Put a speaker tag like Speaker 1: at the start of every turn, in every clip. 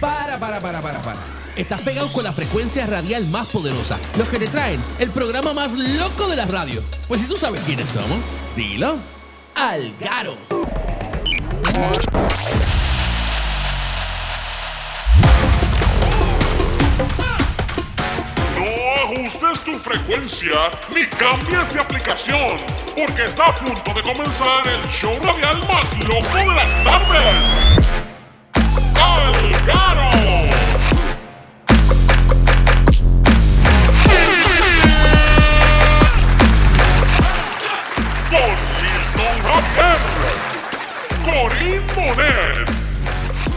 Speaker 1: Para, para, para, para, para. Estás pegado con la frecuencia radial más poderosa. Los que te traen el programa más loco de la radio. Pues si tú sabes quiénes somos, dilo. Algaro.
Speaker 2: No ajustes tu frecuencia ni cambies de aplicación, porque está a punto de comenzar el show radial más loco de las tardes. ¡Algaro! Con Milton Javier, Corín Monet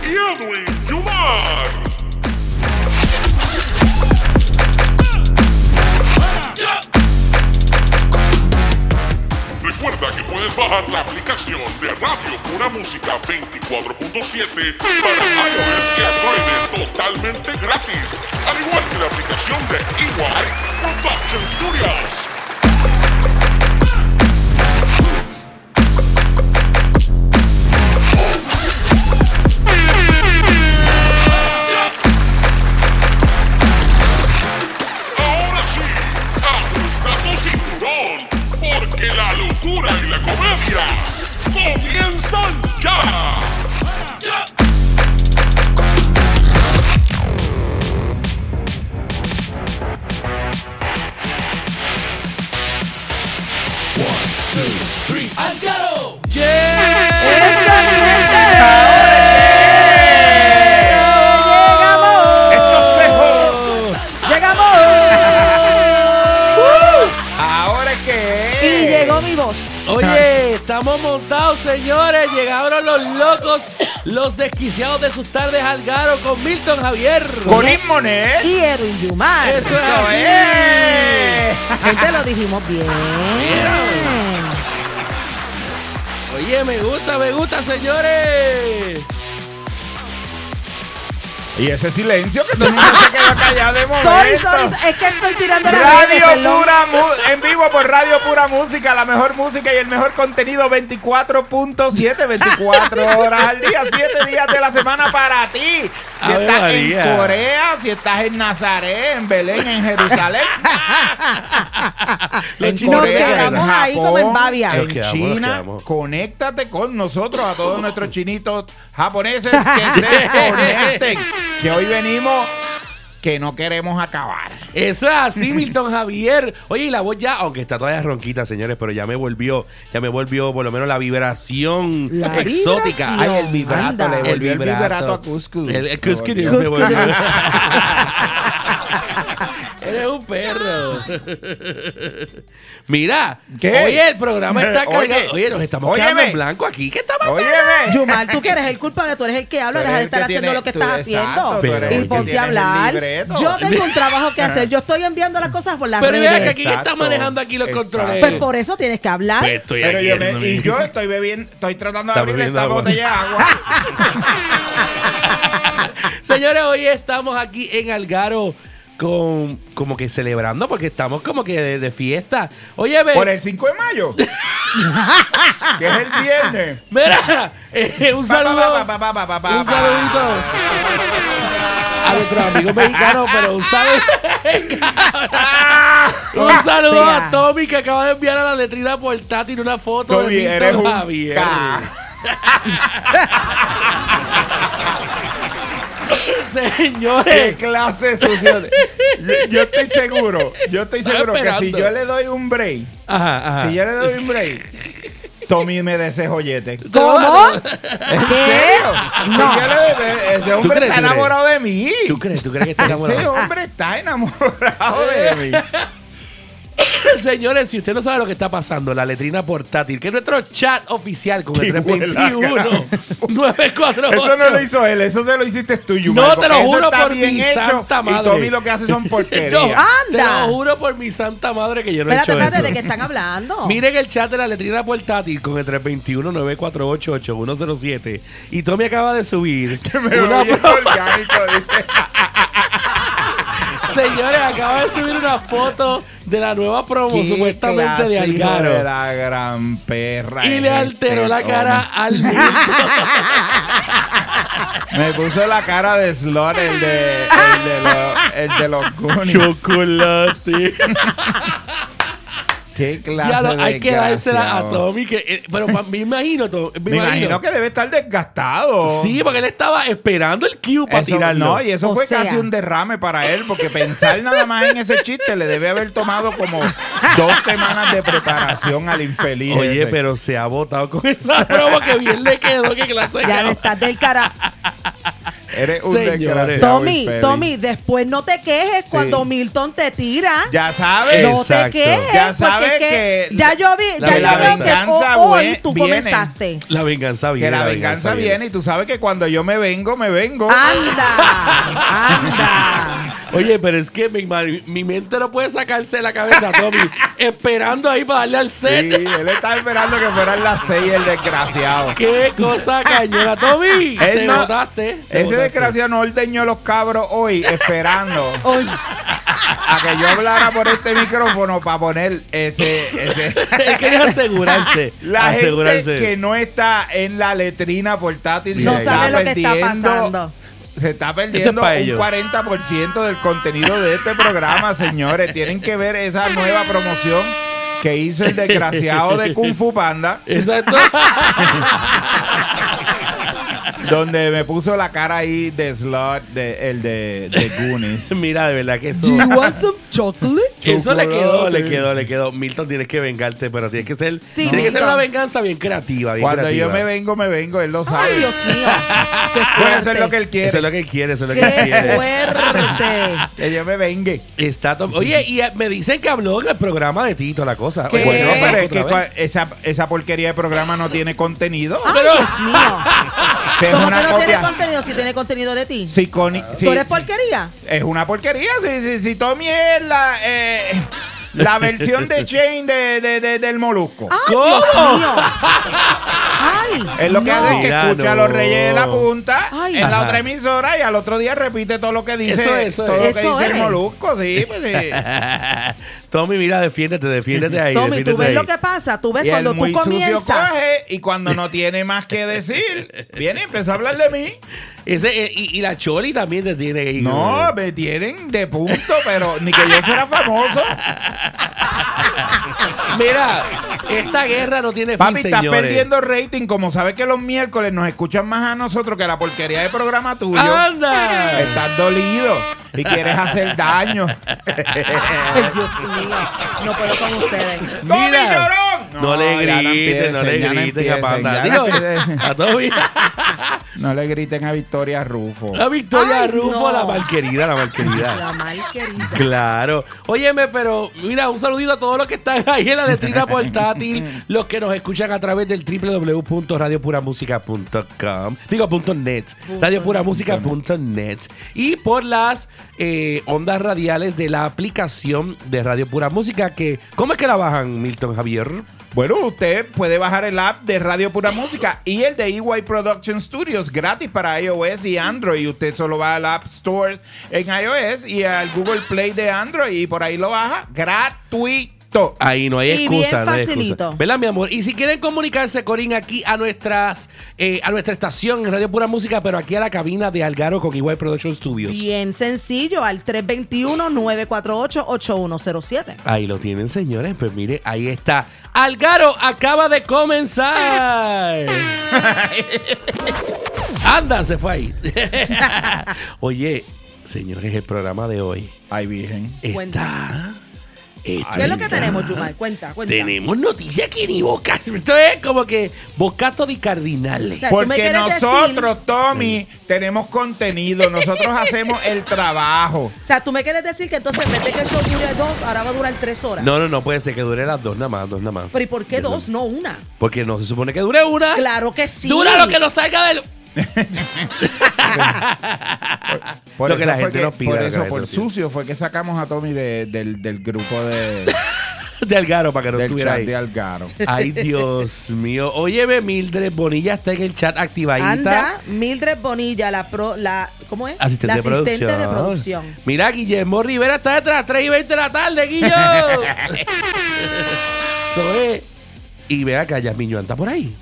Speaker 2: y Edwin Yumar. Recuerda que puedes bajar la aplicación de Radio Pura Música 24.7 para iOS y Android totalmente gratis, al igual que la aplicación de E EY Production Studios. Ahora sí, ajusta tu cinturón, porque la locura y la comedia comienzan ya.
Speaker 1: ¡Algaro!
Speaker 3: ¡Llegamos! ¡Llegamos!
Speaker 4: ¿Ahora
Speaker 3: Y
Speaker 4: qué?
Speaker 3: llegó mi voz.
Speaker 1: Oye, estamos montados, señores. Llegaron los locos, los desquiciados de sus tardes Algaro con Milton Javier.
Speaker 4: Corín Monet.
Speaker 3: Y Edwin Yumar.
Speaker 1: Eso es
Speaker 4: Eso
Speaker 1: así.
Speaker 4: es.
Speaker 3: Gente, lo dijimos bien.
Speaker 1: Oye, me gusta, me gusta, señores.
Speaker 4: Y ese silencio que todo el mundo se quedó callado de momento.
Speaker 3: Sorry, sorry. Es que estoy tirando la
Speaker 4: Radio
Speaker 3: red, perdón.
Speaker 4: Pura Mu- en vivo por Radio Pura Música, la mejor música y el mejor contenido 24.7, 24 horas al día, 7 días de la semana para ti. Si
Speaker 1: Ave
Speaker 4: estás
Speaker 1: María.
Speaker 4: en Corea, si estás en Nazaret, en Belén, en Jerusalén, en
Speaker 3: chinos nos quedamos ahí como en Babia.
Speaker 4: en
Speaker 5: Nos quedamos, nos
Speaker 4: China,
Speaker 5: quedamos.
Speaker 4: conéctate con nosotros, a todos nuestros chinitos japoneses que se conecten, que hoy venimos que no queremos acabar.
Speaker 5: Eso es así, Milton Javier. Oye, y la voz ya, aunque está todavía ronquita, señores, pero ya me volvió, ya me volvió por lo menos la vibración
Speaker 3: La
Speaker 5: exótica.
Speaker 3: vibración.
Speaker 5: Ay, el vibrato,
Speaker 3: Anda.
Speaker 5: le volvió
Speaker 4: El vibrato a Cuscus.
Speaker 5: El, el Cuscus
Speaker 4: Le
Speaker 5: me volvió.
Speaker 3: Cuscus.
Speaker 1: Eres un perro. Mira,
Speaker 4: ¿Qué?
Speaker 1: oye, el programa está
Speaker 4: Oye.
Speaker 1: cargado. Oye, nos estamos quedando
Speaker 4: Óyeme.
Speaker 1: en blanco aquí. ¿Qué está pasando?
Speaker 4: Óyeme.
Speaker 3: Yumar, tú que eres el culpable, tú eres el que habla,
Speaker 4: Tú
Speaker 3: deja de
Speaker 4: eres el
Speaker 3: estar
Speaker 4: que
Speaker 3: haciendo
Speaker 4: tiene-
Speaker 3: lo que
Speaker 4: tú-
Speaker 3: estás
Speaker 4: exacto,
Speaker 3: haciendo
Speaker 4: tú eres
Speaker 3: y
Speaker 4: el que
Speaker 3: ponte
Speaker 4: tiene
Speaker 3: a
Speaker 4: el
Speaker 3: hablar.
Speaker 4: libreto.
Speaker 3: Yo tengo un trabajo que hacer, yo estoy enviando las cosas por las
Speaker 1: Pero
Speaker 3: redes.
Speaker 1: vea que aquí está
Speaker 4: Exacto.
Speaker 1: manejando aquí los
Speaker 4: Exacto.
Speaker 1: controles.
Speaker 3: Pues por eso tienes que hablar.
Speaker 5: Pues estoy
Speaker 4: Pero
Speaker 5: aquí,
Speaker 4: yo me-
Speaker 5: no me-
Speaker 4: y yo estoy bebiendo, estoy tratando de
Speaker 5: Está
Speaker 4: abrir
Speaker 5: bebiendo
Speaker 4: esta
Speaker 5: agua.
Speaker 4: botella de agua.
Speaker 1: Señores, hoy estamos aquí en Algaro con como que celebrando porque estamos como que de, de fiesta. Oye, ve,
Speaker 4: Por el 5 de mayo. que es el viernes.
Speaker 1: mira, eh, un saludo,
Speaker 4: Pa, pa, pa, pa, pa, pa,
Speaker 1: un
Speaker 4: pa.
Speaker 1: saludito a nuestros amigos mexicanos, pero un saludo, un
Speaker 3: O
Speaker 1: saludo
Speaker 3: sea.
Speaker 1: a Tommy que acaba de enviar a la letrina portátil una foto
Speaker 4: Tommy,
Speaker 1: de
Speaker 4: eres
Speaker 1: Milton
Speaker 4: un
Speaker 1: Javier.
Speaker 4: ca- ¿Qué
Speaker 1: Señores,
Speaker 4: clase de sucio? Yo, yo estoy seguro, yo estoy
Speaker 1: Estaba
Speaker 4: seguro que si
Speaker 1: esperando. Ah.
Speaker 4: yo le doy un break,
Speaker 1: ajá,
Speaker 4: si
Speaker 1: ajá.
Speaker 4: yo le doy un break, Tommy me desejollete.
Speaker 3: ¿Cómo? ¿Qué?
Speaker 4: No.
Speaker 1: crees,
Speaker 4: ese hombre está
Speaker 1: tú crees?
Speaker 4: enamorado de mí.
Speaker 1: ¿Tú crees, tú crees que este está
Speaker 4: Ese
Speaker 1: enamorado?
Speaker 4: hombre está enamorado
Speaker 1: Eh,
Speaker 4: de mí.
Speaker 1: Señores, si usted no sabe lo que está pasando, la letrina portátil, que es nuestro chat oficial con el
Speaker 4: Qué buena
Speaker 1: 321 948.
Speaker 4: Eso no lo hizo él, eso se lo hiciste tú, Yuma.
Speaker 1: No, te lo
Speaker 4: porque eso
Speaker 1: juro
Speaker 4: está
Speaker 1: por mi santa
Speaker 4: Y
Speaker 1: madre. ah,
Speaker 4: Tommy lo que hace son porquerías.
Speaker 1: No,
Speaker 3: ¡Anda!
Speaker 1: Te lo juro por mi santa madre que yo no
Speaker 3: Espérate,
Speaker 1: he hecho
Speaker 3: espérate,
Speaker 1: eso.
Speaker 3: ¿de qué están hablando?
Speaker 1: Miren el chat de la letrina portátil con el 321-948-8107. Y Tommy acaba de subir.
Speaker 4: Me
Speaker 1: una
Speaker 4: oye
Speaker 1: pro-
Speaker 4: orgánico, dice.
Speaker 1: Señores, acaba de subir una foto de la nueva promo,
Speaker 4: Qué
Speaker 1: supuestamente de
Speaker 4: clásico
Speaker 1: Algaro.
Speaker 4: de la gran perra.
Speaker 1: Y
Speaker 4: es
Speaker 1: le alteró
Speaker 4: este
Speaker 1: la cara
Speaker 4: hombre.
Speaker 1: al Milton.
Speaker 4: Me puso la cara de slot el de, el de, lo- el de los Goonies.
Speaker 5: Chocolate.
Speaker 4: Qué clase
Speaker 5: Ya lo-
Speaker 4: de
Speaker 5: hay que dársela a
Speaker 4: desgraciado.
Speaker 5: Tommy. Que, eh, pero pa- me imagino, Tommy. Me,
Speaker 4: Me imagino que debe estar desgastado.
Speaker 5: Sí, porque él estaba esperando el cue para
Speaker 4: Eso-
Speaker 5: tirarlo.
Speaker 4: No, y eso
Speaker 3: O
Speaker 4: fue
Speaker 3: sea.
Speaker 4: casi un derrame para él, porque pensar nada más en ese chiste le debe haber tomado como dos semanas de preparación al infeliz.
Speaker 5: Oye,
Speaker 4: ese.
Speaker 5: pero se ha botado con esa broma que bien le quedó. Que clase de
Speaker 3: Ya
Speaker 5: cabrón.
Speaker 3: estás del cara.
Speaker 4: Eres un
Speaker 5: Señores.
Speaker 4: desgraciado.
Speaker 3: Tommy,
Speaker 4: infeliz.
Speaker 3: Tommy, después no te quejes cuando Milton te tira.
Speaker 4: Ya sabes.
Speaker 3: no te
Speaker 5: Exacto.
Speaker 3: quejes.
Speaker 4: Ya
Speaker 3: porque
Speaker 4: sabes
Speaker 3: es que,
Speaker 4: que
Speaker 3: ya yo vi,
Speaker 5: la
Speaker 3: ya yo veo que
Speaker 4: venganza,
Speaker 3: ho- hoy
Speaker 4: güey,
Speaker 3: tú
Speaker 4: viene.
Speaker 3: comenzaste.
Speaker 5: La venganza viene.
Speaker 4: Que la venganza viene y tú sabes que cuando yo me vengo, me vengo.
Speaker 3: Ah, Anda, anda.
Speaker 5: Oye, pero es que mi, mi- mi mente no puede sacarse de la cabeza, Tommy. esperando ahí para darle al
Speaker 4: Sí,
Speaker 5: set.
Speaker 4: él estaba esperando que fueran las seis, el desgraciado.
Speaker 5: ¡Qué cosa cañona,
Speaker 4: Él
Speaker 5: Tommy! te
Speaker 4: no-
Speaker 5: botaste. te
Speaker 4: Ese
Speaker 5: botaste.
Speaker 4: desgraciado no ordeñó los cabros hoy esperando
Speaker 3: Hoy,
Speaker 4: a que yo hablara por este micrófono para poner ese... ese.
Speaker 5: Él quería asegurarse.
Speaker 4: La
Speaker 5: asegurarse.
Speaker 4: gente que no está en la letrina portátil
Speaker 3: no
Speaker 5: Sí,
Speaker 4: se
Speaker 3: sabe
Speaker 4: está
Speaker 3: lo que está
Speaker 4: perdiendo-
Speaker 3: pasando.
Speaker 4: Se está
Speaker 5: Esto es
Speaker 4: perdiendo
Speaker 5: pa'
Speaker 4: un
Speaker 5: ellos.
Speaker 4: 40% del contenido de este programa, señores. Tienen que ver esa nueva promoción que hizo el desgraciado de Kung Fu Panda,
Speaker 5: Exacto.
Speaker 4: donde me puso la cara ahí de slot, de, el de, de Goonies.
Speaker 5: Mira, de verdad que eso.
Speaker 3: want some chocolate?
Speaker 5: Eso le quedó,
Speaker 4: Chocolate.
Speaker 5: le quedó, le quedó. Milton, tienes que vengarte, pero tienes que ser,
Speaker 3: Sí,
Speaker 5: tiene que ser
Speaker 3: Milton.
Speaker 5: una venganza bien creativa. Bien
Speaker 4: Cuando yo
Speaker 5: creativa.
Speaker 4: me vengo, me vengo, él lo
Speaker 3: Ay,
Speaker 4: sabe.
Speaker 3: Dios mío. Qué
Speaker 4: Puede hacer lo que
Speaker 3: fuerte.
Speaker 4: él quiere.
Speaker 5: Eso es lo que quiere, eso es lo que
Speaker 3: Qué
Speaker 5: quiere.
Speaker 3: fuerte.
Speaker 4: Que yo me vengue.
Speaker 5: Está to- Oye, y eh, me dicen que habló en el programa de Tito la cosa.
Speaker 3: ¿Qué?
Speaker 5: Oye,
Speaker 4: Bueno,
Speaker 5: no,
Speaker 4: pero es que
Speaker 5: otra vez.
Speaker 4: cua- esa, esa porquería de programa no tiene contenido.
Speaker 3: Ay, Dios mío.
Speaker 4: Que es
Speaker 3: Ah, ¿Cómo
Speaker 4: una
Speaker 3: que no tiene
Speaker 4: copia.
Speaker 3: contenido si tiene contenido de ti?
Speaker 4: Sí, Connie, sí,
Speaker 3: ¿Tú eres porquería?
Speaker 4: Es una porquería. Si, si, si Tommy es la, eh, la versión de Shane de, de- de- del molusco.
Speaker 3: ¡Ay,
Speaker 5: ¿Cómo?
Speaker 3: Dios mío! ¡Ay!
Speaker 4: Es lo que
Speaker 3: no.
Speaker 4: hace es que
Speaker 5: Mira,
Speaker 4: escucha a
Speaker 5: no.
Speaker 4: los reyes de la punta
Speaker 3: Ay.
Speaker 4: en la
Speaker 5: Ajá.
Speaker 4: otra emisora y al otro día repite todo lo que dice,
Speaker 5: Eso es, eso
Speaker 4: todo
Speaker 3: es.
Speaker 4: lo que
Speaker 3: Eso
Speaker 4: dice el
Speaker 3: es.
Speaker 4: molusco, sí, pues, sí.
Speaker 5: Tommy, mira, defiéndete, defiéndete ahí.
Speaker 3: Tommy, tú
Speaker 5: defiéndete
Speaker 3: ves
Speaker 5: ahí.
Speaker 3: lo que pasa. Tú
Speaker 5: Pues
Speaker 3: ves
Speaker 4: Y
Speaker 3: cuando
Speaker 4: el
Speaker 3: tú
Speaker 4: muy sucio
Speaker 3: comienzas.
Speaker 4: coge y cuando no tiene más que decir, viene y empieza a hablar de mí.
Speaker 5: Ese, eh, y, y la Choli también te tiene que ir.
Speaker 4: No, me tienen de punto, pero ni que yo fuera famoso.
Speaker 5: Mira, esta guerra no tiene fin,
Speaker 4: Papi, estás
Speaker 5: señores.
Speaker 4: perdiendo rating. Como sabes que los miércoles nos escuchan más a nosotros que la porquería de programa tuyo.
Speaker 5: ¡Anda!
Speaker 4: Estás dolido y quieres hacer daño.
Speaker 3: Ay, Dios
Speaker 5: Ah.
Speaker 3: mío. No puedo con ustedes.
Speaker 5: Mira,
Speaker 4: ¡Tommy, llorón!
Speaker 5: no, le
Speaker 4: ya
Speaker 5: grites,
Speaker 4: empiecen,
Speaker 5: no le
Speaker 4: ya
Speaker 5: grites a
Speaker 4: empiecen,
Speaker 5: Panda.
Speaker 4: ya
Speaker 5: Digo,
Speaker 4: empiecen.
Speaker 5: a Tommy.
Speaker 4: No le griten a Victoria Rufo.
Speaker 5: A Victoria
Speaker 3: Ay,
Speaker 5: Rufo,
Speaker 3: no.
Speaker 5: la malquerida, la malquerida.
Speaker 3: La malquerida.
Speaker 5: Claro. Óyeme, pero mira, un saludito a todos los que están ahí en la letrina portátil, los que nos escuchan a través del www.radiopuramusica.com, digo punto .net, radiopuramusica.net y por las eh, ondas radiales de la aplicación de Radio Pura Música que ¿cómo es que la bajan, Milton Javier?
Speaker 4: Bueno, usted puede bajar el app de Radio Pura Música y el de EY Production Studios gratis para iOS y Android. Usted solo va al App Store en iOS y al Google Play de Android y por ahí lo baja gratuito.
Speaker 5: Ahí no hay
Speaker 3: Y
Speaker 5: excusa.
Speaker 3: bien
Speaker 5: no hay
Speaker 3: facilito.
Speaker 5: excusa. ¿Verdad, mi amor? Y si quieren comunicarse, Corín, aquí a nuestras eh, a nuestra estación en Radio Pura Música, pero aquí a la cabina de Algaro con Igual Production Studios.
Speaker 3: Bien sencillo, al 321-948-8107.
Speaker 5: Ahí lo tienen, señores. Pues mire, ahí está. Algaro acaba de comenzar. Anda, se fue ahí. Oye, señores, el programa de hoy
Speaker 4: Ay, virgen.
Speaker 5: está...
Speaker 3: Cuenta.
Speaker 5: está-
Speaker 3: ¿Qué es lo que tenemos, Yumar? Cuenta, cuenta.
Speaker 5: Tenemos noticias que ni boca. Esto es como que bocato de cardinales.
Speaker 3: sea, tú me
Speaker 4: Porque
Speaker 3: quieres
Speaker 4: nosotros, Tommy, tenemos contenido. Nosotros hacemos el trabajo.
Speaker 3: O sea, tú me quieres decir que entonces en vez de que el show dure dos, ahora va a durar tres horas.
Speaker 5: No, no, no puede ser que dure las dos nada más, dos nada más.
Speaker 3: Pero ¿y por qué dos? No una.
Speaker 5: Porque no se supone que dure una.
Speaker 3: Claro que sí.
Speaker 5: Dura lo que nos salga del. Lo que
Speaker 4: eso
Speaker 5: la
Speaker 4: fue
Speaker 5: gente nos pida,
Speaker 4: Por
Speaker 5: lo que la
Speaker 4: eso,
Speaker 5: gente
Speaker 4: por
Speaker 5: nos pida.
Speaker 4: sucio, fue que sacamos a Tommy de- del, del grupo de,
Speaker 5: De Algaro para que no
Speaker 4: del
Speaker 5: estuviera
Speaker 4: chat
Speaker 5: ahí.
Speaker 4: de Algaro.
Speaker 5: Ay, Dios mío. Óyeme, Mildred Bonilla está en el chat activadita.
Speaker 3: Anda, Mildred Bonilla, la pro, la, ¿cómo es?
Speaker 5: Asistente,
Speaker 3: la
Speaker 5: de,
Speaker 3: asistente
Speaker 5: producción.
Speaker 3: de producción.
Speaker 5: Mira, Guillermo Rivera está detrás, 3 y 20 de la tarde, Guillo. Eso es. Y vea acá, Yasmin Joan está por ahí.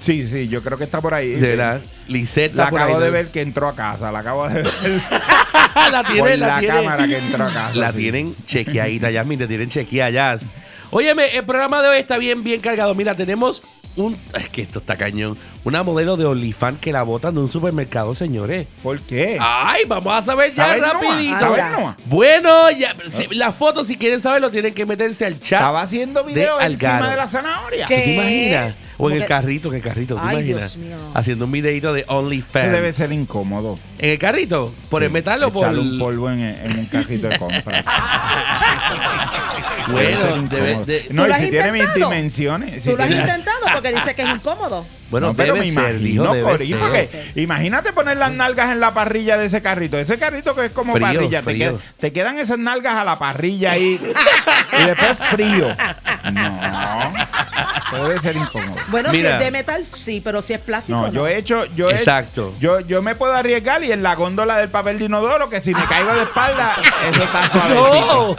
Speaker 4: Sí, sí, yo creo que está por ahí.
Speaker 5: De la Lisette.
Speaker 4: La
Speaker 5: está por
Speaker 4: acabo de
Speaker 5: ahí, ¿no? Ah,
Speaker 4: ver que entró a casa, la acabo de ver.
Speaker 5: la
Speaker 4: por
Speaker 5: tiene, la,
Speaker 4: la
Speaker 5: tiene.
Speaker 4: cámara que entró a casa.
Speaker 5: La
Speaker 4: sí.
Speaker 5: tienen chequeadita, Yasmin, te tienen chequeadas. Óyeme, el programa de hoy está bien, bien cargado. Mira, tenemos un. Es que esto está cañón. Una modelo de Olifant que la botan de un supermercado, señores.
Speaker 4: ¿Por qué?
Speaker 5: Ay, vamos a saber Ah, ya
Speaker 4: ¿Sabes, Noah?
Speaker 5: rapidito.
Speaker 4: ¿Sabes,
Speaker 3: Ahora.
Speaker 4: Noah?
Speaker 5: Bueno, ya, si- las fotos, si quieren saberlo, tienen que meterse al chat.
Speaker 4: Estaba haciendo video
Speaker 5: de
Speaker 4: encima
Speaker 5: Algaro.
Speaker 4: de la zanahoria.
Speaker 5: ¿Tú
Speaker 3: ¿Qué?
Speaker 5: te imaginas? O en el
Speaker 3: Eh, Porque-
Speaker 5: carrito, en el carrito, ¿te
Speaker 3: Ay,
Speaker 5: imaginas?
Speaker 3: Dios mío.
Speaker 5: Haciendo un videito de OnlyFans.
Speaker 4: Debe ser incómodo.
Speaker 5: ¿En el carrito? ¿Por el metal o por...?
Speaker 4: Echarle un polvo en, en un cajito de compra. Debe ser
Speaker 5: Bueno, debe-
Speaker 4: incómodo.
Speaker 5: de-
Speaker 4: no,
Speaker 3: ¿Tú lo
Speaker 4: y si
Speaker 3: has
Speaker 4: tiene mis
Speaker 3: intentado?
Speaker 4: dimensiones. si
Speaker 3: Tú lo has
Speaker 4: tiene-
Speaker 3: intentado porque dice que es incómodo.
Speaker 5: bueno,
Speaker 4: No,
Speaker 5: debe
Speaker 4: pero me
Speaker 5: ser,
Speaker 4: imagino,
Speaker 5: dijo, debe
Speaker 4: Corín,
Speaker 5: ser.
Speaker 4: porque imagínate poner las nalgas en la parrilla de ese carrito. Ese carrito que es como
Speaker 5: Frío,
Speaker 4: parrilla. Te,
Speaker 5: frío.
Speaker 4: qued- te quedan esas nalgas a la parrilla ahí. y después frío. No. Puede ser incómodo.
Speaker 3: Bueno,
Speaker 5: Mira.
Speaker 3: si es de metal, sí, pero si es plástico.
Speaker 4: No,
Speaker 3: No,
Speaker 4: yo he hecho, yo he-
Speaker 5: Exacto.
Speaker 4: yo, yo me puedo arriesgar y en la góndola del papel de inodoro, que si me caigo de espalda, eso está suavecito.
Speaker 5: ¡No!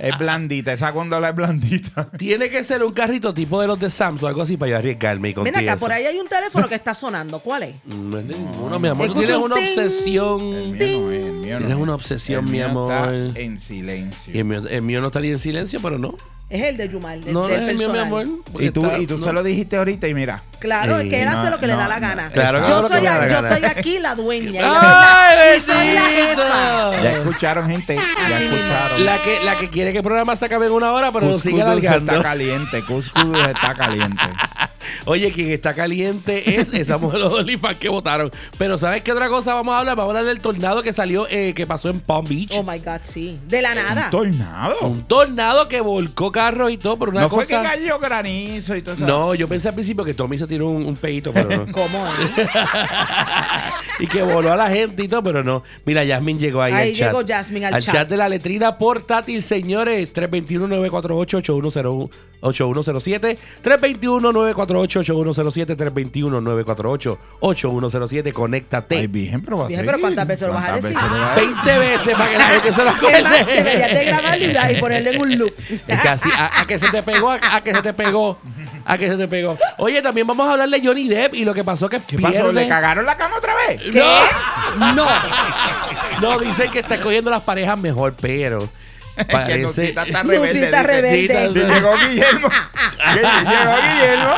Speaker 4: Es blandita, esa góndola es blandita.
Speaker 5: Tiene que ser un carrito tipo de los de Samsung, algo así, para yo arriesgarme y
Speaker 3: Ven
Speaker 5: contigo.
Speaker 3: acá, por ahí hay un teléfono que está sonando. ¿Cuál es?
Speaker 5: No es ninguno, mi amor. Tú
Speaker 3: Escucha
Speaker 5: tienes
Speaker 3: un
Speaker 5: una
Speaker 3: ting.
Speaker 5: obsesión.
Speaker 4: mío no es, el mío no
Speaker 5: Tienes
Speaker 4: es.
Speaker 5: una obsesión,
Speaker 4: El
Speaker 5: mi
Speaker 4: mío
Speaker 5: amor.
Speaker 4: está en
Speaker 5: Y el
Speaker 4: silencio.
Speaker 5: mío, el mío no estaría en silencio, pero no.
Speaker 3: Es el de Yumal, del,
Speaker 5: No, no
Speaker 3: del
Speaker 5: es el mío, mi
Speaker 3: personal.
Speaker 5: amor. porque
Speaker 4: Y tú,
Speaker 5: está-
Speaker 4: y tú
Speaker 5: no.
Speaker 4: se lo dijiste ahorita y mira.
Speaker 3: Claro, es que él
Speaker 5: Eh,
Speaker 3: hace
Speaker 4: no,
Speaker 3: lo que le da
Speaker 4: no,
Speaker 3: la
Speaker 4: no.
Speaker 3: gana.
Speaker 5: Claro que hago
Speaker 3: yo
Speaker 5: lo que
Speaker 3: soy,
Speaker 5: me da la
Speaker 3: a- yo
Speaker 5: gana.
Speaker 3: soy aquí la dueña. y
Speaker 5: Ah.
Speaker 3: la-
Speaker 5: ¡Ay,
Speaker 3: Y soy la jefa.
Speaker 5: bendito!
Speaker 4: Ya escucharon, gente.
Speaker 3: Ah,
Speaker 4: Ya escucharon.
Speaker 5: La que, la que quiere que el programa se acabe en una hora, pero lo sigue
Speaker 4: Cuscudus está
Speaker 5: alargando.
Speaker 4: caliente. Cuscudus está caliente.
Speaker 5: Oye, quien está caliente es esa mujer de Olifan que votaron. Pero ¿sabes qué otra cosa vamos a hablar? Vamos a hablar del tornado que salió, eh, que pasó en Palm Beach.
Speaker 3: Oh my God, sí. De la
Speaker 4: Un
Speaker 3: nada.
Speaker 4: tornado.
Speaker 5: Un tornado que volcó carros y todo por una
Speaker 4: No fue que
Speaker 5: cosa.
Speaker 4: cayó granizo y todo eso.
Speaker 5: no, yo pensé al principio que Tommy se tiró un, un peito, pero no.
Speaker 3: ¿Cómo?
Speaker 5: y que voló a la gente y todo, pero no. Mira, Jasmine llegó ahí,
Speaker 3: Ahí
Speaker 5: al chat.
Speaker 3: llegó Jasmine al
Speaker 5: chat.
Speaker 3: chat
Speaker 5: de la letrina portátil, señores. 321-948-8107. 321-948-8107. 321-948-8107.
Speaker 4: Ay,
Speaker 5: Conéctate.
Speaker 4: virgen, pero va a
Speaker 3: Virgen,
Speaker 4: seguir.
Speaker 3: pero ¿cuántas veces lo vas a
Speaker 4: ¿Cuántas
Speaker 3: decir?
Speaker 4: veces lo vas a
Speaker 5: 20 veces para que la gente se lo
Speaker 3: Es más, deberías de
Speaker 5: acuerde.
Speaker 3: grabarlo y- y ponerle en un loop.
Speaker 5: Es que así, a, a que se te pegó, a, a que se te pegó, a que se te pegó. Oye, también vamos a hablar de Johnny Depp y lo que pasó que
Speaker 4: ¿Qué
Speaker 5: pierde.
Speaker 4: pasó? ¿Le cagaron la cama otra vez?
Speaker 5: No, no. No, dicen que está escogiendo las parejas mejor, pero
Speaker 4: Que
Speaker 5: parece.
Speaker 4: Lucita está rebelde.
Speaker 3: Lucita
Speaker 4: dice.
Speaker 5: Dice,
Speaker 3: rebelde.
Speaker 4: Y Llegó Guillermo. Que Llegó Guillermo.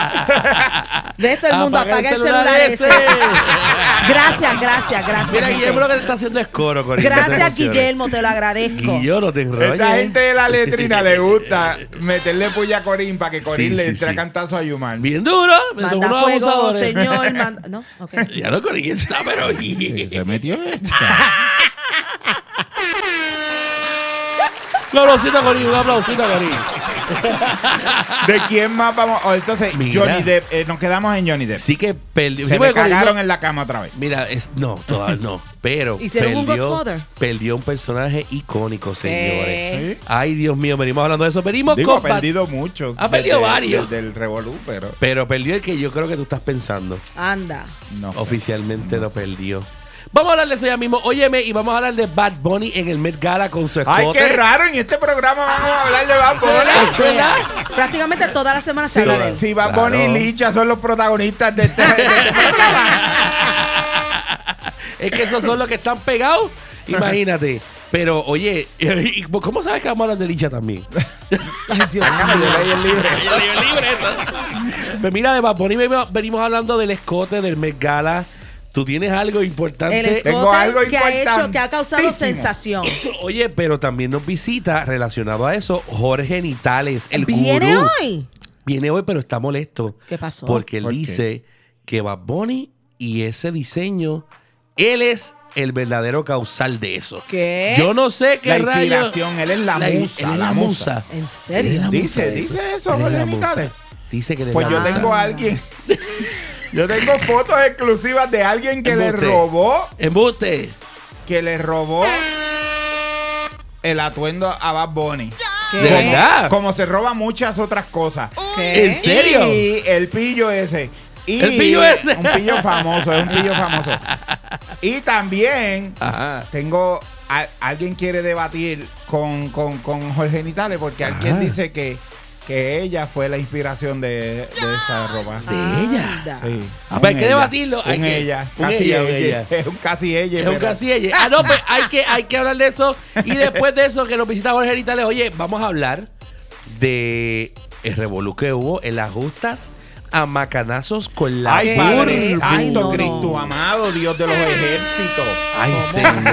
Speaker 3: De esto el mundo apaga el celular ese. Gracias, gracias, gracias.
Speaker 5: Mira,
Speaker 3: gente.
Speaker 5: Guillermo lo que te está haciendo es coro, Corinne, no te
Speaker 3: Gracias,
Speaker 5: emociones.
Speaker 3: Guillermo, te lo agradezco.
Speaker 5: Guillo, no te ¿eh? enrolles.
Speaker 4: Esta gente de la letrina le gusta meterle puya a Corín para que Corín
Speaker 5: Sí,
Speaker 4: le
Speaker 5: sí,
Speaker 4: entre
Speaker 5: sí.
Speaker 4: cantazo a Yumar.
Speaker 5: Bien duro. Son
Speaker 3: Manda
Speaker 5: unos
Speaker 3: fuego,
Speaker 5: abusadores.
Speaker 3: señor. manda- No, ok.
Speaker 5: Ya no, Corín está, pero.
Speaker 4: Se metió
Speaker 5: Un aplausito, Corín. Un aplausito, Corín.
Speaker 4: ¿De quién más vamos? Oh, entonces,
Speaker 5: Mira.
Speaker 4: Johnny Depp. eh, nos quedamos en Johnny Depp.
Speaker 5: Sí que perdió.
Speaker 4: Se me
Speaker 5: Sí, porque Corín, no-
Speaker 4: cagaron en la cama otra vez.
Speaker 5: Mira, es, no, todavía no. Pero
Speaker 3: ¿Hicieron un
Speaker 5: perdió,
Speaker 3: Godfather?
Speaker 5: perdió un personaje icónico, señores.
Speaker 3: Eh,
Speaker 4: Sí.
Speaker 5: Ay, Dios mío, venimos hablando de eso. Venimos
Speaker 4: Digo, ha
Speaker 5: con Pat-
Speaker 4: perdido muchos.
Speaker 5: Ha perdido varios.
Speaker 4: Del Revolú, pero
Speaker 5: Pero perdió el que yo creo que tú estás pensando.
Speaker 3: Anda.
Speaker 4: no.
Speaker 5: Oh,
Speaker 4: sé.
Speaker 5: Oficialmente lo perdió. Vamos a hablar de eso ya mismo. Óyeme, y vamos a hablar de Bad Bunny en el Met Gala con su escote.
Speaker 4: Ay, qué raro. En este programa vamos a hablar de Bad
Speaker 3: O
Speaker 4: Bunny.
Speaker 3: sea, prácticamente toda la semana se habla de
Speaker 4: Si,
Speaker 3: eso.
Speaker 4: si Bad
Speaker 5: Claro.
Speaker 4: Bunny y Licha son los protagonistas de este, de este programa.
Speaker 5: Es que esos son los que están pegados. Imagínate. Pero, oye, ¿y ¿cómo sabes que vamos a hablar de Licha también?
Speaker 4: Venga, yo leí el libro.
Speaker 5: Pues mira, de Bad Bunny venimos- venimos hablando del escote del Met Gala. Tú tienes algo importante.
Speaker 3: El escote
Speaker 4: Tengo algo
Speaker 3: que ha hecho, que ha causado
Speaker 4: importantísimo.
Speaker 3: sensación.
Speaker 5: Oye, pero también nos visita relacionado a eso Jorge Nitales, el
Speaker 3: Viene
Speaker 5: gurú.
Speaker 3: hoy.
Speaker 5: Viene hoy, pero está molesto.
Speaker 3: ¿Qué pasó?
Speaker 5: Porque él
Speaker 4: ¿Por qué?
Speaker 5: dice que Bad Bunny y ese diseño, él es el verdadero causal de eso.
Speaker 3: ¿Qué?
Speaker 5: Yo no sé qué
Speaker 4: La
Speaker 5: rayos.
Speaker 4: inspiración, él es la
Speaker 5: in-
Speaker 4: musa,
Speaker 5: él es
Speaker 4: la
Speaker 5: la
Speaker 4: musa.
Speaker 5: musa.
Speaker 3: ¿En
Speaker 5: Él es
Speaker 3: serio?
Speaker 5: la
Speaker 4: Dice-
Speaker 5: musa de
Speaker 4: dice eso,
Speaker 5: Él es
Speaker 4: Jorge
Speaker 5: la musa.
Speaker 4: Nitales.
Speaker 5: Dice que él es
Speaker 4: Pues
Speaker 5: la
Speaker 4: yo
Speaker 5: musa.
Speaker 4: tengo a alguien. Yo tengo fotos exclusivas de alguien que le
Speaker 5: Embuste.
Speaker 4: robó,
Speaker 5: Embuste.
Speaker 4: que le robó el atuendo a Bad Bunny.
Speaker 3: ¿Qué?
Speaker 5: ¿De verdad?
Speaker 4: Como se roba muchas otras cosas.
Speaker 3: ¿Qué?
Speaker 5: ¿En serio?
Speaker 4: Y el pillo ese. Y
Speaker 5: ¿El pillo ese?
Speaker 4: Un pillo famoso, es un pillo famoso. Y también
Speaker 5: Ajá.
Speaker 4: tengo.
Speaker 5: Ah.
Speaker 4: a- alguien quiere debatir con, con, con Jorge Nitales porque alguien dice que que ella fue la inspiración de, de esa ropa.
Speaker 5: De ella.
Speaker 3: Anda.
Speaker 4: Sí.
Speaker 5: Ah,
Speaker 4: Un
Speaker 5: pues hay que
Speaker 4: ella.
Speaker 5: debatirlo, hay
Speaker 4: Un
Speaker 5: que-
Speaker 4: ella.
Speaker 5: un
Speaker 4: Casi
Speaker 5: ella,
Speaker 4: ella.
Speaker 5: un ella.
Speaker 4: Es un casi ella.
Speaker 5: Es un
Speaker 4: pero-
Speaker 5: casi ella. Ah, no, pues hay que, hay que hablar de eso. Y después de eso, que nos visita Jorge Ritales, oye, vamos a hablar de el revolú que hubo en las justas a macanazos con la
Speaker 4: Ay,
Speaker 3: ¿Qué?
Speaker 4: Padre
Speaker 5: Urbu.
Speaker 3: Ay,
Speaker 4: Santo
Speaker 3: no, no.
Speaker 4: Cristo amado, Dios de los ejércitos.
Speaker 5: Ay,
Speaker 3: ¿Cómo?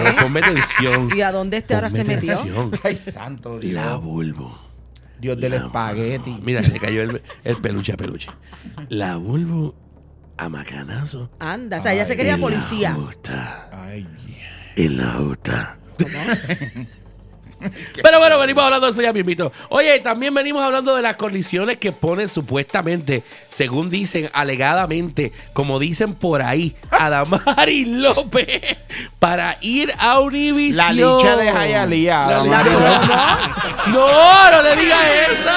Speaker 5: señor, ponme atención.
Speaker 3: ¿Y a dónde este ahora se
Speaker 5: Ponme
Speaker 3: metió?
Speaker 5: atención.
Speaker 4: Ay, santo
Speaker 5: La
Speaker 4: Dios.
Speaker 5: Bulbo.
Speaker 4: Dios del espagueti.
Speaker 5: Mira, se le cayó el, el peluche a peluche. La Bulbo a macanazos.
Speaker 3: Anda, o sea, ella se
Speaker 4: Ay,
Speaker 3: quería
Speaker 5: en
Speaker 3: policía.
Speaker 5: La justa.
Speaker 4: Ay,
Speaker 5: en la justa. Pero bueno, venimos hablando de eso ya mismito. Oye, también venimos hablando de las condiciones que ponen supuestamente, según dicen, alegadamente, como dicen por ahí, a Damaris López para ir a Univision.
Speaker 4: La licha de Jayalía,
Speaker 5: La
Speaker 4: Damaris
Speaker 5: licha- No, no le digas eso.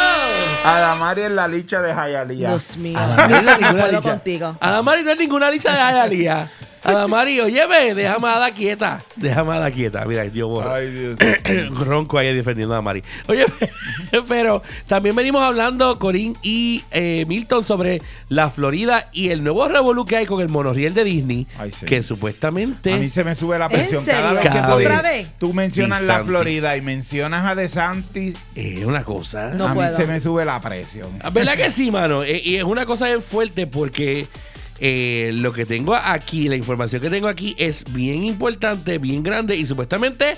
Speaker 4: Adamari es la licha de Jayalía.
Speaker 3: Dios mío.
Speaker 5: Adamari no es
Speaker 3: No
Speaker 5: ninguna
Speaker 3: puedo
Speaker 5: licha.
Speaker 3: contigo.
Speaker 5: Adamari no es ninguna licha de Jayalía. Adamari, óyeme, déjame a Ada quieta. Déjame a Ada quieta. Mira, yo borro.
Speaker 4: Ay, Dios.
Speaker 5: Ronco ahí defendiendo a Mari. Oye, pero también venimos hablando, Corín y eh, Milton, sobre la Florida y el nuevo revolú que hay con el monorriel de Disney,
Speaker 4: Ay, sí.
Speaker 5: que
Speaker 4: A mí
Speaker 5: supuestamente...
Speaker 4: se me sube la
Speaker 3: ¿En
Speaker 4: presión cada
Speaker 3: serio?
Speaker 4: vez que
Speaker 5: Cada
Speaker 4: tú-
Speaker 5: ¿Otra
Speaker 3: vez?
Speaker 4: tú mencionas
Speaker 5: Di
Speaker 4: la
Speaker 5: Santi.
Speaker 4: Florida y mencionas a De Santi,
Speaker 5: Es una cosa...
Speaker 3: No
Speaker 4: a mí
Speaker 3: puedo.
Speaker 4: se me sube la presión.
Speaker 5: ¿Verdad que sí, mano? Eh, y es una cosa bien fuerte porque eh, lo que tengo aquí, la información que tengo aquí es bien importante, bien grande y supuestamente,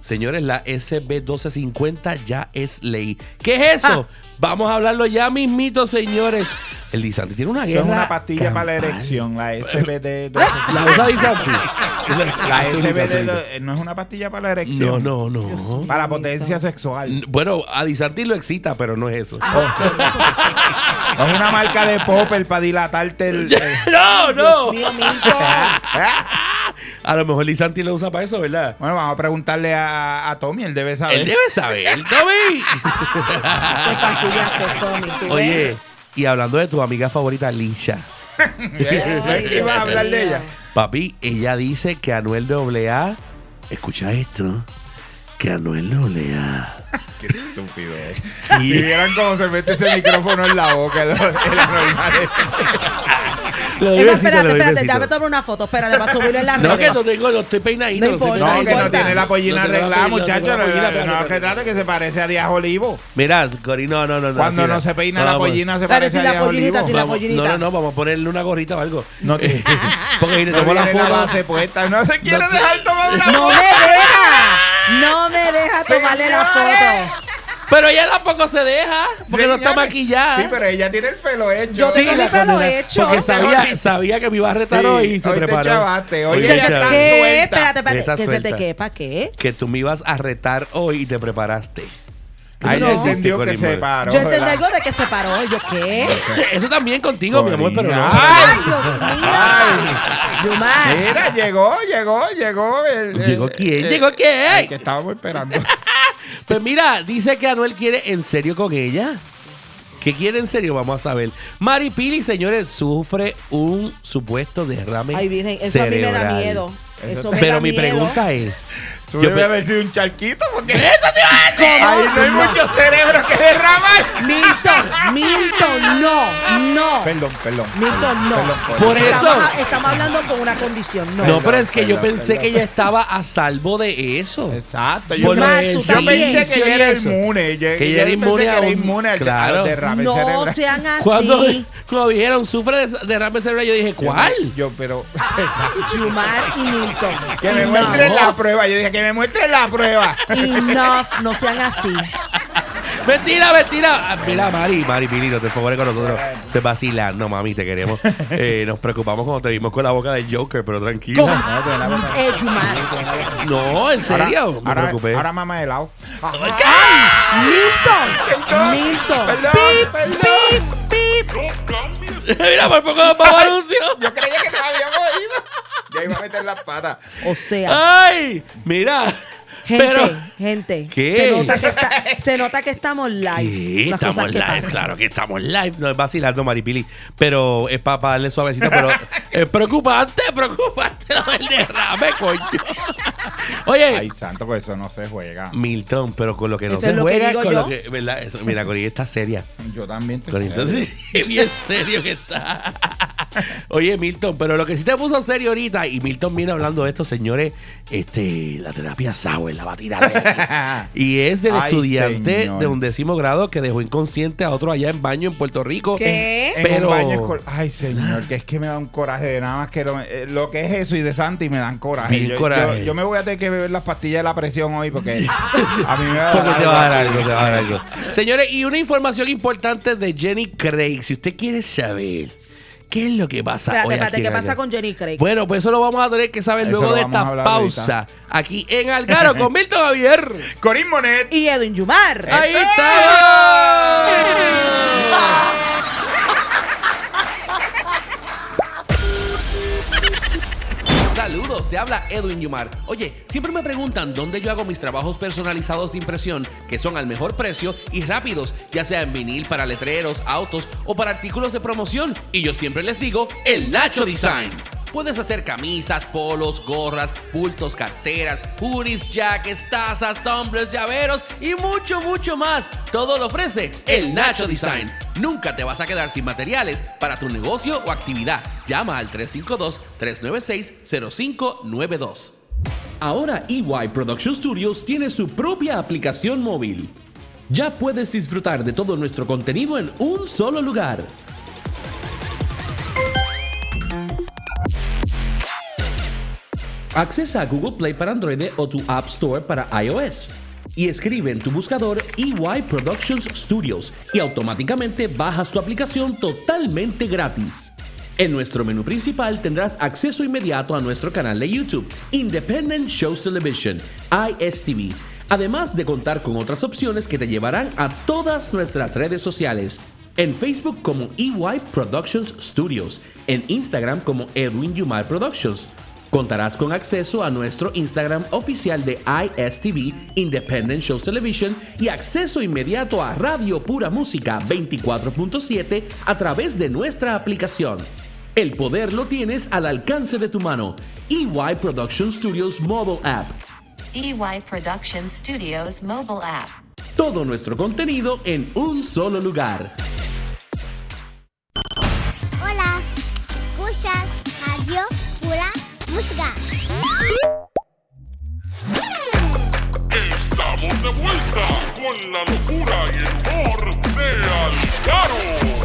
Speaker 5: señores, la SB 1250 ya es ley. ¿Qué es eso? Vamos a hablarlo ya mismito, señores. El Disanti tiene una
Speaker 4: Eso
Speaker 5: guerra.
Speaker 4: es una pastilla para la
Speaker 5: campal. Ah,
Speaker 4: erección, la SBD.
Speaker 5: La usa Disanti.
Speaker 4: La
Speaker 5: SBD.
Speaker 4: SBD no es una pastilla para la erección.
Speaker 5: No, no,
Speaker 3: Dios mío.
Speaker 5: no.
Speaker 4: Para potencia sexual.
Speaker 5: Bueno, a Disanti lo excita, pero no es eso.
Speaker 4: Ah, Es una marca de popper para dilatarte el. eh, el-
Speaker 5: no, no.
Speaker 3: Dios mío, Milton.
Speaker 5: A lo mejor Lisanti lo usa para eso, ¿verdad?
Speaker 4: Bueno, vamos a preguntarle a, a Tommy, él debe saber.
Speaker 5: Él debe saber, Tommy.
Speaker 3: Te fastidiaste, Tommy. ¿tú ¿eh? ves?
Speaker 5: Oye, y hablando de tu amiga favorita, Licha.
Speaker 3: Ay,
Speaker 4: ¿Qué
Speaker 3: Dios
Speaker 4: vas a hablar de
Speaker 3: mío.
Speaker 4: ella?
Speaker 5: Papi, ella dice que Anuel AA, escucha esto, que Anuel AA.
Speaker 4: Qué estúpido es. Si vieran cómo se mete ese micrófono en la boca, lo- el anormal es-
Speaker 5: Le doy
Speaker 3: Es más, espérate,
Speaker 5: besito, le doy
Speaker 3: espérate,
Speaker 5: besito.
Speaker 3: déjame tomar una foto, espérate, para subirlo en las
Speaker 5: No, que
Speaker 3: redes.
Speaker 5: no tengo, no estoy peinadito.
Speaker 3: No
Speaker 5: estoy
Speaker 3: importa.
Speaker 4: No, que no
Speaker 5: peinadito.
Speaker 4: tiene la pollina
Speaker 5: No tengo la
Speaker 4: arreglada,
Speaker 5: pollina, no
Speaker 4: muchachos.
Speaker 5: tengo la
Speaker 4: No,
Speaker 5: pollina,
Speaker 4: no,
Speaker 5: espérate,
Speaker 4: no, que
Speaker 5: espérate.
Speaker 4: trata que se parece a Díaz Olivo.
Speaker 5: Mira, Cori, no, no, no. no,
Speaker 4: Cuando
Speaker 5: así
Speaker 4: no se peina
Speaker 5: No,
Speaker 4: la
Speaker 5: vamos.
Speaker 4: pollina, se
Speaker 3: Dale,
Speaker 4: parece
Speaker 3: si
Speaker 4: a
Speaker 3: la
Speaker 4: Díaz
Speaker 3: pollinita, si
Speaker 4: Olivo.
Speaker 3: la
Speaker 5: Vamos,
Speaker 3: pollinita.
Speaker 5: No, no, no, vamos a ponerle una gorrita o algo.
Speaker 4: No te-
Speaker 5: Porque le
Speaker 4: No
Speaker 5: tomo la
Speaker 4: tiene la
Speaker 5: foto.
Speaker 4: base puesta. No se quiere
Speaker 5: No te-
Speaker 4: dejar tomar la
Speaker 3: No me deja, no me deja tomarle la
Speaker 4: eh.
Speaker 3: foto.
Speaker 5: Pero ella tampoco se deja, porque no está
Speaker 4: Señores,
Speaker 5: maquillada.
Speaker 4: Sí, pero ella tiene el pelo hecho.
Speaker 3: Yo
Speaker 5: Sí,
Speaker 3: tengo mi
Speaker 5: la
Speaker 3: pelo
Speaker 5: condena.
Speaker 3: hecho.
Speaker 5: Porque sabía,
Speaker 4: Hoy-
Speaker 5: sabía que me iba a retar
Speaker 4: Sí,
Speaker 5: hoy y se
Speaker 4: hoy te
Speaker 5: preparó.
Speaker 4: chavaste, hoy
Speaker 5: Hoy
Speaker 4: ella
Speaker 5: te
Speaker 4: está-
Speaker 5: chavaste.
Speaker 3: ¿Qué?
Speaker 4: suelta.
Speaker 3: Espérate, espérate.
Speaker 5: Está
Speaker 3: ¿Que se te
Speaker 5: suelta.
Speaker 3: quepa qué?
Speaker 5: Que tú me ibas a retar hoy y te preparaste.
Speaker 4: Ay,
Speaker 3: No.
Speaker 4: ella entendió que
Speaker 5: Colimán.
Speaker 4: se paró.
Speaker 3: Yo entendí
Speaker 4: ¿verdad?
Speaker 3: algo de que se paró. Yo, ¿qué?
Speaker 5: Eso también contigo, mi amor, pero no. Ah,
Speaker 4: Corina.
Speaker 3: ¡Ay, Dios mío! Yumar.
Speaker 4: Mira, llegó, llegó, llegó. El, el-
Speaker 5: ¿Llegó quién?
Speaker 4: el-
Speaker 5: ¿Llegó quién?
Speaker 4: el que estábamos esperando.
Speaker 5: Pues mira, dice que Anuel quiere en serio con ella. ¿Qué quiere en serio? Vamos a saber. Mari Pili, señores, sufre un supuesto derrame
Speaker 3: Ay, Virgen, eso a mí me da
Speaker 5: cerebral.
Speaker 3: miedo.
Speaker 4: Eso
Speaker 3: Eso me
Speaker 5: Pero
Speaker 3: da
Speaker 5: mi
Speaker 3: miedo.
Speaker 5: pregunta es...
Speaker 4: Yo
Speaker 5: yo
Speaker 4: voy
Speaker 5: pe-
Speaker 4: a ver si un charquito porque. Ahí no hay mucho cerebro que derramar.
Speaker 3: Milton, Milton, no, no.
Speaker 4: Perdón, perdón.
Speaker 3: Milton, no.
Speaker 4: Perdón, perdón.
Speaker 5: Por eso.
Speaker 3: Estamos, estamos hablando con una condición, no.
Speaker 5: No, pero es que yo
Speaker 4: perdón,
Speaker 5: pensé
Speaker 4: perdón.
Speaker 5: que ella estaba a salvo de eso.
Speaker 4: Exacto.
Speaker 5: Por
Speaker 4: Yo,
Speaker 5: lo
Speaker 3: Mar,
Speaker 5: del
Speaker 3: tú también.
Speaker 4: pensé que
Speaker 5: silencio
Speaker 4: ella
Speaker 5: y
Speaker 4: era
Speaker 5: eso.
Speaker 4: inmune. Yo,
Speaker 5: Que ella
Speaker 4: yo
Speaker 5: era
Speaker 4: pensé
Speaker 5: inmune
Speaker 4: que
Speaker 5: a
Speaker 4: era
Speaker 5: un-
Speaker 4: inmune al,
Speaker 5: claro.
Speaker 4: al derrame
Speaker 3: No
Speaker 4: cerebral.
Speaker 3: sean así.
Speaker 5: Cuando, cuando dijeron sufre de derrame cerebral, yo dije, ¿cuál?
Speaker 4: Yo, pero. Exacto.
Speaker 3: Yumar y Milton.
Speaker 4: Que me
Speaker 3: Enough.
Speaker 4: muestren la prueba. Yo dije que me muestren la prueba.
Speaker 3: Enough, no sean así.
Speaker 5: Mentira, mentira. Ah, Mira, Mari, Mari, Pili, no te favores con nosotros. Te vacilas. No, mami, te queremos. Eh, nos preocupamos cuando te vimos con la boca del Joker, pero tranquila.
Speaker 4: No, te la voy a-
Speaker 3: Eh, Yumar.
Speaker 5: No, en serio. me
Speaker 4: Ahora,
Speaker 5: preocupé.
Speaker 4: ahora mamá helado.
Speaker 3: Milton, Milton.
Speaker 4: Perdón,
Speaker 3: Pip,
Speaker 4: perdón.
Speaker 3: pip, pip.
Speaker 2: No cambies.
Speaker 5: Mira, por poco nos vamos a anuncio.
Speaker 4: Yo creía que nos habíamos ido. Ya iba a meter las patas.
Speaker 3: O sea,
Speaker 5: Ay, mira.
Speaker 3: gente,
Speaker 5: Pero.
Speaker 3: gente.
Speaker 5: ¿Qué?
Speaker 3: Se nota que, está- se nota que estamos live.
Speaker 5: Sí,
Speaker 3: Las cosas
Speaker 5: estamos
Speaker 3: que
Speaker 5: live,
Speaker 3: pasan.
Speaker 5: claro que estamos live. No es vacilando, Maripili. Pero es para darle suavecito, pero es preocupante, preocupante lo del derrame, coño. Oye,
Speaker 4: Ay, santo, con eso no se juega.
Speaker 5: Milton, pero con lo que no
Speaker 3: Eso
Speaker 5: se
Speaker 3: es lo que
Speaker 5: juega,
Speaker 3: digo
Speaker 5: con
Speaker 3: yo.
Speaker 5: lo que, ¿verdad? Eso- mira, Corillo está seria.
Speaker 4: Yo también te
Speaker 5: Corillo, entonces, bien serio que está. Oye, Milton, pero lo que sí te puso serio ahorita, y Milton viene hablando de esto, señores, este, la terapia Sauer, la batida. Y es del
Speaker 4: Ay,
Speaker 5: estudiante
Speaker 4: señor.
Speaker 5: de undécimo grado que dejó inconsciente a otro allá en baño en Puerto Rico.
Speaker 3: ¿Qué?
Speaker 4: En
Speaker 5: Pero-
Speaker 4: un baño escolar. Ay, señor, que es que me da un coraje de nada más que lo, eh, lo que es eso y de Santi me dan coraje.
Speaker 5: Bien
Speaker 4: yo,
Speaker 5: coraje.
Speaker 4: Yo, yo me voy a tener que beber las pastillas de la presión hoy porque a mí me va a
Speaker 5: Porque
Speaker 4: dar
Speaker 5: te va a dar
Speaker 4: algo.
Speaker 5: algo, te va a dar algo. Señores, y una información importante de Jenny Craig. Si usted quiere saber qué es lo que pasa
Speaker 3: Espérate,
Speaker 5: hoy
Speaker 3: espérate,
Speaker 5: aquí
Speaker 3: ¿qué
Speaker 5: en
Speaker 3: pasa
Speaker 5: Algar-
Speaker 3: con Jenny Craig?
Speaker 5: Bueno, pues eso lo vamos a tener que saber
Speaker 4: Eso
Speaker 5: luego
Speaker 4: lo
Speaker 5: de
Speaker 4: vamos a
Speaker 5: esta
Speaker 4: hablar
Speaker 5: pausa. Aquí en Algaro con Milton Javier.
Speaker 4: Corín Monet.
Speaker 3: Y Edwin Yumar.
Speaker 5: ¡Ahí ¡Ah! está! Saludos, te habla Edwin Yumar. Oye, siempre me preguntan dónde yo hago mis trabajos personalizados de impresión, que son al mejor precio y rápidos, ya sea en vinil para letreros, autos o para artículos de promoción. Y yo siempre les digo, el Nacho Design. Puedes hacer camisas, polos, gorras, bultos, carteras, hoodies, jackets, tazas, tumblers, llaveros y mucho, mucho más. Todo lo ofrece el Nacho Design. Nunca te vas a quedar sin materiales para tu negocio o actividad. Llama al 352-396-0592.
Speaker 1: Ahora
Speaker 5: E
Speaker 1: EY Production Studios tiene su propia aplicación móvil. Ya puedes disfrutar de todo nuestro contenido en un solo lugar. Accesa a Google Play para Android o tu App Store para iOS. Y escribe en tu buscador EY Productions Studios y automáticamente bajas tu aplicación totalmente gratis. En nuestro menú principal tendrás acceso inmediato a nuestro canal de YouTube, Independent Shows Television, ISTV, además de contar con otras opciones que te llevarán a todas nuestras redes sociales. En Facebook como EY Productions Studios, en Instagram como Edwin Yumar Productions. Contarás con acceso a nuestro Instagram oficial de ISTV, Independent Shows Television, y acceso inmediato a Radio Pura Música 24.7 a través de nuestra aplicación. El poder lo tienes al alcance de tu mano. EY Production Studios Mobile App.
Speaker 6: EY E Production Studios mobile app.
Speaker 1: Todo nuestro contenido en un solo lugar.
Speaker 7: Hola, escuchas Radio Pura Música.
Speaker 2: Estamos de vuelta con la locura y el humor de Alcaro.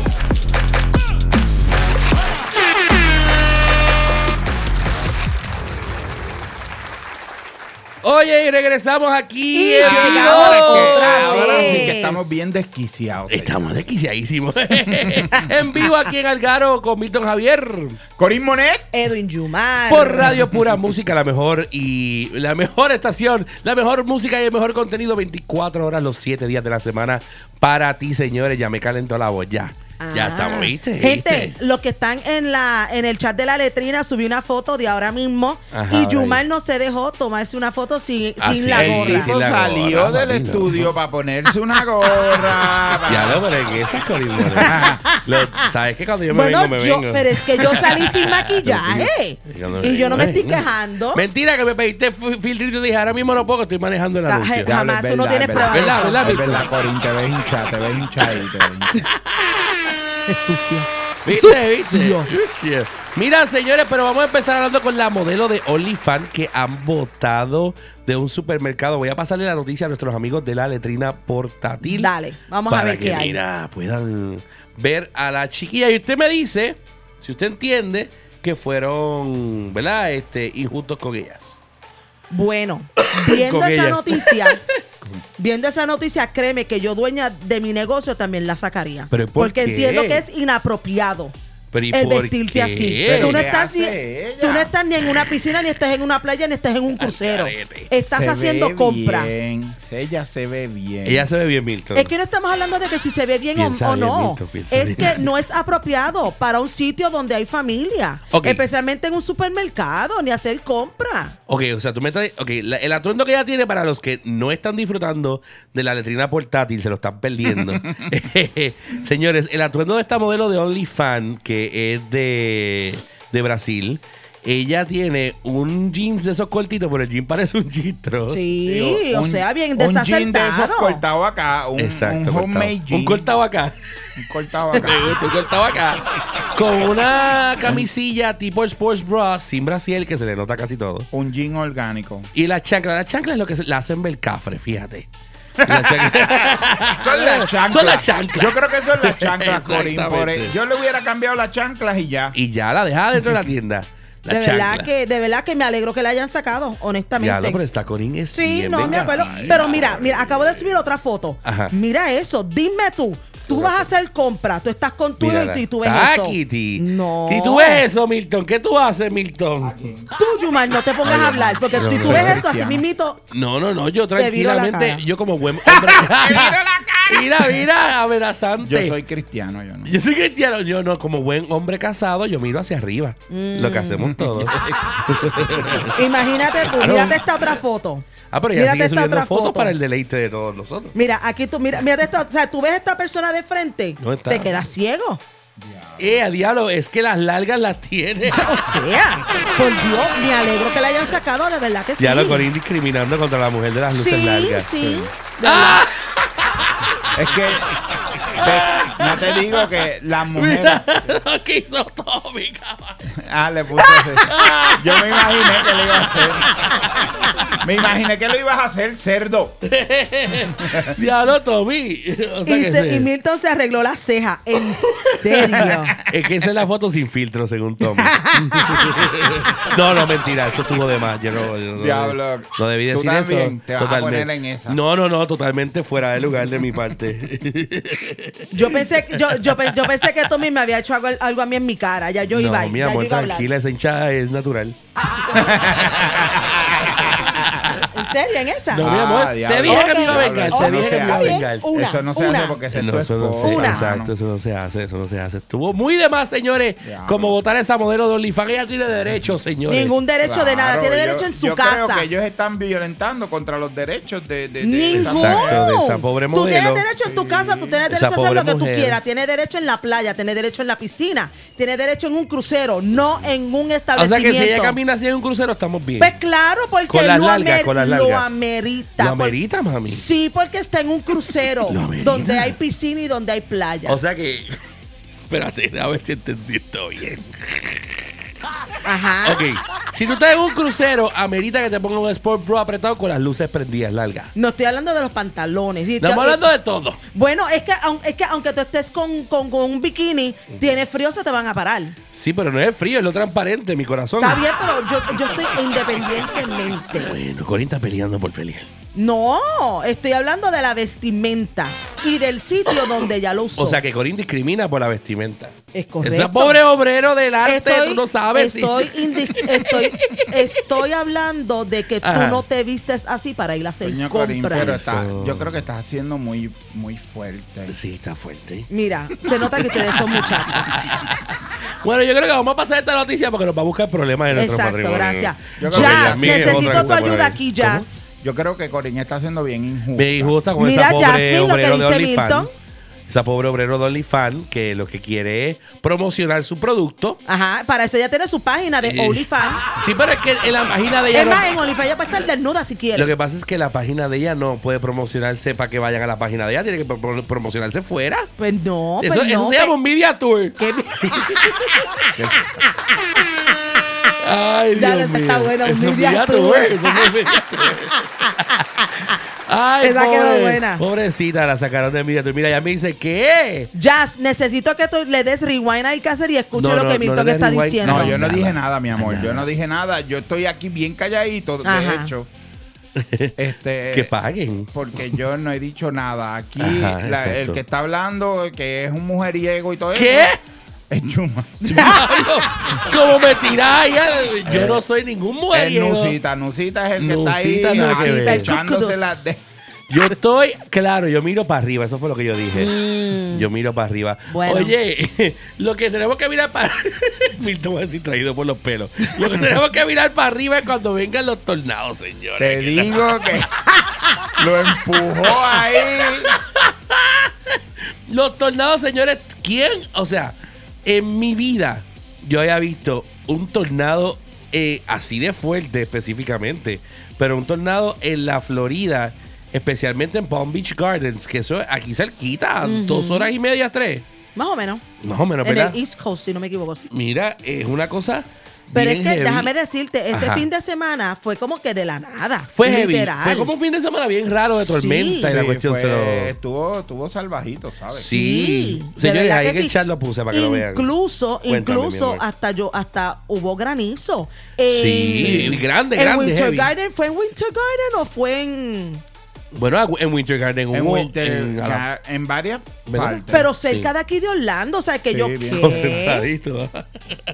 Speaker 5: Oye, y regresamos aquí.
Speaker 3: Y
Speaker 5: en
Speaker 3: llegamos
Speaker 5: vivo.
Speaker 3: otra
Speaker 4: Ahora sí
Speaker 3: vez.
Speaker 4: que estamos bien desquiciados. señor.
Speaker 5: Estamos desquiciadísimos. en vivo aquí en Algaro con Milton Javier.
Speaker 4: Corín Monet.
Speaker 3: Edwin Yumar.
Speaker 5: Por Radio Pura Música, la mejor y la mejor estación, la mejor música y el mejor contenido 24 horas los 7 días de la semana para ti, señores. Ya me calentó la voz, ya. Ya
Speaker 3: Ah.
Speaker 5: estamos, ¿viste?
Speaker 3: Gente,
Speaker 5: ¿Viste?
Speaker 3: los que están en la en el chat de la letrina, subí una foto de ahora mismo
Speaker 5: Ajá,
Speaker 3: y
Speaker 5: ahora
Speaker 3: Yumar
Speaker 5: ahí.
Speaker 3: no se dejó tomarse una foto sin,
Speaker 5: Así
Speaker 3: sin la
Speaker 5: es,
Speaker 4: El
Speaker 3: gorra.
Speaker 5: sí,
Speaker 4: tipo
Speaker 5: la gorra,
Speaker 4: salió del
Speaker 5: Marino.
Speaker 4: estudio para ponerse una gorra. pa-
Speaker 5: Ya lo pero en esas colimones. Lo- ¿Sabes que cuando yo me
Speaker 3: Bueno,
Speaker 5: vengo, me
Speaker 3: yo,
Speaker 5: vengo?
Speaker 3: pero es que yo salí sin maquillaje.
Speaker 5: Cuando
Speaker 3: y yo no me
Speaker 5: vengo,
Speaker 3: estoy
Speaker 5: vengo.
Speaker 3: quejando.
Speaker 5: Mentira, que me pediste fi- filtrito y dije, ahora mismo no puedo, que estoy manejando el
Speaker 3: Ta-
Speaker 5: anuncio.
Speaker 3: ja- Jamás,
Speaker 4: es
Speaker 3: tú no tienes
Speaker 4: es
Speaker 3: prueba de
Speaker 5: eso.
Speaker 4: ¿verdad,
Speaker 5: ¿Verdad,
Speaker 4: Es verdad,
Speaker 5: Víctor?
Speaker 4: Corín, te ves hinchada, te ves hinchada ahí, te ves hinchada.
Speaker 3: Es sucio.
Speaker 5: ¿Viste? ¿Viste? Sucio. Mira, señores, pero vamos a empezar hablando con la modelo de OnlyFans que han votado de un supermercado. Voy a pasarle la noticia a nuestros amigos de la letrina portátil.
Speaker 3: Dale, vamos a
Speaker 5: para
Speaker 3: ver
Speaker 5: que,
Speaker 3: qué hay.
Speaker 5: mira, puedan ver a la chiquilla. Y usted me dice, si usted entiende, que fueron, ¿verdad? Este, injustos con ellas.
Speaker 3: Bueno, viendo
Speaker 5: Con
Speaker 3: esa
Speaker 5: ella.
Speaker 3: noticia, viendo esa noticia, créeme que yo dueña de mi negocio también la sacaría.
Speaker 5: ¿Pero y por
Speaker 3: porque
Speaker 5: qué?
Speaker 3: entiendo que es inapropiado.
Speaker 5: Pero ¿y
Speaker 3: el
Speaker 5: por
Speaker 3: vestirte
Speaker 5: qué?
Speaker 3: así.
Speaker 5: Pero
Speaker 3: tú, no
Speaker 4: ¿qué
Speaker 3: estás ni,
Speaker 4: hace ella?
Speaker 3: tú no estás ni en una piscina, ni estás en una playa, ni estás en un crucero.
Speaker 5: carete.
Speaker 3: Estás
Speaker 4: Se ve
Speaker 3: haciendo compra.
Speaker 4: bien, Ella se ve bien.
Speaker 5: Ella se ve bien, Milton.
Speaker 3: Es que no estamos hablando de que si se ve bien o,
Speaker 5: Piensa
Speaker 3: o
Speaker 5: bien,
Speaker 3: no.
Speaker 5: Nito, piensa
Speaker 3: es
Speaker 5: bien.
Speaker 3: que no es apropiado para un sitio donde hay familia.
Speaker 5: Ok.
Speaker 3: Especialmente en un supermercado, ni hacer compra.
Speaker 5: Ok, o sea, tú me estás. Ok, la- el atuendo que ella tiene para los que no están disfrutando de la letrina portátil, se lo están perdiendo. Señores, el atuendo de esta modelo de OnlyFans, que es de, de Brasil, Ella tiene un jeans de esos cortitos, pero el jean parece un gistro.
Speaker 3: Sí,
Speaker 4: Digo,
Speaker 3: o
Speaker 4: un-
Speaker 3: sea, bien
Speaker 4: Un jean de esos
Speaker 3: desacertado.
Speaker 4: cortado acá, un,
Speaker 5: Exacto.
Speaker 4: un
Speaker 5: cortado.
Speaker 4: homemade jean.
Speaker 5: Un cortado acá.
Speaker 4: un cortado acá.
Speaker 5: Me gusta, un cortado acá. Con una camisilla tipo Sports Bra sin brasier que se le nota casi todo.
Speaker 4: un jean orgánico.
Speaker 5: Y la chancla, la chancla es lo que se- la hacen ver cafre, fíjate. Y la chancla-
Speaker 4: Son las chanclas.
Speaker 5: Son las chanclas.
Speaker 4: Yo creo que son las chanclas, Corín. por
Speaker 5: Exactamente.
Speaker 4: el- Yo le hubiera cambiado las chanclas y ya.
Speaker 5: Y ya la deja dentro de la tienda. La
Speaker 3: De
Speaker 5: chancla.
Speaker 3: verdad, que, de verdad que me alegro que la hayan sacado,
Speaker 5: Ya lo, pero
Speaker 3: honestamente.
Speaker 5: esta Corín es
Speaker 3: Sí,
Speaker 5: bien
Speaker 3: no me
Speaker 5: vengativa.
Speaker 3: acuerdo. Pero mira, mira, acabo de subir otra foto.
Speaker 5: Ajá.
Speaker 3: Mira eso, dime tú. Tú vas a hacer compra, tú estás con tu
Speaker 5: Mírala.
Speaker 3: hijo y tú ves
Speaker 5: Ah,
Speaker 3: eso.
Speaker 5: Kitty.
Speaker 3: No.
Speaker 5: Si tú ves eso, Milton, ¿qué tú haces, Milton?
Speaker 3: Tú, Yumar, no te pongas a hablar, porque
Speaker 5: Dios
Speaker 3: si
Speaker 5: mío.
Speaker 3: tú ves eso, así
Speaker 4: Cristiano.
Speaker 3: mismito,
Speaker 5: No, no, no, yo
Speaker 3: Te viro la
Speaker 5: tranquilamente,
Speaker 3: cara.
Speaker 5: yo como buen hombre. Mira, mira, amenazante.
Speaker 4: Yo soy cristiano, yo no.
Speaker 5: Yo soy cristiano, yo no, como buen hombre casado, yo miro hacia arriba. Lo que
Speaker 3: Mm.
Speaker 5: hacemos todos.
Speaker 3: imagínate tú, mírate esta otra foto.
Speaker 5: ah, pero ella sigue
Speaker 3: esta
Speaker 5: subiendo
Speaker 3: otra
Speaker 5: fotos
Speaker 3: foto.
Speaker 5: para el deleite de todos nosotros.
Speaker 3: Mira, aquí tú, mira, mírate esta, o sea, tú ves esta persona de frente,
Speaker 5: No está.
Speaker 3: te quedas ciego.
Speaker 5: Eh, a diablo, es que las largas las tiene.
Speaker 3: O sea, por Dios, me alegro que la hayan sacado, de verdad que sí.
Speaker 5: Ya lo Corín discriminando contra la mujer de las luces
Speaker 3: Sí,
Speaker 5: largas.
Speaker 3: sí.
Speaker 4: Es que. te- no te digo que las mujeres.
Speaker 5: Mira lo que hizo Tommy, cabrón.
Speaker 4: Ah, le puse ese. Yo me imaginé que lo iba a hacer. Me imaginé que lo ibas a hacer cerdo.
Speaker 5: Diablo, Tommy. O sea
Speaker 3: Y,
Speaker 5: que
Speaker 3: se-
Speaker 5: se-
Speaker 3: y Milton se arregló la ceja. En serio.
Speaker 5: Es que esa es la foto sin filtro, según Tommy. no, no, mentira, eso estuvo de más. Yo no, yo no-
Speaker 4: Diablo,
Speaker 5: no debí
Speaker 4: tú
Speaker 5: decir
Speaker 4: también
Speaker 5: eso.
Speaker 4: te vas a poner en esa.
Speaker 5: No, no, no, totalmente fuera de lugar de mi parte.
Speaker 3: Yo pensé, que- yo, yo, pe- yo pensé que Tommy me había hecho algo, algo a mí en mi cara. Ya yo
Speaker 5: no,
Speaker 3: iba,
Speaker 5: mi
Speaker 3: ya yo
Speaker 5: amor,
Speaker 3: iba a hablar.
Speaker 5: tranquila, esa hinchada es natural.
Speaker 3: ¿En serio? ¿En esa?
Speaker 5: No, mi
Speaker 4: Ah,
Speaker 5: amor, te
Speaker 4: diablo.
Speaker 5: dije que me iba a
Speaker 3: Ok,
Speaker 5: vengar.
Speaker 3: ok,
Speaker 5: Te dije que me iba a
Speaker 3: está bien.
Speaker 5: vengar.
Speaker 3: Una,
Speaker 4: eso no se
Speaker 3: una.
Speaker 4: hace porque se
Speaker 5: No, eso no se,
Speaker 3: Una.
Speaker 5: exacto, eso no se hace, eso no se hace. Estuvo muy de más, señores.
Speaker 4: Diablo.
Speaker 5: Como votar esa modelo de OnlyFans, ella tiene derecho, señores.
Speaker 3: Ningún derecho de nada. Tiene derecho en su
Speaker 4: yo
Speaker 3: casa.
Speaker 4: Creo que ellos están violentando contra los derechos de. de, de- de
Speaker 3: Ningún.
Speaker 4: esa mujer.
Speaker 5: Exacto, de esa pobre
Speaker 3: Tú tienes
Speaker 5: modelo.
Speaker 3: derecho en tu casa, tú tienes
Speaker 5: Esa
Speaker 3: derecho a hacer
Speaker 5: pobre
Speaker 3: lo que tú
Speaker 5: mujer.
Speaker 3: quieras. Tienes derecho en la playa, tienes derecho en la piscina, tienes derecho en un crucero, no en un
Speaker 5: O sea
Speaker 3: establecimiento.
Speaker 5: que si ella camina así en un crucero, estamos bien.
Speaker 3: Pues claro, porque
Speaker 5: Con las
Speaker 3: lo,
Speaker 5: largas,
Speaker 3: amer-
Speaker 5: con las
Speaker 3: lo
Speaker 5: largas.
Speaker 3: amerita.
Speaker 5: Lo
Speaker 3: por-
Speaker 5: amerita, mami.
Speaker 3: Sí, porque está en un crucero
Speaker 5: Lo amerita.
Speaker 3: donde hay piscina y donde hay playa.
Speaker 5: O sea que. Espérate, a ver si entendí esto bien.
Speaker 3: Ajá.
Speaker 5: Ok. Si tú estás en un crucero, amerita que te pongan un sport bro apretado con las luces prendidas largas.
Speaker 3: No estoy hablando de los pantalones. Y-
Speaker 5: Estamos hablando de todo.
Speaker 3: Bueno, es que, aun- es que aunque tú estés con, con- con un bikini, tiene frío, se te van a parar.
Speaker 5: Sí, pero no es frío, es lo transparente, mi corazón.
Speaker 3: Está bien, pero yo, yo estoy independientemente.
Speaker 5: Bueno, Corín está peleando por pelear.
Speaker 3: No, estoy hablando de la vestimenta y del sitio donde ya lo usó.
Speaker 5: O sea que Corín discrimina por la vestimenta.
Speaker 3: Es correcto.
Speaker 5: Ese pobre obrero del arte,
Speaker 3: Estoy-
Speaker 5: tú no sabes. si-
Speaker 3: Estoy, indi- estoy, estoy hablando de que
Speaker 5: Ajá.
Speaker 3: tú no te vistes así para ir a hacer
Speaker 4: Coño, Corín, pero
Speaker 3: compras.
Speaker 4: está,
Speaker 5: Eso.
Speaker 4: yo creo que estás haciendo muy, muy fuerte.
Speaker 5: Sí, está fuerte.
Speaker 3: Mira, se nota que ustedes son muchachos.
Speaker 5: Bueno, yo creo que vamos a pasar esta noticia porque nos va a buscar problemas en nuestro
Speaker 3: Exacto,
Speaker 5: matrimonio.
Speaker 3: gracias.
Speaker 4: Yo creo que
Speaker 3: Jazz,
Speaker 4: ya mire
Speaker 5: otra
Speaker 3: necesito tu
Speaker 5: cosa por
Speaker 3: ayuda
Speaker 5: ahí.
Speaker 3: aquí, Jazz.
Speaker 4: Yo creo que Corín está haciendo bien injusto.
Speaker 5: Me injusta con
Speaker 3: Mira,
Speaker 5: esa pobre
Speaker 3: Jasmine, lo que
Speaker 5: obrero de
Speaker 3: dice
Speaker 5: OnlyFans.
Speaker 3: Milton.
Speaker 5: Esa pobre obrero de OnlyFans que lo que quiere es promocionar su producto.
Speaker 3: Ajá, para eso ya tiene su página de
Speaker 5: Eh,
Speaker 3: OnlyFans.
Speaker 5: Sí, pero es que en la página de ella
Speaker 3: Es
Speaker 5: no-
Speaker 3: más, en OnlyFans ya puede estar desnuda si
Speaker 5: Lo
Speaker 3: quiere.
Speaker 5: que pasa es que la página de ella no puede promocionarse para que vayan a la página de ella. Tiene que pro- pro- promocionarse fuera.
Speaker 3: Pues no, pues
Speaker 5: eso,
Speaker 3: no.
Speaker 5: eso se
Speaker 3: que-
Speaker 5: llama un media tour. Ay, Dios
Speaker 3: Ya, eso está
Speaker 5: mío.
Speaker 3: bueno, un
Speaker 5: Eso es
Speaker 3: media
Speaker 5: media
Speaker 3: tour.
Speaker 5: tour, eso es un media tour. Ay,
Speaker 3: Esa quedó
Speaker 5: pobre-
Speaker 3: buena.
Speaker 5: Pobrecita, la sacaron de media tour. Mira, ella me dice, ¿qué?
Speaker 3: Jazz, necesito que tú le des rewind al cácer y escuche
Speaker 5: No,
Speaker 3: lo
Speaker 5: no,
Speaker 3: que
Speaker 5: no
Speaker 3: Milton
Speaker 5: le des
Speaker 3: está
Speaker 5: rewind,
Speaker 3: diciendo.
Speaker 4: No, yo no
Speaker 5: Nada,
Speaker 4: dije nada, mi amor. Yo no dije nada. Yo estoy aquí bien calladito, de
Speaker 3: Ajá.
Speaker 4: hecho.
Speaker 3: Eh.
Speaker 4: Este,
Speaker 5: que paguen.
Speaker 4: Porque yo no he dicho nada. Aquí
Speaker 5: Ajá,
Speaker 4: la- el
Speaker 5: exacto.
Speaker 4: que está hablando, que es un mujeriego y todo
Speaker 5: ¿Qué?
Speaker 4: eso. Es Chuma.
Speaker 5: Diablo, ¿Cómo me tiráis? Yo no soy ningún
Speaker 4: Es
Speaker 5: mujeriego.
Speaker 4: Nusita. Nusita es el que
Speaker 5: Nusita,
Speaker 4: está ahí.
Speaker 5: nada que
Speaker 4: así,
Speaker 5: ver.
Speaker 4: echándose la de-
Speaker 5: Yo estoy, claro, yo miro para arriba, eso fue lo que yo dije. Yo miro para arriba.
Speaker 3: Bueno.
Speaker 5: Oye, lo que tenemos que mirar para Milton va a decir traído por los pelos. Lo que tenemos que mirar para arriba es cuando vengan los tornados,
Speaker 4: Te
Speaker 5: señores.
Speaker 4: digo que lo empujó ahí.
Speaker 5: Los tornados, señores, ¿quién? O sea, en mi vida yo había visto un tornado eh, así de fuerte específicamente, pero un tornado en la Florida, especialmente en Palm Beach Gardens, que eso aquí cerquita, dos horas y media, tres.
Speaker 3: Más o menos.
Speaker 5: Más o menos,
Speaker 3: en
Speaker 5: ¿verdad?
Speaker 3: el East Coast, si no me equivoco. sí.
Speaker 5: Mira, es una cosa.
Speaker 3: Pero
Speaker 5: bien
Speaker 3: es que
Speaker 5: heavy.
Speaker 3: déjame decirte, ese
Speaker 5: Ajá.
Speaker 3: fin de semana fue como que de la nada.
Speaker 5: Fue heavy.
Speaker 3: literal.
Speaker 5: Fue como un fin de semana bien raro de
Speaker 3: Sí.
Speaker 5: tormenta y la
Speaker 4: Sí,
Speaker 5: cuestión
Speaker 4: fue-
Speaker 5: se lo.
Speaker 4: estuvo, estuvo salvajito, ¿sabes?
Speaker 5: Sí.
Speaker 3: de
Speaker 5: Señores,
Speaker 3: verdad
Speaker 5: ahí en el
Speaker 3: sí.
Speaker 5: chat lo puse para que lo vean.
Speaker 3: Incluso,
Speaker 5: Cuéntame, mi
Speaker 3: incluso
Speaker 5: amor.
Speaker 3: hasta yo, hasta hubo granizo.
Speaker 5: Sí,
Speaker 3: En-
Speaker 5: grande,
Speaker 3: en
Speaker 5: grande,
Speaker 3: Winter
Speaker 5: heavy.
Speaker 3: Garden, ¿fue en Winter Garden o fue en...?
Speaker 5: Bueno, en Winter Garden hubo.
Speaker 4: En, Winter,
Speaker 5: en- a la-
Speaker 4: ca- en varias
Speaker 5: ¿Verdad?
Speaker 4: partes.
Speaker 3: Pero cerca de aquí de Orlando, o sea, que
Speaker 4: Sí,
Speaker 3: yo...
Speaker 4: bien
Speaker 3: ¿qué?
Speaker 5: Concentradito.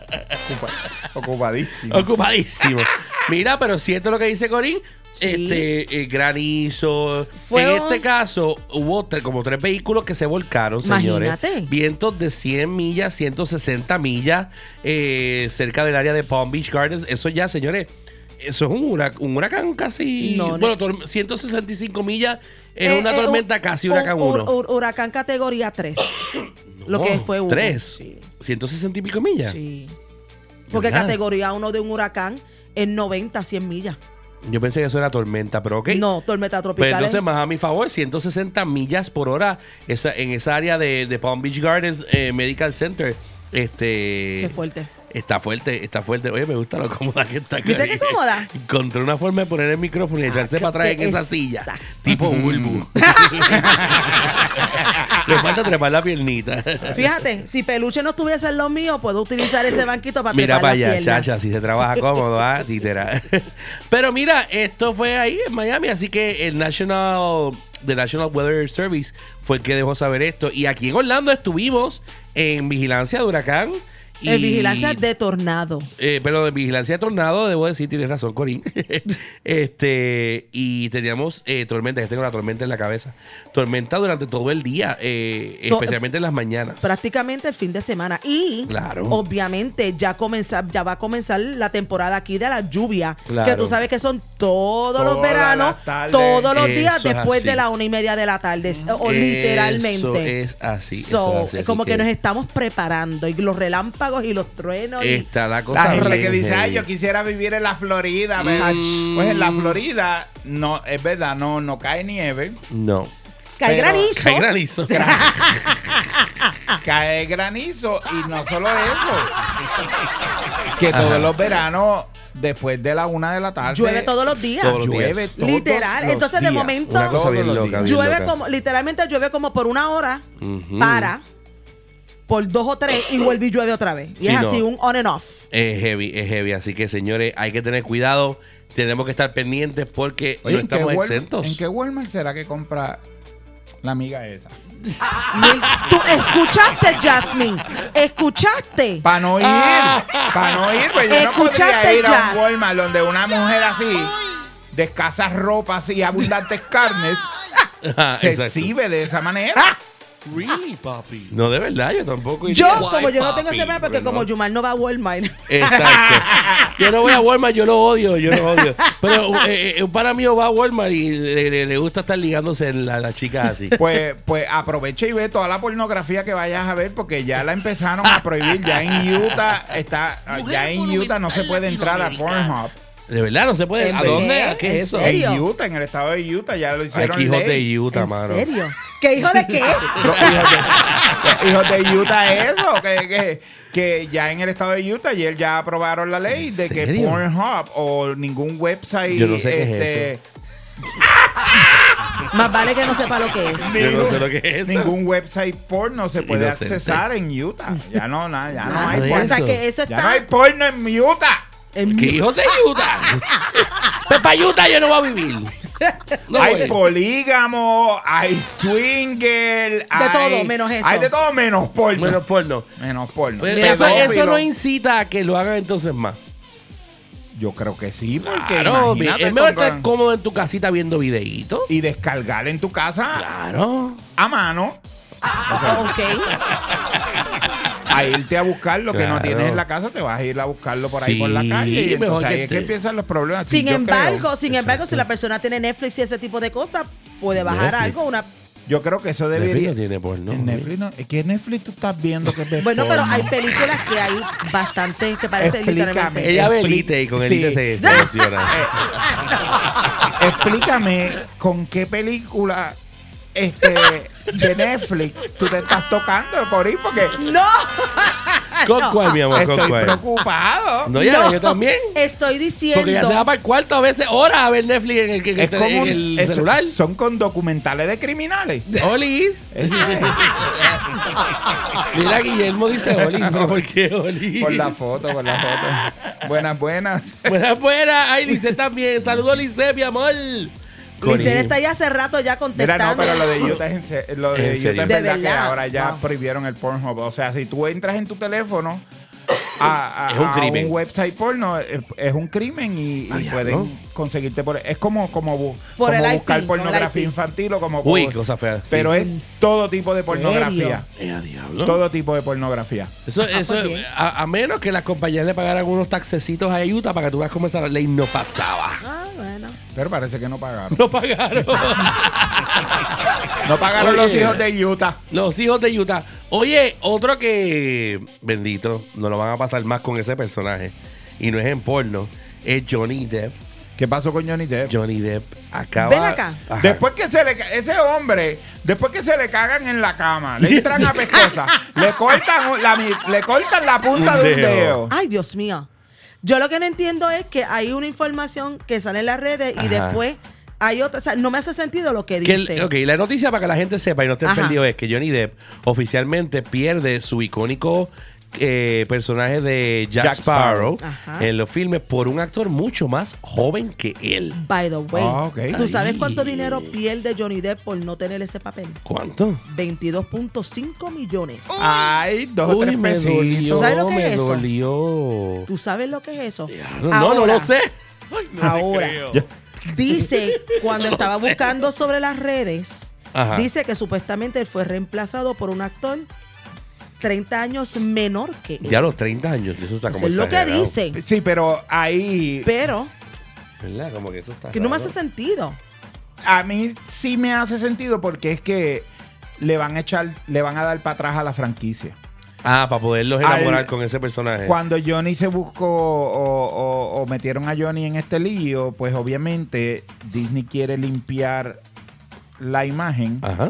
Speaker 4: Ocupa- ocupadísimo.
Speaker 5: Ocupadísimo. Mira, pero cierto lo que dice Corín.
Speaker 3: Sí.
Speaker 5: Este eh, granizo.
Speaker 3: Fue
Speaker 5: en
Speaker 3: un-
Speaker 5: este caso hubo tre- como tres vehículos que se volcaron, señores.
Speaker 3: Imagínate.
Speaker 5: Vientos de 100 millas, 160 millas eh, cerca del área de Palm Beach Gardens. Eso ya, señores, eso es un, hurac- un huracán casi.
Speaker 3: No, no.
Speaker 5: bueno, tor- 165 millas es
Speaker 3: Eh,
Speaker 5: una
Speaker 3: eh,
Speaker 5: tormenta
Speaker 3: un-
Speaker 5: casi
Speaker 3: un-
Speaker 5: huracán
Speaker 3: un-
Speaker 5: 1.
Speaker 3: un huracán categoría 3. lo que fue uno.
Speaker 5: Tres.
Speaker 3: Sí.
Speaker 5: 160 y pico millas.
Speaker 3: Sí. Porque
Speaker 5: ¿Verdad?
Speaker 3: categoría 1 de un huracán es 90, 100 millas.
Speaker 5: Yo pensé que eso era tormenta, pero ok.
Speaker 3: No, tormenta
Speaker 5: Pues
Speaker 3: tropical.
Speaker 5: entonces,
Speaker 3: es-
Speaker 5: más a mi favor, 160 millas por hora esa, en esa área de, de Palm Beach Gardens eh, Medical Center. Este,
Speaker 3: Qué fuerte.
Speaker 5: Está fuerte, está fuerte. Oye, me gusta lo cómoda que está.
Speaker 3: ¿Viste
Speaker 5: Karine.
Speaker 3: qué cómoda? Ah,
Speaker 5: Encontré una forma de poner el micrófono y echarse
Speaker 3: qué-
Speaker 5: para atrás en esa
Speaker 3: exacto.
Speaker 5: silla. Tipo bulbu. Le falta trepar la piernita.
Speaker 3: Fíjate, si Peluche no estuviese en lo mío, puedo utilizar ese banquito para
Speaker 5: Mira
Speaker 3: trepar
Speaker 5: para
Speaker 3: las
Speaker 5: allá,
Speaker 3: piernas.
Speaker 5: chacha, si se trabaja cómodo, ah, títera. Pero mira, esto fue ahí en Miami, así que el National, the National Weather Service fue el que dejó saber esto. Y aquí en Orlando estuvimos en vigilancia de huracán. Y,
Speaker 3: En vigilancia de tornado.
Speaker 5: eh, pero de vigilancia de tornado, debo decir, tienes razón, Corín. este, y teníamos eh, tormenta, que tengo la tormenta en la cabeza. Tormenta durante todo el día, eh,
Speaker 3: To-
Speaker 5: especialmente en las mañanas.
Speaker 3: Prácticamente el fin de semana. Y
Speaker 5: Claro.
Speaker 3: obviamente ya comenzar, ya va a comenzar la temporada aquí de la lluvia.
Speaker 5: Claro.
Speaker 3: Que tú sabes que son todos los
Speaker 4: Todas
Speaker 3: veranos,
Speaker 4: las tardes.
Speaker 3: todos los
Speaker 5: Eso
Speaker 3: días
Speaker 5: es
Speaker 3: después
Speaker 5: así.
Speaker 3: de la una y media de la tarde. O
Speaker 5: Eso
Speaker 3: oh, literalmente.
Speaker 5: es así, eso
Speaker 3: So,
Speaker 5: es así,
Speaker 3: es
Speaker 5: así
Speaker 3: como que,
Speaker 5: que-
Speaker 3: nos estamos preparando. Y los relámpagos y los truenos. y-
Speaker 5: Está la cosa
Speaker 4: La gente
Speaker 5: bien
Speaker 4: que dice, ay,
Speaker 5: heavy".
Speaker 4: yo quisiera vivir en la Florida. ¿verdad?
Speaker 5: Mm.
Speaker 4: Pues en la Florida, no, es verdad, no, no cae nieve,
Speaker 5: No.
Speaker 3: cae
Speaker 4: pero-
Speaker 3: granizo.
Speaker 5: Cae granizo.
Speaker 3: Ah.
Speaker 4: cae granizo y no solo eso. que todos los veranos, después de la una de la tarde,
Speaker 3: Llueve todos los días.
Speaker 5: Todos los
Speaker 4: llueve
Speaker 5: días.
Speaker 4: todos
Speaker 3: Literal.
Speaker 4: los
Speaker 3: Entonces, de
Speaker 4: días.
Speaker 3: momento-
Speaker 5: Una cosa bien
Speaker 4: Todos los
Speaker 5: loca.
Speaker 4: días.
Speaker 5: bien
Speaker 3: llueve
Speaker 5: loca.
Speaker 3: como, literalmente llueve como por una hora,
Speaker 5: Ujú.
Speaker 3: para, por dos o tres y vuelve y llueve otra vez. Y
Speaker 5: Sí,
Speaker 3: es
Speaker 5: no.
Speaker 3: así un on and off.
Speaker 5: Es heavy, es heavy. Así que, señores, hay que tener cuidado. Tenemos que estar pendientes porque
Speaker 4: Oye,
Speaker 5: no
Speaker 4: ¿en,
Speaker 5: estamos
Speaker 4: qué Wal-
Speaker 5: exentos.
Speaker 4: ¿En qué Walmart será que compra la amiga esa?
Speaker 3: Mil- Tú escuchaste, Jasmine. Escuchaste.
Speaker 4: Para no ir,
Speaker 5: Ah.
Speaker 4: para no ir, pues yo no podría
Speaker 3: Escuchaste,
Speaker 4: ir a
Speaker 3: Jazz.
Speaker 4: un Walmart donde una mujer así, de escasas ropas y abundantes carnes,
Speaker 5: Ajá,
Speaker 4: se
Speaker 5: Ah, exacto. Ah.
Speaker 4: exhibe de esa manera.
Speaker 5: No, de verdad, yo tampoco.
Speaker 3: Yo,
Speaker 5: iría.
Speaker 3: como yo no
Speaker 5: Papi,
Speaker 3: tengo ese problema, porque
Speaker 5: no.
Speaker 3: como Yumar no va a Walmart.
Speaker 5: Exacto. Yo no voy a Walmart, yo lo odio, yo lo odio. Pero eh, eh, un para mío va a Walmart y le, le- le gusta estar ligándose en la- las chicas así.
Speaker 4: Pues, pues aprovecha y ve toda la pornografía que vayas a ver porque ya la empezaron a prohibir. Ya en Utah está, ya en Utah no se puede entrar a Pornhub.
Speaker 5: De verdad, no se puede.
Speaker 3: ¿En
Speaker 5: ¿A dónde? ¿A
Speaker 3: qué?
Speaker 5: ¿Qué es
Speaker 3: ¿En
Speaker 5: eso?
Speaker 3: serio?
Speaker 4: En Utah, en el estado de Utah, ya lo
Speaker 5: Ay,
Speaker 4: hicieron.
Speaker 5: qué hijos
Speaker 4: ley.
Speaker 5: de Utah,
Speaker 3: ¿En
Speaker 5: mano.
Speaker 3: serio? ¿Qué hijo de qué?
Speaker 4: Los hijos de, los hijos de Utah eso, que, que, que ya en el estado de Utah ayer ya aprobaron la ley de que
Speaker 5: serio?
Speaker 4: Pornhub o ningún website
Speaker 5: Yo no sé qué es
Speaker 4: este,
Speaker 3: Más vale que no sepa lo que es.
Speaker 5: Yo no sé lo que es eso.
Speaker 4: ningún website porno se puede
Speaker 5: Inocente. Ah,
Speaker 4: accesar en Utah. Ya no, nada, ya no hay
Speaker 5: de
Speaker 3: pues, o
Speaker 4: porno.
Speaker 3: sea
Speaker 5: eso.
Speaker 3: que eso
Speaker 4: Ya no hay
Speaker 3: está.
Speaker 4: porno en Utah.
Speaker 3: en-
Speaker 5: ¿Qué hijos de Utah? Pues para Utah yo no voy a vivir. No
Speaker 4: hay
Speaker 5: voy.
Speaker 4: polígamo, hay swinger, hay,
Speaker 3: todo menos eso.
Speaker 4: Hay de todo menos porno.
Speaker 5: Menos
Speaker 4: Menos,
Speaker 5: porno.
Speaker 4: porno.
Speaker 5: Pero
Speaker 3: Mira,
Speaker 5: eso,
Speaker 4: Pedófilo.
Speaker 5: eso no incita a que lo hagan entonces más.
Speaker 4: Yo creo que sí, porque
Speaker 5: Claro, mi-
Speaker 4: imagínate
Speaker 5: es mejor
Speaker 4: comprar-
Speaker 5: estar cómodo en tu casita viendo videitos.
Speaker 4: y descargar en tu casa
Speaker 5: Claro.
Speaker 4: a mano
Speaker 3: Ok.
Speaker 4: a irte a buscar lo que
Speaker 5: Claro.
Speaker 4: no tienes en la casa, te vas a ir a buscarlo por ahí
Speaker 5: Sí,
Speaker 4: por la calle. Y
Speaker 5: mejor
Speaker 4: entonces
Speaker 5: que
Speaker 4: ahí es que
Speaker 5: te-
Speaker 4: empiezan los problemas. Sí,
Speaker 3: Sin
Speaker 4: yo creo.
Speaker 3: embargo, sin embargo, si la persona tiene Netflix y ese tipo de cosas, puede bajar
Speaker 5: Netflix.
Speaker 3: algo, una
Speaker 4: Yo creo que eso
Speaker 5: Netflix
Speaker 4: debería.
Speaker 5: no tiene porno.
Speaker 4: En Netflix no. ¿Qué Netflix tú estás viendo que ves
Speaker 3: Bueno, pero
Speaker 4: porno?
Speaker 3: hay películas que hay bastante que parece
Speaker 4: Explícame.
Speaker 3: literalmente.
Speaker 5: Ella ve
Speaker 4: Expli-
Speaker 5: el Elite y con el
Speaker 4: Sí.
Speaker 5: Elite se se emociona.
Speaker 4: Explícame con qué película este, de Netflix tú te estás tocando, Corín, porque
Speaker 3: ¡No!
Speaker 5: ¿Con cuál, mi amor? ¿Con
Speaker 4: estoy
Speaker 5: cuál?
Speaker 4: preocupado.
Speaker 5: No, ya,
Speaker 3: No.
Speaker 5: yo también.
Speaker 3: Estoy diciendo.
Speaker 5: Porque ya se va para el cuarto a veces horas a ver Netflix en el, en el-
Speaker 4: Es como
Speaker 5: en
Speaker 4: un-
Speaker 5: el
Speaker 4: es-
Speaker 5: celular.
Speaker 4: Son con documentales de criminales.
Speaker 5: Oli,
Speaker 4: Eso es.
Speaker 5: mira Guillermo dice Oli, ¿no? ¿por qué Oli?
Speaker 4: Por la foto, por la foto. Buenas, buenas.
Speaker 5: Buenas, buenas. Ay, Lice también. Saludos, Lice, mi amor. Eh,
Speaker 3: Lisette está ya hace rato ya
Speaker 4: Mira, no,
Speaker 3: contestando.
Speaker 4: pero lo de Utah es, en se- lo
Speaker 5: En
Speaker 4: de Utah
Speaker 5: serio.
Speaker 4: es
Speaker 3: De
Speaker 4: verdad que
Speaker 3: verdad.
Speaker 4: ahora ya
Speaker 3: Wow.
Speaker 4: prohibieron el Pornhub. O sea, si tú entras en tu teléfono a, a-
Speaker 5: Es un
Speaker 4: a
Speaker 5: crimen.
Speaker 4: website porno, es, es un crimen y, y pueden conseguirte por... Es como, como, bu-
Speaker 3: Por el
Speaker 4: como
Speaker 3: IP,
Speaker 4: buscar
Speaker 3: por
Speaker 4: pornografía
Speaker 3: el IP.
Speaker 4: infantil o como...
Speaker 5: Uy,
Speaker 4: como-
Speaker 5: cosa fea. sí.
Speaker 4: Pero
Speaker 3: ¿En
Speaker 4: es todo tipo de pornografía.
Speaker 5: Eh, a diablo.
Speaker 4: Todo tipo de pornografía.
Speaker 5: Eso, eso,
Speaker 3: pues bien.
Speaker 5: a, a menos que las compañías le pagaran unos taxecitos a Utah para que tú veas cómo esa ley no pasaba.
Speaker 3: Ah, bueno.
Speaker 4: Pero parece que no pagaron.
Speaker 5: No pagaron.
Speaker 4: No pagaron
Speaker 5: Oye.
Speaker 4: los hijos de Utah.
Speaker 5: Los hijos de Utah. Oye, otro que, bendito, no lo van a pasar más con ese personaje. Y no es en porno. Es Johnny Depp.
Speaker 4: ¿Qué pasó con Johnny Depp?
Speaker 5: Johnny Depp acaba.
Speaker 3: Ven acá.
Speaker 5: Ajá.
Speaker 4: Después que se le ca- ese hombre, después que se le cagan en la cama, le entran a pescosa, le cortan un- la mi- le cortan la punta
Speaker 5: Un
Speaker 4: de un
Speaker 5: dedo.
Speaker 4: dedo.
Speaker 3: Ay, Dios mío. Yo lo que no entiendo es que hay una información que sale en las redes y
Speaker 5: Ajá.
Speaker 3: después hay otra. O sea, no me hace sentido lo que
Speaker 5: Que el-
Speaker 3: dice.
Speaker 5: ok, la noticia para que la gente sepa y no esté
Speaker 3: Ajá.
Speaker 5: perdido es que Johnny Depp oficialmente pierde su icónico eh, personaje de Jack,
Speaker 4: Jack
Speaker 5: Sparrow,
Speaker 4: Sparrow.
Speaker 3: Ajá.
Speaker 5: en los filmes por un actor mucho más joven que él.
Speaker 3: By the way,
Speaker 4: Ah, ok.
Speaker 3: ¿tú sabes cuánto
Speaker 5: Ay.
Speaker 3: dinero pierde Johnny Depp por no tener ese papel?
Speaker 5: ¿Cuánto?
Speaker 3: 22.5 millones.
Speaker 5: Oh.
Speaker 4: Ay, dos o
Speaker 5: Uy,
Speaker 4: tres
Speaker 5: me dolió,
Speaker 4: pesitos.
Speaker 3: ¿Sabes lo que
Speaker 5: me
Speaker 3: es eso?
Speaker 5: dolió.
Speaker 3: ¿Tú sabes lo que es eso?
Speaker 5: No, no, no
Speaker 3: Ahora,
Speaker 5: lo sé.
Speaker 3: Ahora, dice, cuando estaba buscando sobre las redes,
Speaker 5: Ajá.
Speaker 3: dice que supuestamente él fue reemplazado por un actor 30 años menor que él.
Speaker 5: Ya a los 30 años, eso está
Speaker 3: Eso
Speaker 5: como
Speaker 3: es lo que
Speaker 5: exagerado,
Speaker 3: dice.
Speaker 4: Sí, pero ahí
Speaker 3: Pero
Speaker 5: ¿Verdad? Como que eso está
Speaker 3: que no me
Speaker 5: raro.
Speaker 3: hace sentido.
Speaker 4: a mí sí me hace sentido porque es que le van a echar, le van a dar para atrás a la franquicia.
Speaker 5: Ah, para poderlos enamorar
Speaker 4: Al-
Speaker 5: con ese personaje.
Speaker 4: Cuando Johnny se buscó o, o- o metieron a Johnny en este lío, pues obviamente Disney quiere limpiar la imagen.
Speaker 5: Ajá.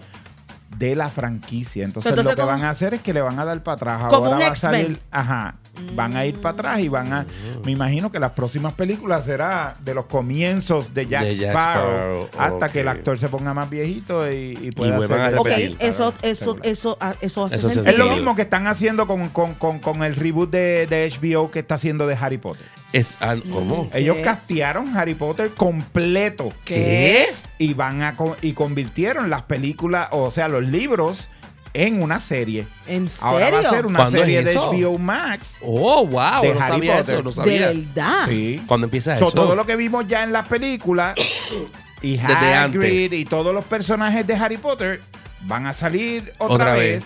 Speaker 4: de la franquicia. Entonces,
Speaker 3: Entonces,
Speaker 4: lo que
Speaker 3: ¿cómo?
Speaker 4: van a hacer es que le van a dar para atrás.
Speaker 3: Como
Speaker 4: Ahora
Speaker 3: un
Speaker 4: va a
Speaker 3: X-Men. Mm.
Speaker 4: salir, ajá, van a ir para atrás y van a, me imagino que las próximas películas será de los comienzos de Jack,
Speaker 5: De Jack
Speaker 4: Sparrow,
Speaker 5: Sparrow,
Speaker 4: hasta que el
Speaker 5: ok.
Speaker 4: actor se ponga más viejito y, y pueda
Speaker 5: vuelvan
Speaker 4: hacer-
Speaker 5: a
Speaker 3: Ok,
Speaker 5: repetir.
Speaker 3: eso, eso,
Speaker 4: Seguro.
Speaker 3: eso, ah, eso hace
Speaker 5: Eso hace
Speaker 3: sentido.
Speaker 4: Es lo
Speaker 5: Sí.
Speaker 4: mismo que están haciendo con, con- con- con el reboot de, de HBO que está haciendo de Harry Potter.
Speaker 5: Es, ah, ¿Cómo?
Speaker 3: ¿Qué?
Speaker 4: Ellos castearon Harry Potter completo.
Speaker 5: ¿Qué?
Speaker 4: y van a co- y convirtieron las películas, o sea, los libros en una serie.
Speaker 3: ¿En
Speaker 4: Ahora va a
Speaker 3: serio?
Speaker 4: ser una
Speaker 5: ¿Cuándo es
Speaker 4: serie de
Speaker 5: eso?
Speaker 4: HBO Max.
Speaker 5: Oh, wow.
Speaker 4: De Harry
Speaker 5: no sabía
Speaker 4: Potter.
Speaker 5: eso, no
Speaker 3: De
Speaker 5: sabía.
Speaker 3: verdad.
Speaker 4: Sí.
Speaker 5: Cuando empieza
Speaker 4: So,
Speaker 5: Ah. eso.
Speaker 4: todo lo que vimos ya en las películas y
Speaker 5: Desde
Speaker 4: Hagrid
Speaker 5: antes.
Speaker 4: y todos los personajes de Harry Potter van a salir otra,
Speaker 5: Otra
Speaker 4: vez,
Speaker 5: vez.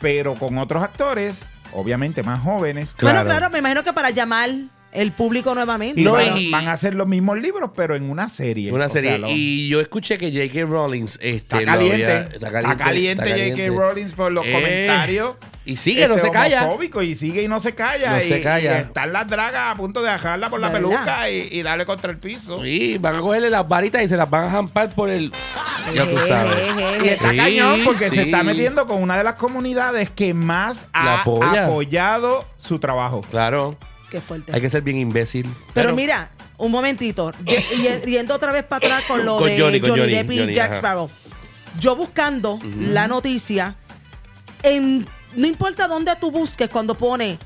Speaker 4: pero con otros actores, obviamente más jóvenes.
Speaker 5: Claro.
Speaker 3: Bueno, claro, me imagino que para llamar el público nuevamente.
Speaker 4: Y,
Speaker 5: No,
Speaker 4: van,
Speaker 5: y-
Speaker 4: van a hacer los mismos libros, pero en una serie.
Speaker 5: Una
Speaker 4: O
Speaker 5: serie.
Speaker 4: sea, lo-
Speaker 5: y yo escuché que J.K. Rowling. Este,
Speaker 4: Está
Speaker 5: lo
Speaker 4: caliente,
Speaker 5: había-
Speaker 4: está caliente, J.K. Rowling por los
Speaker 5: Eh,
Speaker 4: comentarios.
Speaker 5: Y sigue, no
Speaker 4: este,
Speaker 5: se calla.
Speaker 4: homofóbico, y sigue y no se calla.
Speaker 5: No
Speaker 4: y,
Speaker 5: se calla.
Speaker 4: y están las dragas a punto de dejarla por la
Speaker 3: ¿Verdad?
Speaker 4: peluca y, y darle contra el piso.
Speaker 5: Sí, van a cogerle las varitas y se las van a jampar por el. Ya
Speaker 3: eh,
Speaker 5: tú sabes.
Speaker 3: Ejeje.
Speaker 4: Y está
Speaker 5: Sí,
Speaker 4: cañón porque
Speaker 5: sí.
Speaker 4: se está metiendo con una de las comunidades que más
Speaker 5: La
Speaker 4: ha
Speaker 5: apoya.
Speaker 4: apoyado su trabajo.
Speaker 5: Claro.
Speaker 3: Qué fuerte.
Speaker 5: Hay que ser bien imbécil.
Speaker 3: Pero mira, un momentito, y- y- yendo otra vez para atrás con lo
Speaker 5: Con
Speaker 3: de
Speaker 5: Johnny,
Speaker 3: Johnny,
Speaker 5: con Johnny,
Speaker 3: Depp y
Speaker 5: Johnny,
Speaker 3: Jack
Speaker 5: ajá.
Speaker 3: Sparrow. Yo buscando la noticia, en, no importa dónde tú busques, cuando pone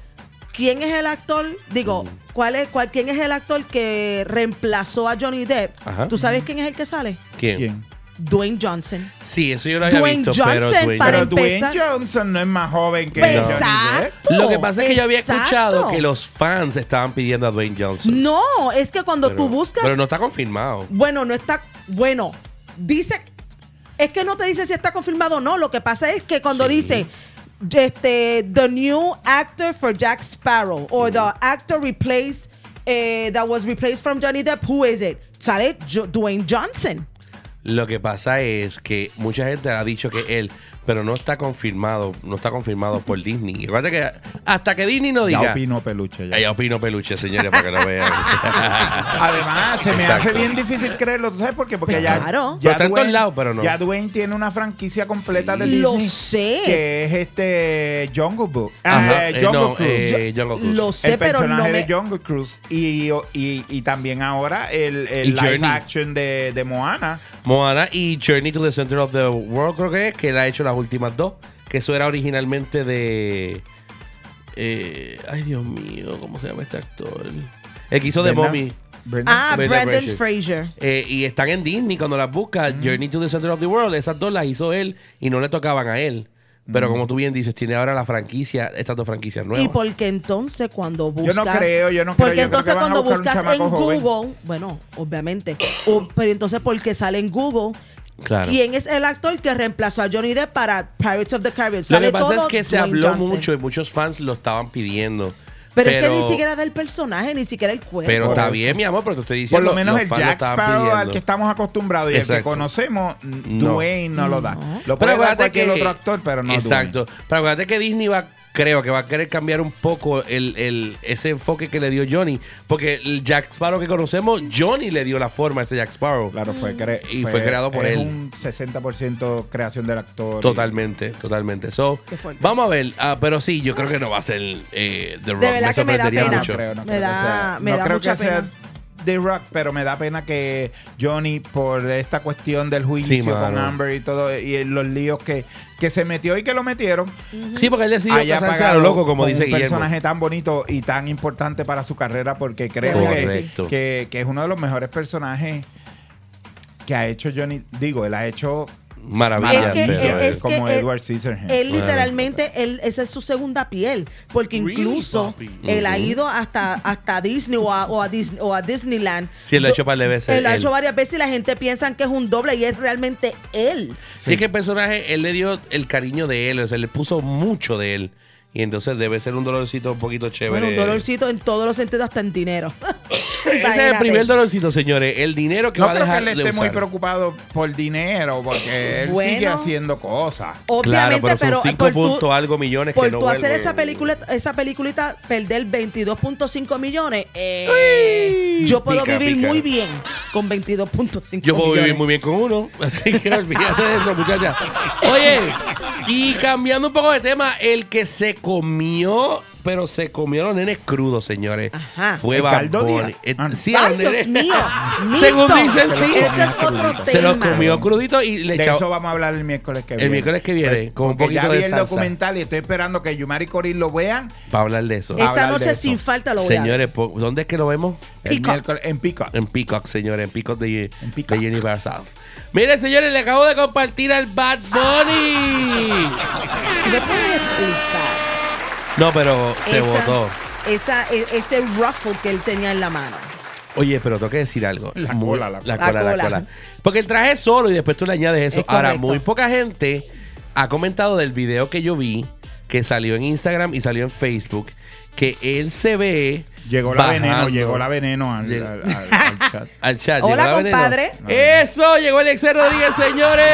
Speaker 3: quién es el actor, digo, cuál es, cuál, quién es el actor que reemplazó a Johnny Depp,
Speaker 5: Ajá.
Speaker 3: ¿tú sabes quién es el que sale?
Speaker 5: ¿Quién?
Speaker 4: ¿Quién?
Speaker 3: Dwayne Johnson.
Speaker 5: Sí, eso yo lo había
Speaker 3: Dwayne
Speaker 5: visto. pero
Speaker 3: Johnson
Speaker 5: Dwayne
Speaker 3: para
Speaker 4: Pero
Speaker 5: Johnson.
Speaker 4: Dwayne
Speaker 3: empezar-
Speaker 4: Johnson no es más joven que
Speaker 3: Pues,
Speaker 4: Johnny Depp.
Speaker 3: Exacto.
Speaker 5: Lo que pasa es que yo había
Speaker 3: exacto.
Speaker 5: escuchado que los fans estaban pidiendo a Dwayne Johnson.
Speaker 3: No, es que cuando
Speaker 5: Pero-
Speaker 3: tú buscas
Speaker 5: Pero no está confirmado.
Speaker 3: Bueno, no está. Bueno, dice. Es que no te dice si está confirmado o no. Lo que pasa es que cuando dice. Este, the new actor for Jack Sparrow or the actor replace eh, that was replaced from Johnny Depp, who is it? Sale Jo- Dwayne Johnson.
Speaker 5: Lo que pasa es que mucha gente ha dicho que él, pero no está confirmado, no está confirmado por Disney. Y acuérdate que hasta que Disney no
Speaker 4: Ya
Speaker 5: diga.
Speaker 4: opino peluche. ya.
Speaker 5: Ay, Ya opino peluche, señores, para que no vean.
Speaker 4: Eh, Además, se me
Speaker 5: Exacto.
Speaker 4: hace bien difícil creerlo. ¿Tú sabes por qué? Porque
Speaker 3: Pero
Speaker 4: ya.
Speaker 3: Pues claro.
Speaker 5: Pero está en todos lados, pero no.
Speaker 4: Ya Dwayne tiene una franquicia completa de Disney.
Speaker 3: Lo sé.
Speaker 4: Que es este. Jungle Book.
Speaker 5: Ajá, eh,
Speaker 4: Jungle
Speaker 5: no,
Speaker 4: Cruise.
Speaker 5: eh, Jungle Cruise.
Speaker 3: Lo
Speaker 4: el
Speaker 3: sé, pero
Speaker 4: personaje
Speaker 3: no me.
Speaker 4: de Jungle Cruise y, y, y también ahora el, el
Speaker 5: Y
Speaker 4: live
Speaker 5: Journey.
Speaker 4: action de, de Moana.
Speaker 5: Moana y Journey to the Center of the World, creo que es, que él ha hecho las últimas dos. Que eso era originalmente de. eh, ay, Dios mío, ¿cómo se llama este actor? El que hizo de
Speaker 4: ¿Verdad?
Speaker 5: Mommy.
Speaker 4: ¿Verdad?
Speaker 3: Ah,
Speaker 5: Brendan
Speaker 3: Brandon
Speaker 5: Fraser.
Speaker 3: Fraser.
Speaker 5: Eh, y están en Disney cuando las buscas.
Speaker 4: Mm.
Speaker 5: Journey to the Center of the World, esas dos las hizo él y no le tocaban a él. Pero
Speaker 4: Mm.
Speaker 5: como tú bien dices, tiene ahora la franquicia, estas dos franquicias nuevas.
Speaker 3: Y porque entonces cuando
Speaker 4: Yo
Speaker 3: buscas.
Speaker 4: no creo, yo no creo,
Speaker 3: Porque
Speaker 4: yo creo
Speaker 3: entonces
Speaker 4: que van a
Speaker 3: cuando
Speaker 4: buscar un
Speaker 3: buscas en
Speaker 4: chamaco joven.
Speaker 3: Google, bueno, obviamente. o- pero entonces porque sale en Google.
Speaker 5: Claro.
Speaker 3: ¿Quién es el actor que reemplazó a Johnny Depp para Pirates of the Caribbean?
Speaker 5: Lo
Speaker 3: Sale
Speaker 5: que pasa es
Speaker 3: todo
Speaker 5: que se
Speaker 3: Dwayne
Speaker 5: habló
Speaker 3: Johnson.
Speaker 5: mucho y muchos fans lo estaban pidiendo.
Speaker 3: Pero, es que ni siquiera del personaje, ni siquiera el cuerpo.
Speaker 5: Pero
Speaker 4: Por
Speaker 5: está
Speaker 4: eso.
Speaker 5: bien, mi amor, pero te estoy
Speaker 4: Por
Speaker 5: diciendo.
Speaker 4: lo menos
Speaker 5: los
Speaker 4: el
Speaker 5: fans lo
Speaker 4: Jack
Speaker 5: estaban
Speaker 4: Sparrow al
Speaker 5: pidiendo.
Speaker 4: que estamos acostumbrados y el que
Speaker 5: Exacto.
Speaker 4: conocemos, n-
Speaker 5: No.
Speaker 4: Dwayne no, lo da. Lo
Speaker 5: Pero
Speaker 4: puede dar
Speaker 5: acuérdate
Speaker 4: cualquier
Speaker 5: que.
Speaker 4: otro actor, pero no
Speaker 5: exacto. Pero acuérdate que Disney va. Creo que va a querer cambiar un poco el, el- ese enfoque que le dio Johnny. Porque el Jack Sparrow que conocemos, Johnny le dio la forma a ese Jack Sparrow.
Speaker 4: Dwayne. Claro, fue, cre-
Speaker 5: Y fue creado por
Speaker 4: es
Speaker 5: él.
Speaker 4: un 60% creación del actor. y-
Speaker 5: Totalmente, totalmente. So,
Speaker 3: Qué fuerte.
Speaker 5: vamos a ver. Ah, pero sí, yo creo que no va a ser eh, The Rock.
Speaker 3: De verdad que me da
Speaker 5: sorprendería
Speaker 3: pena.
Speaker 5: mucho.
Speaker 4: No creo, no
Speaker 3: Me
Speaker 4: creo que
Speaker 3: da-
Speaker 4: sea.
Speaker 3: me
Speaker 4: No
Speaker 3: da
Speaker 4: creo
Speaker 3: mucha
Speaker 4: que sea
Speaker 3: pena.
Speaker 4: The Rock, pero me da pena que Johnny, por esta cuestión del
Speaker 5: Sí,
Speaker 4: juicio con
Speaker 5: mano.
Speaker 4: Amber y todo, y los líos que, que se metió y que lo metieron,
Speaker 5: Sí, porque él decidió
Speaker 4: haya
Speaker 5: casarse a lo
Speaker 4: pagado
Speaker 5: pues, loco, como
Speaker 4: con
Speaker 5: dice
Speaker 4: un
Speaker 5: Guillermo.
Speaker 4: personaje tan bonito y tan importante para su carrera, porque creo que,
Speaker 5: Correcto.
Speaker 4: que- que es uno de los mejores personajes que ha hecho Johnny. Digo, él ha hecho
Speaker 3: Es
Speaker 5: Maravilla.
Speaker 3: que-
Speaker 5: pero,
Speaker 3: es-
Speaker 5: eh,
Speaker 3: es-
Speaker 4: como
Speaker 3: que
Speaker 4: Edward Scissorhands.
Speaker 3: Él
Speaker 5: Claro.
Speaker 3: literalmente, él, esa es su segunda piel, porque
Speaker 1: Really,
Speaker 3: incluso
Speaker 1: papi.
Speaker 3: él ha
Speaker 5: Ujú.
Speaker 3: ido hasta, hasta Disney o a, o a Dis- o a Disneyland.
Speaker 5: Sí, él lo ha
Speaker 3: Do-
Speaker 5: hecho par de veces,
Speaker 3: Él lo ha
Speaker 5: él.
Speaker 3: hecho varias veces y la gente piensa que es un doble y es realmente él.
Speaker 5: Sí, es que el personaje, él le dio el cariño de él, o sea, le puso mucho de él. Y entonces debe ser un dolorcito un poquito chévere.
Speaker 3: Bueno, un dolorcito en todos los sentidos, hasta en dinero.
Speaker 5: Ese es el
Speaker 3: Imagínate.
Speaker 5: primer dolorcito, señores. El dinero que
Speaker 4: No
Speaker 5: va a
Speaker 4: creo que
Speaker 5: dejar
Speaker 4: él esté
Speaker 5: de
Speaker 4: muy
Speaker 5: usar.
Speaker 4: preocupado por dinero, porque él
Speaker 3: Bueno.
Speaker 4: sigue haciendo cosas.
Speaker 3: Obviamente,
Speaker 5: claro, pero
Speaker 3: pero, eh,
Speaker 5: son cinco
Speaker 3: por tú-
Speaker 5: puntos algo millones
Speaker 3: por
Speaker 5: que no
Speaker 3: tú hacer
Speaker 5: vuelven.
Speaker 3: esa película, esa peliculita, perder 22.5 millones, eh, yo puedo
Speaker 5: Pica,
Speaker 3: vivir
Speaker 5: pica.
Speaker 3: muy bien con 22.5 millones.
Speaker 5: Yo puedo vivir muy bien con uno, así que olvídate de eso, muchacha. Oye, y cambiando un poco de tema, el que se comió, pero se comió los nenes crudos, señores.
Speaker 3: Ajá.
Speaker 5: Fue
Speaker 4: El
Speaker 5: Bad
Speaker 4: caldo
Speaker 5: Bunny.
Speaker 4: día.
Speaker 5: Eh,
Speaker 4: Ah.
Speaker 5: sí, a
Speaker 3: ¡Ay,
Speaker 5: los
Speaker 3: Dios
Speaker 5: nenes.
Speaker 3: mío! Milton,
Speaker 5: Según dicen, sí.
Speaker 3: Ese es otro tema.
Speaker 5: Se los comió cruditos y le
Speaker 4: De
Speaker 5: echó.
Speaker 4: eso vamos a hablar el miércoles que
Speaker 5: El
Speaker 4: viene.
Speaker 5: miércoles que viene, con un
Speaker 4: porque ya
Speaker 5: poquito de
Speaker 4: vi el
Speaker 5: salsa.
Speaker 4: documental y estoy esperando que Yumari Corín lo vean
Speaker 5: Para hablar de eso.
Speaker 4: Eh,
Speaker 3: Esta
Speaker 4: hablar de
Speaker 3: noche
Speaker 4: eso.
Speaker 3: sin falta lo voy a ver.
Speaker 5: Señores, po- ¿dónde es que lo vemos?
Speaker 4: el
Speaker 3: Peacock.
Speaker 4: miércoles en Pico.
Speaker 5: En Peacock, señores, en Peacock de,
Speaker 4: En
Speaker 5: de
Speaker 4: Peacock.
Speaker 5: Universal. Miren, señores, le acabo de compartir al Bad Bunny.
Speaker 3: ¿Me puedes explicar
Speaker 5: No, pero se
Speaker 3: esa-
Speaker 5: votó.
Speaker 3: esa- e- ese ruffle que él tenía en la mano?
Speaker 5: Oye, pero tengo que decir algo.
Speaker 4: La
Speaker 5: Muy-
Speaker 4: cola, la cola.
Speaker 5: la
Speaker 3: La
Speaker 5: cola, la
Speaker 3: cola.
Speaker 5: cola. Porque el traje es solo y después tú le añades eso.
Speaker 3: Es
Speaker 5: Ahora,
Speaker 3: correcto.
Speaker 5: muy poca gente ha comentado del video que yo vi, que salió en Instagram y salió en Facebook, que él se ve.
Speaker 4: Llegó la veneno,
Speaker 5: bajando.
Speaker 4: llegó la veneno al,
Speaker 5: Llegó-
Speaker 4: al- al- al chat.
Speaker 5: Al chat.
Speaker 3: Hola,
Speaker 5: llegó la veneno.
Speaker 3: compadre.
Speaker 5: Eso, llegó Alex Rodríguez, señores.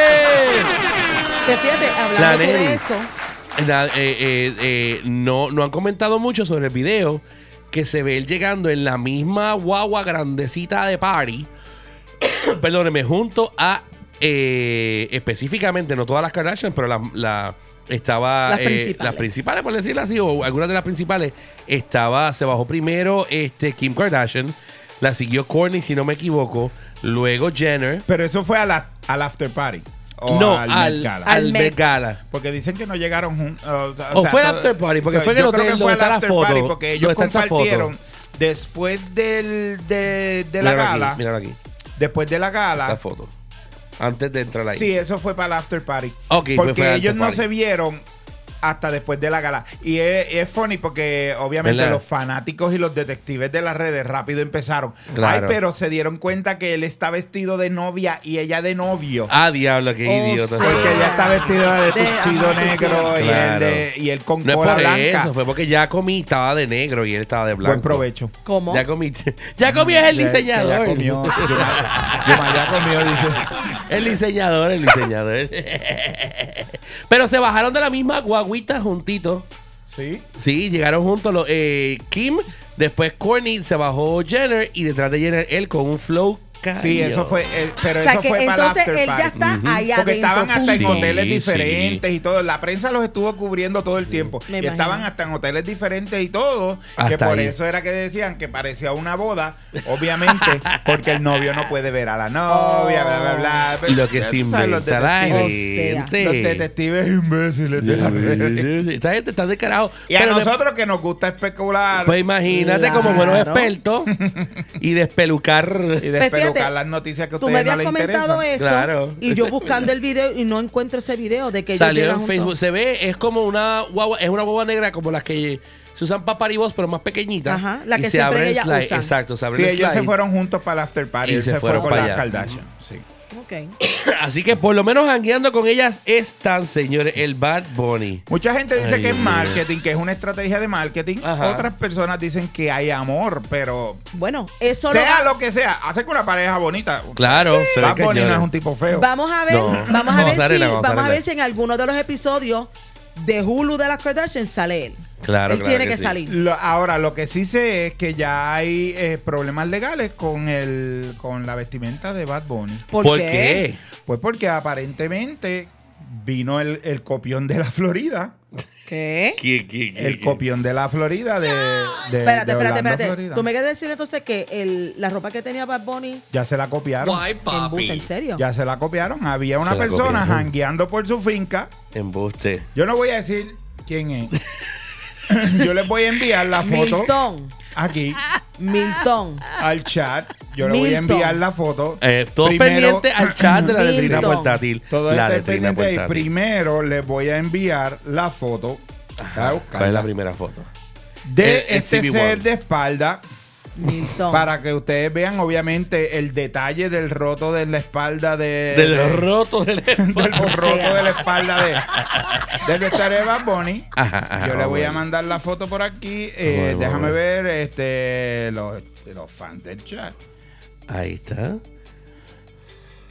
Speaker 3: Pero fíjate,
Speaker 5: La
Speaker 3: hablando tú
Speaker 5: Nelly.
Speaker 3: de eso,
Speaker 5: Na- eh, eh, eh, no, no han comentado mucho sobre el video que se ve él llegando en la misma guagua grandecita de party. Perdóneme, junto a eh, específicamente, no todas las Kardashian, pero la, la- estaba
Speaker 3: Las
Speaker 5: eh,
Speaker 3: principales.
Speaker 5: las principales, por decirlo así, o algunas de las principales, estaba, se bajó primero este Kim Kardashian, la siguió Kourtney, si no me equivoco, luego Jenner.
Speaker 4: Pero eso fue a la- al after party. O
Speaker 5: no,
Speaker 4: al,
Speaker 5: al,
Speaker 4: Met
Speaker 5: al,
Speaker 4: Gala.
Speaker 3: Al Met.
Speaker 5: Met Gala.
Speaker 4: Porque dicen que no llegaron juntos.
Speaker 5: O fue el after party, porque fue que lo te- lo está la foto,
Speaker 4: porque
Speaker 5: lo
Speaker 4: ellos
Speaker 5: está esta foto.
Speaker 4: compartieron después del, de, de la
Speaker 5: Míralo aquí,
Speaker 4: gala.
Speaker 5: míralo aquí.
Speaker 4: después de la
Speaker 5: la
Speaker 4: gala.
Speaker 5: foto. Antes de entrar ahí.
Speaker 4: Ah. Sí, eso fue para el after party.
Speaker 5: Ok, pues
Speaker 4: porque
Speaker 5: fue el
Speaker 4: ellos
Speaker 5: after
Speaker 4: no
Speaker 5: party.
Speaker 4: se vieron hasta después de la gala. Y es, es funny porque obviamente
Speaker 5: ¿Verdad?
Speaker 4: los fanáticos y los detectives de las redes rápido empezaron.
Speaker 5: Claro.
Speaker 4: Ay, pero se dieron cuenta que él está vestido de novia y ella de novio.
Speaker 5: Ah, diablo, qué
Speaker 3: O
Speaker 5: idiota.
Speaker 3: sea,
Speaker 4: Oh, Porque ella está vestida de
Speaker 3: De-
Speaker 4: tuxedo
Speaker 3: ajá,
Speaker 4: negro
Speaker 3: tuxedo.
Speaker 4: y, él
Speaker 5: Claro.
Speaker 4: de- y él con
Speaker 5: no es
Speaker 4: cola
Speaker 5: por
Speaker 4: blanca.
Speaker 5: eso, fue porque ya comí estaba de negro y él estaba de blanco.
Speaker 4: Buen provecho.
Speaker 3: ¿cómo?
Speaker 5: Ya comí. Ya comí es el
Speaker 4: Ya- que
Speaker 5: diseñador.
Speaker 4: Ya comió. Yuma- Yuma ya comió, dice.
Speaker 5: El diseñador, el diseñador. Pero se bajaron de la misma guaguita juntitos.
Speaker 4: Sí.
Speaker 5: Sí, llegaron juntos los, eh, Kim, después Courtney, se bajó Jenner y detrás de Jenner él con un flow.
Speaker 4: Sí,
Speaker 5: caño.
Speaker 4: eso fue, eh, pero
Speaker 3: O sea
Speaker 4: eso
Speaker 3: que
Speaker 4: fue para el
Speaker 3: entonces
Speaker 4: after
Speaker 3: él
Speaker 4: party.
Speaker 3: ya está allá
Speaker 4: Porque
Speaker 3: adentro.
Speaker 4: estaban hasta en
Speaker 5: punto.
Speaker 4: hoteles
Speaker 5: Sí,
Speaker 4: diferentes y todo. La prensa los estuvo cubriendo todo el tiempo.
Speaker 3: Me
Speaker 4: Y estaban
Speaker 3: imagino.
Speaker 4: hasta en hoteles diferentes y todo. que
Speaker 5: Hasta
Speaker 4: por
Speaker 5: ahí.
Speaker 4: eso era que decían que parecía una boda, obviamente, porque el novio no puede ver a la novia, bla, bla,
Speaker 3: Oh.
Speaker 4: bla.
Speaker 5: Y lo que
Speaker 4: Ya
Speaker 5: se
Speaker 4: tú sabes, los
Speaker 5: inventa la
Speaker 4: detectives-
Speaker 3: O
Speaker 5: gente.
Speaker 4: Los detectives imbéciles de la prensa.
Speaker 5: Esta gente está de carajo.
Speaker 4: Y a
Speaker 5: Pero de-
Speaker 4: nosotros que nos gusta especular
Speaker 5: Pues imagínate como buenos
Speaker 3: Claro.
Speaker 5: expertos y despelucar.
Speaker 4: y
Speaker 3: Pues
Speaker 4: despelucar
Speaker 3: fíjate,
Speaker 4: las noticias que a
Speaker 3: Tú me
Speaker 4: ustedes no
Speaker 3: habías
Speaker 4: les
Speaker 3: comentado
Speaker 4: interesan.
Speaker 3: eso
Speaker 5: Claro.
Speaker 3: y yo buscando el video y no encuentro ese video de que ellos
Speaker 5: Salió
Speaker 3: llegan
Speaker 5: en Facebook.
Speaker 3: juntos.
Speaker 5: Se ve, es como una guagua, es una guagua negra como las que se usan para paribos, pero más pequeñita.
Speaker 3: Ajá, la
Speaker 5: Y
Speaker 3: que
Speaker 5: se
Speaker 3: siempre
Speaker 5: abre el
Speaker 3: ellas
Speaker 5: slide.
Speaker 3: usan.
Speaker 5: Exacto, se abre
Speaker 4: Sí,
Speaker 5: el
Speaker 4: ellos se
Speaker 5: slide.
Speaker 4: fueron juntos para el after party.
Speaker 5: Y
Speaker 4: Ellos
Speaker 5: se
Speaker 4: se fueron
Speaker 5: fueron
Speaker 4: con
Speaker 5: para
Speaker 4: las
Speaker 5: allá.
Speaker 4: Kardashian. Sí.
Speaker 3: Ok.
Speaker 5: Así que por lo menos jangueando con ellas están, señores, el Bad Bunny.
Speaker 4: Mucha gente dice
Speaker 5: Ay,
Speaker 4: que es
Speaker 5: Dios.
Speaker 4: marketing, que es una estrategia de marketing.
Speaker 5: Ajá.
Speaker 4: Otras personas dicen que hay amor, pero
Speaker 3: Bueno, eso lo
Speaker 4: sea
Speaker 3: va-
Speaker 4: lo que sea, hace que una pareja bonita.
Speaker 5: Claro, se ve
Speaker 4: Bad Bunny no
Speaker 5: cañón.
Speaker 4: es un tipo feo.
Speaker 3: Vamos a ver,
Speaker 5: No.
Speaker 3: vamos a ver
Speaker 5: Vamos a darle,
Speaker 3: si,
Speaker 5: vamos a
Speaker 3: vamos a
Speaker 5: darle.
Speaker 3: ver si en alguno de los episodios de Hulu de las Kardashians sale él.
Speaker 5: Claro,
Speaker 3: él
Speaker 5: claro
Speaker 3: tiene
Speaker 5: que
Speaker 3: que,
Speaker 5: sí.
Speaker 3: salir.
Speaker 4: Lo- ahora, lo que sí sé es que ya hay eh, problemas legales con el con la vestimenta de Bad Bunny.
Speaker 3: ¿Por, qué?
Speaker 4: Pues porque aparentemente vino el, el copión de la Florida.
Speaker 3: ¿Qué?
Speaker 5: ¿Qué, qué, qué,
Speaker 4: El
Speaker 5: qué?
Speaker 4: copión de la Florida de, de-
Speaker 3: Espérate,
Speaker 4: de Orlando,
Speaker 3: espérate, espérate.
Speaker 4: Florida.
Speaker 3: Tú me quieres decir entonces que el- la ropa que tenía Bad Bunny
Speaker 4: Ya se la copiaron.
Speaker 3: en Buta, ¿en serio?
Speaker 4: Ya se la copiaron. Había una
Speaker 5: Se la
Speaker 4: persona
Speaker 5: copiaron.
Speaker 4: jangueando por su finca.
Speaker 5: Embuste.
Speaker 4: Yo no voy a decir quién es. Yo les voy a enviar la foto
Speaker 3: Milton,
Speaker 4: aquí
Speaker 3: Milton.
Speaker 4: al chat. Yo les voy a
Speaker 3: Milton.
Speaker 4: enviar la foto.
Speaker 5: Eh, todos
Speaker 4: Primero-
Speaker 5: pendientes al chat de la
Speaker 3: Milton.
Speaker 5: letrina portátil.
Speaker 4: Todo
Speaker 5: la
Speaker 4: esto es
Speaker 5: letrina
Speaker 4: pendiente ahí.
Speaker 5: portátil.
Speaker 4: Primero les voy a enviar la foto. Voy a buscarla.
Speaker 5: ¿Cuál es la Eh, primera foto?
Speaker 4: De
Speaker 5: El- el
Speaker 4: este
Speaker 5: CB1.
Speaker 4: ser de espalda.
Speaker 3: Milton.
Speaker 4: Para que ustedes vean, obviamente, el detalle del roto de la espalda de. de-
Speaker 5: Del roto del
Speaker 4: del
Speaker 3: O
Speaker 4: roto
Speaker 3: sea.
Speaker 4: de la espalda de, del vestuario de Bad Bunny.
Speaker 5: Ajá, ajá, ah,
Speaker 4: Yo le
Speaker 5: vamos
Speaker 4: voy
Speaker 5: a
Speaker 4: a
Speaker 5: ver.
Speaker 4: mandar la foto por aquí. Eh,
Speaker 5: Vamos a ver, vamos
Speaker 4: déjame
Speaker 5: a
Speaker 4: ver este, los, los fans del chat.
Speaker 5: Ahí está.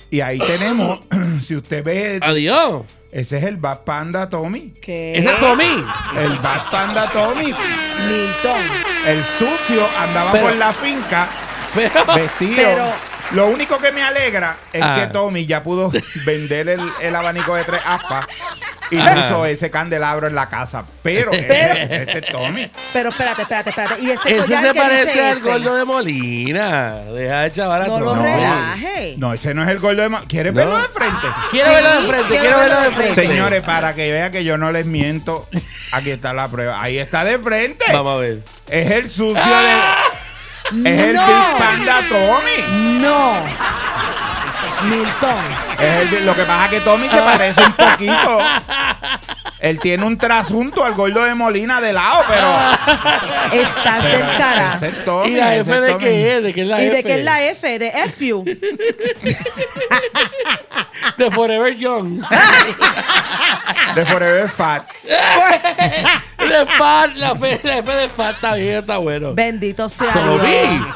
Speaker 4: Y ahí tenemos, si usted ve,
Speaker 5: Adiós.
Speaker 4: ese es el Bad Panda Tommy.
Speaker 3: ¿Qué?
Speaker 5: Ese es Tommy.
Speaker 4: El Bad Panda Tommy.
Speaker 3: Milton.
Speaker 4: El sucio andaba
Speaker 5: Pero-
Speaker 4: por la finca
Speaker 5: Pero,
Speaker 4: vestido.
Speaker 3: Pero-
Speaker 4: Lo único que me alegra es
Speaker 5: Ah.
Speaker 4: que Tommy ya pudo vender el, el abanico de tres aspas y
Speaker 5: Ajá.
Speaker 4: puso ese candelabro en la casa. Pero,
Speaker 3: Pero-
Speaker 4: ese, ese Tommy.
Speaker 3: Pero espérate, espérate, espérate. Y ese,
Speaker 5: ese
Speaker 3: collar
Speaker 5: se
Speaker 3: pues que
Speaker 5: parece
Speaker 3: dice
Speaker 5: al
Speaker 3: F?
Speaker 5: gordo de Molina. Deja de chaval a
Speaker 3: No lo
Speaker 5: Tommy.
Speaker 3: relaje.
Speaker 4: No, ese no es el gordo de ma- ¿Quieres
Speaker 5: No. Ah,
Speaker 4: verlo de frente?
Speaker 5: Quiero
Speaker 3: Sí,
Speaker 5: verlo de frente,
Speaker 3: quiero
Speaker 5: quiero verlo de
Speaker 3: verlo de
Speaker 5: frente.
Speaker 3: frente.
Speaker 4: Señores, para que vean que yo no les miento, aquí está la prueba. Ahí está de frente.
Speaker 5: Vamos a ver.
Speaker 4: Es el sucio de. Es el
Speaker 3: Ah. No.
Speaker 4: Big Panda Tommy.
Speaker 3: No. Milton.
Speaker 4: Es el Big- lo que pasa es que Tommy se parece un poquito. Él tiene un trasunto al gordo de Molina de lado, pero.
Speaker 3: Estás
Speaker 4: pero
Speaker 3: Ah. del cara.
Speaker 4: ese es Tommy,
Speaker 5: ¿Y la
Speaker 4: ese
Speaker 5: F de
Speaker 4: Tommy.
Speaker 5: qué es? ¿De qué es la
Speaker 3: ¿Y
Speaker 5: F?
Speaker 3: de qué es la F? De F you.
Speaker 5: De Forever Young.
Speaker 4: De Forever Fat.
Speaker 5: de Fat, la F, la F de Fat está bien, está bueno.
Speaker 3: Bendito sea
Speaker 5: Tommy.
Speaker 3: Dios.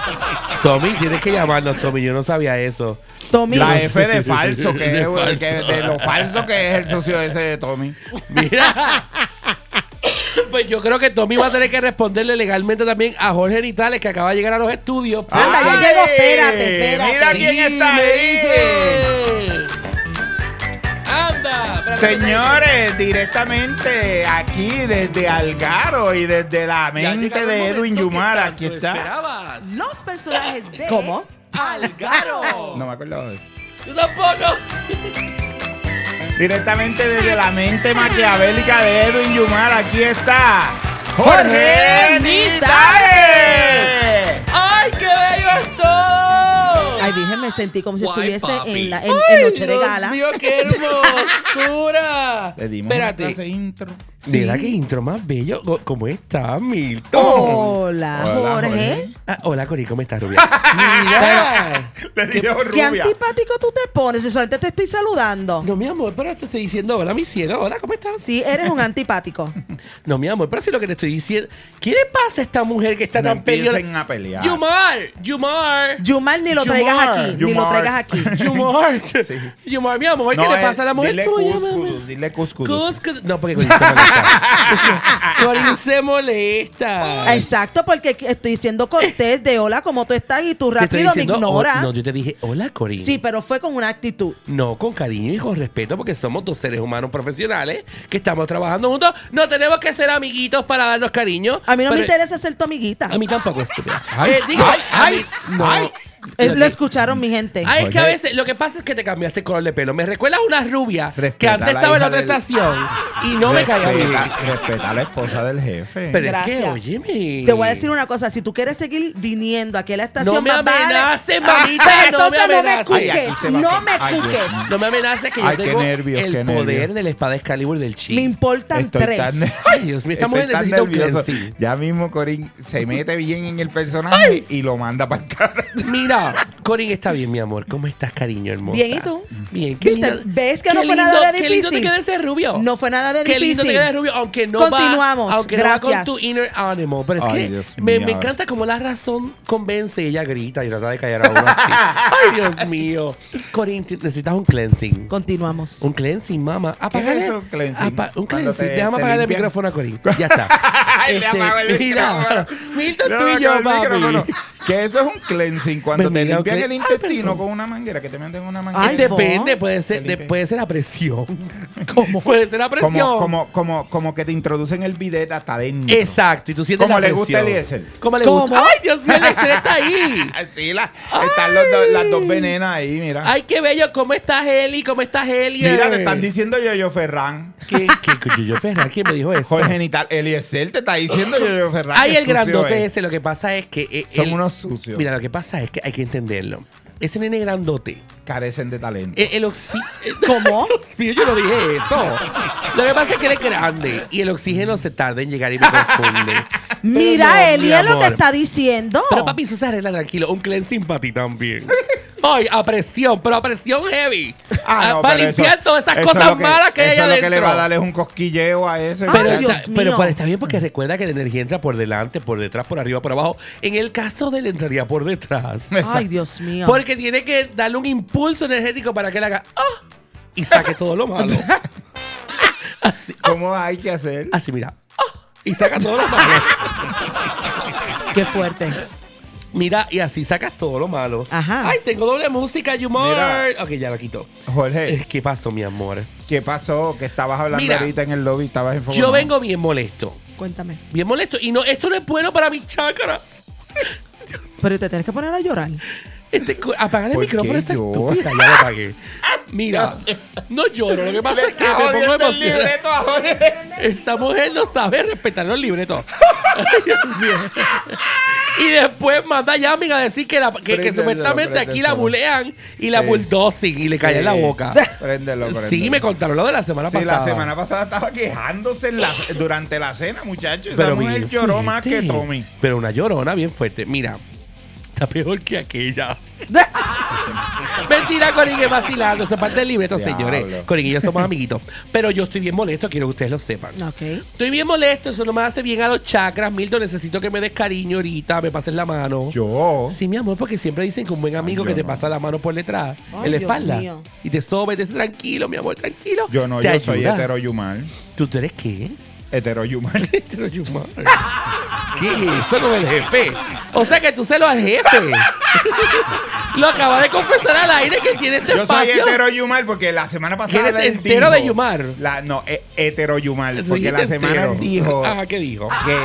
Speaker 5: Tommy, tienes que llamarnos, Tommy. Yo no sabía eso.
Speaker 3: Tommy.
Speaker 4: La F de falso, que
Speaker 5: De
Speaker 4: es
Speaker 5: falso.
Speaker 4: que de lo falso que es el sucio ese de Tommy.
Speaker 5: Mira. Pues yo creo que Tommy va a tener que responderle legalmente también a Jorge Nitales, que acaba de llegar a los estudios. Ah,
Speaker 3: Anda, ya
Speaker 4: ¡Ay!
Speaker 3: llegó, espérate, espérate.
Speaker 4: Mira Ah, quién está
Speaker 5: me
Speaker 4: ahí.
Speaker 5: dice. Anda, espérate,
Speaker 4: Señores, directamente aquí desde Algaro y desde la
Speaker 5: espérate. Ya ha
Speaker 4: mente
Speaker 5: llegado el
Speaker 4: de Edwin
Speaker 5: momento que
Speaker 4: Yumar,
Speaker 5: tanto
Speaker 4: aquí está.
Speaker 5: esperabas.
Speaker 3: Los personajes de.
Speaker 4: ¿Cómo?
Speaker 5: Algaro.
Speaker 4: No me acuerdo de
Speaker 5: Yo tampoco.
Speaker 4: Directamente desde la mente maquiavélica de Edwin Yumar, aquí está
Speaker 3: Jorge
Speaker 4: Jorge Nitae.
Speaker 5: ¡Ay, qué bello estoy!
Speaker 3: Ay, dije, me sentí como si
Speaker 1: Guay,
Speaker 3: estuviese
Speaker 1: papi.
Speaker 3: en, la, en, en
Speaker 5: Ay,
Speaker 3: Noche de
Speaker 5: Dios
Speaker 3: Gala.
Speaker 5: mío, qué hermosura!
Speaker 4: Le dimos una clase
Speaker 5: Espérate.
Speaker 4: de intro.
Speaker 5: Mira qué intro más bello. Co- ¿Cómo está, Milton?
Speaker 3: Hola,
Speaker 4: Hola,
Speaker 3: Jorge.
Speaker 4: Jorge.
Speaker 5: Ah, hola, Cori, ¿cómo estás, Rubia? Mira.
Speaker 4: Te Te digo
Speaker 3: Qué
Speaker 4: rubia.
Speaker 3: antipático tú te pones, si solamente te estoy saludando.
Speaker 5: No, mi amor, pero te estoy diciendo, hola, mi cielo, hola, ¿cómo estás?
Speaker 3: Sí, eres un antipático.
Speaker 5: No, mi amor, pero si lo que te estoy diciendo. ¿Qué le pasa a esta mujer que está
Speaker 4: No
Speaker 5: tan peleona?
Speaker 4: empiecen a pelear.
Speaker 5: Yumar, Yumar.
Speaker 3: Yumar, ni lo
Speaker 5: Yumar,
Speaker 3: traigas aquí. Ni lo
Speaker 4: Yumar.
Speaker 3: traigas aquí.
Speaker 5: Yumar. Yumar, mi amor, ¿qué
Speaker 4: No,
Speaker 5: le
Speaker 4: eh,
Speaker 5: pasa a la mujer
Speaker 4: Dile
Speaker 5: tuya,
Speaker 4: cuscudus,
Speaker 5: mami?
Speaker 4: dile cuscudus.
Speaker 5: Cuscus- No, porque Corín se molesta. Corín se molesta.
Speaker 3: Exacto, porque estoy diciendo cortés de hola como tú estás y tú
Speaker 5: Te estoy
Speaker 3: rápido me
Speaker 5: diciendo,
Speaker 3: ignoras.
Speaker 5: oh, no, yo te dije, hola, Corín.
Speaker 3: Sí, pero fue con una actitud.
Speaker 5: No, con cariño y con respeto, porque somos dos seres humanos profesionales que estamos trabajando juntos. No tenemos que ser amiguitos para darnos cariño.
Speaker 3: A mí no me
Speaker 5: Pero-
Speaker 3: interesa ser tu amiguita.
Speaker 5: A mí tampoco, estúpida.
Speaker 4: Ay,
Speaker 5: Eh, digo,
Speaker 4: ay,
Speaker 5: a
Speaker 4: ay,
Speaker 5: mí- no.
Speaker 4: ay.
Speaker 3: Eh,
Speaker 5: Yo
Speaker 3: lo
Speaker 5: te-
Speaker 3: escucharon mi gente.
Speaker 5: Ah, es que a
Speaker 4: Oye.
Speaker 5: veces lo que pasa es que te cambiaste el color de pelo. Me recuerdas a una rubia que
Speaker 4: Respeta
Speaker 5: antes
Speaker 4: la
Speaker 5: estaba en
Speaker 4: hija
Speaker 5: otra
Speaker 4: del-
Speaker 5: estación y no me caía bien.
Speaker 4: Respeta- Respeta a la esposa del jefe.
Speaker 5: Pero es que,
Speaker 3: Gracias.
Speaker 5: óyeme.
Speaker 3: Te voy a decir una cosa, si tú quieres seguir viniendo aquí a la estación,
Speaker 5: No me
Speaker 3: más vale- Ah,
Speaker 5: amenaces, mamita, no me
Speaker 3: entonces no me
Speaker 5: amenaces.
Speaker 4: Ay, aquí
Speaker 3: cuques,
Speaker 4: se va a-
Speaker 3: no me
Speaker 4: Ay, Dios
Speaker 3: cuques.
Speaker 4: mío.
Speaker 5: No me amenaces que yo
Speaker 4: Ay, qué
Speaker 5: tengo
Speaker 4: nervios,
Speaker 5: el
Speaker 4: qué
Speaker 5: poder
Speaker 4: nervios.
Speaker 5: de la espada Excalibur del chi.
Speaker 3: Me importan
Speaker 4: Estoy
Speaker 3: tres.
Speaker 4: tan-
Speaker 5: Ay, Dios mío, esta mujer
Speaker 4: Estoy tan
Speaker 5: necesita un
Speaker 4: nervioso.
Speaker 5: cleansing.
Speaker 4: Ya mismo Corín se mete bien en el personaje y lo manda para el cara.
Speaker 5: Mira, Corin está bien, mi amor. ¿Cómo estás, cariño hermoso?
Speaker 3: Bien, ¿y tú?
Speaker 5: Bien, qué
Speaker 3: ¿Viste?
Speaker 5: lindo.
Speaker 3: ¿Ves que
Speaker 5: Qué
Speaker 3: no fue nada de
Speaker 5: Qué lindo te
Speaker 3: difícil?
Speaker 5: queda ese rubio.
Speaker 3: No fue nada de
Speaker 5: Qué lindo te
Speaker 3: difícil.
Speaker 5: queda ese rubio, aunque no
Speaker 3: Continuamos,
Speaker 5: va, aunque no va
Speaker 3: gracias.
Speaker 5: con tu inner animal. Pero es
Speaker 4: Ay, Dios
Speaker 5: que me,
Speaker 4: mío.
Speaker 5: me encanta cómo la razón convence y ella grita y trata de callar a uno así. Ay, Dios mío. Corin, te- necesitas un cleansing.
Speaker 3: Continuamos.
Speaker 5: Un cleansing, mamá. Apágale.
Speaker 4: es eso, cleansing?
Speaker 5: apa- un
Speaker 4: Cuando
Speaker 5: cleansing.
Speaker 4: te-
Speaker 5: Déjame
Speaker 4: te
Speaker 5: apagar el
Speaker 4: limpian.
Speaker 5: micrófono a Corín. Ya está. Este,
Speaker 4: Ay, le apago el micrófono.
Speaker 5: Milton,
Speaker 4: Le
Speaker 5: tú
Speaker 4: apago
Speaker 5: y yo,
Speaker 4: el micrófono.
Speaker 5: papi. Eh,
Speaker 4: Que eso es un cleansing. Cuando
Speaker 5: Me
Speaker 4: te
Speaker 5: mira,
Speaker 4: limpian
Speaker 5: ok.
Speaker 4: el
Speaker 5: Ay,
Speaker 4: intestino
Speaker 5: perdón.
Speaker 4: con una manguera, que te meten una
Speaker 3: Ay,
Speaker 4: manguera.
Speaker 3: de-
Speaker 5: Depende,
Speaker 3: fo-
Speaker 5: puede ser,
Speaker 4: Te
Speaker 5: de-
Speaker 4: limpia.
Speaker 5: puede ser a presión. ¿Cómo? Puede ser a presión.
Speaker 4: como, como, como, como que te introducen el bidet hasta adentro.
Speaker 5: Exacto, y tú sientes
Speaker 4: Como
Speaker 5: la
Speaker 4: le gusta
Speaker 5: presión.
Speaker 4: Eliezer.
Speaker 5: Como le
Speaker 3: ¿Cómo?
Speaker 5: gusta. ¡Ay, Dios mío, Eliezer está ahí!
Speaker 4: Así la, están los dos- las dos venenas ahí, mira.
Speaker 5: ¡Ay, qué bello! ¿Cómo estás, Eli? ¿Cómo estás, Eli?
Speaker 4: mira, te están diciendo Yoyo Ferran.
Speaker 5: ¿Qué, qué, qué- yo, yo, Ferran, ¿Quién me dijo eso?
Speaker 4: Jorge Genital. Eliezer te está diciendo Yoyo Ferran.
Speaker 5: Ay,
Speaker 4: qué
Speaker 5: el
Speaker 4: sucio
Speaker 5: grandote
Speaker 4: es.
Speaker 5: ese, lo que pasa es que... eh,
Speaker 4: Son
Speaker 5: él-
Speaker 4: unos sucios.
Speaker 5: Mira, lo que pasa es que hay que entenderlo. Ese nene grandote,
Speaker 4: Carecen de talento.
Speaker 5: Eh, el, el oxi...
Speaker 3: ¿Cómo?
Speaker 5: Dios mío, yo no dije esto. Lo que pasa es que él es grande y el oxígeno se tarda en llegar y me confunde. Pero no,
Speaker 3: Mira,
Speaker 5: mi
Speaker 3: Eli, es lo que
Speaker 5: amor.
Speaker 3: está diciendo.
Speaker 5: Pero papi, eso se arregla tranquilo. Un cleansing para ti también. Ay, a presión, pero a presión heavy.
Speaker 4: Ah, no,
Speaker 5: para
Speaker 4: pero
Speaker 5: limpiar
Speaker 4: eso-
Speaker 5: todas esas
Speaker 4: eso
Speaker 5: cosas
Speaker 4: lo
Speaker 5: malas que hay
Speaker 4: eso
Speaker 5: allá
Speaker 4: lo que
Speaker 5: adentro.
Speaker 4: le va a dar es un cosquilleo a ese.
Speaker 5: pero,
Speaker 3: Ay,
Speaker 5: está,
Speaker 3: Dios mío.
Speaker 5: pero por- está bien porque recuerda que la energía entra por delante, por detrás, por arriba, por abajo. En el caso de él entraría por detrás.
Speaker 3: Ay, Dios mío.
Speaker 5: Porque tiene que darle un impulso energético para que él haga ¡ah! y saque todo lo malo.
Speaker 4: ¿Cómo hay que hacer?
Speaker 5: Así mira. ¡ah! Y saca todo lo malo.
Speaker 3: Qué fuerte.
Speaker 5: Mira, y así sacas todo lo malo.
Speaker 3: Ajá.
Speaker 5: Ay, tengo doble música, humor.
Speaker 4: Mira.
Speaker 5: Ok, ya la quito. Eh,
Speaker 4: Jorge,
Speaker 5: ¿Qué pasó, mi amor?
Speaker 4: ¿qué pasó? Que estabas hablando
Speaker 5: Mira,
Speaker 4: ahorita en el lobby, estabas en
Speaker 5: Yo vengo bien molesto.
Speaker 3: Cuéntame.
Speaker 5: Bien molesto. Y no, esto no es bueno para mi chácara.
Speaker 3: Pero te tienes que poner a llorar.
Speaker 5: Este, co- apagar el
Speaker 4: ¿Por
Speaker 5: micrófono
Speaker 4: qué
Speaker 5: está
Speaker 4: yo?
Speaker 5: estúpida. Ya lo apagué. Mira, no lloro. Lo que pasa es que me pongo emocionado. Esta mujer no sabe respetar los libretos. Ay, Dios mío. Y después manda a Yamin a decir que, la- que- que
Speaker 4: Préndelo,
Speaker 5: supuestamente aquí la
Speaker 4: préndelo.
Speaker 5: bulean y la
Speaker 4: Sí.
Speaker 5: bulldozing y le callan la boca.
Speaker 4: Préndelo, préndelo.
Speaker 5: Sí, me contaron lo de la semana
Speaker 4: Sí,
Speaker 5: pasada.
Speaker 4: la semana pasada estaba quejándose en la- durante la cena, muchachos. Esa
Speaker 5: Pero
Speaker 4: mujer
Speaker 5: bien
Speaker 4: lloró
Speaker 5: fuerte.
Speaker 4: más que Tommy.
Speaker 5: Pero una llorona bien fuerte. Mira, está peor que aquella. Mentira, Corín, es vacilando. Se parte del libreto,
Speaker 4: Diablo.
Speaker 5: señores. Corín y yo somos amiguitos. Pero yo estoy bien molesto, quiero que ustedes lo sepan.
Speaker 3: Ok.
Speaker 5: Estoy bien molesto, eso no me hace bien a los chakras. Milton, necesito que me des cariño ahorita, me pases la mano.
Speaker 4: Yo.
Speaker 5: Sí, mi amor, porque siempre dicen que un buen amigo
Speaker 4: yo
Speaker 5: que te
Speaker 4: no.
Speaker 5: pasa la mano por detrás,
Speaker 3: Ay,
Speaker 5: en la
Speaker 3: Dios
Speaker 5: espalda,
Speaker 3: mío.
Speaker 5: y te sobe, te dice tranquilo, mi amor, tranquilo.
Speaker 4: Yo no,
Speaker 5: te
Speaker 4: yo soy
Speaker 5: ayuda.
Speaker 4: heteroyumal.
Speaker 5: ¿Tú tú eres qué?
Speaker 4: Heteroyumal.
Speaker 5: Pero Yumar. ¿Qué es eso con el jefe? O sea que tú se lo al jefe. lo acabas de confesar al aire que tiene este
Speaker 4: Yo soy
Speaker 5: espacio.
Speaker 4: heteroyumal porque la semana pasada.
Speaker 5: ¿Quieres
Speaker 4: él
Speaker 5: entero de Yumar?
Speaker 4: La, no, he- heteroyumal.
Speaker 5: Soy
Speaker 4: Porque la
Speaker 5: entero.
Speaker 4: semana él dijo
Speaker 5: Ajá, Ah, ¿qué dijo?
Speaker 4: que,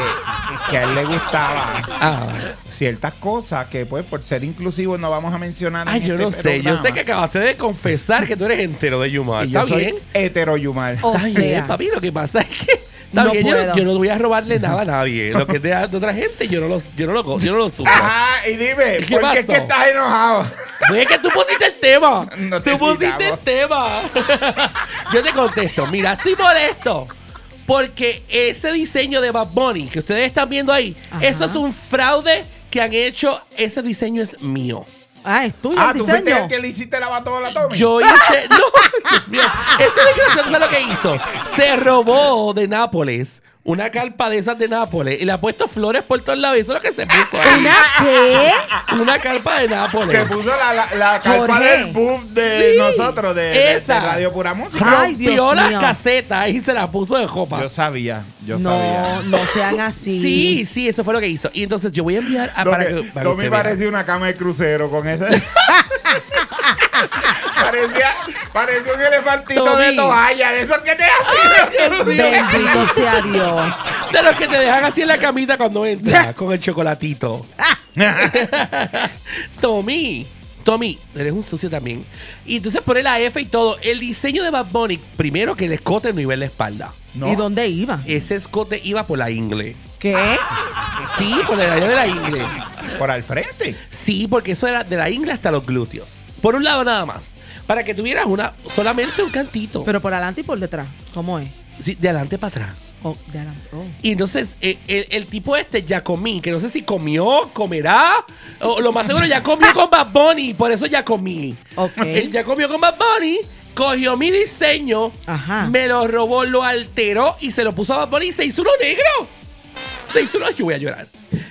Speaker 4: que a él le gustaba
Speaker 5: Ah.
Speaker 4: ciertas cosas que, pues, por ser inclusivos, no vamos a mencionar. en
Speaker 5: Ay, Ah, yo
Speaker 4: este
Speaker 5: no sé. Yo
Speaker 4: programa.
Speaker 5: sé que acabaste de confesar que tú eres entero de Yumar.
Speaker 4: Y yo
Speaker 5: ¿Está
Speaker 4: soy
Speaker 5: bien? Oh.
Speaker 4: heteroyumal.
Speaker 3: O
Speaker 5: Está bien,
Speaker 3: sea,
Speaker 5: papi. Lo que pasa es que. Está
Speaker 3: No
Speaker 5: bien, yo,
Speaker 3: puedo.
Speaker 5: yo no voy a robarle nada a nadie. Lo que es de, de otra gente, yo no lo, yo no lo, co- yo no lo sufro.
Speaker 4: Ajá, y dime,
Speaker 5: ¿Qué
Speaker 4: ¿por qué es
Speaker 5: pasó?
Speaker 4: que estás enojado?
Speaker 5: No, es que tú pusiste el tema.
Speaker 4: No te
Speaker 5: tú pusiste el
Speaker 4: digamos.
Speaker 5: tema. Yo te contesto. Mira, estoy molesto. Porque ese diseño de Bad Bunny que ustedes están viendo ahí,
Speaker 3: Ajá.
Speaker 5: eso es un fraude que han hecho. Ese diseño es mío.
Speaker 3: Ah, es tuyo
Speaker 4: Ah,
Speaker 3: el
Speaker 4: tú fuiste
Speaker 3: diseño.
Speaker 4: el que le hiciste la batola a Tommy.
Speaker 5: Yo hice. No, Dios mío. Ese desgraciado sabe lo que hizo. Se robó de Nápoles una carpa de esas de Nápoles y le ha puesto flores por todos lados. Eso es lo que se puso. ahí.
Speaker 3: ¿Una qué?
Speaker 5: Una carpa de
Speaker 4: Se
Speaker 5: Nápoles.
Speaker 4: puso la, la, la carpa
Speaker 3: Jorge.
Speaker 4: del buff de
Speaker 5: Sí,
Speaker 4: nosotros, de, de- de
Speaker 5: esa. Ah,
Speaker 4: Radio Pura Música.
Speaker 3: Ay,
Speaker 5: Rompió
Speaker 3: Dios
Speaker 5: las
Speaker 3: mío.
Speaker 5: casetas y se las puso de jopa.
Speaker 4: Yo sabía, yo
Speaker 3: No,
Speaker 4: sabía.
Speaker 3: no sean así.
Speaker 5: Sí, sí, eso fue lo que hizo. Y entonces yo voy a enviar a, Ah, para que.
Speaker 4: Tommy,
Speaker 5: Para que
Speaker 4: Tommy
Speaker 5: usted vea.
Speaker 4: parecía una cama de crucero con ese. parecía, parecía un elefantito de
Speaker 5: Tommy.
Speaker 4: toalla, de esos que te
Speaker 5: Dios
Speaker 4: hacen.
Speaker 5: mío.
Speaker 3: Bendito sea Dios.
Speaker 5: De los que te dejan así en la camita cuando entras con el chocolatito. Tommy, Tommy, eres un socio también. Y entonces pone la F y todo. El diseño de Bad Bunny, primero que el escote no iba en la espalda.
Speaker 4: No. Eh,
Speaker 3: ¿Y dónde iba?
Speaker 5: Ese escote iba por la ingle.
Speaker 3: ¿Qué?
Speaker 5: Sí, por el área de la ingle.
Speaker 4: Por al frente.
Speaker 5: Sí, porque eso era de la ingle hasta los glúteos. Por un lado nada más. Para que tuvieras una solamente un cantito.
Speaker 3: Pero por adelante y por detrás. ¿Cómo es?
Speaker 5: Sí, de adelante para atrás.
Speaker 3: Oh, de adelante. oh.
Speaker 5: Y entonces, eh, el, el tipo este, Jacomín, que no sé si comió, comerá, o lo más seguro, ya comió con Bad Bunny, por eso ya comí.
Speaker 3: Ok.
Speaker 5: Él ya comió con Bad Bunny, cogió mi diseño,
Speaker 3: Ajá.
Speaker 5: me lo robó, lo alteró y se lo puso a Bad Bunny y se hizo uno negro. Se hizo uno, yo voy a llorar.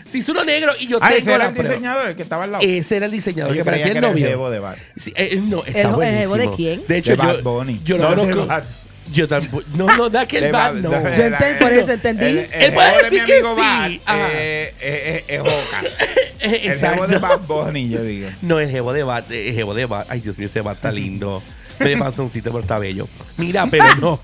Speaker 5: Se hizo uno negro y yo
Speaker 4: Ah, ese
Speaker 5: tengo
Speaker 4: era
Speaker 5: la Eh,
Speaker 4: el
Speaker 5: prueba.
Speaker 4: diseñador, el que estaba al lado.
Speaker 5: Ese era el diseñador
Speaker 4: Yo
Speaker 5: que
Speaker 4: creía
Speaker 5: parecía
Speaker 4: que
Speaker 5: el
Speaker 4: era el
Speaker 5: novio.
Speaker 4: jevo de Bad.
Speaker 5: Sí, eh, no, está
Speaker 3: ¿El- el
Speaker 5: buenísimo.
Speaker 3: jevo de quién?
Speaker 5: De hecho,
Speaker 4: De Bad
Speaker 5: yo,
Speaker 4: Bunny.
Speaker 5: yo
Speaker 4: No,
Speaker 5: lo
Speaker 4: de
Speaker 5: conozco.
Speaker 4: Bad.
Speaker 5: Yo tampoco. No, no, de aquel
Speaker 4: De
Speaker 5: Bad,
Speaker 4: Bad-
Speaker 5: no.
Speaker 4: de-
Speaker 3: Yo entendí, por eso entendí.
Speaker 4: El, el,
Speaker 5: Él puede
Speaker 4: jevo de mi
Speaker 5: decir que
Speaker 4: amigo
Speaker 5: sí.
Speaker 4: Bad,
Speaker 5: Ajá.
Speaker 4: eh, eh, eh, es Oca.
Speaker 5: Eh,
Speaker 4: El jevo de
Speaker 5: exacto.
Speaker 4: Bad Bunny, yo digo.
Speaker 5: No, el jevo de Bat, el jevo de Bat. Ay, Dios mío, ese Bat está lindo. Me panzoncito, pero está bello. Mira, pero no.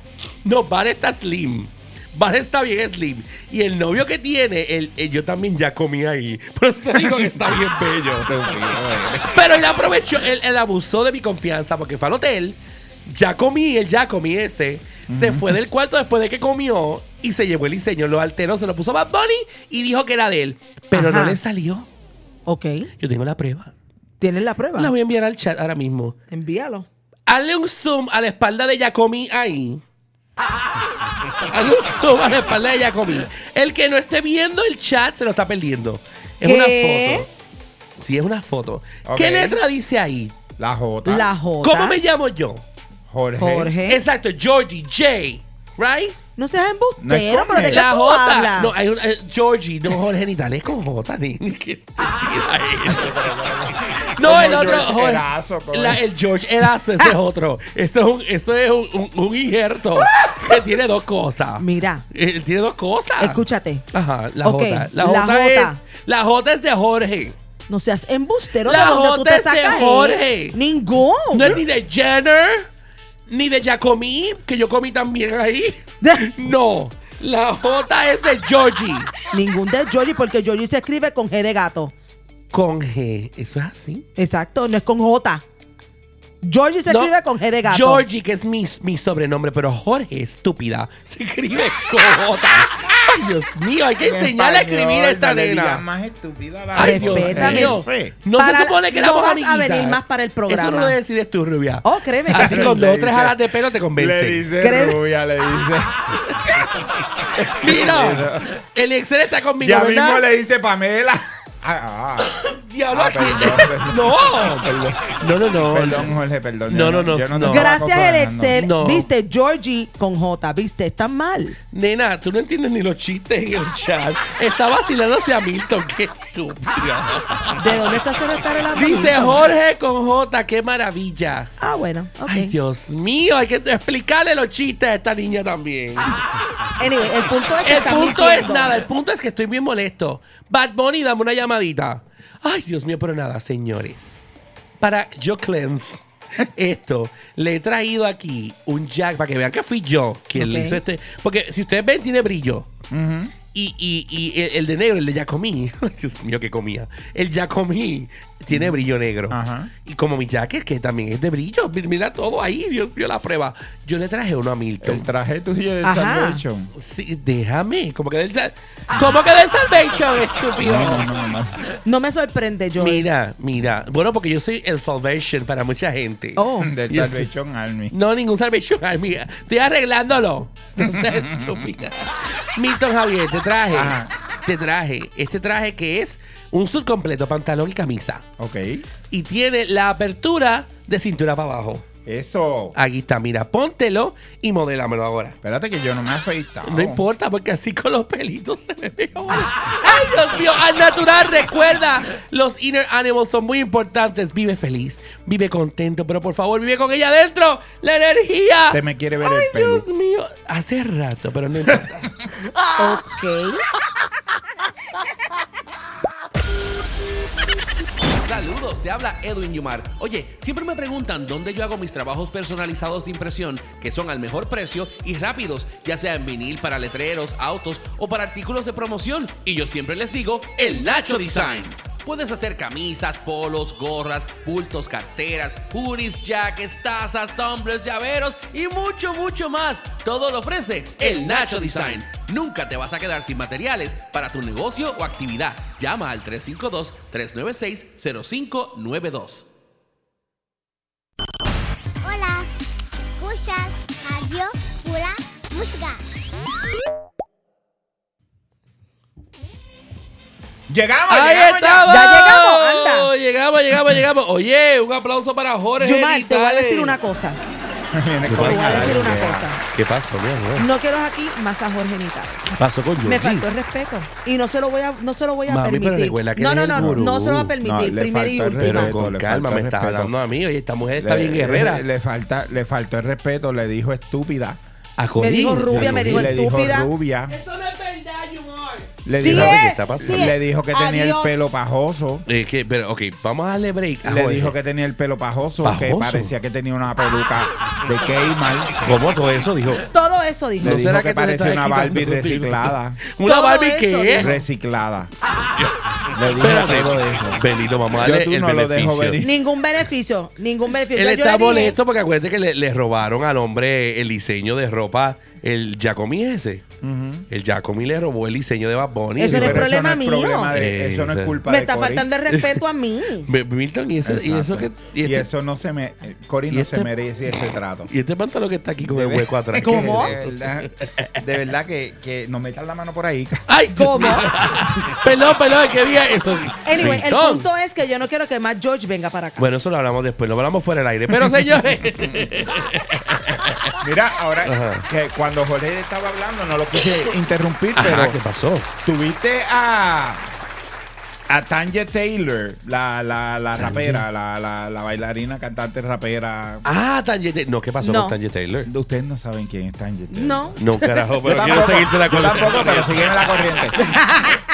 Speaker 5: No, Bat está slim. Bat está bien slim. Y el novio que tiene, el, el- yo también ya comí ahí. Por eso te digo que está bien bello. Pero él aprovechó, él, él abusó de mi confianza porque fue al hotel. Ya comí, él ya comí ese. Se fue del cuarto después de que comió y se llevó el diseño. Lo alteró, se lo puso a Bad Bunny y dijo que era de él. Pero no
Speaker 3: Ajá.
Speaker 5: le salió.
Speaker 3: Ok.
Speaker 5: Yo tengo la prueba.
Speaker 3: ¿Tienes la prueba?
Speaker 5: La voy a enviar al chat ahora mismo.
Speaker 3: Envíalo.
Speaker 5: Hazle un zoom a la espalda de Jacomi ahí. Hazle un zoom a la espalda de Jacomi. El que no esté viendo el chat se lo está perdiendo. Es
Speaker 3: ¿Qué?
Speaker 5: una foto. Sí, es una foto.
Speaker 4: Ok.
Speaker 5: ¿Qué letra dice ahí?
Speaker 4: La J.
Speaker 3: La J. ¿Eh?
Speaker 5: ¿Cómo me llamo yo?
Speaker 4: Ah. Jorge.
Speaker 3: Jorge.
Speaker 5: Exacto, Georgie J. ¿Right?
Speaker 3: No seas
Speaker 4: No es
Speaker 3: embustero,
Speaker 4: con
Speaker 3: pero de
Speaker 4: él.
Speaker 3: qué
Speaker 5: La
Speaker 3: tú
Speaker 5: J.
Speaker 3: hablas.
Speaker 5: No, hay una, eh, Georgie, no Jorge ni tal. Es con J, ni. ni qué sentido hay eso. No,
Speaker 4: Como
Speaker 5: el otro.
Speaker 4: George
Speaker 5: Jorge-
Speaker 4: Erazo, como-
Speaker 5: la- el George Erazo, ese es otro. Eso es un, eso es un, un- un injerto que tiene dos cosas.
Speaker 3: Mira,
Speaker 5: Él tiene dos
Speaker 4: Ah.
Speaker 5: cosas.
Speaker 3: escúchate.
Speaker 5: Ajá, la
Speaker 3: Ok,
Speaker 5: J. La
Speaker 3: la
Speaker 5: J,
Speaker 3: J.
Speaker 5: es. La J es de Jorge.
Speaker 3: No seas embustero
Speaker 5: La
Speaker 3: de donde tú
Speaker 5: J
Speaker 3: te
Speaker 5: es de
Speaker 3: sacas. eh?
Speaker 5: Jorge.
Speaker 3: Ningún.
Speaker 5: No es ni de Jenner, ni de Jacomi, que yo comí también ahí. No. La J es de Georgie.
Speaker 3: Ningún de Georgie, porque Georgie se escribe con G de gato.
Speaker 5: Con G. Eso es así.
Speaker 3: Exacto, no es con J. Georgie se
Speaker 5: No,
Speaker 3: escribe con G de gato.
Speaker 5: Georgie, que es mi, mi sobrenombre, pero Jorge, estúpida, se escribe con J. Ay, Dios mío, hay que
Speaker 4: En
Speaker 5: enseñarle a
Speaker 4: español,
Speaker 5: escribir a esta
Speaker 4: no le digas
Speaker 5: nena.
Speaker 4: más estúpida la
Speaker 5: Ay, Dios
Speaker 4: J.
Speaker 3: Respétame.
Speaker 5: mío.
Speaker 4: Fe.
Speaker 5: No
Speaker 3: Para-
Speaker 5: se supone que
Speaker 3: no
Speaker 5: éramos
Speaker 3: vas a
Speaker 5: amiguitas.
Speaker 3: venir más para el programa.
Speaker 5: Eso no lo decides tú, Rubia.
Speaker 3: Oh, créeme que
Speaker 5: Así
Speaker 3: sí.
Speaker 5: con
Speaker 4: Le
Speaker 5: dos o tres
Speaker 4: dice-
Speaker 5: alas de pelo te
Speaker 4: Le
Speaker 5: convence. Ah,
Speaker 4: dice
Speaker 3: Creo-
Speaker 4: rubia, le dice.
Speaker 5: Mira, el Excel está conmigo,
Speaker 4: Ya
Speaker 5: ¿verdad?
Speaker 4: mismo le dice Pamela. Ah, ah.
Speaker 5: Diablo,
Speaker 4: Ah,
Speaker 5: aquí-
Speaker 4: perdón, perdón.
Speaker 5: No. No, no, no.
Speaker 4: Perdón, Jorge, perdón.
Speaker 5: No,
Speaker 4: Yo
Speaker 5: no, no,
Speaker 4: yo
Speaker 5: no.
Speaker 4: te
Speaker 3: Gracias
Speaker 4: estaba
Speaker 3: al
Speaker 4: cojonando.
Speaker 3: Excel,
Speaker 5: No.
Speaker 3: viste, Georgie con J, viste, está mal.
Speaker 5: Nena, tú no entiendes ni los chistes en el chat. Está vacilándose a Milton. Qué estúpida.
Speaker 3: ¿De dónde está se estar el
Speaker 5: Dice
Speaker 3: amiguito?
Speaker 5: Jorge con J, qué maravilla.
Speaker 3: Ah, bueno, ok.
Speaker 5: Ay, Dios mío, hay que explicarle los chistes a esta niña también.
Speaker 3: Anyway, el punto es que
Speaker 5: El
Speaker 3: están
Speaker 5: punto es
Speaker 3: Ah, mintiendo.
Speaker 5: nada, el punto es que estoy bien molesto. Bad Bunny, dame una llamadita. Ay, Dios mío, pero nada, señores. Para yo cleanse esto, le he traído aquí un jack para que vean que fui yo quien le
Speaker 3: Ok.
Speaker 5: hizo este. Porque si ustedes ven, tiene brillo. Y, y- y el, el de negro, el de ya comí. Ay, Dios mío, que comía. El ya comí tiene brillo negro.
Speaker 4: Ajá.
Speaker 5: Y como mi jacket, que también es de brillo, mi- mira todo ahí, Dios mío, la prueba. Yo le traje uno a Milton.
Speaker 4: El traje tuyo de
Speaker 3: Ajá.
Speaker 4: Salvation.
Speaker 5: Sí, déjame. Como que del sal-
Speaker 4: Ah.
Speaker 5: como que del Salvation, estúpido.
Speaker 3: No me sorprende, Georgie.
Speaker 5: Mira, mira. Bueno, porque yo soy el Salvation para mucha gente.
Speaker 3: Oh,
Speaker 4: Del
Speaker 5: Yes.
Speaker 4: Salvation Army.
Speaker 5: No, ningún Salvation Army. Estoy arreglándolo. No seas estúpida. Milton Javier, te traje.
Speaker 4: Ajá.
Speaker 5: Te traje. Este traje que es un suit completo, pantalón y camisa.
Speaker 4: Ok.
Speaker 5: Y tiene la apertura de cintura para abajo.
Speaker 4: Eso.
Speaker 5: Aquí está, mira, póntelo y modélamelo ahora.
Speaker 4: Espérate que yo no me he afeitado.
Speaker 5: No importa, porque así con los pelitos se me ve como- ¡Ay, Dios mío! Al natural, recuerda, los inner animals son muy importantes. Vive feliz, vive contento, pero por favor, vive con ella adentro. ¡La energía!
Speaker 4: Te me quiere ver
Speaker 5: ¡Ay,
Speaker 4: el pelo.
Speaker 5: Dios mío! Hace rato, pero no importa.
Speaker 3: Ok.
Speaker 1: Saludos, te habla Edwin Yumar. Oye, siempre me preguntan dónde yo hago mis trabajos personalizados de impresión, que son al mejor precio y rápidos, ya sea en vinil para letreros, autos o para artículos de promoción. Y yo siempre les digo, el Nacho Design. Puedes hacer camisas, polos, gorras, bultos, carteras, hoodies, jackets, tazas, tumblers, llaveros y mucho, mucho más. Todo lo ofrece el Nacho Design. Nunca te vas a quedar sin materiales para tu negocio o actividad. Llama al 352-396-0592.
Speaker 7: Hola, escuchas Radio Pura Música.
Speaker 4: Llegamos,
Speaker 5: ¡Ahí
Speaker 4: llegamos,
Speaker 5: estamos!
Speaker 3: ya. Ya llegamos, anda.
Speaker 5: Llegamos, llegamos, llegamos. Oye, un aplauso para Jorge.
Speaker 3: Yumar, te voy a
Speaker 5: Vitale.
Speaker 3: decir una cosa.
Speaker 4: ya. Viene
Speaker 3: Te voy a
Speaker 4: colgado.
Speaker 3: decir una cosa.
Speaker 5: ¿Qué pasó, mi amor?
Speaker 3: No quiero aquí más a Jorge Nitales.
Speaker 5: Pasó con Georgie.
Speaker 3: Me faltó el respeto. Y no se lo voy a, no se lo voy a
Speaker 5: Mami, pero
Speaker 3: permitir.
Speaker 5: recuerda que
Speaker 3: no, no,
Speaker 5: eres el
Speaker 3: no,
Speaker 5: gurú.
Speaker 3: no se lo va a permitir.
Speaker 4: No, le
Speaker 3: Primera y
Speaker 4: falta el
Speaker 5: Pero
Speaker 4: respeto.
Speaker 3: última.
Speaker 5: con
Speaker 4: le
Speaker 5: calma,
Speaker 4: falta
Speaker 5: me estás
Speaker 4: respeto.
Speaker 5: hablando a mí. Oye, esta mujer
Speaker 4: Le-
Speaker 5: está bien guerrera.
Speaker 4: Le, le falta, le faltó el respeto, le dijo estúpida.
Speaker 5: A Jolín.
Speaker 3: Me dijo rubia,
Speaker 5: A
Speaker 3: me
Speaker 5: Jolín.
Speaker 3: dijo
Speaker 4: le dijo
Speaker 3: estúpida.
Speaker 4: rubia. Le
Speaker 3: Sí
Speaker 4: dijo,
Speaker 5: ¿Sabe qué
Speaker 3: es,
Speaker 5: está pasando?
Speaker 3: sí es.
Speaker 4: le dijo que tenía el
Speaker 3: Adiós.
Speaker 4: pelo pajoso.
Speaker 5: Eh, que- pero, ok, vamos a darle break a
Speaker 4: Le
Speaker 5: Jorge.
Speaker 4: dijo que tenía el pelo pajoso, que
Speaker 5: Ah, ¿Pajoso?
Speaker 4: parecía que tenía una peluca de Kemal.
Speaker 5: ¿Cómo todo eso? Dijo.
Speaker 3: Todo eso dijo.
Speaker 4: Le
Speaker 5: ¿No
Speaker 4: dijo
Speaker 5: será
Speaker 4: que
Speaker 5: que te
Speaker 4: parece
Speaker 5: estás
Speaker 4: una Barbie
Speaker 5: quitando?
Speaker 4: reciclada.
Speaker 5: ¿Una
Speaker 3: Todo
Speaker 5: Barbie
Speaker 3: eso
Speaker 5: qué
Speaker 3: dijo.
Speaker 4: Reciclada. Le dijo
Speaker 5: Espérate.
Speaker 4: todo eso.
Speaker 5: Benito, vamos a
Speaker 4: Yo
Speaker 5: darle
Speaker 4: tú
Speaker 5: el
Speaker 4: no lo dejo
Speaker 5: beneficio.
Speaker 4: venir.
Speaker 3: Ningún beneficio, ningún beneficio.
Speaker 5: Él
Speaker 3: Entonces, yo
Speaker 5: está
Speaker 3: le dije-
Speaker 5: molesto porque acuérdate que le, le robaron al hombre el diseño de ropa, el Giacomi ese. El Giacomi le robó el diseño de Bad Bunny.
Speaker 3: Eso no es
Speaker 4: Pero
Speaker 3: problema
Speaker 4: eso no es
Speaker 3: mío.
Speaker 4: problema de-
Speaker 5: Eh,
Speaker 4: eso no es culpa
Speaker 3: Me
Speaker 4: de
Speaker 3: está
Speaker 4: Cory.
Speaker 3: faltando el respeto a mí.
Speaker 5: Me- Milton, y, eso, y eso que.
Speaker 4: Exacto.
Speaker 5: Y este,
Speaker 4: Y eso no se me. Cory
Speaker 5: y
Speaker 4: no
Speaker 5: este-
Speaker 4: se merece ese trato.
Speaker 5: y este pantalón que está aquí con el
Speaker 4: De ver-
Speaker 5: hueco atrás.
Speaker 3: ¿Cómo?
Speaker 4: De verdad, de verdad que, que nos metan la mano por ahí.
Speaker 5: ¡Ay, cómo! perdón, perdón, que vi eso.
Speaker 3: Anyway, el
Speaker 5: Milton.
Speaker 3: punto es que yo no quiero que más George venga para acá.
Speaker 5: Bueno, eso lo hablamos después, lo hablamos fuera del aire. Pero señores,
Speaker 4: Mira, ahora
Speaker 5: Ajá.
Speaker 4: que cuando Jorge estaba hablando no lo quise interrumpir,
Speaker 5: Ajá, ¿qué
Speaker 4: pero
Speaker 5: pasó?
Speaker 4: tuviste a a Tanya Taylor, la, la, la rapera, la, la, la bailarina, cantante rapera.
Speaker 5: Ah, Tanje Taylor. No, ¿qué pasó
Speaker 3: No.
Speaker 5: con Tanje Taylor?
Speaker 4: Ustedes no saben quién es Tanya Taylor.
Speaker 3: no.
Speaker 5: No, carajo,
Speaker 4: Yo
Speaker 5: pero quiero
Speaker 4: tampoco,
Speaker 5: seguirte la
Speaker 4: yo
Speaker 5: cola.
Speaker 4: tampoco, pero sígueme la corriente.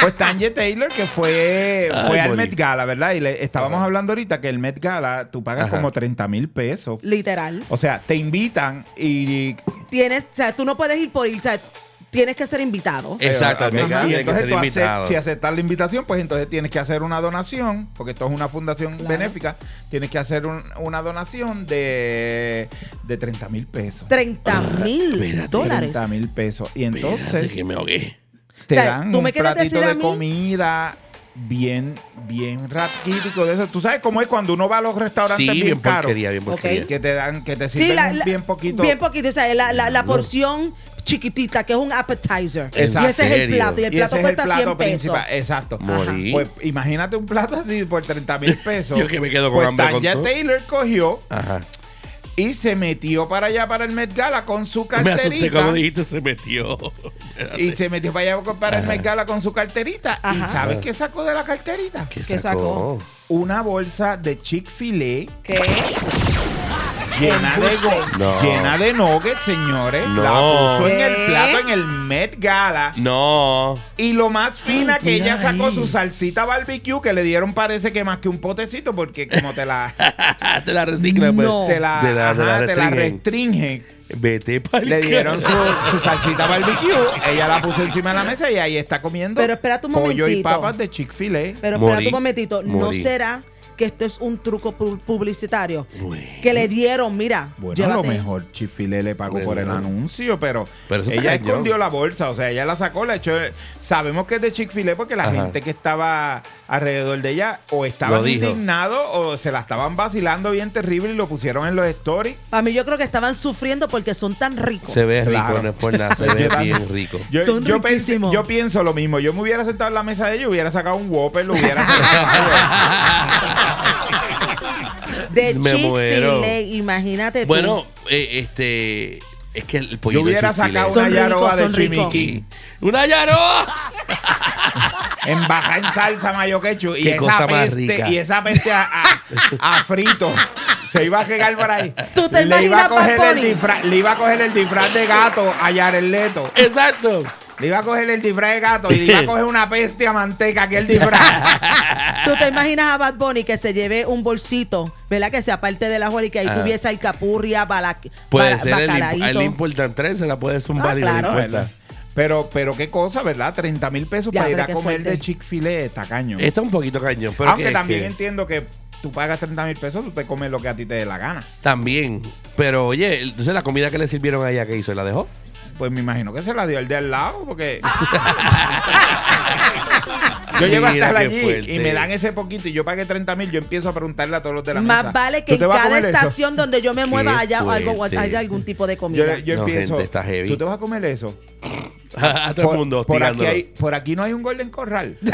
Speaker 4: Pues Tanya Taylor, que fue,
Speaker 5: Ay,
Speaker 4: fue al
Speaker 5: Molly.
Speaker 4: Met Gala, ¿verdad? Y le estábamos hablando ahorita que el Met Gala, tú pagas
Speaker 5: Ajá.
Speaker 4: como 30 mil pesos.
Speaker 3: Literal.
Speaker 4: O sea, te invitan y,
Speaker 3: Tienes, o sea, tú no puedes ir por ir, o sea, tienes que ser invitado.
Speaker 5: Exacto,
Speaker 4: Ajá,
Speaker 5: el Met Gala
Speaker 4: y
Speaker 5: tiene que
Speaker 4: entonces
Speaker 5: ser
Speaker 4: tú ace-
Speaker 5: invitado.
Speaker 4: si aceptas la invitación, pues entonces tienes que hacer una donación, porque esto es una fundación
Speaker 3: Claro.
Speaker 4: benéfica, tienes que hacer un- una donación de, de 30 mil pesos.
Speaker 3: 30 mil
Speaker 5: espérate.
Speaker 3: dólares.
Speaker 4: 30 mil pesos. Y
Speaker 5: Entonces,
Speaker 4: entonces
Speaker 5: que me ahogué.
Speaker 4: te
Speaker 3: O sea,
Speaker 4: dan
Speaker 3: ¿tú
Speaker 4: un
Speaker 3: me quieres
Speaker 4: platito
Speaker 3: decir a
Speaker 4: de
Speaker 3: mí?
Speaker 4: comida bien, bien raquítico de eso. Tú sabes cómo es cuando uno va a los restaurantes
Speaker 5: Sí,
Speaker 4: bien,
Speaker 5: bien
Speaker 4: caros.
Speaker 5: porquería, bien
Speaker 3: Ok.
Speaker 5: porquería.
Speaker 4: Que te dan, que te sirven
Speaker 3: Sí, la- la-
Speaker 4: bien poquito.
Speaker 3: Bien poquito, o sea, la, la- la porción chiquitita, que es un appetizer.
Speaker 4: Exacto.
Speaker 3: Y ese es el
Speaker 5: ¿En
Speaker 3: plato, y el
Speaker 4: Y ese
Speaker 3: plato
Speaker 4: es
Speaker 3: cuesta 100
Speaker 4: principal.
Speaker 3: pesos.
Speaker 4: Exacto.
Speaker 5: Morí.
Speaker 4: Pues imagínate un plato así por 30 mil pesos.
Speaker 5: Yo que me quedo con
Speaker 4: Pues
Speaker 5: hambre con
Speaker 4: Tanya
Speaker 5: todo.
Speaker 4: Taylor cogió
Speaker 5: Ajá.
Speaker 4: y se metió para allá, para el Met Gala, con su
Speaker 5: Me asusté cuando
Speaker 4: carterita.
Speaker 5: dijiste se metió.
Speaker 4: Y se metió para allá para el Met Gala con su carterita.
Speaker 3: Ajá.
Speaker 4: ¿Y
Speaker 5: Ah.
Speaker 4: sabes qué sacó de la carterita?
Speaker 3: ¿Qué sacó?
Speaker 4: Una bolsa de Chick-fil-A
Speaker 3: ¿Qué?
Speaker 4: llena de, go-
Speaker 5: No.
Speaker 4: llena de nuggets, señores.
Speaker 5: No.
Speaker 4: La puso en
Speaker 3: ¿Qué?
Speaker 4: el plato en el Met Gala.
Speaker 5: No.
Speaker 4: Y lo más fina que
Speaker 5: mira
Speaker 4: ella sacó
Speaker 5: ahí.
Speaker 4: su salsita barbecue que le dieron parece que más que un potecito porque como te la
Speaker 5: te la recicla, pues.
Speaker 3: No.
Speaker 4: te la,
Speaker 5: Te la- te la
Speaker 4: ajá, te la restringen.
Speaker 5: restringen. Vete para
Speaker 4: Le dieron su, su salsita barbecue, ella la puso encima de la mesa y ahí está comiendo
Speaker 3: Pero espérate un
Speaker 4: pollo y
Speaker 3: momentito.
Speaker 4: papas de Chick-fil-A.
Speaker 3: Pero
Speaker 5: Morí.
Speaker 3: espérate un momentito, ¿no
Speaker 5: Morí.
Speaker 3: será que esto es un truco pu- publicitario que le dieron, mira,
Speaker 4: Bueno, a
Speaker 3: llévate.
Speaker 4: lo mejor Chifile le pagó por el
Speaker 5: Bueno.
Speaker 4: anuncio, pero,
Speaker 5: Pero eso está
Speaker 4: ella
Speaker 5: cañón.
Speaker 4: escondió la bolsa, o sea, ella la sacó, la echó. Sabemos que es de Chick-fil-A porque la
Speaker 5: Ajá.
Speaker 4: gente que estaba alrededor de ella o
Speaker 5: Lo
Speaker 4: estaban
Speaker 5: dijo.
Speaker 4: indignados o se la estaban vacilando bien terrible y lo pusieron en los stories.
Speaker 3: Para mí yo creo que estaban sufriendo porque son tan ricos.
Speaker 5: Se ve rico,
Speaker 4: Claro.
Speaker 5: no es por nada, se
Speaker 4: Yo
Speaker 5: ve
Speaker 4: también.
Speaker 5: bien rico.
Speaker 4: Yo,
Speaker 3: Son
Speaker 4: yo, pensé-
Speaker 3: riquísimos.
Speaker 4: yo pienso lo mismo. Yo me hubiera sentado en la mesa de ellos, hubiera sacado un Whopper, lo hubiera sacado.
Speaker 3: De
Speaker 5: Me muero.
Speaker 3: Chick-fil-A, imagínate tú.
Speaker 5: Bueno, eh, este. Es que el pollo
Speaker 4: Yo hubiera sacado una
Speaker 3: Son ricos,
Speaker 4: yaroba de
Speaker 3: son ricos.
Speaker 4: chimiqui.
Speaker 5: ¡Una yaroa!
Speaker 4: En baja en salsa mayo ketchup. Y
Speaker 5: Qué
Speaker 4: esa
Speaker 5: cosa más
Speaker 4: peste,
Speaker 5: rica.
Speaker 4: Y esa peste a, a- a frito. Se iba a llegar por ahí.
Speaker 3: ¿Tú te
Speaker 4: le iba,
Speaker 3: imaginas
Speaker 4: a coger
Speaker 3: Bad
Speaker 4: el
Speaker 3: Bunny?
Speaker 4: disfraz, le iba a coger el disfraz de gato a Jared Leto.
Speaker 5: Exacto.
Speaker 4: Le iba a coger el disfraz de gato y le iba a coger una peste a manteca que el disfraz.
Speaker 3: Tú te imaginas a Bad Bunny que se lleve un bolsito, ¿verdad? Que sea parte de la ajuela y que ahí
Speaker 5: Ah.
Speaker 3: tuviese alcapurria, bala,
Speaker 5: Puede
Speaker 3: bala-
Speaker 5: ser el, imp-
Speaker 3: bacalaíto.
Speaker 5: el important tren, se la puede zumbar
Speaker 3: Ah,
Speaker 5: y no le
Speaker 3: claro.
Speaker 5: importa.
Speaker 4: Pero, pero qué cosa, ¿verdad? 30 mil pesos
Speaker 3: Ya,
Speaker 4: para ir
Speaker 3: pero
Speaker 4: a
Speaker 3: qué
Speaker 4: comer
Speaker 3: fuerte.
Speaker 4: de Chick-fil-A está cañón.
Speaker 5: Está un poquito cañón, pero
Speaker 4: Aunque
Speaker 5: que-
Speaker 4: también
Speaker 5: que-
Speaker 4: entiendo que tú pagas 30 mil pesos, tú te comes lo que a ti te dé la gana.
Speaker 5: También. Pero oye, entonces la comida que le sirvieron a ella, ¿qué hizo? ¿La dejó?
Speaker 4: Pues me imagino que se la dio el de al lado, porque. yo llego a
Speaker 5: Mira
Speaker 4: estar
Speaker 5: qué
Speaker 4: allí
Speaker 5: fuerte.
Speaker 4: y me dan ese poquito y yo pagué 30 mil, yo empiezo a preguntarle a todos los de la mesa.
Speaker 3: Más vale que
Speaker 4: "¿Tú te
Speaker 3: en
Speaker 4: vas a
Speaker 3: cada
Speaker 4: comer eso?".
Speaker 3: estación donde yo me mueva haya, algo,
Speaker 5: fuerte.
Speaker 3: haya algún tipo de comida.
Speaker 4: Yo, yo
Speaker 5: No,
Speaker 4: empiezo.
Speaker 5: gente, está heavy.
Speaker 4: ¿Tú te vas a comer eso?
Speaker 5: a todo el mundo
Speaker 4: por aquí,
Speaker 5: hostigándolo.
Speaker 4: hay- por aquí no hay un Golden Corral.
Speaker 5: ¡No!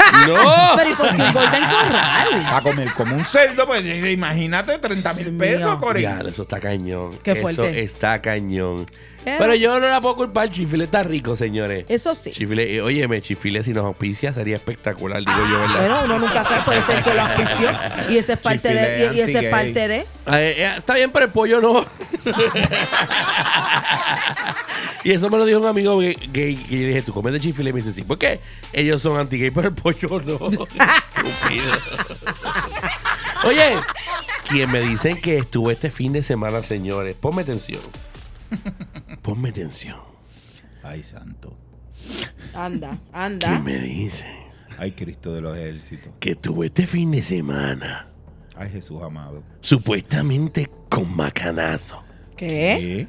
Speaker 3: Pero ¿y por qué el Golden Corral?
Speaker 4: a comer como un cerdo, pues imagínate 30 mil
Speaker 3: Dios
Speaker 4: pesos,
Speaker 3: mío.
Speaker 4: Corín.
Speaker 5: Ya, eso está cañón.
Speaker 3: Qué
Speaker 5: Eso
Speaker 3: fuerte.
Speaker 5: está cañón.
Speaker 3: Pero-
Speaker 5: Pero yo no la puedo culpar, Chifile está rico, señores.
Speaker 3: Eso sí.
Speaker 5: Chifile, eh, óyeme, Chifile si nos auspicia sería espectacular, digo
Speaker 3: Ah,
Speaker 5: yo, ¿verdad?
Speaker 3: Bueno, uno nunca sabe, puede ser que lo auspició y ese es parte de y, y ese es
Speaker 4: Chifile
Speaker 3: parte de
Speaker 5: Eh, eh, está bien, pero el pollo no. y eso me lo dijo un amigo gay, gay, que yo dije, tú comes de chifile. Y me dice, sí, porque ellos son anti-gay, pero el pollo no. Estúpido. Oye, quien me dicen que estuvo este fin de semana, señores, ponme atención. Ponme atención.
Speaker 8: Ay, santo.
Speaker 3: anda,
Speaker 5: ¿Quién
Speaker 3: anda.
Speaker 5: me dicen
Speaker 8: Ay, Cristo de los ejércitos.
Speaker 5: que estuvo este fin de semana,
Speaker 8: Ay, Jesús amado.
Speaker 5: supuestamente con macanazo,
Speaker 3: ¿Qué?
Speaker 8: ¿Qué?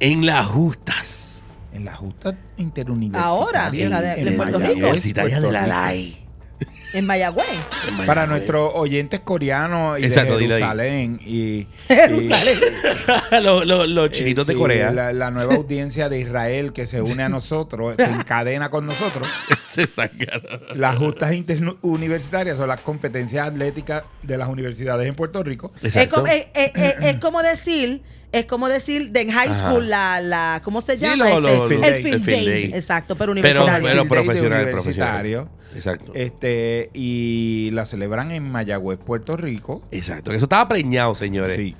Speaker 5: en las justas?
Speaker 8: En la justa interuniversitaria.
Speaker 3: Ahora, en la de-
Speaker 8: en
Speaker 3: de Puerto
Speaker 8: Mayagüez,
Speaker 3: Rico.
Speaker 5: Universitaria de la
Speaker 8: Puerto
Speaker 5: LAI.
Speaker 3: En Mayagüez.
Speaker 4: Para nuestros oyentes coreanos y
Speaker 5: Exacto,
Speaker 4: de
Speaker 5: dilo ahí.
Speaker 4: Jerusalén y,
Speaker 3: Jerusalén.
Speaker 5: los, los- los
Speaker 4: y-
Speaker 5: chinitos
Speaker 4: Eh, sí,
Speaker 5: de Corea.
Speaker 4: La, la nueva audiencia de Israel que se une a nosotros, se encadena con nosotros.
Speaker 5: Se sacaron.
Speaker 4: Las justas interuniversitarias son las competencias atléticas de las universidades en Puerto Rico.
Speaker 3: Es
Speaker 5: Exacto.
Speaker 3: como, eh, es- es- es- es como decir, es como decir de en high
Speaker 5: Ajá.
Speaker 3: school la, la ¿cómo se
Speaker 5: Sí,
Speaker 3: llama?
Speaker 5: lo- lo-
Speaker 3: Este,
Speaker 5: lo-
Speaker 3: el field
Speaker 5: el field
Speaker 3: day.
Speaker 5: day.
Speaker 3: Exacto, pero
Speaker 5: pero,
Speaker 3: universitario.
Speaker 5: pero
Speaker 4: Field day de
Speaker 5: profesional,
Speaker 4: universitario.
Speaker 5: profesional. Exacto.
Speaker 4: Este, y la celebran en Mayagüez, Puerto Rico.
Speaker 5: Exacto. Eso estaba preñado, señores.
Speaker 8: Sí.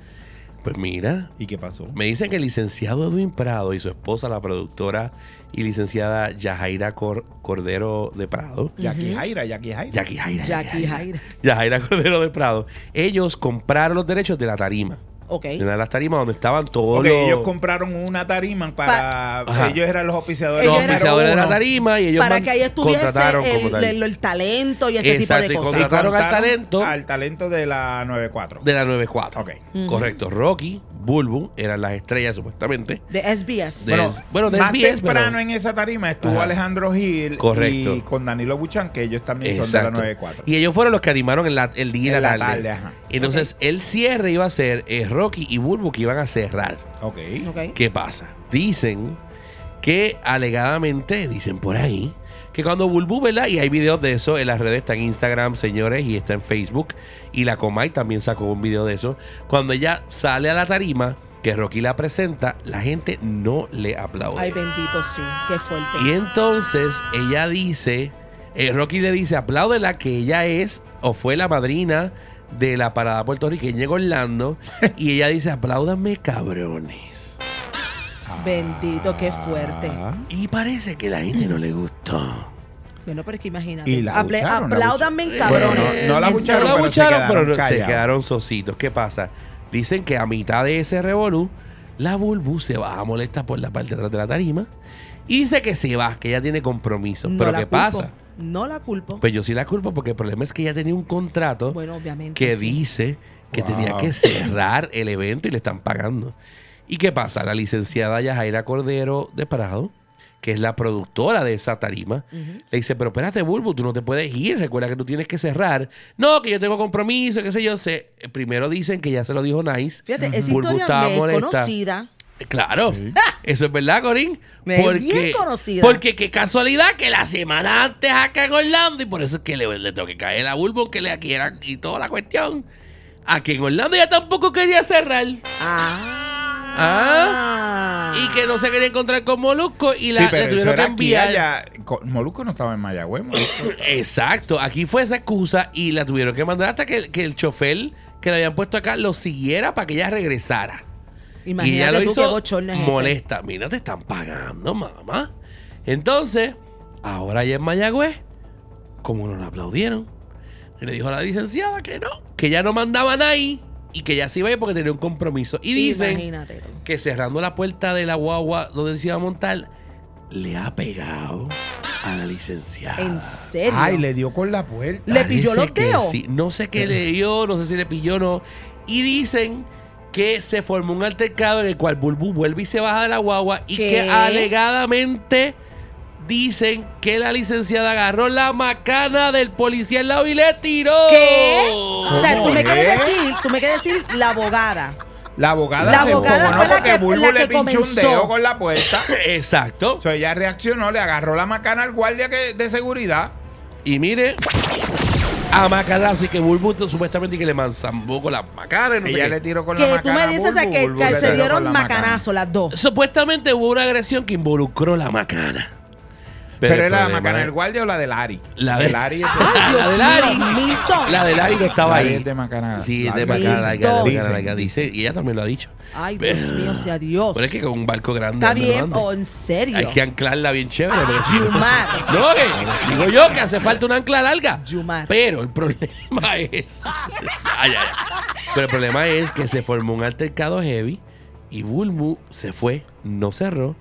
Speaker 5: Pues mira,
Speaker 4: ¿Y qué pasó?
Speaker 5: me dicen que el licenciado Edwin Prado y su esposa, la productora y licenciada Yajaira Cor- Cordero de Prado.
Speaker 4: Jackie Jaira, Jackie Jaira.
Speaker 5: Jackie Jaira.
Speaker 3: Jackie Jaira.
Speaker 5: Yajaira Cordero de Prado. Ellos compraron los derechos de la tarima.
Speaker 3: Ok.
Speaker 5: De una de las tarimas donde estaban todos
Speaker 4: Ok,
Speaker 5: los...
Speaker 4: ellos compraron una tarima para...
Speaker 5: Ajá.
Speaker 4: Ellos eran los oficiadores.
Speaker 5: los
Speaker 3: Ellos
Speaker 4: número
Speaker 3: eran-
Speaker 5: auspiciadores de la
Speaker 4: uno.
Speaker 5: tarima y ellos
Speaker 3: Para
Speaker 5: man-
Speaker 3: que ahí estuviese
Speaker 5: contrataron como
Speaker 3: el,
Speaker 5: tal.
Speaker 3: el- el talento y ese
Speaker 5: Exacto, y
Speaker 3: tipo de
Speaker 5: contra-
Speaker 3: cosas.
Speaker 5: Contrataron al
Speaker 4: Contaron
Speaker 5: talento.
Speaker 4: Al talento de la 94.
Speaker 5: De la 94.
Speaker 4: Ok.
Speaker 5: Correcto. Rocky, Bulbu eran las estrellas supuestamente.
Speaker 3: De SBS.
Speaker 5: De- bueno, de
Speaker 4: Más
Speaker 5: SBS,
Speaker 4: temprano
Speaker 5: pero-
Speaker 4: en esa tarima estuvo
Speaker 5: Ajá.
Speaker 4: Alejandro Gil
Speaker 5: Correcto.
Speaker 4: y con Danilo Buchan, que ellos también son de la
Speaker 5: Exacto.
Speaker 4: 94.
Speaker 5: Y ellos fueron los que animaron el, la- el día y
Speaker 4: En
Speaker 5: la
Speaker 4: la
Speaker 5: tarde.
Speaker 4: tarde, ajá.
Speaker 5: Entonces, el cierre iba a ser eh, Rocky y Bulbu que iban a cerrar.
Speaker 4: Ok.
Speaker 3: Ok.
Speaker 5: ¿Qué pasa? Dicen que alegadamente, dicen por ahí, que cuando Bulbu, ¿verdad? Y hay videos de eso en las redes, está en Instagram, señores, y está en Facebook. Y la Comay también sacó un video de eso. Cuando ella sale a la tarima, que Rocky la presenta, la gente no le aplaude.
Speaker 3: Ay, bendito sí, qué fuerte.
Speaker 5: Y entonces ella dice, eh, Rocky le dice, apláudela que ella es o fue la madrina de la parada puertorriqueña en Orlando. y ella dice, apláudame cabrones.
Speaker 3: Bendito, qué
Speaker 8: Ah.
Speaker 3: fuerte.
Speaker 5: Y parece que la gente no le gustó.
Speaker 3: Bueno, pero es que imagínate.
Speaker 4: Y la
Speaker 3: Apla-
Speaker 4: bucharon, la
Speaker 3: apláudanme,
Speaker 4: bucharon.
Speaker 3: cabrones.
Speaker 4: Bueno, no- no la
Speaker 3: En serio.
Speaker 4: bucharon,
Speaker 5: Eh, No la
Speaker 4: pero se
Speaker 5: bucharon,
Speaker 4: quedaron
Speaker 5: pero se
Speaker 4: callados.
Speaker 5: quedaron sositos. ¿Qué pasa? Dicen que a mitad de ese revolú, la Bulbu se va a molestar por la parte de atrás de la tarima. Y dice que se va, que ella tiene compromiso.
Speaker 3: No
Speaker 5: pero
Speaker 3: la
Speaker 5: ¿qué
Speaker 3: culpo.
Speaker 5: pasa?
Speaker 3: No la culpo.
Speaker 5: Pues yo sí la culpo porque el problema es que ella tenía un contrato
Speaker 3: bueno, obviamente.
Speaker 5: que
Speaker 3: sí.
Speaker 5: dice que
Speaker 8: Wow.
Speaker 5: tenía que cerrar el evento y le están pagando. ¿Y qué pasa? La licenciada Yajaira Cordero de Prado, que es la productora de esa tarima,
Speaker 3: Ujú.
Speaker 5: le dice, pero espérate, Bulbo, tú no te puedes ir, recuerda que tú tienes que cerrar. No, que yo tengo compromiso, qué sé yo. Se, primero dicen que ya se lo dijo Nice.
Speaker 3: Fíjate, esa
Speaker 5: Bulbu
Speaker 3: historia
Speaker 5: estaba
Speaker 3: me es
Speaker 5: molesta.
Speaker 3: conocida.
Speaker 5: Claro, eso es verdad, Corín.
Speaker 3: Me es bien conocida.
Speaker 5: Porque qué casualidad que la semana antes acá en Orlando, y por eso es que le, le tengo que caer a Bulbo que le quieran y toda la cuestión. A que en Orlando ya tampoco quería cerrar
Speaker 3: Ah.
Speaker 5: y que no se quería encontrar con Molusco y la
Speaker 8: sí,
Speaker 5: le
Speaker 8: pero eso
Speaker 5: tuvieron que
Speaker 8: era aquí,
Speaker 5: enviar.
Speaker 8: allá. Co- Molusco no estaba en Mayagüez. Molusco.
Speaker 5: Exacto, aquí fue esa excusa y la tuvieron que mandar hasta que, que el chofer que le habían puesto acá lo siguiera para que ella regresara. y
Speaker 3: Imagínate
Speaker 5: ya lo
Speaker 3: tú qué
Speaker 5: hizo
Speaker 3: bochorno es ese.
Speaker 5: molesta. Mira, te están pagando, mamá. Entonces, ahora ya en Mayagüez, como no la aplaudieron, y le dijo a la licenciada que no, que ya no mandaban ahí y que ya se iba a ir porque tenía un compromiso. Y dicen
Speaker 3: Imagínate tú.
Speaker 5: que cerrando la puerta de la guagua donde se iba a montar, le ha pegado a la licenciada.
Speaker 3: En serio.
Speaker 8: Ay, le dio con la puerta.
Speaker 3: ¿Le pilló
Speaker 5: Parece
Speaker 3: los
Speaker 5: que
Speaker 3: dedos?
Speaker 5: sí. No sé qué le dio, no sé si le pilló o no. Y dicen que se formó un altercado en el cual Bulbu vuelve y se baja de la guagua y
Speaker 3: ¿Qué?
Speaker 5: que alegadamente dicen que la licenciada agarró la macana del policía al lado y le tiró.
Speaker 3: ¿Qué? O sea,
Speaker 8: ¿Cómo
Speaker 3: tú me
Speaker 8: es?
Speaker 3: quieres decir, tú me quieres decir la abogada.
Speaker 8: La abogada,
Speaker 3: La
Speaker 8: se
Speaker 3: abogada
Speaker 8: encojonó
Speaker 3: fue la
Speaker 8: porque
Speaker 3: que-
Speaker 8: Bulbo
Speaker 3: la
Speaker 8: le
Speaker 3: que
Speaker 8: pinchó un
Speaker 3: comenzó.
Speaker 8: dedo con la puerta.
Speaker 5: Exacto.
Speaker 8: O sea, ella reaccionó, le agarró la macana al guardia que- de seguridad.
Speaker 5: Y mire, a macanazo y que Bulbu supuestamente que le manzambó con la macana. y no sé
Speaker 8: ella
Speaker 5: qué.
Speaker 8: le tiró con la
Speaker 3: Que
Speaker 8: macana.
Speaker 3: tú me
Speaker 8: a
Speaker 3: dices o sea,
Speaker 8: Bulbo,
Speaker 3: que,
Speaker 8: Bulbo
Speaker 3: que
Speaker 8: le
Speaker 3: se
Speaker 8: tiró con
Speaker 3: dieron
Speaker 8: la macana.
Speaker 3: macanazo las dos.
Speaker 5: Supuestamente hubo una agresión que involucró la macana.
Speaker 8: Pero,
Speaker 5: el
Speaker 8: era la
Speaker 5: problema
Speaker 8: macana
Speaker 5: es-
Speaker 8: del guardia o la del Ari.
Speaker 5: La de-
Speaker 8: del Ari. es de-
Speaker 3: Ay,
Speaker 5: La
Speaker 3: Dios
Speaker 5: de
Speaker 3: mío,
Speaker 5: Lari.
Speaker 3: Milton.
Speaker 5: La del Ari no estaba
Speaker 8: La
Speaker 5: ahí.
Speaker 8: es de Macana.
Speaker 5: Sí, es
Speaker 8: La
Speaker 5: de
Speaker 8: de-
Speaker 5: Macana, la que- la que- la que- la que
Speaker 8: Milton.
Speaker 5: dice. Y ella también lo ha dicho.
Speaker 3: Ay, Dios mío, sea Dios.
Speaker 5: Pero es que con un barco grande.
Speaker 3: Está
Speaker 5: ando,
Speaker 3: bien,
Speaker 5: ando.
Speaker 3: o en serio.
Speaker 5: Hay que anclarla bien chévere. porque si no-
Speaker 3: Yumar.
Speaker 5: No, que digo yo que hace falta una ancla larga.
Speaker 3: Yumar.
Speaker 5: Pero el problema es. Ay, ay, ay. Pero el problema es que se formó un altercado heavy y Bulmu se fue, no cerró.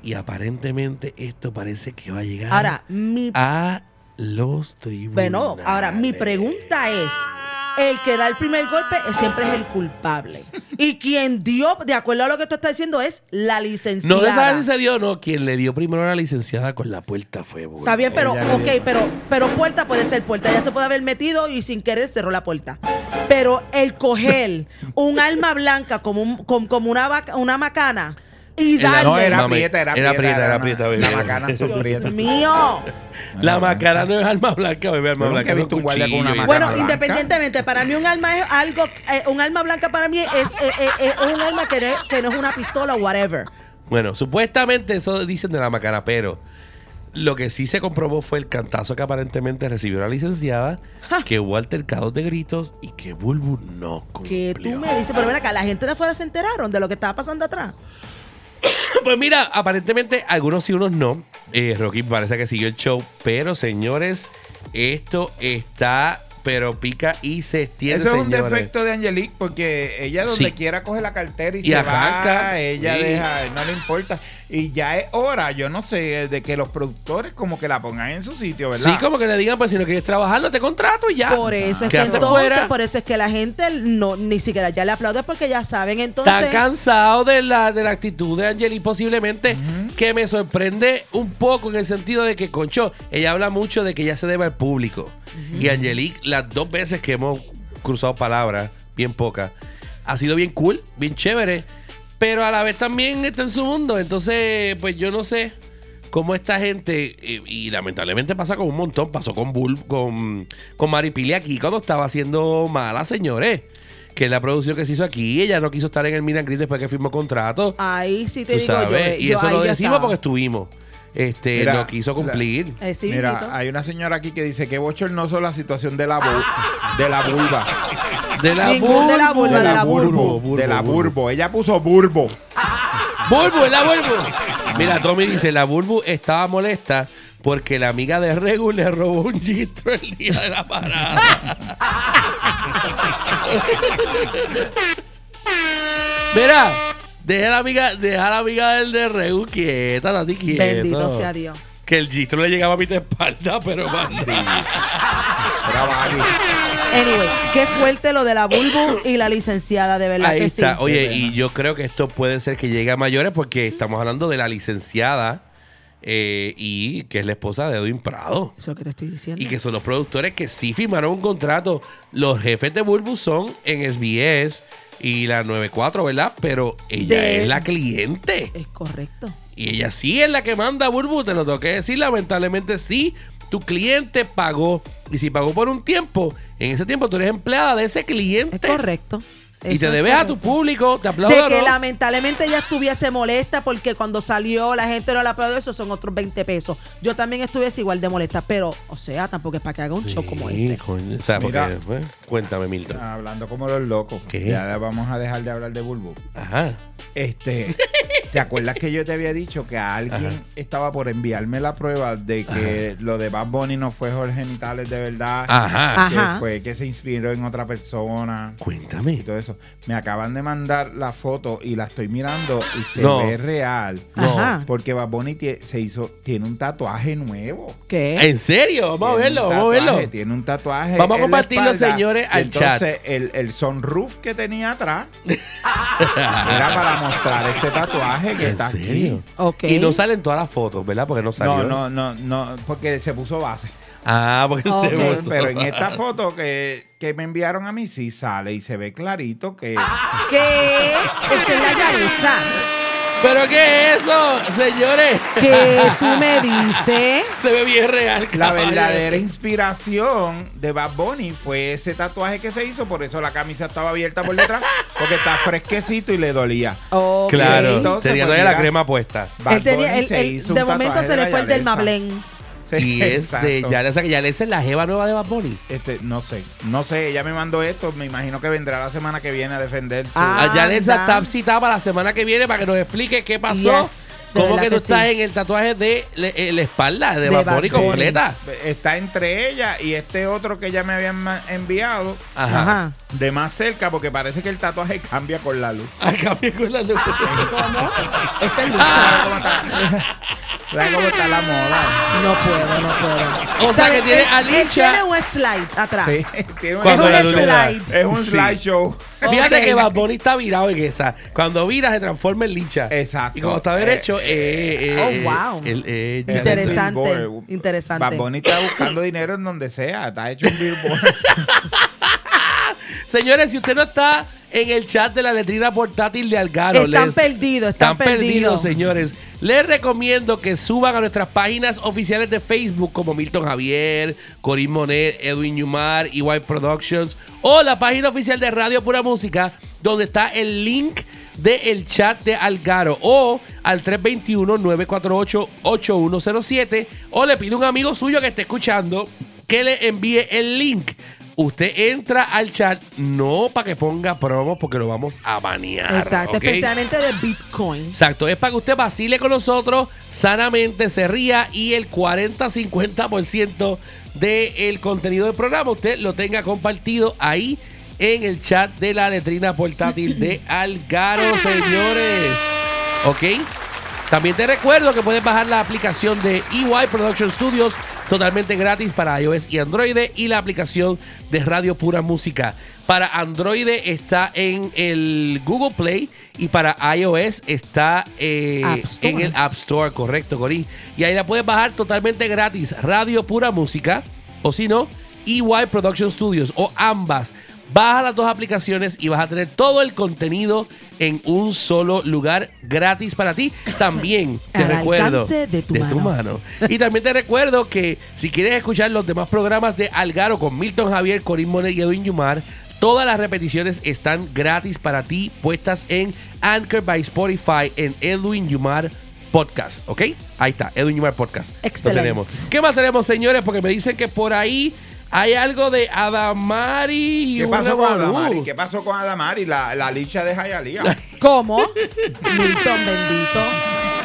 Speaker 5: Y aparentemente esto parece que va a llegar
Speaker 3: Ahora, mi
Speaker 5: a los tribunales.
Speaker 3: Bueno, ahora mi pregunta es, el que da el primer golpe es- siempre es el culpable. Y quien dio, de acuerdo a lo que tú estás diciendo, es la licenciada.
Speaker 5: No se sabe si se dio no. Quien le dio primero a la licenciada con la puerta fue Bulbu.
Speaker 3: Está bien, pero
Speaker 8: Ella le
Speaker 3: ok,
Speaker 8: dio.
Speaker 3: pero pero puerta puede ser puerta, ya se puede haber metido y sin querer cerró la puerta. Pero el coger un alma blanca como un- com- como una vaca- una macana y
Speaker 5: la-
Speaker 3: darle.
Speaker 8: No, era
Speaker 5: Mami,
Speaker 8: prieta, era
Speaker 5: era
Speaker 8: prieta.
Speaker 5: prieta, era
Speaker 8: una-
Speaker 5: prieta, bebé.
Speaker 8: La macana son
Speaker 3: Dios
Speaker 8: prietas.
Speaker 3: mío.
Speaker 5: La macana no es arma blanca, bebé, arma
Speaker 8: Ah. Yo nunca
Speaker 5: blanca.
Speaker 8: he visto un guardia con una
Speaker 5: macana.
Speaker 8: macana.
Speaker 3: Bueno,
Speaker 8: blanca.
Speaker 3: independientemente, para mí un alma es algo, eh, un alma blanca para mí es, eh, eh, eh, un alma que no, que no es una pistola o whatever.
Speaker 5: Bueno, supuestamente eso dicen de la macana, pero lo que sí se comprobó fue el cantazo que aparentemente recibió la licenciada,
Speaker 3: Ja.
Speaker 5: que hubo altercados de gritos y que Bulbu no
Speaker 3: Que
Speaker 5: cumplió.
Speaker 3: tú me dices, pero ven acá, la gente de afuera se enteraron de lo que estaba pasando atrás.
Speaker 5: Pues mira, aparentemente algunos sí, unos no. Eh, Rocky parece que siguió el show, pero señores, esto está, pero pica y se extiende,
Speaker 4: Eso es un
Speaker 5: señores.
Speaker 4: defecto de Angelique porque ella donde
Speaker 5: Sí.
Speaker 4: quiera coge la cartera y,
Speaker 5: Y
Speaker 4: se
Speaker 5: arranca.
Speaker 4: va, ella
Speaker 5: Sí.
Speaker 4: deja, no le importa. Y ya es hora, yo no sé, de que los productores como que la pongan en su sitio, ¿verdad?
Speaker 5: Sí, como que le digan, pues si no quieres trabajar, no te contrato y ya.
Speaker 3: Por eso es que
Speaker 5: Quédate
Speaker 3: entonces,
Speaker 5: fuera.
Speaker 3: por eso es que la gente no ni siquiera ya le aplaude porque ya saben
Speaker 5: Está
Speaker 3: entonces.
Speaker 5: cansado de la, de la actitud de Angeli, posiblemente, que me sorprende un poco en el sentido de que, concho, ella habla mucho de que ya se debe al público. Y Angelique, las dos veces que hemos cruzado palabras, bien pocas, ha sido bien cool, bien chévere, pero a la vez también está en su mundo. Entonces, pues yo no sé cómo esta gente, eh, y, lamentablemente pasa con un montón, pasó con Bull, con, con Maripili aquí cuando estaba haciendo mala, señores. Que es la producción que se hizo aquí, ella no quiso estar en el Milan Gris después que firmó contrato.
Speaker 3: Ahí sí Ah, te
Speaker 5: Tú
Speaker 3: digo yo,
Speaker 5: sabes,
Speaker 3: eh,
Speaker 5: y
Speaker 3: yo
Speaker 5: eso
Speaker 3: ahí
Speaker 5: lo
Speaker 3: ya
Speaker 5: decimos
Speaker 3: estaba.
Speaker 5: porque estuvimos. Este,
Speaker 4: Mira,
Speaker 5: no quiso cumplir.
Speaker 3: Eh, sí,
Speaker 4: Mira,
Speaker 3: Miguelito.
Speaker 4: hay una señora aquí que dice que bochornoso la situación de la, bu- de la vulva.
Speaker 5: De la
Speaker 3: Ningún de la
Speaker 5: Bulbo.
Speaker 3: vulva, de la vulva.
Speaker 5: Burbo,
Speaker 4: de la
Speaker 5: Burbo.
Speaker 4: burbo. Ella puso burbo.
Speaker 5: Bulbu, es la Bulbu. Mira, Tommy dice, la Bulbu estaba molesta porque la amiga de Regu le robó un gistro el día de la parada. Mira, deja a la amiga, deja a la amiga del de Regu quieta, Nati, quieta.
Speaker 3: Bendito sea Dios.
Speaker 5: que el gistro le llegaba a mi espalda, pero manda.
Speaker 3: Anyway, qué fuerte lo de la Bulbu y la licenciada, de verdad
Speaker 5: Ahí
Speaker 3: que
Speaker 5: está.
Speaker 3: sí.
Speaker 5: Oye, y yo creo que esto puede ser que llegue a mayores porque estamos hablando de la licenciada eh, y que es la esposa de Edwin Prado.
Speaker 3: Eso es lo que te estoy diciendo.
Speaker 5: Y que son los productores que sí firmaron un contrato. Los jefes de Bulbus son en SBS y la 94, ¿verdad? Pero ella
Speaker 3: De-
Speaker 5: es la cliente.
Speaker 3: Es correcto.
Speaker 5: Y ella sí es la que manda a Burbu, te lo tengo que decir. Lamentablemente sí, tu cliente pagó. Y si pagó por un tiempo, en ese tiempo tú eres empleada de ese cliente.
Speaker 3: Es correcto.
Speaker 5: Y
Speaker 3: Eso
Speaker 5: te
Speaker 3: es
Speaker 5: debes a tu
Speaker 3: correcto.
Speaker 5: público, te aplaudo.
Speaker 3: De que
Speaker 5: ¿no?
Speaker 3: lamentablemente ella estuviese molesta porque cuando salió la gente no la aplaudió, eso son otros 20 pesos. Yo también estuviese igual de molesta, pero, o sea, tampoco es para que haga un show como
Speaker 5: Sí,
Speaker 3: ese.
Speaker 5: coño, o sea, porque,
Speaker 4: Mira.
Speaker 5: eh, cuéntame, Milton.
Speaker 4: Ah, Hablando como los locos.
Speaker 5: ¿Qué?
Speaker 4: Ya vamos a dejar de hablar de Bulbo.
Speaker 5: Ajá.
Speaker 4: Este, ¿te acuerdas que yo te había dicho que alguien
Speaker 5: Ajá.
Speaker 4: estaba por enviarme la prueba de que lo de Bad Bunny no fue Jorge Nitales de verdad?
Speaker 5: Ajá.
Speaker 4: Que
Speaker 3: Ajá.
Speaker 4: fue que se inspiró en otra persona y
Speaker 5: Cuéntame.
Speaker 4: todo eso. Me acaban de mandar la foto y la estoy mirando y se
Speaker 5: No.
Speaker 4: ve real.
Speaker 5: No.
Speaker 3: Ajá.
Speaker 4: Porque Bad Bunny tie- se hizo, tiene un tatuaje nuevo.
Speaker 3: ¿Qué?
Speaker 5: ¿En serio? Vamos
Speaker 4: Tiene
Speaker 5: a verlo,
Speaker 4: un
Speaker 5: vamos a
Speaker 4: tatuaje,
Speaker 5: verlo.
Speaker 4: Tiene un tatuaje.
Speaker 5: Vamos a
Speaker 4: en la
Speaker 5: compartirlo,
Speaker 4: espalda.
Speaker 5: señores,
Speaker 4: Y
Speaker 5: al
Speaker 4: Entonces, el, el sunroof que tenía atrás era para mostrar este tatuaje que
Speaker 5: Ah. ¿En
Speaker 4: está
Speaker 5: serio?
Speaker 4: aquí.
Speaker 3: Ok.
Speaker 5: Y no salen todas las fotos, ¿verdad? Porque no salió.
Speaker 4: No, no, no, no, porque se puso base.
Speaker 5: Ah, porque
Speaker 3: Ok.
Speaker 5: se
Speaker 4: Pero,
Speaker 5: puso-
Speaker 4: pero en esta foto que, que me enviaron a mí sí sale y se ve clarito que
Speaker 5: Ah.
Speaker 3: ¿Qué? Esa es la Yaritza.
Speaker 5: ¿Pero qué es eso, señores?
Speaker 3: ¿Qué tú me dices?
Speaker 5: Se ve bien real.
Speaker 4: la
Speaker 5: caballo.
Speaker 4: verdadera inspiración de Bad Bunny fue ese tatuaje que se hizo, por eso la camisa estaba abierta por detrás, porque está fresquecito y le dolía.
Speaker 3: Ok.
Speaker 5: Claro,
Speaker 4: Entonces,
Speaker 5: tenía
Speaker 4: pues,
Speaker 5: todavía la
Speaker 4: mira.
Speaker 5: crema puesta.
Speaker 4: Bad
Speaker 3: Oh, Él tenía-
Speaker 4: Bunny
Speaker 3: él-
Speaker 4: se
Speaker 3: él-
Speaker 4: hizo
Speaker 3: de
Speaker 4: un
Speaker 3: momento
Speaker 4: tatuaje
Speaker 3: se
Speaker 4: de
Speaker 3: le
Speaker 4: la
Speaker 3: fue el del
Speaker 4: Yalitza.
Speaker 3: Mablén.
Speaker 4: Sí,
Speaker 5: Y es de
Speaker 4: exacto.
Speaker 5: Yalesa, que Yalesa es la jeva nueva de Bad Bunny.
Speaker 4: Este, no sé, no sé, ella me mandó esto, me imagino que vendrá la semana que viene a defender. su-
Speaker 3: Ah,
Speaker 5: A Yalesa
Speaker 3: Anda.
Speaker 5: está citada para la semana que viene para que nos explique qué pasó.
Speaker 3: Yes, de
Speaker 5: ¿Cómo
Speaker 3: verdad
Speaker 5: que tú
Speaker 3: que
Speaker 5: estás
Speaker 3: sí.
Speaker 5: en el tatuaje de le- eh, la espalda de,
Speaker 3: De
Speaker 5: Bad
Speaker 3: Bad
Speaker 5: Bunny
Speaker 3: Bunny.
Speaker 5: completa?
Speaker 4: Eh, Está entre ella y este otro que ella me habían ma- enviado
Speaker 5: Ajá.
Speaker 3: Ajá.
Speaker 4: de más cerca porque parece que el tatuaje cambia con la luz.
Speaker 5: Acá me con la luz.
Speaker 3: ¿Cómo? Esta es
Speaker 4: ¿Sabes
Speaker 3: Luisa.
Speaker 5: Ah.
Speaker 4: cómo está? ¿Sabes cómo está la moda?
Speaker 3: No puedo, no puedo.
Speaker 5: O sea, que
Speaker 3: él-
Speaker 5: tiene
Speaker 3: él-
Speaker 5: a
Speaker 3: Él
Speaker 5: Licha.
Speaker 3: tiene un slide atrás.
Speaker 4: Sí, tiene una-
Speaker 5: Cuando
Speaker 3: es
Speaker 5: la
Speaker 3: un
Speaker 5: luz
Speaker 4: es
Speaker 5: le da.
Speaker 3: slide.
Speaker 4: un
Speaker 5: Sí.
Speaker 4: slideshow.
Speaker 5: Fíjate
Speaker 3: Ok.
Speaker 5: que Bad Bunny está virado en esa. Cuando vira se transforma en licha.
Speaker 4: Exacto.
Speaker 5: Y cuando está derecho, eh, eh,
Speaker 3: oh,
Speaker 5: eh,
Speaker 3: wow.
Speaker 5: el- eh, Yalesa.
Speaker 3: Interesante.
Speaker 4: Billboard.
Speaker 3: interesante.
Speaker 4: pues, Bad Bunny está buscando dinero en donde sea. Está hecho un billboard.
Speaker 5: Señores, si usted no está en el chat de la letrina portátil de Algaro,
Speaker 3: Están perdidos, están perdidos.
Speaker 5: señores. Les recomiendo que suban a nuestras páginas oficiales de Facebook como Milton Javier, Corín Monet, Edwin Yumar, EY Productions o la página oficial de Radio Pura Música donde está el link del chat de Algaro o al 321-948-8107 o le pide a un amigo suyo que esté escuchando que le envíe el link. Usted entra al chat no para que ponga promos porque lo vamos a banear.
Speaker 3: Exacto,
Speaker 5: ¿ok?
Speaker 3: especialmente de Bitcoin.
Speaker 5: Exacto, es para que usted vacile con nosotros, sanamente se ría y el 40-50% del contenido del programa usted lo tenga compartido ahí en el chat de la letrina portátil de Algaro, señores. ¿Ok? También te recuerdo que puedes bajar la aplicación de EY Production Studios totalmente gratis para iOS y Android y la aplicación de Radio Pura Música. Para Android está en el Google Play y para iOS está eh,
Speaker 3: App Store.
Speaker 5: en el App Store, correcto, Corín. Y ahí la puedes bajar totalmente gratis, Radio Pura Música, o si no, EY Production Studios, o ambas. Baja las dos aplicaciones y vas a tener todo el contenido en un solo lugar gratis para ti. También te
Speaker 3: Al
Speaker 5: recuerdo.
Speaker 3: alcance de tu mano.
Speaker 5: mano. Y también te recuerdo que si quieres escuchar los demás programas de Algaro con Milton Javier, Corín Monet y Edwin Yumar, todas las repeticiones están gratis para ti, puestas en Anchor by Spotify en Edwin Yumar Podcast, ¿ok? Ahí está, Edwin Yumar Podcast. Lo
Speaker 3: Excelente.
Speaker 5: tenemos. ¿Qué más tenemos, señores? Porque me dicen que por ahí hay algo de Adamari. y
Speaker 4: ¿Qué
Speaker 5: un
Speaker 4: pasó con
Speaker 5: revolú.
Speaker 4: Adamari? ¿Qué pasó con Adamari? La, la licha de Jayalía.
Speaker 3: ¿Cómo? Milton bendito.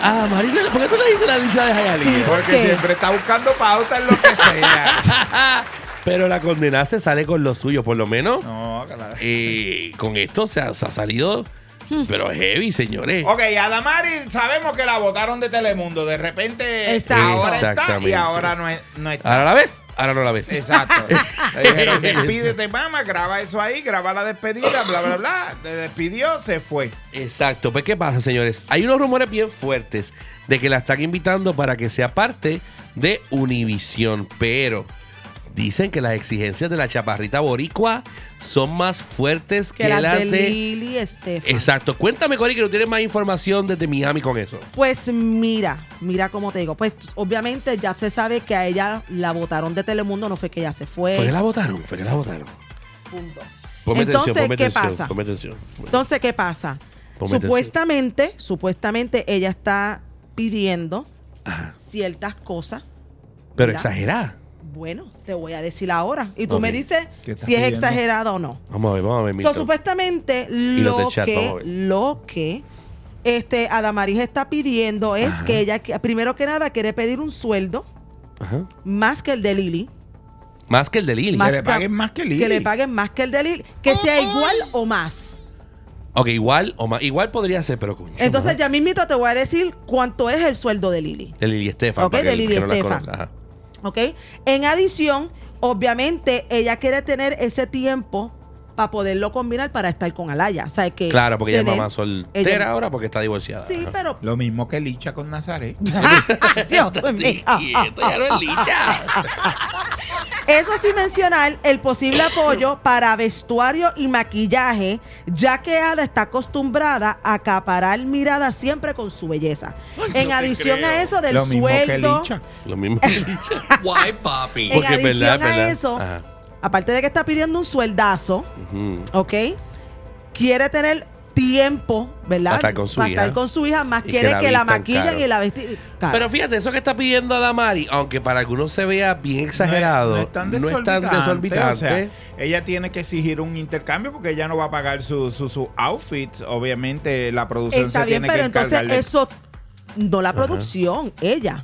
Speaker 5: Adamari, ¿por qué tú le dices la dicha de Jayali?
Speaker 3: Sí.
Speaker 4: Porque
Speaker 3: ¿Qué?
Speaker 4: siempre está buscando pauta en lo que sea.
Speaker 5: Pero la condenada se sale con lo suyo, por lo menos.
Speaker 4: no, claro.
Speaker 5: eh, con esto se ha, se ha salido
Speaker 3: Hmm.
Speaker 5: Pero heavy, señores.
Speaker 4: Ok, Adamari, sabemos que la votaron de Telemundo. De repente,
Speaker 3: Exacto.
Speaker 4: ahora está y
Speaker 5: Exactamente.
Speaker 4: ahora no, es- no está.
Speaker 5: Ahora la ves, ahora no la ves.
Speaker 4: Exacto. Le dijeron, despídete, mamá, graba eso ahí, graba la despedida, bla, bla, bla. Te despidió, se fue.
Speaker 5: Exacto. Pues, ¿qué pasa, señores? Hay unos rumores bien fuertes de que la están invitando para que sea parte de Univision, pero dicen que las exigencias de la chaparrita boricua son más fuertes que,
Speaker 3: Que las
Speaker 5: las
Speaker 3: de
Speaker 5: de...
Speaker 3: Lili Estefan.
Speaker 5: Exacto. Cuéntame, Cori, que no tienes más información desde Miami con eso.
Speaker 3: Pues mira, mira cómo te digo. Pues obviamente ya se sabe que a ella la votaron de Telemundo, no fue que ella se fue.
Speaker 5: ¿Fue que la votaron? ¿Fue que la votaron?
Speaker 3: Eh. Punto.
Speaker 5: Ponme
Speaker 3: Entonces,
Speaker 5: atención, ponme
Speaker 3: ¿qué
Speaker 5: atención,
Speaker 3: pasa?
Speaker 5: ponme atención.
Speaker 3: Entonces, ¿qué pasa?
Speaker 5: Ponme
Speaker 3: supuestamente, supuestamente ella está pidiendo ciertas cosas.
Speaker 5: Pero
Speaker 3: ¿verdad?
Speaker 5: exagerada.
Speaker 3: Bueno, te voy a decir ahora. Y tú
Speaker 5: Ok.
Speaker 3: me dices si
Speaker 8: ¿Qué
Speaker 3: es
Speaker 8: estás pidiendo?
Speaker 3: exagerada o no.
Speaker 5: Vamos a ver, vamos a ver,
Speaker 3: So,
Speaker 5: Milton.
Speaker 3: supuestamente
Speaker 5: los del
Speaker 3: lo
Speaker 5: chat, vamos a
Speaker 3: que,
Speaker 5: ver.
Speaker 3: lo que este Adamaris está pidiendo es que ella, que- primero que nada, quiere pedir un sueldo
Speaker 5: Ajá.
Speaker 3: más que el de Lili.
Speaker 5: Más que el de Lili.
Speaker 3: Más-
Speaker 8: Que le paguen más que Lili.
Speaker 3: Que le paguen más que el de Lili. Que
Speaker 5: Oh,
Speaker 3: sea igual o más.
Speaker 5: Ok, igual o más. Igual podría ser, pero con
Speaker 3: Entonces, ya mismito te voy a decir cuánto es el sueldo de Lili.
Speaker 5: De Lili Estefan.
Speaker 3: Ok,
Speaker 5: para
Speaker 3: de
Speaker 5: que-
Speaker 3: Lili
Speaker 5: que no la
Speaker 3: Estefan.
Speaker 5: conozca. Ajá.
Speaker 3: ¿Ok? En adición, obviamente, ella quiere tener ese tiempo para poderlo combinar para estar con Alaya. O sea, que
Speaker 5: Claro, porque ella es
Speaker 3: tener-
Speaker 5: mamá soltera
Speaker 3: Eh, ella-
Speaker 5: ahora porque está divorciada.
Speaker 3: Sí,
Speaker 5: Ajá.
Speaker 3: pero.
Speaker 8: Lo mismo que Licha con Nazaret.
Speaker 3: Dios mío.
Speaker 5: Quieto, ya no es licha.
Speaker 3: Eso sin mencionar el posible apoyo para vestuario y maquillaje, ya que Ada está acostumbrada a acaparar miradas siempre con su belleza. en adición a eso del
Speaker 8: Lo mismo que
Speaker 3: sueldo,
Speaker 8: Licha.
Speaker 5: Lo mismo que licha.
Speaker 9: Why, papi?
Speaker 3: en
Speaker 5: Porque es
Speaker 3: adición
Speaker 5: verdad, es
Speaker 3: a
Speaker 5: verdad.
Speaker 3: eso,
Speaker 5: Ajá.
Speaker 3: aparte de que está pidiendo un sueldazo,
Speaker 5: Ujú.
Speaker 3: ¿ok? Quiere tener tiempo, ¿verdad?
Speaker 5: Para estar con su
Speaker 3: Para
Speaker 5: hija.
Speaker 3: estar con su hija, más
Speaker 5: Y que
Speaker 3: quiere
Speaker 5: la
Speaker 3: que la
Speaker 5: vistan
Speaker 3: maquillen
Speaker 5: caro.
Speaker 3: y la vestir.
Speaker 5: Pero fíjate, eso que está pidiendo Adamari, aunque para algunos se vea bien exagerado, no es, tan, desorbitante.
Speaker 8: o sea, ella tiene que exigir un intercambio porque ella no va a pagar su, su, su outfit. Obviamente, la producción
Speaker 3: está
Speaker 8: se
Speaker 3: bien,
Speaker 8: tiene
Speaker 3: pero
Speaker 8: que
Speaker 3: entonces
Speaker 8: encargar de-
Speaker 3: eso, no la producción, ella.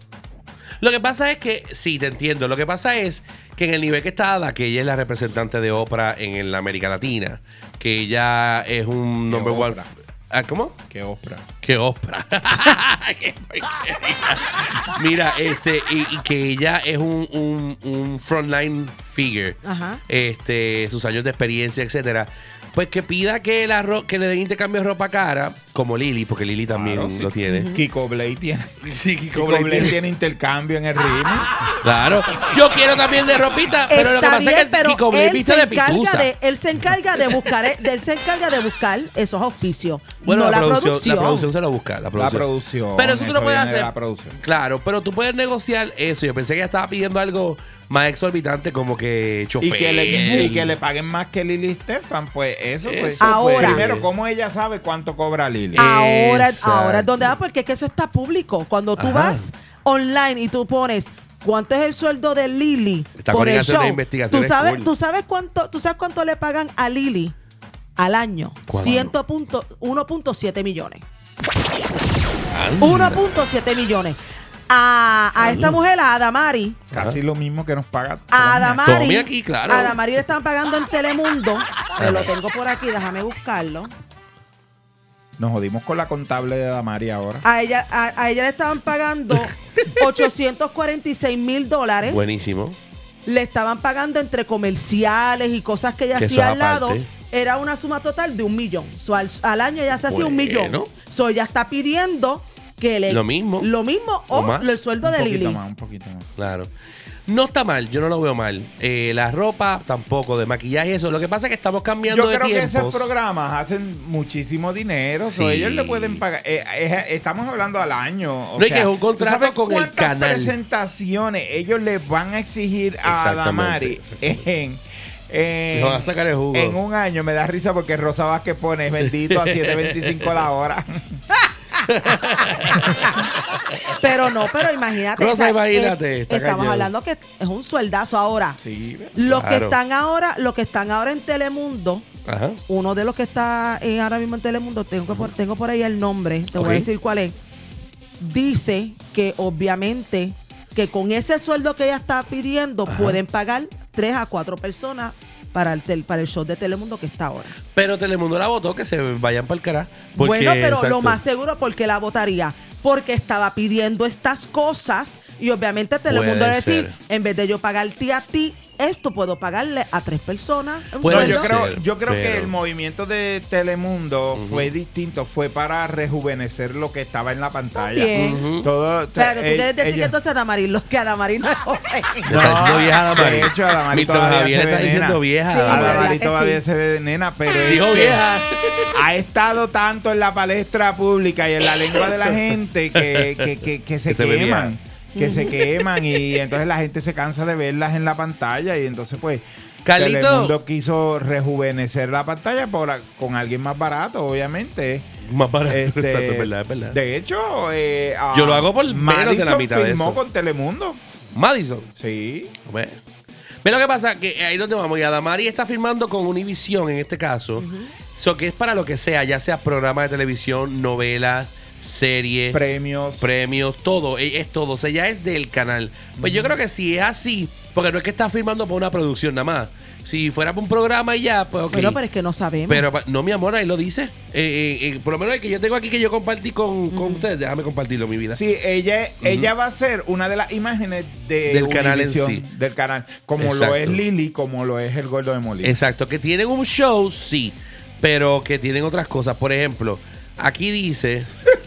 Speaker 5: Lo que pasa es que, sí, te entiendo. Lo que pasa es que en el nivel que está Ada, que ella es la representante de Oprah en, en la América Latina, que ella es un number one.
Speaker 8: Oprah?
Speaker 5: Ah, ¿Cómo?
Speaker 8: Qué obra.
Speaker 5: Que Oprah. Qué porquería. Mira, este, y, y que ella es un, un, un frontline figure.
Speaker 3: Ajá.
Speaker 5: Este, sus años de experiencia, etcétera. Pues que pida que, la ro- que le den intercambio de ropa cara, como Lily, porque Lily también
Speaker 8: Claro, sí.
Speaker 5: lo tiene.
Speaker 8: Kiko Blade tiene.
Speaker 5: Sí,
Speaker 8: Kiko Blade tiene intercambio en el ritmo.
Speaker 5: Ah. Claro. Yo quiero también de ropita, pero lo que
Speaker 3: Está
Speaker 5: pasa es
Speaker 3: bien,
Speaker 5: que el
Speaker 3: pero
Speaker 5: Kiko Blade
Speaker 3: él
Speaker 5: viste
Speaker 3: se
Speaker 5: de
Speaker 3: encarga
Speaker 5: pitusa.
Speaker 3: de- él se encarga de buscar, eh, él se encarga de buscar esos auspicios.
Speaker 5: Bueno,
Speaker 3: no
Speaker 5: la, producción, la producción se lo busca. La
Speaker 8: La
Speaker 5: producción.
Speaker 8: producción.
Speaker 5: Pero eso tú lo puedes
Speaker 8: viene de
Speaker 5: hacer.
Speaker 8: La producción.
Speaker 5: Claro, pero tú puedes negociar eso. Yo pensé que ella estaba pidiendo algo más exorbitante, como que
Speaker 8: Y
Speaker 5: chofer.
Speaker 8: que, le, y que le paguen más que Lili Stefan, pues eso, pues.
Speaker 5: Eso,
Speaker 3: Ahora.
Speaker 8: pues, Primero, ¿cómo ella sabe cuánto cobra Lili?
Speaker 5: Ah.
Speaker 3: Ahora,
Speaker 5: Exacto.
Speaker 3: ahora es donde va, porque es que eso está público. Cuando tú
Speaker 5: Ajá.
Speaker 3: vas online y tú pones cuánto es el sueldo de Lili
Speaker 5: Esta
Speaker 3: por
Speaker 5: Corina
Speaker 3: el
Speaker 5: hace una
Speaker 3: show,
Speaker 5: investigación,
Speaker 3: tú
Speaker 5: es
Speaker 3: sabes,
Speaker 5: cool.
Speaker 3: tú sabes cuánto, tú sabes cuánto le pagan a Lili al año,
Speaker 5: ¿Cuánto?
Speaker 3: 1.1.7 millones. 1.7 millones. A, a esta mujer, a Adamari,
Speaker 8: Casi lo mismo que nos paga.
Speaker 3: A
Speaker 8: Adamás
Speaker 3: Adamari.
Speaker 5: Tommy aquí, claro.
Speaker 3: A Adamari le están pagando en Telemundo. Te lo tengo por aquí, déjame buscarlo.
Speaker 8: Nos jodimos con la contable de Damari ahora.
Speaker 3: A ella, a, a ella le estaban pagando 846 mil dólares.
Speaker 5: Buenísimo.
Speaker 3: Le estaban pagando entre comerciales y cosas que ella
Speaker 5: Que
Speaker 3: hacía
Speaker 5: eso
Speaker 3: al lado.
Speaker 5: aparte.
Speaker 3: Era una suma total de un millón. So, al, al año ella se hacía un
Speaker 5: Bueno.
Speaker 3: millón. So, ella está pidiendo que le.
Speaker 5: Lo mismo.
Speaker 3: Lo mismo o,
Speaker 5: O más.
Speaker 3: el sueldo
Speaker 8: un
Speaker 3: de
Speaker 8: poquito
Speaker 3: Lili.
Speaker 8: más, un poquito más.
Speaker 5: Claro. No está mal, yo no lo veo mal. Eh, la ropa tampoco, de maquillaje, eso. Lo que pasa es que estamos cambiando
Speaker 8: Yo
Speaker 5: de
Speaker 8: creo que
Speaker 5: tiempos.
Speaker 8: esos programas hacen muchísimo dinero. so
Speaker 5: Sí.
Speaker 8: ellos le pueden pagar. eh, eh, estamos hablando al año. O
Speaker 5: No, y
Speaker 8: sea,
Speaker 5: que es un contrato
Speaker 8: ¿tú sabes
Speaker 5: con el
Speaker 8: cuántas
Speaker 5: canal?
Speaker 8: presentaciones ellos le van a exigir a
Speaker 5: Exactamente,
Speaker 8: Damari en. en-
Speaker 5: Le van a sacar el jugo.
Speaker 8: En un año me da risa porque Rosa Vázquez pone bendito a 7.25 la hora.
Speaker 3: Pero no, pero imagínate.
Speaker 5: Rosa, imagínate,
Speaker 3: es-
Speaker 5: está
Speaker 3: estamos
Speaker 5: cañón.
Speaker 3: hablando que es un sueldazo ahora.
Speaker 8: Sí, ve.
Speaker 3: Los que
Speaker 5: Claro.
Speaker 3: están ahora, los que están ahora en Telemundo,
Speaker 5: Ajá.
Speaker 3: uno de los que está eh, ahora mismo en Telemundo, tengo, que por, tengo por ahí el nombre, te voy
Speaker 5: Ok.
Speaker 3: a decir cuál es. Dice que obviamente que con ese sueldo que ella está pidiendo pueden pagar tres a cuatro personas para el, tel- para el show de Telemundo que está ahora.
Speaker 5: Pero Telemundo la votó que se vayan para el carajo. porque-
Speaker 3: bueno, pero
Speaker 5: exacto.
Speaker 3: lo más seguro, porque la votaría? Porque estaba pidiendo estas cosas y obviamente Telemundo
Speaker 5: Puede
Speaker 3: le decir,
Speaker 5: ser.
Speaker 3: en vez de yo pagarte a ti, esto puedo pagarle a tres personas. un
Speaker 5: Puede
Speaker 4: No,
Speaker 3: sueldo.
Speaker 4: yo
Speaker 5: ser,
Speaker 4: creo, yo creo que
Speaker 5: pero-
Speaker 4: el movimiento de Telemundo fue distinto, fue para rejuvenecer lo que estaba en la pantalla.
Speaker 3: También.
Speaker 4: Todo,
Speaker 3: Espérate, tú
Speaker 8: eh,
Speaker 4: ell-
Speaker 3: quieres decir
Speaker 4: ella-
Speaker 3: que entonces Adamaris, lo que Adamaris no es joven.
Speaker 5: Le está diciendo vieja a Adamari.
Speaker 4: De hecho, Adamari
Speaker 5: Milton
Speaker 4: todavía
Speaker 5: Javier
Speaker 4: se
Speaker 5: está
Speaker 4: ve
Speaker 5: diciendo
Speaker 4: nena.
Speaker 5: vieja a
Speaker 3: Sí,
Speaker 5: Adamari.
Speaker 3: ¿verdad
Speaker 4: Adamari
Speaker 3: que
Speaker 4: todavía
Speaker 3: sí?
Speaker 4: se ve nena, pero es
Speaker 5: Dijo
Speaker 4: que
Speaker 5: vieja.
Speaker 4: ha estado tanto en la palestra pública y en la lengua de la gente que, que- que- que se
Speaker 5: Que se ve
Speaker 4: queman. que se queman y entonces la gente se cansa de verlas en la pantalla y entonces pues
Speaker 5: Carlito.
Speaker 4: Telemundo quiso rejuvenecer la pantalla por, con alguien más barato, obviamente.
Speaker 5: Más barato.
Speaker 4: Este,
Speaker 5: Exacto, es verdad, es verdad.
Speaker 4: De hecho, eh, ah,
Speaker 5: Yo lo hago por menos de la
Speaker 4: Madison
Speaker 5: mitad de
Speaker 4: firmó
Speaker 5: eso.
Speaker 4: con Telemundo.
Speaker 5: Madison.
Speaker 4: Sí.
Speaker 5: Ve. Ve lo que pasa, que ahí es donde vamos. Y Adamari está firmando con Univision en este caso. So que es para lo que sea, ya sea programa de televisión, novela, serie,
Speaker 4: Premios.
Speaker 5: premios, todo. e- Es todo. O sea, ya es del canal. Pues yo creo que si es así, porque no es que está firmando por una producción nada más. Si fuera por un programa y ya, pues ok.
Speaker 3: Bueno, pero es que no sabemos.
Speaker 5: Pero pa- no, mi amor, ahí lo dice. Eh, eh, eh, por lo menos el que yo tengo aquí que yo compartí con,
Speaker 3: Mm.
Speaker 5: con ustedes. Déjame compartirlo, mi vida.
Speaker 4: Sí, ella, ella va a ser una de las imágenes de
Speaker 5: Del canal en
Speaker 4: Univision,
Speaker 5: sí.
Speaker 4: Del canal. Como
Speaker 5: Exacto.
Speaker 4: lo es Lili, como lo es el gordo de Molina.
Speaker 5: Exacto, que tienen un show, sí, pero que tienen otras cosas. Por ejemplo, aquí dice.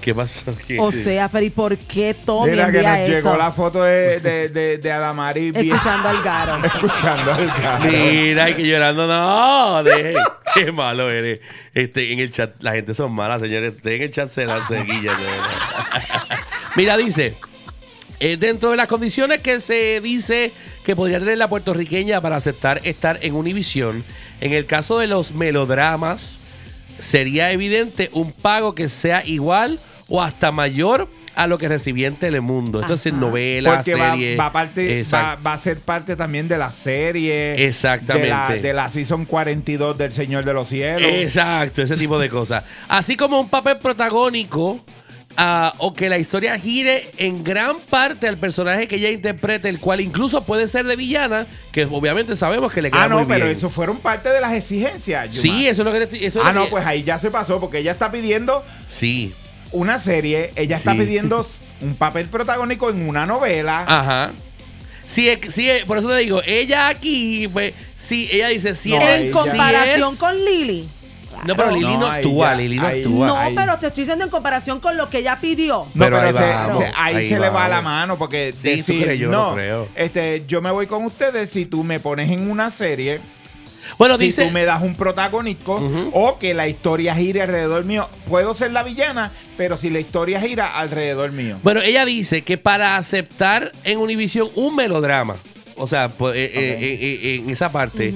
Speaker 5: ¿Qué pasó? aquí?
Speaker 3: o sea, pero ¿y por qué Tommy
Speaker 4: Mira que nos
Speaker 3: envía
Speaker 4: llegó
Speaker 3: eso?
Speaker 4: la foto de, de, de, de Adamari bien-
Speaker 3: Escuchando al Garo.
Speaker 4: escuchando el carro.
Speaker 5: Mira, y que llorando, no, deje. qué malo eres. Este, en el chat, la gente son malas, señores. Ustedes en el chat se dan seguillas. de verdad. Mira, dice, eh, dentro de las condiciones que se dice que podría tener la puertorriqueña para aceptar estar en Univision, en el caso de los melodramas, sería evidente un pago que sea igual o hasta mayor a lo que recibía en Telemundo. Esto es en
Speaker 3: Ajá.
Speaker 5: novela,
Speaker 4: Porque va,
Speaker 5: serie.
Speaker 4: va, a parte, va,
Speaker 5: Exacto.
Speaker 4: va a ser parte también de la serie.
Speaker 5: Exactamente.
Speaker 4: De la, de la season 42 del Señor de los Cielos.
Speaker 5: Exacto, ese tipo de cosas. Así como un papel protagónico ah, o que la historia gire en gran parte al personaje que ella interprete, el cual incluso puede ser de villana, que obviamente sabemos que le queda
Speaker 4: ah, no,
Speaker 5: muy
Speaker 4: pero
Speaker 5: bien.
Speaker 4: eso fueron parte de las exigencias. Yuma.
Speaker 5: sí, eso es lo que le estoy- eso es
Speaker 4: Ah,
Speaker 5: lo
Speaker 4: no,
Speaker 5: que-
Speaker 4: pues ahí ya se pasó porque ella está pidiendo
Speaker 5: Sí,
Speaker 4: una serie, ella está
Speaker 5: Sí. Ah,
Speaker 4: pidiendo un papel protagónico en una novela.
Speaker 5: ajá. Sí, es- sí, es- por eso te digo, ella aquí, pues, sí, ella dice, si
Speaker 4: No,
Speaker 5: es-
Speaker 4: ahí
Speaker 3: en
Speaker 5: si
Speaker 3: comparación
Speaker 5: es-
Speaker 3: con Lili.
Speaker 5: No, pero Lili no,
Speaker 4: No, ahí
Speaker 5: actúa,
Speaker 4: ya,
Speaker 5: Lili no
Speaker 4: ahí-
Speaker 5: actúa.
Speaker 3: No,
Speaker 4: ahí-
Speaker 3: pero te estoy diciendo en comparación con lo que ella pidió.
Speaker 4: No,
Speaker 5: Pero
Speaker 4: pero, se-
Speaker 5: ahí
Speaker 4: se- ahí
Speaker 5: vamos,
Speaker 4: se,
Speaker 5: ahí
Speaker 4: le va
Speaker 5: vamos.
Speaker 4: la mano porque
Speaker 5: Sí, tú
Speaker 4: decir,
Speaker 5: crees, yo
Speaker 4: no,
Speaker 5: no creo.
Speaker 4: este, yo me voy con ustedes si tú me pones en una serie,
Speaker 5: Bueno,
Speaker 4: si
Speaker 5: dice...
Speaker 4: tú me das un protagónico o que la historia gire alrededor mío. Puedo ser la villana, pero si la historia gira alrededor mío.
Speaker 5: Bueno, ella dice que para aceptar en Univision un melodrama, o sea, pues, eh, eh, eh, eh, en esa parte,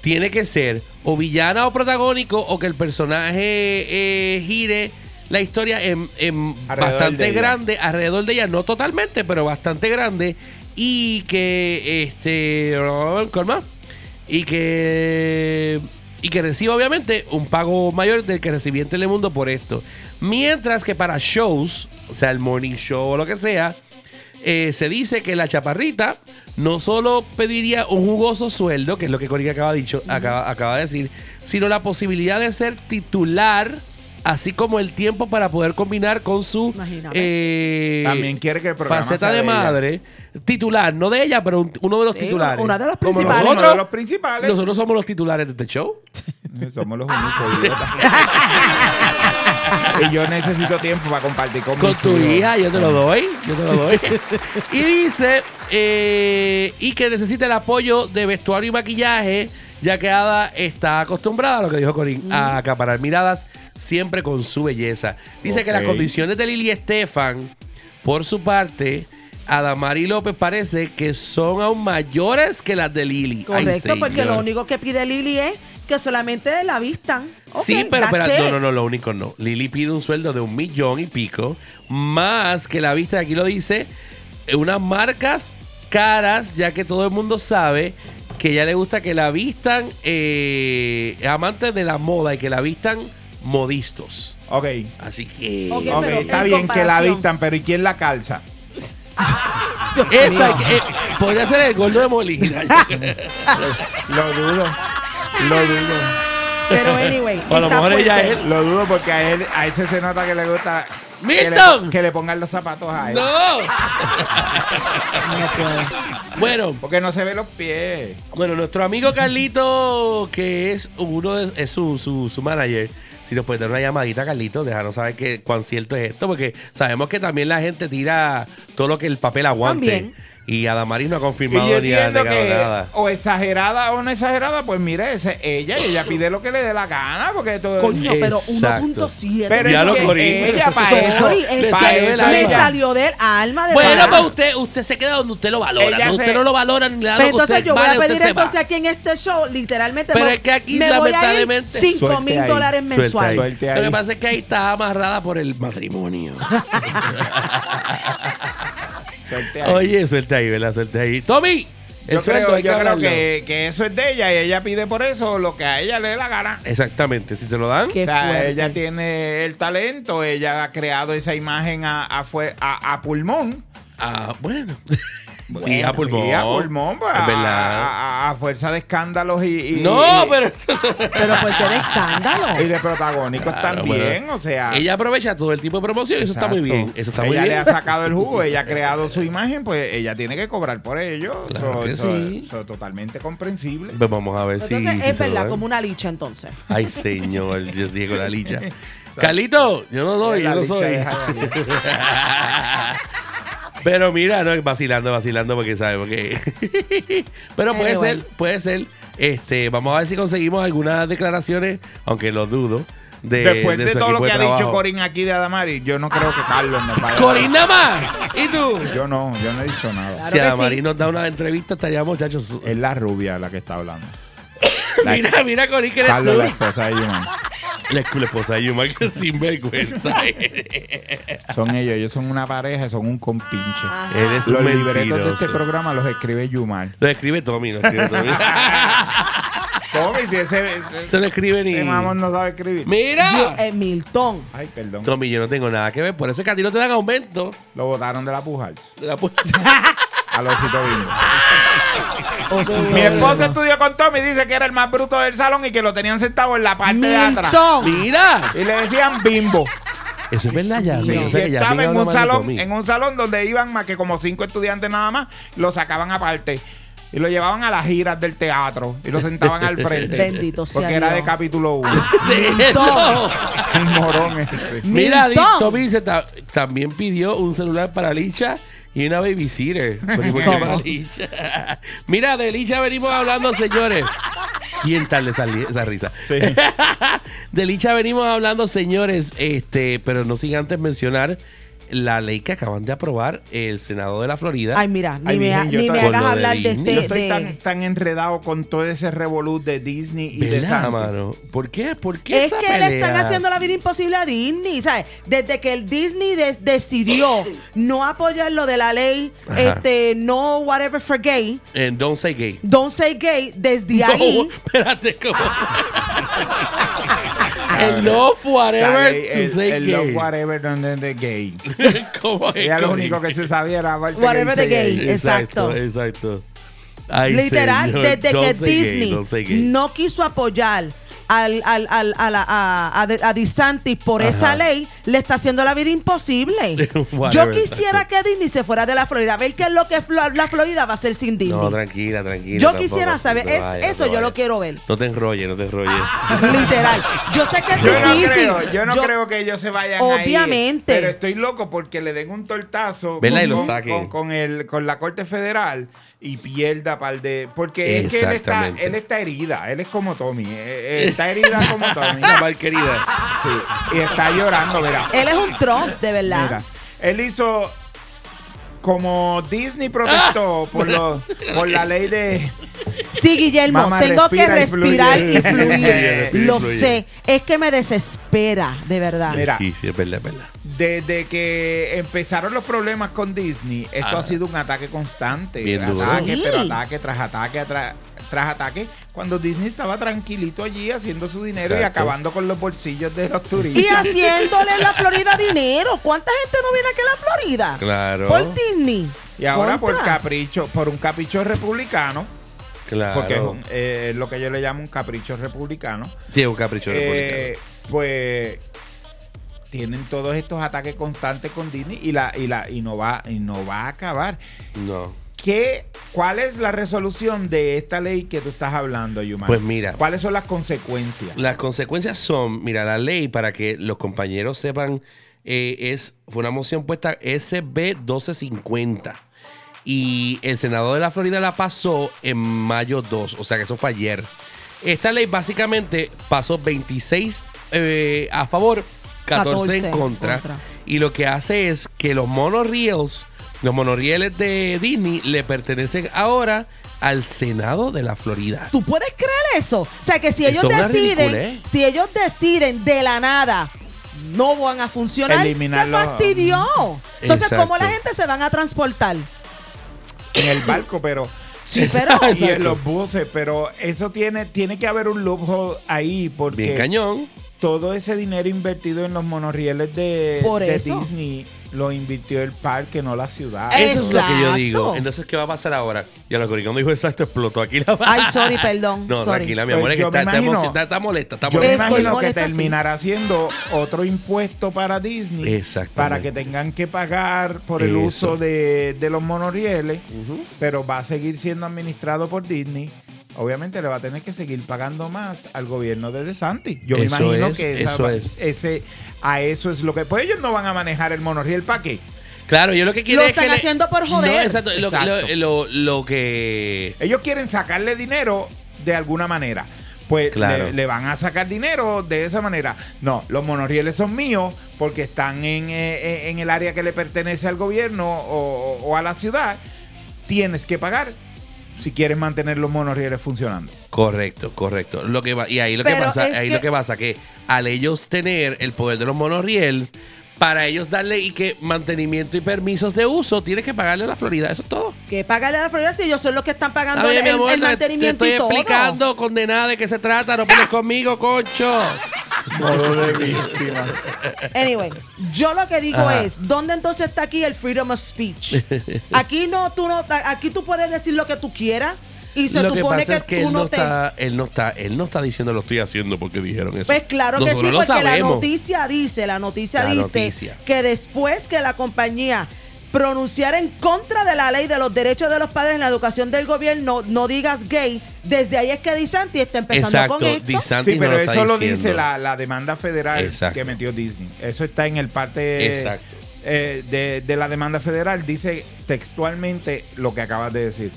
Speaker 5: tiene que ser o villana o protagónico o que el personaje eh, gire la historia en, en
Speaker 4: Alrededor de
Speaker 5: bastante
Speaker 4: ella.
Speaker 5: grande, alrededor de ella, no totalmente, pero bastante grande, y que, este, ¿cuál más? Y que, y que reciba obviamente un pago mayor del que recibía en Telemundo por esto. Mientras que para shows, o sea, el morning show o lo que sea, eh, se dice que la chaparrita no solo pediría un jugoso sueldo, que es lo que Corica acaba, dicho, acaba, acaba de decir, sino la posibilidad de ser titular, así como el tiempo para poder combinar con su
Speaker 3: Imagínate.
Speaker 5: eh,
Speaker 4: También quiere que el programa
Speaker 5: faceta
Speaker 4: sea de
Speaker 5: de,
Speaker 4: ella.
Speaker 5: madre, titular, no de ella, pero un- uno de los
Speaker 3: Sí,
Speaker 5: titulares.
Speaker 3: una de los
Speaker 5: Como
Speaker 3: principales.
Speaker 4: Uno
Speaker 5: Nosotros,
Speaker 4: de los principales. Eh,
Speaker 5: nosotros somos los titulares de este show.
Speaker 4: Somos los únicos idiotas. y yo necesito tiempo para compartir con,
Speaker 5: Con
Speaker 4: mis
Speaker 5: tu
Speaker 4: hijos.
Speaker 5: hija, yo te lo doy, yo te lo doy. y dice, eh, y que necesita el apoyo de vestuario y maquillaje, ya que Ada está acostumbrada, a lo que dijo Corín, a acaparar miradas siempre con su belleza. Dice que las
Speaker 4: Ok.
Speaker 5: condiciones de Lili Estefan, por su parte, Adamari López parece que son aún mayores que las de Lili. Ay,
Speaker 3: Correcto, porque lo
Speaker 5: señor.
Speaker 3: único que pide Lili es que solamente la vistan. Ok,
Speaker 5: sí, pero,
Speaker 3: that's
Speaker 5: espera,
Speaker 3: it.
Speaker 5: no, no, no, lo único no. Lili pide un sueldo de un millón y pico, más que la vista de aquí lo dice, eh, unas marcas caras, ya que todo el mundo sabe que ya le gusta que la vistan eh, amantes de la moda y que la vistan modistos.
Speaker 4: Ok.
Speaker 5: Así que...
Speaker 3: Ok,
Speaker 4: Ok,
Speaker 3: pero
Speaker 4: está
Speaker 3: en
Speaker 4: bien que la
Speaker 3: comparación-
Speaker 4: vistan, pero ¿y quién la calza?
Speaker 5: Esa, es que- eh, podría ser el gordo de Molina.
Speaker 4: Lo dudo. Lo dudo.
Speaker 3: Pero anyway.
Speaker 5: O a lo
Speaker 3: está
Speaker 5: mejor ella
Speaker 3: fuerte.
Speaker 5: es él.
Speaker 4: Lo dudo porque a él, a ese se nota que le gusta. Que le,
Speaker 5: ¡Milton!
Speaker 4: que le pongan los zapatos a él.
Speaker 5: ¡No! Bueno,
Speaker 4: Porque no se ve los pies.
Speaker 5: bueno, nuestro amigo Carlito, que es uno de, es su, su, su manager. Si nos puede dar una llamadita, Carlito, déjanos saber qué cuán cierto es esto, porque sabemos que también la gente tira todo lo que el papel aguante.
Speaker 3: También.
Speaker 5: Y Adamaris no ha
Speaker 4: Y yo
Speaker 5: confirmado ni ha
Speaker 4: entiendo
Speaker 5: negado
Speaker 4: que,
Speaker 5: nada.
Speaker 4: o exagerada o no exagerada, pues mire, esa es ella y ella pide lo que le dé la gana, porque todo.
Speaker 3: Coño, pero
Speaker 5: Exacto.
Speaker 3: 1.7.
Speaker 4: pero
Speaker 5: Ya
Speaker 4: es
Speaker 5: lo
Speaker 4: que
Speaker 5: corrí.
Speaker 4: ella para eso,
Speaker 3: Sorry,
Speaker 4: para
Speaker 3: es-
Speaker 5: salió
Speaker 4: eso
Speaker 5: del
Speaker 3: me
Speaker 5: alma.
Speaker 4: ella-
Speaker 3: salió del alma de
Speaker 5: Bueno,
Speaker 3: verdad.
Speaker 5: pues usted, usted se queda donde usted lo valora.
Speaker 4: Ella
Speaker 5: ¿no?
Speaker 4: se-
Speaker 5: Usted no lo valora ni le da
Speaker 3: Pero Pues
Speaker 5: lo que
Speaker 3: entonces
Speaker 5: usted
Speaker 3: yo voy
Speaker 5: vale,
Speaker 3: a
Speaker 5: usted
Speaker 3: pedir
Speaker 5: se va.
Speaker 3: entonces aquí en este show, literalmente.
Speaker 5: Pero
Speaker 3: me-
Speaker 5: es que aquí,
Speaker 3: me voy a ir
Speaker 5: lamentablemente-
Speaker 3: 5
Speaker 4: Suelte
Speaker 3: mil
Speaker 4: ahí,
Speaker 3: dólares
Speaker 4: suelte
Speaker 3: mensuales.
Speaker 4: ahí. Suelte
Speaker 5: Lo que
Speaker 4: ahí.
Speaker 5: pasa es que ahí está amarrada por el matrimonio.
Speaker 4: Suerte ahí.
Speaker 5: Oye, suelta ahí, ¿verdad? Suelta ahí. Tommy, el
Speaker 4: Yo
Speaker 5: sueldo
Speaker 4: creo,
Speaker 5: hay que
Speaker 4: yo creo
Speaker 5: hablarlo.
Speaker 4: que, que eso es de ella y ella pide por eso lo que a ella le dé la gana.
Speaker 5: Exactamente, si se lo dan.
Speaker 3: Qué
Speaker 4: O sea,
Speaker 3: fuerte.
Speaker 4: ella tiene el talento, ella ha creado esa imagen a, a, fue- a, a pulmón.
Speaker 5: Ah, bueno. sí,
Speaker 4: Bueno,
Speaker 5: a pulmón.
Speaker 4: sí, a pulmón, pues,
Speaker 5: Es
Speaker 4: a,
Speaker 5: verdad.
Speaker 4: a- a- a fuerza de escándalos y. y-
Speaker 5: no,
Speaker 4: y-
Speaker 5: pero eso-
Speaker 3: Pero pues qué de escándalo.
Speaker 4: Y de protagónicos
Speaker 5: Claro,
Speaker 4: también,
Speaker 5: bueno.
Speaker 4: o sea.
Speaker 5: ella aprovecha todo el tipo de promoción y eso está muy
Speaker 4: exacto.
Speaker 5: bien. Eso está muy
Speaker 4: ella
Speaker 5: bien.
Speaker 4: le ha sacado el jugo, ella ha creado su imagen, pues ella tiene que cobrar por ello. eso,
Speaker 5: Claro que
Speaker 4: eso-
Speaker 5: sí.
Speaker 4: eso es totalmente comprensible.
Speaker 5: Pues vamos a ver si.
Speaker 3: Entonces
Speaker 5: si
Speaker 3: es
Speaker 5: se lo
Speaker 3: verdad,
Speaker 5: dan.
Speaker 3: como una licha entonces.
Speaker 5: Ay, señor, yo sigo con la licha. Carlito, yo no doy, yo
Speaker 4: La
Speaker 5: no
Speaker 4: dicha
Speaker 5: soy.
Speaker 4: de Jaime.
Speaker 5: Pero mira, no, vacilando, vacilando, porque sabemos que. Pero puede
Speaker 3: Eh, bueno.
Speaker 5: ser, puede ser. Este, vamos a ver si conseguimos algunas declaraciones, aunque lo dudo. Eh, De,
Speaker 4: Después de,
Speaker 5: su
Speaker 4: todo lo
Speaker 5: equipo
Speaker 4: que
Speaker 5: de
Speaker 4: ha
Speaker 5: trabajo.
Speaker 4: dicho Corín aquí de Adamari, yo no creo que Carlos nos vaya a-
Speaker 5: Corín nada más. ¿Y tú?
Speaker 4: Yo no, yo no he dicho nada.
Speaker 5: si
Speaker 3: que
Speaker 5: a
Speaker 3: sí.
Speaker 5: nos da una entrevista, estaríamos, muchachos.
Speaker 4: Es la rubia la que está hablando. La-
Speaker 5: Mira, mira, Corín, que eres
Speaker 4: Carlos,
Speaker 5: tú.
Speaker 4: la esposa de Yuman.
Speaker 5: La, la esposa de Yuma, que sinvergüenza.
Speaker 4: Son ellos, ellos son una pareja, son un compinche.
Speaker 5: Eres
Speaker 4: Los
Speaker 5: un
Speaker 4: libretos de este
Speaker 5: mentiroso.
Speaker 4: programa los escribe Yumar.
Speaker 5: Lo escribe Tommy, lo escribe Tommy.
Speaker 4: Tommy, si ese, ese-
Speaker 5: Se lo escriben y.
Speaker 4: ese mamón no sabe escribir.
Speaker 5: ¡Mira!
Speaker 3: Yo, eh, Milton.
Speaker 4: Ay, perdón.
Speaker 5: Tommy, yo no tengo nada que ver. Por eso es que a ti no te dan aumento.
Speaker 4: Lo botaron de la pujar.
Speaker 5: de la pu-
Speaker 4: A los Bimbo.
Speaker 3: Oh, sí,
Speaker 4: Mi
Speaker 3: Milton.
Speaker 4: esposa estudió con Tommy dice que era el más bruto del salón y que lo tenían sentado en la parte de atrás.
Speaker 3: Milton.
Speaker 5: ¡Mira!
Speaker 4: Y le decían bimbo.
Speaker 5: Eso es verdad, ya.
Speaker 4: Sí,
Speaker 5: o sea,
Speaker 4: y
Speaker 5: que ya
Speaker 4: estaba
Speaker 5: Yasmín
Speaker 4: en
Speaker 5: habla
Speaker 4: un,
Speaker 5: mal de
Speaker 4: salón,
Speaker 5: Tommy.
Speaker 4: en un salón donde iban más que como cinco estudiantes nada más, lo sacaban aparte. Y lo llevaban a las giras del teatro y lo sentaban al frente.
Speaker 3: Bendito sea
Speaker 4: Porque era
Speaker 3: Dios. Ah.
Speaker 4: de capítulo 1.
Speaker 5: De esto.
Speaker 4: El morón ese.
Speaker 5: Mira, di-
Speaker 3: Milton.
Speaker 5: Tommy dice, ta- también pidió un celular para Licha y una babysitter. Porque, ¿por qué
Speaker 3: ¿Cómo?
Speaker 5: para Licha? Mira, de Licha venimos hablando, señores. ¿Quién tal esa, li- esa risa? de Licha venimos hablando, señores. Este, pero no sin antes mencionar la ley que acaban de aprobar el Senado de la Florida.
Speaker 3: Ay, mira, ni
Speaker 4: Ay,
Speaker 3: me,
Speaker 4: Virgen,
Speaker 3: ha-
Speaker 4: yo
Speaker 3: ni me
Speaker 5: con
Speaker 3: hagas
Speaker 5: lo de
Speaker 3: hablar de
Speaker 5: Disney.
Speaker 3: este.
Speaker 4: Yo estoy
Speaker 3: de-
Speaker 4: tan, tan enredado con todo ese revolú de Disney y de
Speaker 5: ¿Verdad,
Speaker 4: Santos.
Speaker 5: mano? ¿Por qué? ¿Por
Speaker 3: Es
Speaker 5: qué esa
Speaker 3: que le están
Speaker 5: pelea?
Speaker 3: haciendo la vida imposible a Disney, ¿sabes? Desde que el Disney des- decidió no apoyar lo de la ley,
Speaker 5: Ajá.
Speaker 3: este, no whatever for gay,
Speaker 5: En Don't Say Gay.
Speaker 3: don't say gay, desde ahí.
Speaker 5: No, espérate, ¿cómo? el love
Speaker 4: La
Speaker 5: whatever
Speaker 4: ley-
Speaker 5: to
Speaker 4: el,
Speaker 5: say
Speaker 4: el
Speaker 5: gay.
Speaker 4: love whatever no es de gay.
Speaker 5: ¿Cómo es,
Speaker 4: Ella lo
Speaker 5: Cori?
Speaker 4: único que se sabía era aparte que
Speaker 3: Whatever the
Speaker 4: dice
Speaker 3: gay.
Speaker 5: Exacto,
Speaker 3: Exacto.
Speaker 5: exacto. Ay,
Speaker 3: Literal,
Speaker 5: señor,
Speaker 3: desde
Speaker 5: don't
Speaker 3: que
Speaker 5: say gay, don't say
Speaker 3: Disney
Speaker 5: gay.
Speaker 3: no quiso apoyar al, al, al, a, la- a, a, de- a DeSantis por
Speaker 5: Ajá.
Speaker 3: esa ley, le está haciendo la vida imposible. Yo
Speaker 5: Whatever,
Speaker 3: quisiera que Disney se fuera de la Florida, a ver qué es lo que Flo- la Florida va a hacer sin Disney.
Speaker 5: No, tranquila, tranquila.
Speaker 3: Yo
Speaker 5: tampoco,
Speaker 3: quisiera saber,
Speaker 5: no
Speaker 3: es-
Speaker 5: vayas,
Speaker 3: eso
Speaker 5: no
Speaker 3: yo lo
Speaker 5: vayas.
Speaker 3: quiero ver.
Speaker 5: No te enrolles, no te enrolles.
Speaker 3: Literal. Yo sé que es
Speaker 4: Yo no
Speaker 3: difícil.
Speaker 4: creo, yo no creo que ellos se vayan
Speaker 3: Obviamente.
Speaker 4: ahí. Pero estoy loco porque le den un tortazo
Speaker 5: ¿Verdad? Y
Speaker 4: con,
Speaker 5: lo
Speaker 4: con-
Speaker 5: saquen.
Speaker 4: con- con el, con la Corte Federal y pierda par de... Porque es que él está,
Speaker 5: Exactamente.
Speaker 4: él está herida, él es como Tommy, eh, eh, está herida como Tommy.
Speaker 5: Mira, mal querida.
Speaker 4: Sí, y está llorando, verá.
Speaker 3: Él es un Trump, de verdad.
Speaker 4: Mira, él hizo como Disney
Speaker 3: Ah.
Speaker 4: protestó por, los- por la ley de...
Speaker 3: Sí, Guillermo,
Speaker 4: Mamá,
Speaker 3: tengo que
Speaker 4: respira y
Speaker 3: respirar
Speaker 4: fluye.
Speaker 3: y fluir.
Speaker 5: Respira y
Speaker 3: Lo
Speaker 5: fluye.
Speaker 3: sé. Es que me desespera, de verdad.
Speaker 4: Mira.
Speaker 5: Sí, sí, es verdad, es verdad.
Speaker 4: Desde que empezaron los problemas con Disney, esto ha sido un ataque constante.
Speaker 5: Ah. Bien duro.
Speaker 4: ataque,
Speaker 3: Sí.
Speaker 4: pero ataque, tras ataque, atra- tras ataque. Cuando Disney estaba tranquilito allí haciendo su dinero y
Speaker 5: Exacto.
Speaker 4: acabando con los bolsillos de los
Speaker 3: Y
Speaker 4: turistas.
Speaker 3: haciéndole en la Florida dinero. ¿Cuánta gente no viene aquí a la Florida?
Speaker 5: Claro.
Speaker 3: Por Disney.
Speaker 4: Y ahora por
Speaker 3: Contra.
Speaker 4: capricho, por un capricho republicano,
Speaker 5: Claro.
Speaker 4: porque es un- eh, lo que yo le llamo un capricho republicano,
Speaker 5: Sí, es un capricho
Speaker 4: eh, pues tienen todos estos ataques constantes con Disney y la y la y no va y no va a acabar.
Speaker 5: republicano. No.
Speaker 4: ¿Qué, ¿Cuál es la resolución de esta ley que tú estás hablando, Yumar?
Speaker 5: Pues mira.
Speaker 4: ¿Cuáles son las consecuencias?
Speaker 5: Las consecuencias son, mira, la ley, para que los compañeros sepan, eh, es, fue una moción puesta SB 1250. Y el senador de la Florida la pasó en mayo 2, o sea que eso fue ayer. Esta ley básicamente pasó 26 eh, a favor, 14,
Speaker 3: 14
Speaker 5: en
Speaker 3: en
Speaker 5: contra,
Speaker 3: contra.
Speaker 5: Y lo que hace es que los monorieles, los monorieles de Disney, le pertenecen ahora al Senado de la Florida.
Speaker 3: ¿Tú puedes creer eso? O sea, que si ellos
Speaker 5: Eso es una
Speaker 3: deciden,
Speaker 5: ridiculez.
Speaker 3: si ellos deciden de la nada no van a funcionar,
Speaker 4: Eliminarlo.
Speaker 3: se fastidió. Entonces, ¿cómo
Speaker 5: Exacto.
Speaker 3: la gente se van a transportar?
Speaker 4: En el barco, pero.
Speaker 3: Sí, pero
Speaker 4: Y en
Speaker 5: Exacto.
Speaker 4: los buses, pero eso tiene, tiene que haber un loophole ahí, porque
Speaker 5: Bien cañón.
Speaker 4: todo ese dinero invertido en los monorrieles de,
Speaker 3: Por
Speaker 4: de
Speaker 3: eso.
Speaker 4: Disney lo invirtió el parque, no la ciudad.
Speaker 3: Eh,
Speaker 5: Eso es lo que yo
Speaker 3: Exacto.
Speaker 5: digo. Entonces, ¿qué va a pasar ahora? Ya lo que Oricón dijo exacto explotó aquí la
Speaker 3: Ay, sorry, perdón.
Speaker 5: No,
Speaker 3: sorry. Pues
Speaker 5: tranquila, mi amor, es que
Speaker 4: Yo me
Speaker 5: está, está,
Speaker 4: imagino-
Speaker 5: emocionada, está, está molesta, está
Speaker 4: Yo me
Speaker 3: Eh,
Speaker 5: molesta.
Speaker 3: estoy
Speaker 4: imagino que
Speaker 3: molesta, sí.
Speaker 4: terminará siendo otro impuesto para Disney
Speaker 5: Exactamente.
Speaker 4: para que tengan que pagar por el
Speaker 5: Eso.
Speaker 4: uso de, de los monorieles, pero va a seguir siendo administrado por Disney. Obviamente le va a tener que seguir pagando más al gobierno de DeSantis. Yo me
Speaker 5: Eso
Speaker 4: imagino
Speaker 5: es,
Speaker 4: que esa
Speaker 5: eso
Speaker 4: va-
Speaker 5: es.
Speaker 4: ese a eso es lo que pues ellos no van a manejar el monorriel para qué.
Speaker 5: Claro, yo lo que quiero
Speaker 3: Lo
Speaker 5: es
Speaker 3: están
Speaker 5: que le-
Speaker 3: haciendo por joder.
Speaker 5: No, exacto. Lo, que- lo-
Speaker 4: Exacto.
Speaker 5: lo- lo que...
Speaker 4: Ellos quieren sacarle dinero de alguna manera. Pues
Speaker 5: Claro.
Speaker 4: le, le van a sacar dinero de esa manera. No, los monorieles son míos porque están en, eh, eh, en el área que le pertenece al gobierno o, o a la ciudad. Tienes que pagar si quieres mantener los monorieles funcionando.
Speaker 5: Correcto, correcto. Lo que va, y ahí lo que
Speaker 3: Pero
Speaker 5: pasa,
Speaker 3: es
Speaker 5: ahí
Speaker 3: que-
Speaker 5: lo que pasa que al ellos tener el poder de los monorieles, para ellos darle y que mantenimiento y permisos de uso, tienes que pagarle a la Florida, eso es todo.
Speaker 3: Que pagarle a la Florida si ellos son los que están pagando
Speaker 5: Está bien,
Speaker 3: el,
Speaker 5: mi amor,
Speaker 3: el
Speaker 5: te-
Speaker 3: mantenimiento
Speaker 5: te
Speaker 3: y todo.
Speaker 5: estoy explicando, condenada, de qué se trata. No pones conmigo, concho.
Speaker 3: Anyway, yo lo que digo
Speaker 5: Ajá.
Speaker 3: es, ¿dónde entonces está aquí el freedom of speech? Aquí no, tú no, aquí tú puedes decir lo que tú quieras y se
Speaker 5: lo que
Speaker 3: supone
Speaker 5: pasa
Speaker 3: que,
Speaker 5: es que
Speaker 3: tú
Speaker 5: él no,
Speaker 3: no te.
Speaker 5: está, él no está, él no está diciendo lo estoy haciendo porque dijeron eso.
Speaker 3: Pues claro que sí,
Speaker 5: Nosotros lo
Speaker 3: porque la
Speaker 5: sabemos.
Speaker 3: noticia dice, la noticia
Speaker 5: La
Speaker 3: dice
Speaker 5: noticia.
Speaker 3: que después que la compañía pronunciara en contra de la ley de los derechos de los padres en la educación del gobierno, no digas gay, desde ahí es que DiSanti está empezando
Speaker 5: Exacto,
Speaker 3: con esto.
Speaker 5: DeSantis
Speaker 4: sí,
Speaker 5: no
Speaker 4: pero
Speaker 5: lo
Speaker 4: eso
Speaker 5: está
Speaker 4: lo
Speaker 5: diciendo.
Speaker 4: dice la, la demanda federal
Speaker 5: Exacto.
Speaker 4: que metió Disney. Eso está en el parte
Speaker 5: Exacto.
Speaker 4: eh, de, de la demanda federal. Dice textualmente lo que acabas de decir,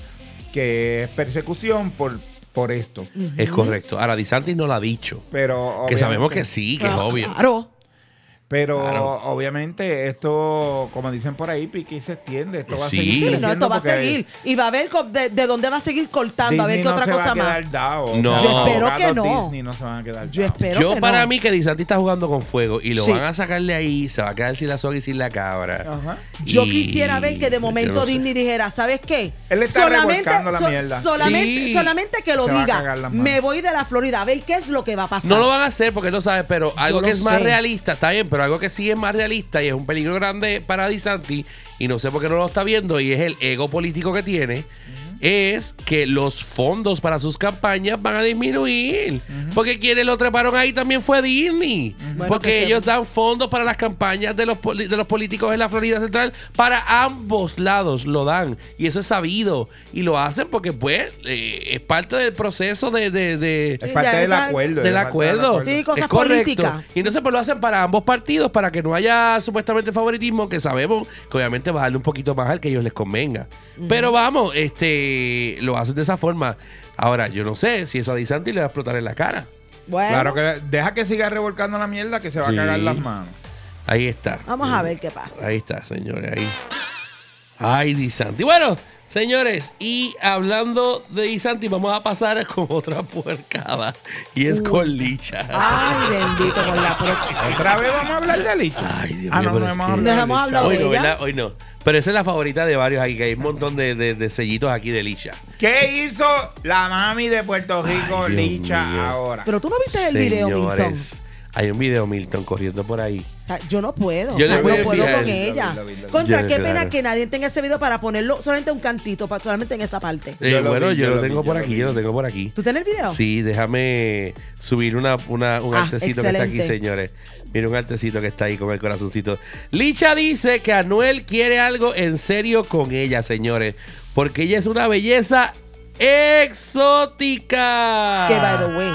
Speaker 4: que es persecución por, por esto.
Speaker 3: Mm.
Speaker 5: Es correcto. Ahora, DeSantis no lo ha dicho.
Speaker 4: Pero
Speaker 5: Que sabemos
Speaker 4: obviamente-
Speaker 5: que sí, que es
Speaker 3: Ah,
Speaker 5: obvio.
Speaker 3: Claro.
Speaker 4: Pero
Speaker 5: Claro.
Speaker 4: obviamente esto, como dicen por ahí, piqui se extiende. Esto va
Speaker 5: Sí.
Speaker 4: a seguir.
Speaker 5: Sí,
Speaker 3: Sí, no,
Speaker 4: creciendo
Speaker 3: esto va a
Speaker 4: porque
Speaker 3: seguir. Y va a ver co- de, de dónde va a seguir cortando, a ver
Speaker 4: Disney
Speaker 3: qué otra
Speaker 4: no se
Speaker 3: cosa
Speaker 4: va a
Speaker 3: más.
Speaker 4: quedar dado.
Speaker 5: No. Yo
Speaker 4: Los
Speaker 3: espero que
Speaker 4: abogados
Speaker 3: no.
Speaker 4: Disney no se van a quedar
Speaker 3: Yo
Speaker 4: dados.
Speaker 3: espero
Speaker 5: Yo
Speaker 3: que
Speaker 5: para
Speaker 3: no.
Speaker 5: mí que DeSantis está jugando con fuego y lo
Speaker 3: Sí.
Speaker 5: van a sacarle ahí, se va a quedar sin la soga y sin la cabra.
Speaker 4: Ajá.
Speaker 3: Yo
Speaker 5: Y-
Speaker 3: quisiera ver que de
Speaker 5: yo
Speaker 3: momento
Speaker 5: no sé.
Speaker 3: Disney dijera, ¿sabes qué?
Speaker 4: Él está revolcando la mierda.
Speaker 3: solamente,
Speaker 5: Sí.
Speaker 3: solamente que lo
Speaker 4: Se va a
Speaker 3: diga.
Speaker 4: cagar las manos.
Speaker 3: Me voy de la Florida a ver qué es lo que va a pasar.
Speaker 5: No lo van a hacer porque no sabes, pero algo
Speaker 3: lo
Speaker 5: que es más
Speaker 3: sé.
Speaker 5: realista, está bien, pero algo que sí es más realista y es un peligro grande para DeSantis, y no sé por qué no lo está viendo, y es el ego político que tiene, es que los fondos para sus campañas van a disminuir. Porque quienes lo treparon ahí también fue Disney.
Speaker 3: Bueno,
Speaker 5: porque
Speaker 3: que sea-
Speaker 5: ellos dan fondos para las campañas de los, poli- de los políticos en la Florida Central. Para ambos lados lo dan. Y eso es sabido. Y lo hacen porque, pues, eh, es parte del proceso de- de- de,
Speaker 4: Es
Speaker 3: Sí,
Speaker 4: parte
Speaker 3: ya
Speaker 4: del
Speaker 3: esa-
Speaker 4: acuerdo.
Speaker 5: del
Speaker 4: es parte
Speaker 5: acuerdo.
Speaker 3: Sí, cosas
Speaker 5: Es correcto.
Speaker 3: políticas.
Speaker 5: Y entonces pues lo hacen para ambos partidos, para que no haya supuestamente favoritismo, que sabemos que obviamente va a darle un poquito más al que ellos les convenga. Pero vamos, este lo hacen de esa forma. Ahora, yo no sé si eso a Disanti le va a explotar en la cara.
Speaker 3: Bueno,
Speaker 4: Claro que deja que siga revolcando la mierda que se va
Speaker 5: Sí.
Speaker 4: a cagar las manos.
Speaker 5: Ahí está.
Speaker 3: vamos a ver qué pasa.
Speaker 5: Ahí está, señores, ahí. Ay, Disanti. Bueno, señores, y hablando de Disanti, vamos a pasar con otra puercada. Y
Speaker 3: Uh.
Speaker 5: es con Licha.
Speaker 3: Ay, bendito con la próxima.
Speaker 4: Otra vez vamos a hablar de Licho.
Speaker 5: Ay, Dios
Speaker 4: Ah,
Speaker 5: mío,
Speaker 4: no,
Speaker 5: pero
Speaker 4: no
Speaker 5: es
Speaker 4: hemos
Speaker 5: que-
Speaker 4: hablado.
Speaker 3: Nos hemos hablado
Speaker 5: Hoy no,
Speaker 3: de ella.
Speaker 5: ¿verdad? Hoy no. Pero esa es la favorita de varios aquí, que hay un montón de, de- de sellitos aquí de Licha.
Speaker 4: ¿Qué hizo la mami de Puerto Rico,
Speaker 5: Ay, Dios
Speaker 4: Licha,
Speaker 5: mío.
Speaker 4: ahora?
Speaker 3: Pero tú no viste el video, Milton.
Speaker 5: Señores, Hay un video, Milton, corriendo por ahí.
Speaker 3: O sea, yo no puedo.
Speaker 5: Yo
Speaker 3: O sea,
Speaker 5: le
Speaker 3: no
Speaker 5: voy a
Speaker 3: puedo
Speaker 5: enviar.
Speaker 3: con ella.
Speaker 4: Lo vi, lo vi, lo vi.
Speaker 3: Contra,
Speaker 5: Yo,
Speaker 3: qué
Speaker 5: claro.
Speaker 3: pena que nadie tenga ese video para ponerlo solamente un cantito, pa- solamente en esa parte.
Speaker 5: Eh,
Speaker 4: Yo lo
Speaker 5: bueno,
Speaker 4: vi,
Speaker 5: yo,
Speaker 4: yo
Speaker 5: lo
Speaker 4: lo vi,
Speaker 5: tengo
Speaker 4: yo
Speaker 5: por
Speaker 4: lo
Speaker 5: aquí,
Speaker 4: vi.
Speaker 5: yo lo tengo por aquí.
Speaker 3: ¿Tú tienes el video?
Speaker 5: Sí, déjame subir una, una- un
Speaker 3: Ah,
Speaker 5: artecito que está aquí,
Speaker 3: excelente.
Speaker 5: señores. Mira un artecito que está ahí con el corazoncito. Licha dice que Anuel quiere algo en serio con ella, señores. Porque ella es una belleza exótica.
Speaker 3: Que by the way,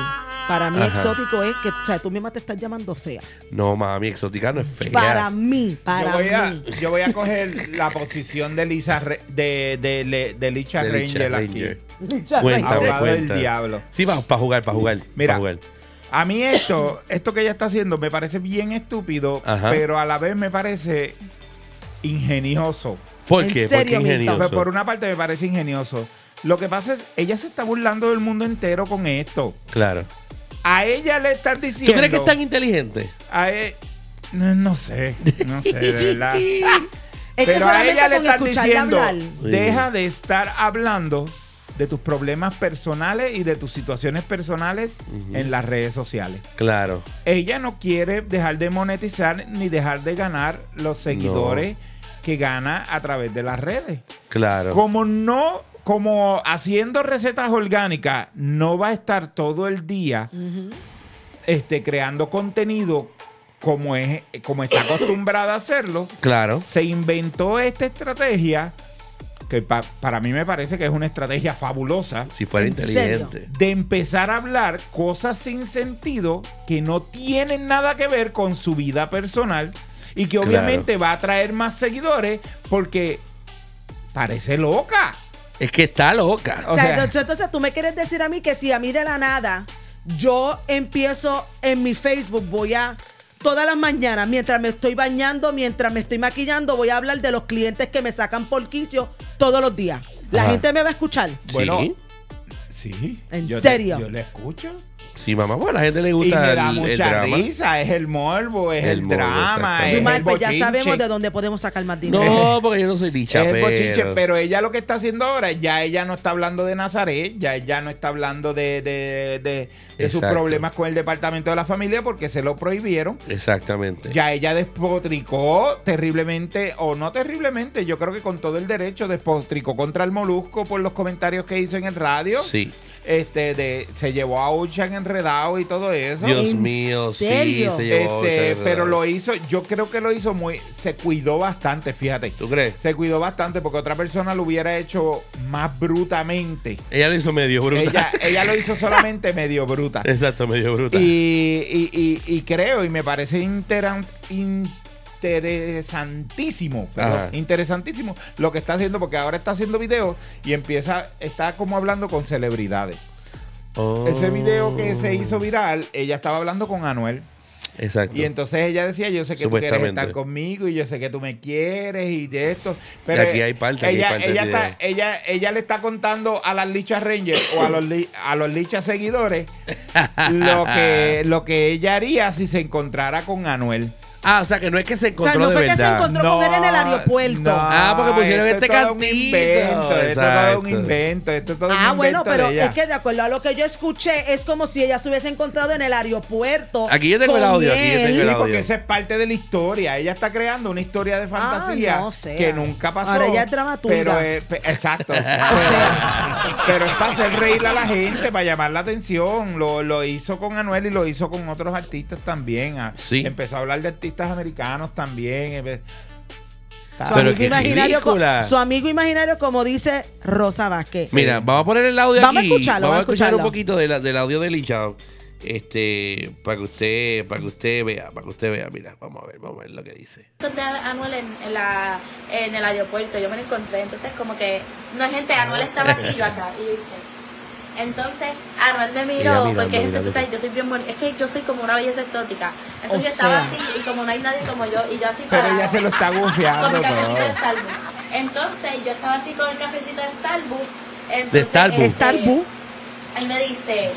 Speaker 3: para mí
Speaker 5: Ajá.
Speaker 3: exótico es que o sea, tú misma te estás llamando fea.
Speaker 5: No, mami, exótica no es fea.
Speaker 3: Para mí,
Speaker 4: Yo
Speaker 3: para
Speaker 4: voy, a,
Speaker 3: mí.
Speaker 4: yo voy a coger la posición de Lisa Re- de, de, de, de Licha
Speaker 5: De Licha
Speaker 4: Ranger,
Speaker 5: Ranger.
Speaker 4: aquí.
Speaker 5: Cuéntame,
Speaker 4: Abogado del
Speaker 5: cuéntame.
Speaker 4: diablo.
Speaker 5: Sí, para jugar, para jugar.
Speaker 4: Mira.
Speaker 5: pa' jugar.
Speaker 4: A mí esto, esto que ella está haciendo me parece bien estúpido,
Speaker 5: Ajá.
Speaker 4: pero a la vez me parece ingenioso.
Speaker 5: ¿Por
Speaker 3: ¿En
Speaker 5: qué?
Speaker 3: serio,
Speaker 5: Porque
Speaker 3: Milton?
Speaker 5: ingenioso.
Speaker 4: Pues, por una parte me parece ingenioso. Lo que pasa es, ella se está burlando del mundo entero con esto.
Speaker 5: Claro.
Speaker 4: A ella le están
Speaker 5: ¿Tú
Speaker 4: diciendo...
Speaker 5: crees que es tan inteligente?
Speaker 4: a e- no, no sé, no sé, de verdad.
Speaker 3: Es que
Speaker 4: Pero a
Speaker 3: solamente
Speaker 4: ella le
Speaker 3: con
Speaker 4: están
Speaker 3: escucharla
Speaker 4: diciendo,
Speaker 3: hablar.
Speaker 4: deja de estar hablando de tus problemas personales y de tus situaciones personales
Speaker 5: Ujú.
Speaker 4: en las redes sociales.
Speaker 5: Claro.
Speaker 4: Ella no quiere dejar de monetizar ni dejar de ganar los seguidores que gana a través de las redes.
Speaker 5: Claro.
Speaker 4: Como no, como haciendo recetas orgánicas, no va a estar todo el día este, creando contenido como, es, como está acostumbrada a hacerlo
Speaker 5: Claro.
Speaker 4: se inventó esta estrategia, que pa- para mí me parece que es una estrategia fabulosa,
Speaker 5: Si fuera
Speaker 3: ¿En serio?
Speaker 5: inteligente.
Speaker 4: de empezar a hablar cosas sin sentido que no tienen nada que ver con su vida personal y que
Speaker 5: Claro.
Speaker 4: obviamente va a traer más seguidores porque parece loca.
Speaker 5: Es que está loca.
Speaker 4: O
Speaker 3: O sea,
Speaker 4: sea-
Speaker 3: entonces, entonces tú me quieres decir a mí que si a mí de la nada yo empiezo en mi Facebook, voy a todas las mañanas, mientras me estoy bañando, mientras me estoy maquillando, voy a hablar de los clientes que me sacan por quicio todos los días. La
Speaker 5: Ajá.
Speaker 3: gente me va a escuchar.
Speaker 4: Bueno,
Speaker 5: sí,
Speaker 4: Sí.
Speaker 3: ¿En
Speaker 4: yo te-
Speaker 3: serio?
Speaker 4: yo la escucho.
Speaker 5: sí, mamá. Bueno, a la gente le
Speaker 4: Y
Speaker 5: gusta
Speaker 4: me
Speaker 5: el,
Speaker 4: da
Speaker 5: el
Speaker 4: mucha
Speaker 5: drama.
Speaker 4: risa. Es el morbo, es
Speaker 5: El
Speaker 4: el,
Speaker 5: morbo,
Speaker 4: drama,
Speaker 5: exactamente.
Speaker 4: es
Speaker 3: Yumar,
Speaker 4: el
Speaker 3: pues ya
Speaker 4: bochinche.
Speaker 3: sabemos de dónde podemos sacar más dinero.
Speaker 5: No, porque yo no soy licha,
Speaker 4: Es el
Speaker 5: pero...
Speaker 4: bochinche, pero ella lo que está haciendo ahora, ya ella no está hablando de Nazaret, ya ella no está hablando de, de- de- de sus
Speaker 5: Exacto.
Speaker 4: problemas con el departamento de la familia porque se lo prohibieron.
Speaker 5: Exactamente.
Speaker 4: Ya ella despotricó terriblemente, o no terriblemente, yo creo que con todo el derecho despotricó contra el molusco por los comentarios que hizo en el radio.
Speaker 5: Sí.
Speaker 4: Este, de, se llevó a Ocean enredado y todo eso.
Speaker 5: Dios
Speaker 3: ¿En
Speaker 5: mío,
Speaker 3: serio?
Speaker 5: sí, se llevó...
Speaker 4: Este,
Speaker 5: se-
Speaker 4: pero lo hizo, yo creo que lo hizo muy, se cuidó bastante, fíjate
Speaker 5: ¿Tú crees?
Speaker 4: se cuidó bastante porque otra persona lo hubiera hecho más brutamente.
Speaker 5: Ella lo hizo medio bruta.
Speaker 4: Ella, ella lo hizo solamente medio bruta.
Speaker 5: Exacto, medio bruta.
Speaker 4: Y, y- y- y creo, y me parece interan- interesantísimo, perdón,
Speaker 5: Ajá.
Speaker 4: interesantísimo lo que está haciendo porque ahora está haciendo videos y empieza, está como hablando con celebridades.
Speaker 5: Oh.
Speaker 4: Ese video que se hizo viral, ella estaba hablando con Anuel.
Speaker 5: Exacto.
Speaker 4: Y entonces ella decía, yo sé que tú quieres
Speaker 5: Supuestamente.
Speaker 4: estar conmigo y yo sé que tú me quieres y de esto. Pero
Speaker 5: Y aquí hay parte, aquí
Speaker 4: ella,
Speaker 5: hay parte
Speaker 4: ella,
Speaker 5: del
Speaker 4: está, ella, ella le está contando a las lichas Rangers o a los, li- a los lichas seguidores lo, que, lo que ella haría si se encontrara con Anuel.
Speaker 5: Ah, o sea, que no es que se
Speaker 3: O sea,
Speaker 5: encontró
Speaker 3: no
Speaker 5: de
Speaker 3: fue que se
Speaker 5: verdad.
Speaker 3: encontró con él en el aeropuerto.
Speaker 5: Ah, porque pusieron
Speaker 4: esto
Speaker 5: este
Speaker 4: es todo un
Speaker 5: cantito.
Speaker 4: invento, esto es todo un
Speaker 5: Exacto.
Speaker 4: invento, esto es todo un
Speaker 3: Ah, bueno,
Speaker 4: invento de
Speaker 3: pero
Speaker 4: ella.
Speaker 3: es que de acuerdo a lo que yo escuché, es como si ella se hubiese encontrado en el aeropuerto.
Speaker 5: Aquí yo tengo el
Speaker 3: con
Speaker 5: audio, aquí yo
Speaker 3: él.
Speaker 5: tengo el
Speaker 4: Sí,
Speaker 5: audio.
Speaker 4: porque esa es parte de la historia. Ella está creando una historia de fantasía
Speaker 3: Ah, no sea.
Speaker 4: que nunca pasó.
Speaker 3: Ahora ella es dramaturga.
Speaker 4: Pero, eh, pe- exacto. pero, pero es para hacer reír a la gente, para llamar la atención. Lo, lo hizo con Anuel y lo hizo con otros artistas también. Ah,
Speaker 5: Sí.
Speaker 4: Empezó a hablar de artistas americanos también. eh, Empe-
Speaker 3: Su,
Speaker 5: Pero
Speaker 3: amigo
Speaker 5: qué
Speaker 3: imaginario, co-
Speaker 5: ridícula.
Speaker 3: su amigo imaginario, como dice Rosa Vázquez.
Speaker 5: Mira, vamos a poner el audio
Speaker 3: Vamos a
Speaker 5: aquí.
Speaker 3: escucharlo,
Speaker 5: vamos
Speaker 3: vamos
Speaker 5: a
Speaker 3: a
Speaker 5: escuchar un
Speaker 3: escucharlo.
Speaker 5: poquito de la- del audio de Licha. Este, para que usted, para que usted vea, para que usted vea. Mira, vamos a ver, vamos a ver lo que dice.
Speaker 10: de Anuel en, en la, en el aeropuerto, yo me lo encontré, entonces como que, no gente, Anuel estaba aquí y yo acá, y yo hice. Entonces, Anuel me
Speaker 5: Mira
Speaker 10: miró,
Speaker 5: mirando,
Speaker 10: porque gente,
Speaker 5: mirando.
Speaker 10: tú sabes, yo soy bien bonita, es que yo soy como una belleza exótica. Entonces
Speaker 3: O
Speaker 10: yo
Speaker 3: sea.
Speaker 10: estaba así, y como no hay nadie como yo, y yo así
Speaker 4: Pero
Speaker 10: para-
Speaker 4: ella se lo está
Speaker 10: con
Speaker 4: bufiando.
Speaker 10: mi cafecito de
Speaker 4: pero-
Speaker 10: Starbucks. Entonces, yo estaba así con el cafecito de Starbucks. entonces,
Speaker 5: De Starbucks.
Speaker 10: este,
Speaker 3: Starbucks.
Speaker 10: Él me dice,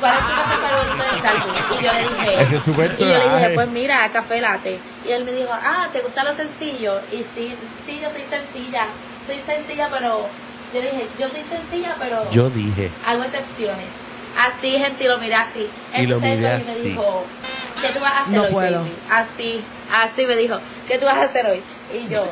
Speaker 10: ¿cuál es tu café favorito de Starbucks? Y yo le dije,
Speaker 4: Ese es su
Speaker 10: y yo le dije,
Speaker 4: personaje.
Speaker 10: pues mira, café latte. Y él me dijo, ah, ¿te gusta lo sencillo? Y sí, sí, yo soy sencilla. Soy sencilla, pero... Yo le dije, yo soy sencilla, pero
Speaker 5: Yo dije.
Speaker 10: hago excepciones. Así, gente, y lo miré así.
Speaker 5: Y lo
Speaker 10: Entonces
Speaker 5: miré
Speaker 10: él me
Speaker 5: así.
Speaker 10: dijo, ¿qué tú vas a hacer
Speaker 3: No
Speaker 10: hoy,
Speaker 3: puedo.
Speaker 10: baby? Así, así me dijo, ¿qué tú vas a hacer hoy? Y yo,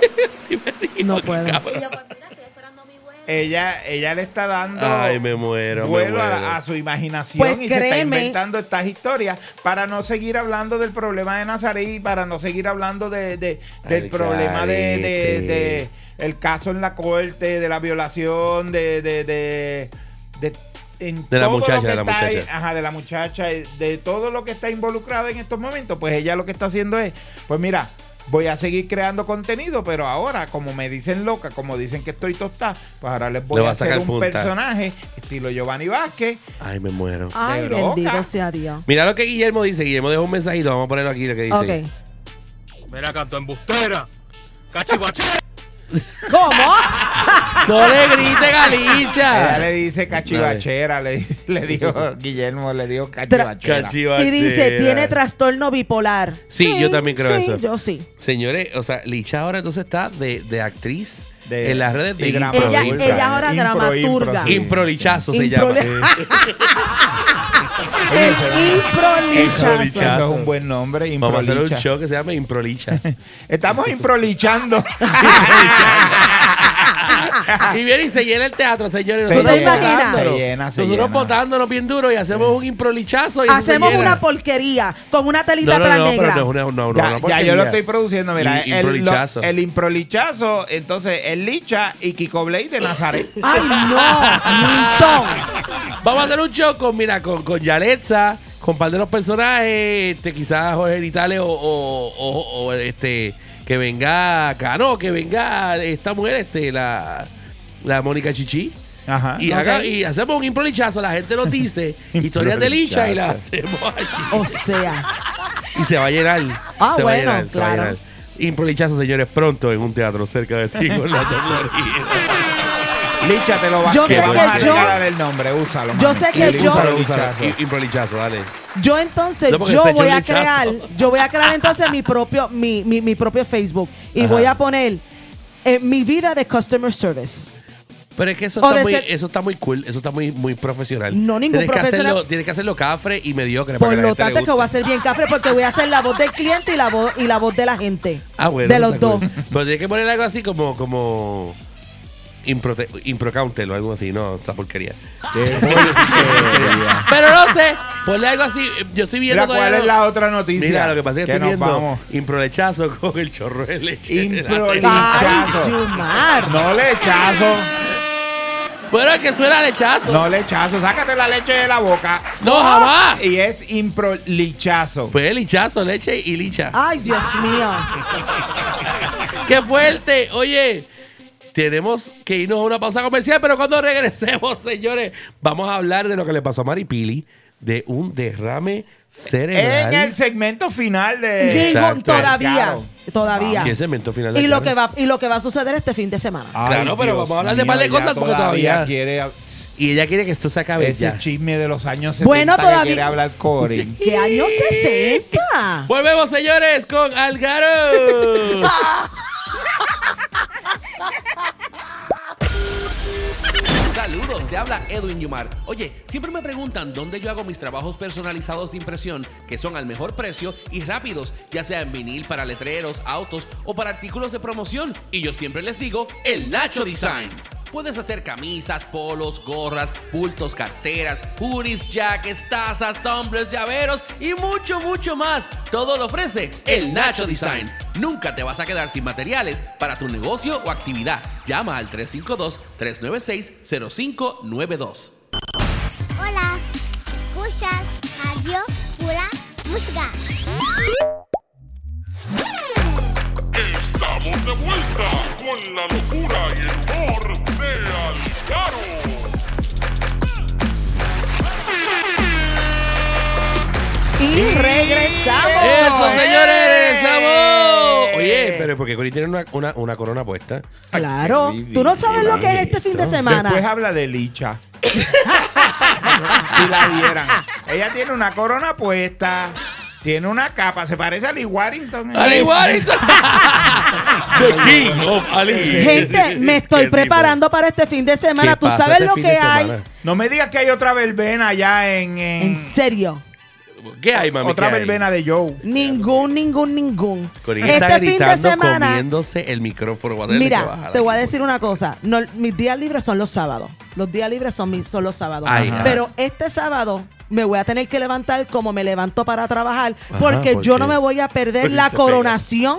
Speaker 3: No puedo.
Speaker 10: y yo pues mira, estoy esperando mi vuelo.
Speaker 5: Eh,
Speaker 4: Ella, ella le está dando
Speaker 5: Ay, me muero. me
Speaker 4: vuelo
Speaker 5: muero.
Speaker 4: a, a su imaginación
Speaker 3: Pues
Speaker 4: y se está
Speaker 3: créeme.
Speaker 4: inventando estas historias para no seguir hablando del problema de Nazarí, para no seguir hablando de, de- del
Speaker 5: Ay,
Speaker 4: problema de, de-
Speaker 5: carete.
Speaker 4: de el caso en la corte, de la violación, de... de, de, de- en
Speaker 5: De la
Speaker 4: todo lo
Speaker 5: muchacha,
Speaker 4: que
Speaker 5: de la
Speaker 4: está ahí-
Speaker 5: muchacha.
Speaker 4: ajá, de la muchacha, eh, de todo lo que está involucrado en estos momentos, pues ella lo que está haciendo es, pues mira, voy a seguir creando contenido, pero ahora, como me dicen loca, como dicen que estoy tostada, pues ahora les voy
Speaker 5: Le va
Speaker 4: a
Speaker 5: a
Speaker 4: hacer
Speaker 5: sacar
Speaker 4: un
Speaker 5: punta.
Speaker 4: personaje estilo Giovanni Vázquez.
Speaker 5: Ay, me muero.
Speaker 3: Ay,
Speaker 4: De loca.
Speaker 3: bendito sea Dios.
Speaker 5: Mira lo que Guillermo dice. Guillermo dejó un mensajito. Vamos a ponerlo aquí lo que dice.
Speaker 3: Ok.
Speaker 11: Mira, canto embustera. Cachivache.
Speaker 3: ¿Cómo?
Speaker 5: No le grite,
Speaker 3: Ah.
Speaker 4: Ella le
Speaker 5: Galicha.
Speaker 4: dice cachivachera, le, le dijo Guillermo, le dijo cachivachera.
Speaker 5: Cachivachera.
Speaker 3: Y dice, tiene trastorno bipolar.
Speaker 5: Sí, yo también creo
Speaker 3: sí,
Speaker 5: eso.
Speaker 3: Yo sí.
Speaker 5: Señores, o sea, Licha ahora entonces está de, de actriz
Speaker 4: De-
Speaker 5: en las redes de
Speaker 4: y
Speaker 5: Impro.
Speaker 4: gran Ella-
Speaker 5: Impro.
Speaker 4: ella
Speaker 3: ahora dramaturga.
Speaker 4: sí.
Speaker 5: Improlichazo se
Speaker 3: Impro-
Speaker 5: llama.
Speaker 3: El
Speaker 4: Eso
Speaker 3: improlichazo.
Speaker 4: es un buen nombre,
Speaker 5: Vamos a hacer un
Speaker 4: improlicha.
Speaker 5: show que se llama Improlicha.
Speaker 4: Estamos improlichando.
Speaker 5: y viene y se llena el teatro, señores.
Speaker 4: Ah. Se
Speaker 5: Nosotros
Speaker 3: llena,
Speaker 5: votándolo.
Speaker 4: se llena, se
Speaker 5: Nosotros
Speaker 4: llena.
Speaker 5: botándonos bien duro y hacemos un improlichazo. Y eso se
Speaker 3: Hacemos
Speaker 5: llena.
Speaker 3: una porquería con una telita
Speaker 5: No, no,
Speaker 3: atrás
Speaker 5: no, pero
Speaker 3: negra.
Speaker 5: no es una, no, no,
Speaker 4: ya,
Speaker 5: una
Speaker 4: ya yo lo
Speaker 5: porquería.
Speaker 4: estoy produciendo, mira.
Speaker 5: Y-
Speaker 4: el,
Speaker 5: improlichazo.
Speaker 4: lo- el improlichazo, entonces el licha y Kiko Blade de Nazaret.
Speaker 3: Ay, no, Milton.
Speaker 5: Vamos a hacer un show con, mira, con, con Yaletza, con par de los personajes, este, quizás Jorge Vitales o, o- o- o, este, que venga Cano, que venga esta mujer, este, la, la Mónica Chichi.
Speaker 4: Ajá.
Speaker 5: Y, haga- y hacemos un improlichazo, la gente nos dice historias de licha y las hacemos allí.
Speaker 3: O sea,
Speaker 5: Y se va a llenar.
Speaker 3: Ah,
Speaker 5: se va a
Speaker 3: bueno,
Speaker 5: llenar, se va a
Speaker 3: claro.
Speaker 5: llenar. Improlichazo, señores, pronto en un teatro cerca de ti con la tecnología.
Speaker 4: Licha te lo va,
Speaker 3: Yo
Speaker 4: te
Speaker 3: sé
Speaker 4: vamos
Speaker 3: que
Speaker 4: a
Speaker 3: yo-
Speaker 4: regalar el nombre, úsalo.
Speaker 3: yo
Speaker 4: mami.
Speaker 3: sé que yo-
Speaker 5: Úsalo, úsalo.
Speaker 4: Improlichazo.
Speaker 5: Improlichazo, dale.
Speaker 3: yo entonces,
Speaker 5: No, porque
Speaker 3: yo
Speaker 5: se echó
Speaker 3: voy
Speaker 5: un
Speaker 3: a
Speaker 5: lichazo.
Speaker 3: crear, yo voy a crear entonces mi propio, mi, mi, mi propio Facebook y
Speaker 5: Ajá.
Speaker 3: voy a poner eh, mi vida de customer service.
Speaker 5: Pero es que eso
Speaker 3: O
Speaker 5: está,
Speaker 3: de
Speaker 5: muy,
Speaker 3: ser-
Speaker 5: eso está muy cool, eso está muy, muy profesional.
Speaker 3: No, ningún
Speaker 5: tienes Que
Speaker 3: profesional.
Speaker 5: hacerlo, tienes que hacerlo cafre y mediocre. para
Speaker 3: Por
Speaker 5: que la
Speaker 3: lo
Speaker 5: gente le
Speaker 3: tanto es que
Speaker 5: guste.
Speaker 3: voy a ser bien cafre porque voy a hacer la voz del cliente y la voz y la voz de la gente.
Speaker 5: Ah, bueno,
Speaker 3: de los
Speaker 5: está
Speaker 3: dos.
Speaker 5: cool. Pero tienes que poner algo así como. como improte- Improcounter o algo así, no, esta porquería. Pero no sé, ponle algo así. Yo estoy viendo
Speaker 4: Mira, ¿cuál
Speaker 5: todavía
Speaker 4: es
Speaker 5: no-
Speaker 4: la otra noticia?
Speaker 5: Mira, lo que pasa es que, estoy
Speaker 4: nos
Speaker 5: viendo
Speaker 4: vamos.
Speaker 5: improlechazo con el chorro de leche. de la
Speaker 4: Impro-
Speaker 5: tele.
Speaker 3: Ay,
Speaker 4: Lichazo.
Speaker 3: Chumar.
Speaker 4: No lechazo,
Speaker 5: Bueno, es que suena lechazo. No,
Speaker 4: no lechazo. Sácate la leche de la boca.
Speaker 3: Ah,
Speaker 5: jamás.
Speaker 4: Y es improlichazo.
Speaker 5: Pues lichazo, leche y licha.
Speaker 3: Ay, Dios mío.
Speaker 5: ¡Qué fuerte! Oye, tenemos que irnos a una pausa comercial, pero cuando regresemos, señores, vamos a hablar de lo que le pasó a Maripili, de un derrame cerebral.
Speaker 4: En el segmento final de...
Speaker 3: Digo,
Speaker 5: Exacto.
Speaker 3: todavía,
Speaker 4: Claro.
Speaker 3: todavía.
Speaker 5: Y ese evento final de
Speaker 3: Y lo
Speaker 5: claro.
Speaker 3: que va y lo que va a suceder este fin de semana.
Speaker 4: Ay,
Speaker 5: Claro, pero vamos a hablar de par de
Speaker 4: ella
Speaker 5: cosas porque todavía-
Speaker 4: quiere
Speaker 5: Y ella quiere que esto se acabe
Speaker 4: ese
Speaker 5: ya.
Speaker 4: chisme de los años 70
Speaker 3: Bueno,
Speaker 4: que
Speaker 3: todavía-
Speaker 4: quiere hablar Cory.
Speaker 3: ¿Qué año 60?
Speaker 5: Volvemos, señores, con Algaro.
Speaker 1: Saludos, te habla Edwin Yumar. Oye, siempre me preguntan dónde yo hago mis trabajos personalizados de impresión, que son al mejor precio y rápidos, ya sea en vinil para letreros, autos o para artículos de promoción. Y yo siempre les digo, el Nacho Design. Puedes hacer camisas, polos, gorras, bultos, carteras, hoodies, jackets, tazas, tumblers, llaveros y mucho, mucho más. Todo lo ofrece el Nacho Design. Nunca te vas a quedar sin materiales para tu negocio o actividad. Llama al 352-396-0592.
Speaker 7: Hola, escuchas Radio Pura Música.
Speaker 2: Estamos de vuelta con la locura y el humor de Algaro.
Speaker 3: Y regresamos.
Speaker 5: Eso,
Speaker 4: ¡Eh!
Speaker 5: señores, regresamos. Oye, pero porque Cori tiene una, una, una corona puesta.
Speaker 3: Claro, tú no sabes lo que es este fin de
Speaker 4: Después
Speaker 3: semana.
Speaker 4: habla de Licha. si la vieran. Ella tiene una corona puesta. Tiene una capa. Se parece a Lee Warrington.
Speaker 5: Ali Warrington. The King of Ali.
Speaker 3: Gente, me
Speaker 5: Qué
Speaker 3: estoy
Speaker 5: tipo.
Speaker 3: preparando para este fin de semana.
Speaker 5: ¿Qué
Speaker 3: Tú
Speaker 5: pasa
Speaker 3: sabes
Speaker 5: este
Speaker 3: lo
Speaker 5: fin
Speaker 3: que
Speaker 5: de
Speaker 3: hay.
Speaker 5: semana?
Speaker 4: No me digas que hay otra verbena allá en... en-
Speaker 3: En serio.
Speaker 5: ¿Qué hay, mami?
Speaker 4: Otra
Speaker 5: ¿Qué hay?
Speaker 4: verbena de Joe.
Speaker 3: Ningún, ningún, ningún.
Speaker 5: Corín está
Speaker 3: Este fin de
Speaker 5: gritando,
Speaker 3: semana.
Speaker 5: comiéndose el micrófono. Voy a tener que
Speaker 3: Mira,
Speaker 5: bajar
Speaker 3: te voy a
Speaker 5: aquí.
Speaker 3: decir una cosa. No, mis días libres son los sábados. Los días libres son, mis- son los sábados.
Speaker 5: Ay, ajá.
Speaker 3: Pero este sábado me voy a tener que levantar como me levanto para trabajar
Speaker 5: Ajá,
Speaker 3: porque
Speaker 5: ¿por
Speaker 3: yo
Speaker 5: qué?
Speaker 3: no me voy a perder
Speaker 5: Porque
Speaker 3: la
Speaker 5: se pega.
Speaker 3: coronación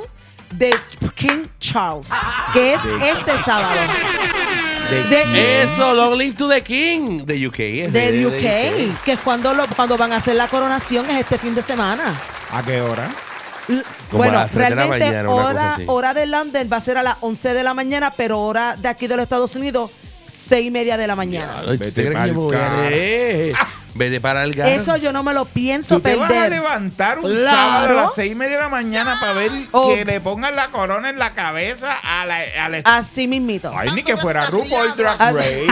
Speaker 3: de King Charles, que es
Speaker 5: De-
Speaker 3: este sábado.
Speaker 5: De-
Speaker 3: de-
Speaker 5: Eso, Long Live to the King. De UK. es de-
Speaker 3: Del
Speaker 5: de-
Speaker 3: UK,
Speaker 5: de
Speaker 3: que es cuando, lo, cuando van a hacer la coronación, es este fin de semana.
Speaker 4: ¿A qué hora?
Speaker 3: L-
Speaker 5: Como a
Speaker 3: bueno,
Speaker 5: las tres de la
Speaker 3: realmente
Speaker 5: mañana, una cosa
Speaker 3: hora,
Speaker 5: así.
Speaker 3: hora de London va a ser a las 11 de la mañana, pero hora de aquí de los Estados Unidos, 6 y media de la mañana.
Speaker 5: Ay, ¿tú
Speaker 4: Vete
Speaker 5: crees que
Speaker 4: pa'l
Speaker 5: yo voy a
Speaker 4: carajo.
Speaker 5: leer? Vete para el gas.
Speaker 3: Eso yo no me lo pienso
Speaker 4: Tú te vas a
Speaker 3: perder.
Speaker 4: levantar un
Speaker 3: Claro.
Speaker 4: sábado a las seis y media de la mañana para ver
Speaker 3: Oh.
Speaker 4: que le pongan la corona en la cabeza a la, a la-
Speaker 3: Así mismito.
Speaker 4: Ay, ni que fuera RuPaul Drag
Speaker 3: Ah,
Speaker 4: Race.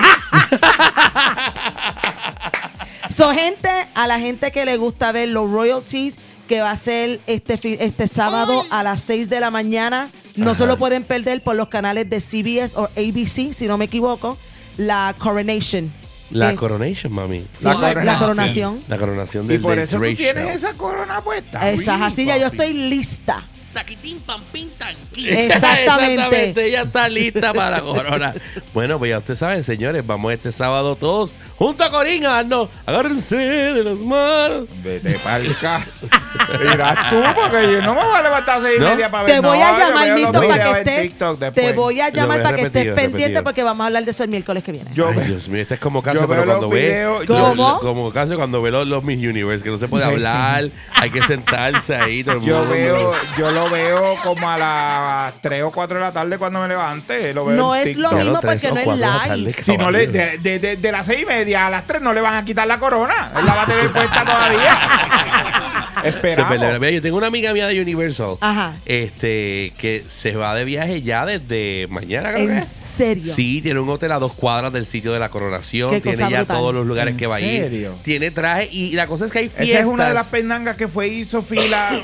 Speaker 3: So, gente, a la gente que le gusta ver los royalties, que va a ser este, fi- este sábado a las 6 de la mañana, no se lo pueden perder por los canales de CBS o ABC, si no me equivoco, la coronation.
Speaker 5: La
Speaker 3: Eh,
Speaker 5: coronation, mami.
Speaker 3: la cor- la coronación.
Speaker 5: La coronación
Speaker 4: Y
Speaker 5: del
Speaker 4: por
Speaker 5: de
Speaker 4: eso tú
Speaker 5: Drake
Speaker 4: tienes
Speaker 5: Shell.
Speaker 4: esa corona puesta.
Speaker 3: Esa
Speaker 4: Uy,
Speaker 3: así ya yo
Speaker 4: papi.
Speaker 3: estoy lista.
Speaker 12: Saquitín, pampín, tanquín.
Speaker 3: Exactamente.
Speaker 5: Ella está lista para la corona. Bueno, pues ya ustedes saben, señores, vamos este sábado todos junto a Corín a darnos. Agárrense de las manos.
Speaker 4: Vete pa'l ca- Mira tú, porque yo no me voy a levantar a seis y
Speaker 5: ¿No?
Speaker 4: media para ver.
Speaker 3: Te voy a
Speaker 4: no, yo
Speaker 3: llamar,
Speaker 4: veo
Speaker 3: Nito,
Speaker 4: los
Speaker 3: para
Speaker 4: videos
Speaker 3: que
Speaker 4: en TikTok
Speaker 3: estés.
Speaker 4: después.
Speaker 3: Te voy a
Speaker 5: Lo voy
Speaker 3: llamar para que estés
Speaker 5: repetido,
Speaker 3: pendiente
Speaker 5: repetido.
Speaker 3: porque vamos a hablar de eso el miércoles que viene.
Speaker 4: Yo
Speaker 5: Ay,
Speaker 4: veo-
Speaker 5: Dios mío, este es como Casio,
Speaker 4: Yo
Speaker 5: pero
Speaker 4: veo
Speaker 5: cuando
Speaker 4: los
Speaker 5: ve.
Speaker 4: videos,
Speaker 5: lo-
Speaker 3: ¿Cómo?
Speaker 5: lo- como Casio cuando ve los, los Miss Universe, que no se puede hablar, hay que sentarse ahí. Todo el
Speaker 4: Yo
Speaker 5: mundo.
Speaker 4: veo, yo lo veo como a las 3 o 4 de la tarde cuando me levante. Lo veo
Speaker 3: No
Speaker 4: en
Speaker 3: es lo
Speaker 4: TikTok.
Speaker 5: Ya
Speaker 3: mismo
Speaker 5: los tres
Speaker 3: porque
Speaker 5: o
Speaker 3: no es
Speaker 5: cuatro de la
Speaker 3: live.
Speaker 5: tarde,
Speaker 4: Si no le,
Speaker 5: caballero.
Speaker 4: de, de- de- de las 6 y media a las 3 no le van a quitar la corona. Él la va a tener puesta todavía.
Speaker 5: Se pelea.
Speaker 4: Esperamos.
Speaker 5: Mira, yo tengo una amiga mía de Universal
Speaker 3: Ajá.
Speaker 5: este que se va de viaje ya desde mañana, creo que
Speaker 3: En
Speaker 5: es.
Speaker 3: serio.
Speaker 5: Sí, tiene un hotel a dos cuadras del sitio de la coronación.
Speaker 3: Qué
Speaker 5: Tiene
Speaker 3: cosa
Speaker 5: ya
Speaker 3: brutal.
Speaker 5: todos los lugares
Speaker 4: ¿En
Speaker 5: que va a ir.
Speaker 4: serio?
Speaker 5: Tiene traje y la cosa es que hay fiestas.
Speaker 4: Esa es una de las pendangas que fue hizo fila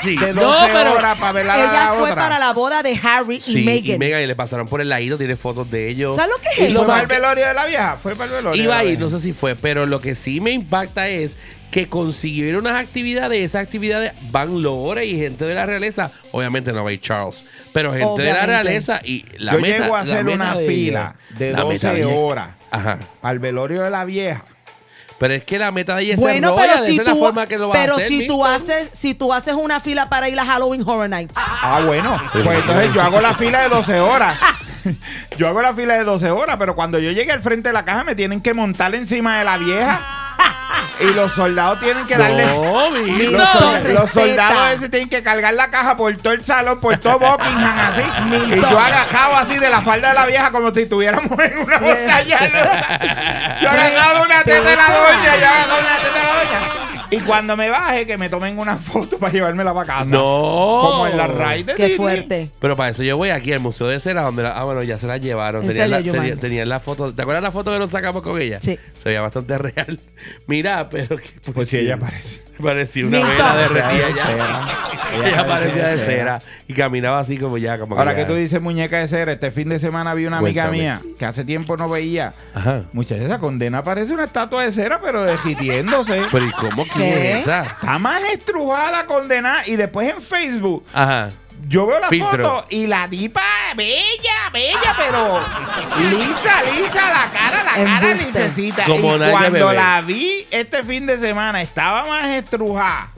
Speaker 5: Sí.
Speaker 4: de 12
Speaker 5: No, pero
Speaker 4: horas para ver la,
Speaker 3: Ella
Speaker 4: la
Speaker 3: fue
Speaker 4: otra.
Speaker 3: para la boda de Harry
Speaker 5: sí,
Speaker 3: y Meghan.
Speaker 5: y Megan y le pasaron por el ladito, tiene fotos de ellos.
Speaker 3: ¿Sabes lo que es
Speaker 5: Y
Speaker 3: eso?
Speaker 4: ¿Fue para
Speaker 5: más
Speaker 4: el velorio de la vieja? ¿Fue para el velorio?
Speaker 5: Iba
Speaker 4: de
Speaker 5: a
Speaker 4: la
Speaker 5: ir,
Speaker 4: vieja?
Speaker 5: no sé si fue, pero lo que sí me impacta es que consiguieron unas actividades, esas actividades van lores y gente de la realeza, obviamente no va a ir Charles, pero gente de la
Speaker 3: Obviamente.
Speaker 5: realeza y la
Speaker 4: Yo
Speaker 5: meta-
Speaker 4: llego a
Speaker 5: la
Speaker 4: hacer
Speaker 5: meta
Speaker 4: una
Speaker 5: de
Speaker 4: fila
Speaker 5: ella-
Speaker 4: de
Speaker 5: la meta
Speaker 4: 12
Speaker 5: ella-
Speaker 4: horas
Speaker 5: Ajá.
Speaker 4: para el velorio de la vieja.
Speaker 5: Pero es que la meta de ella es ser
Speaker 3: Bueno,
Speaker 5: royal,
Speaker 3: pero si
Speaker 5: esa es la
Speaker 3: tú,
Speaker 5: forma que lo vas a
Speaker 3: pero
Speaker 5: hacer.
Speaker 3: si tú
Speaker 5: Milton.
Speaker 3: haces, si tú haces una fila para ir a Halloween Horror Nights,
Speaker 4: Ah, bueno. Pues entonces yo hago la fila de 12 horas. Yo hago la fila de 12 horas, pero cuando yo llegue al frente de la caja me tienen que montar encima de la vieja. Y los soldados tienen que darle.
Speaker 5: No, Milton.
Speaker 4: Los, sol-
Speaker 3: respeta.
Speaker 4: los soldados ese tienen que cargar la caja por todo el salón, por todo Buckingham, así. Y
Speaker 3: Milton.
Speaker 4: yo agajado así de la falda de la vieja, como si estuviéramos en una montaña rusa. Yo agajado una teta de la doña, yo agajado una teta de la doña. Y cuando me baje, que me tomen una foto para llevármela para casa.
Speaker 5: No.
Speaker 4: Como en la raíz de
Speaker 3: qué
Speaker 4: Disney.
Speaker 3: fuerte.
Speaker 5: Pero para eso yo voy aquí al Museo de Cera, donde la, ah, bueno, ya se la llevaron.
Speaker 3: ¿En
Speaker 5: Tenían
Speaker 3: serio,
Speaker 5: la, tenía-
Speaker 3: Giovanni?
Speaker 5: tenían la foto. ¿Te acuerdas la foto que nos sacamos con ella?
Speaker 3: Sí.
Speaker 5: Se veía bastante real. Mira, pero que
Speaker 4: Pues si ella aparece.
Speaker 5: parecía una
Speaker 3: Milton.
Speaker 5: vela
Speaker 4: Ella
Speaker 5: derretida
Speaker 4: de
Speaker 5: ya.
Speaker 4: cera.
Speaker 5: Ella parecía de
Speaker 4: de
Speaker 5: cera y caminaba así como ya. Como
Speaker 4: Ahora
Speaker 5: ya-
Speaker 4: que tú dices muñeca de cera, este fin de semana vi una amiga
Speaker 5: Cuéntame.
Speaker 4: mía que hace tiempo no veía.
Speaker 5: Ajá.
Speaker 4: Muchacha, esa condena parece una estatua de cera, pero derritiéndose.
Speaker 5: Pero ¿y cómo que
Speaker 3: ¿Qué?
Speaker 5: es esa?
Speaker 4: Está más estrujada la condena. Y después en Facebook,
Speaker 5: Ajá.
Speaker 4: yo veo la
Speaker 5: Filtro.
Speaker 4: foto y la tipa, bella, bella, pero lisa, lisa, la cara, la cara
Speaker 3: Embuste.
Speaker 4: lisecita.
Speaker 5: Como
Speaker 4: y
Speaker 5: Nadia
Speaker 4: cuando
Speaker 5: Bebé.
Speaker 4: la vi este fin de semana, estaba más estrujada.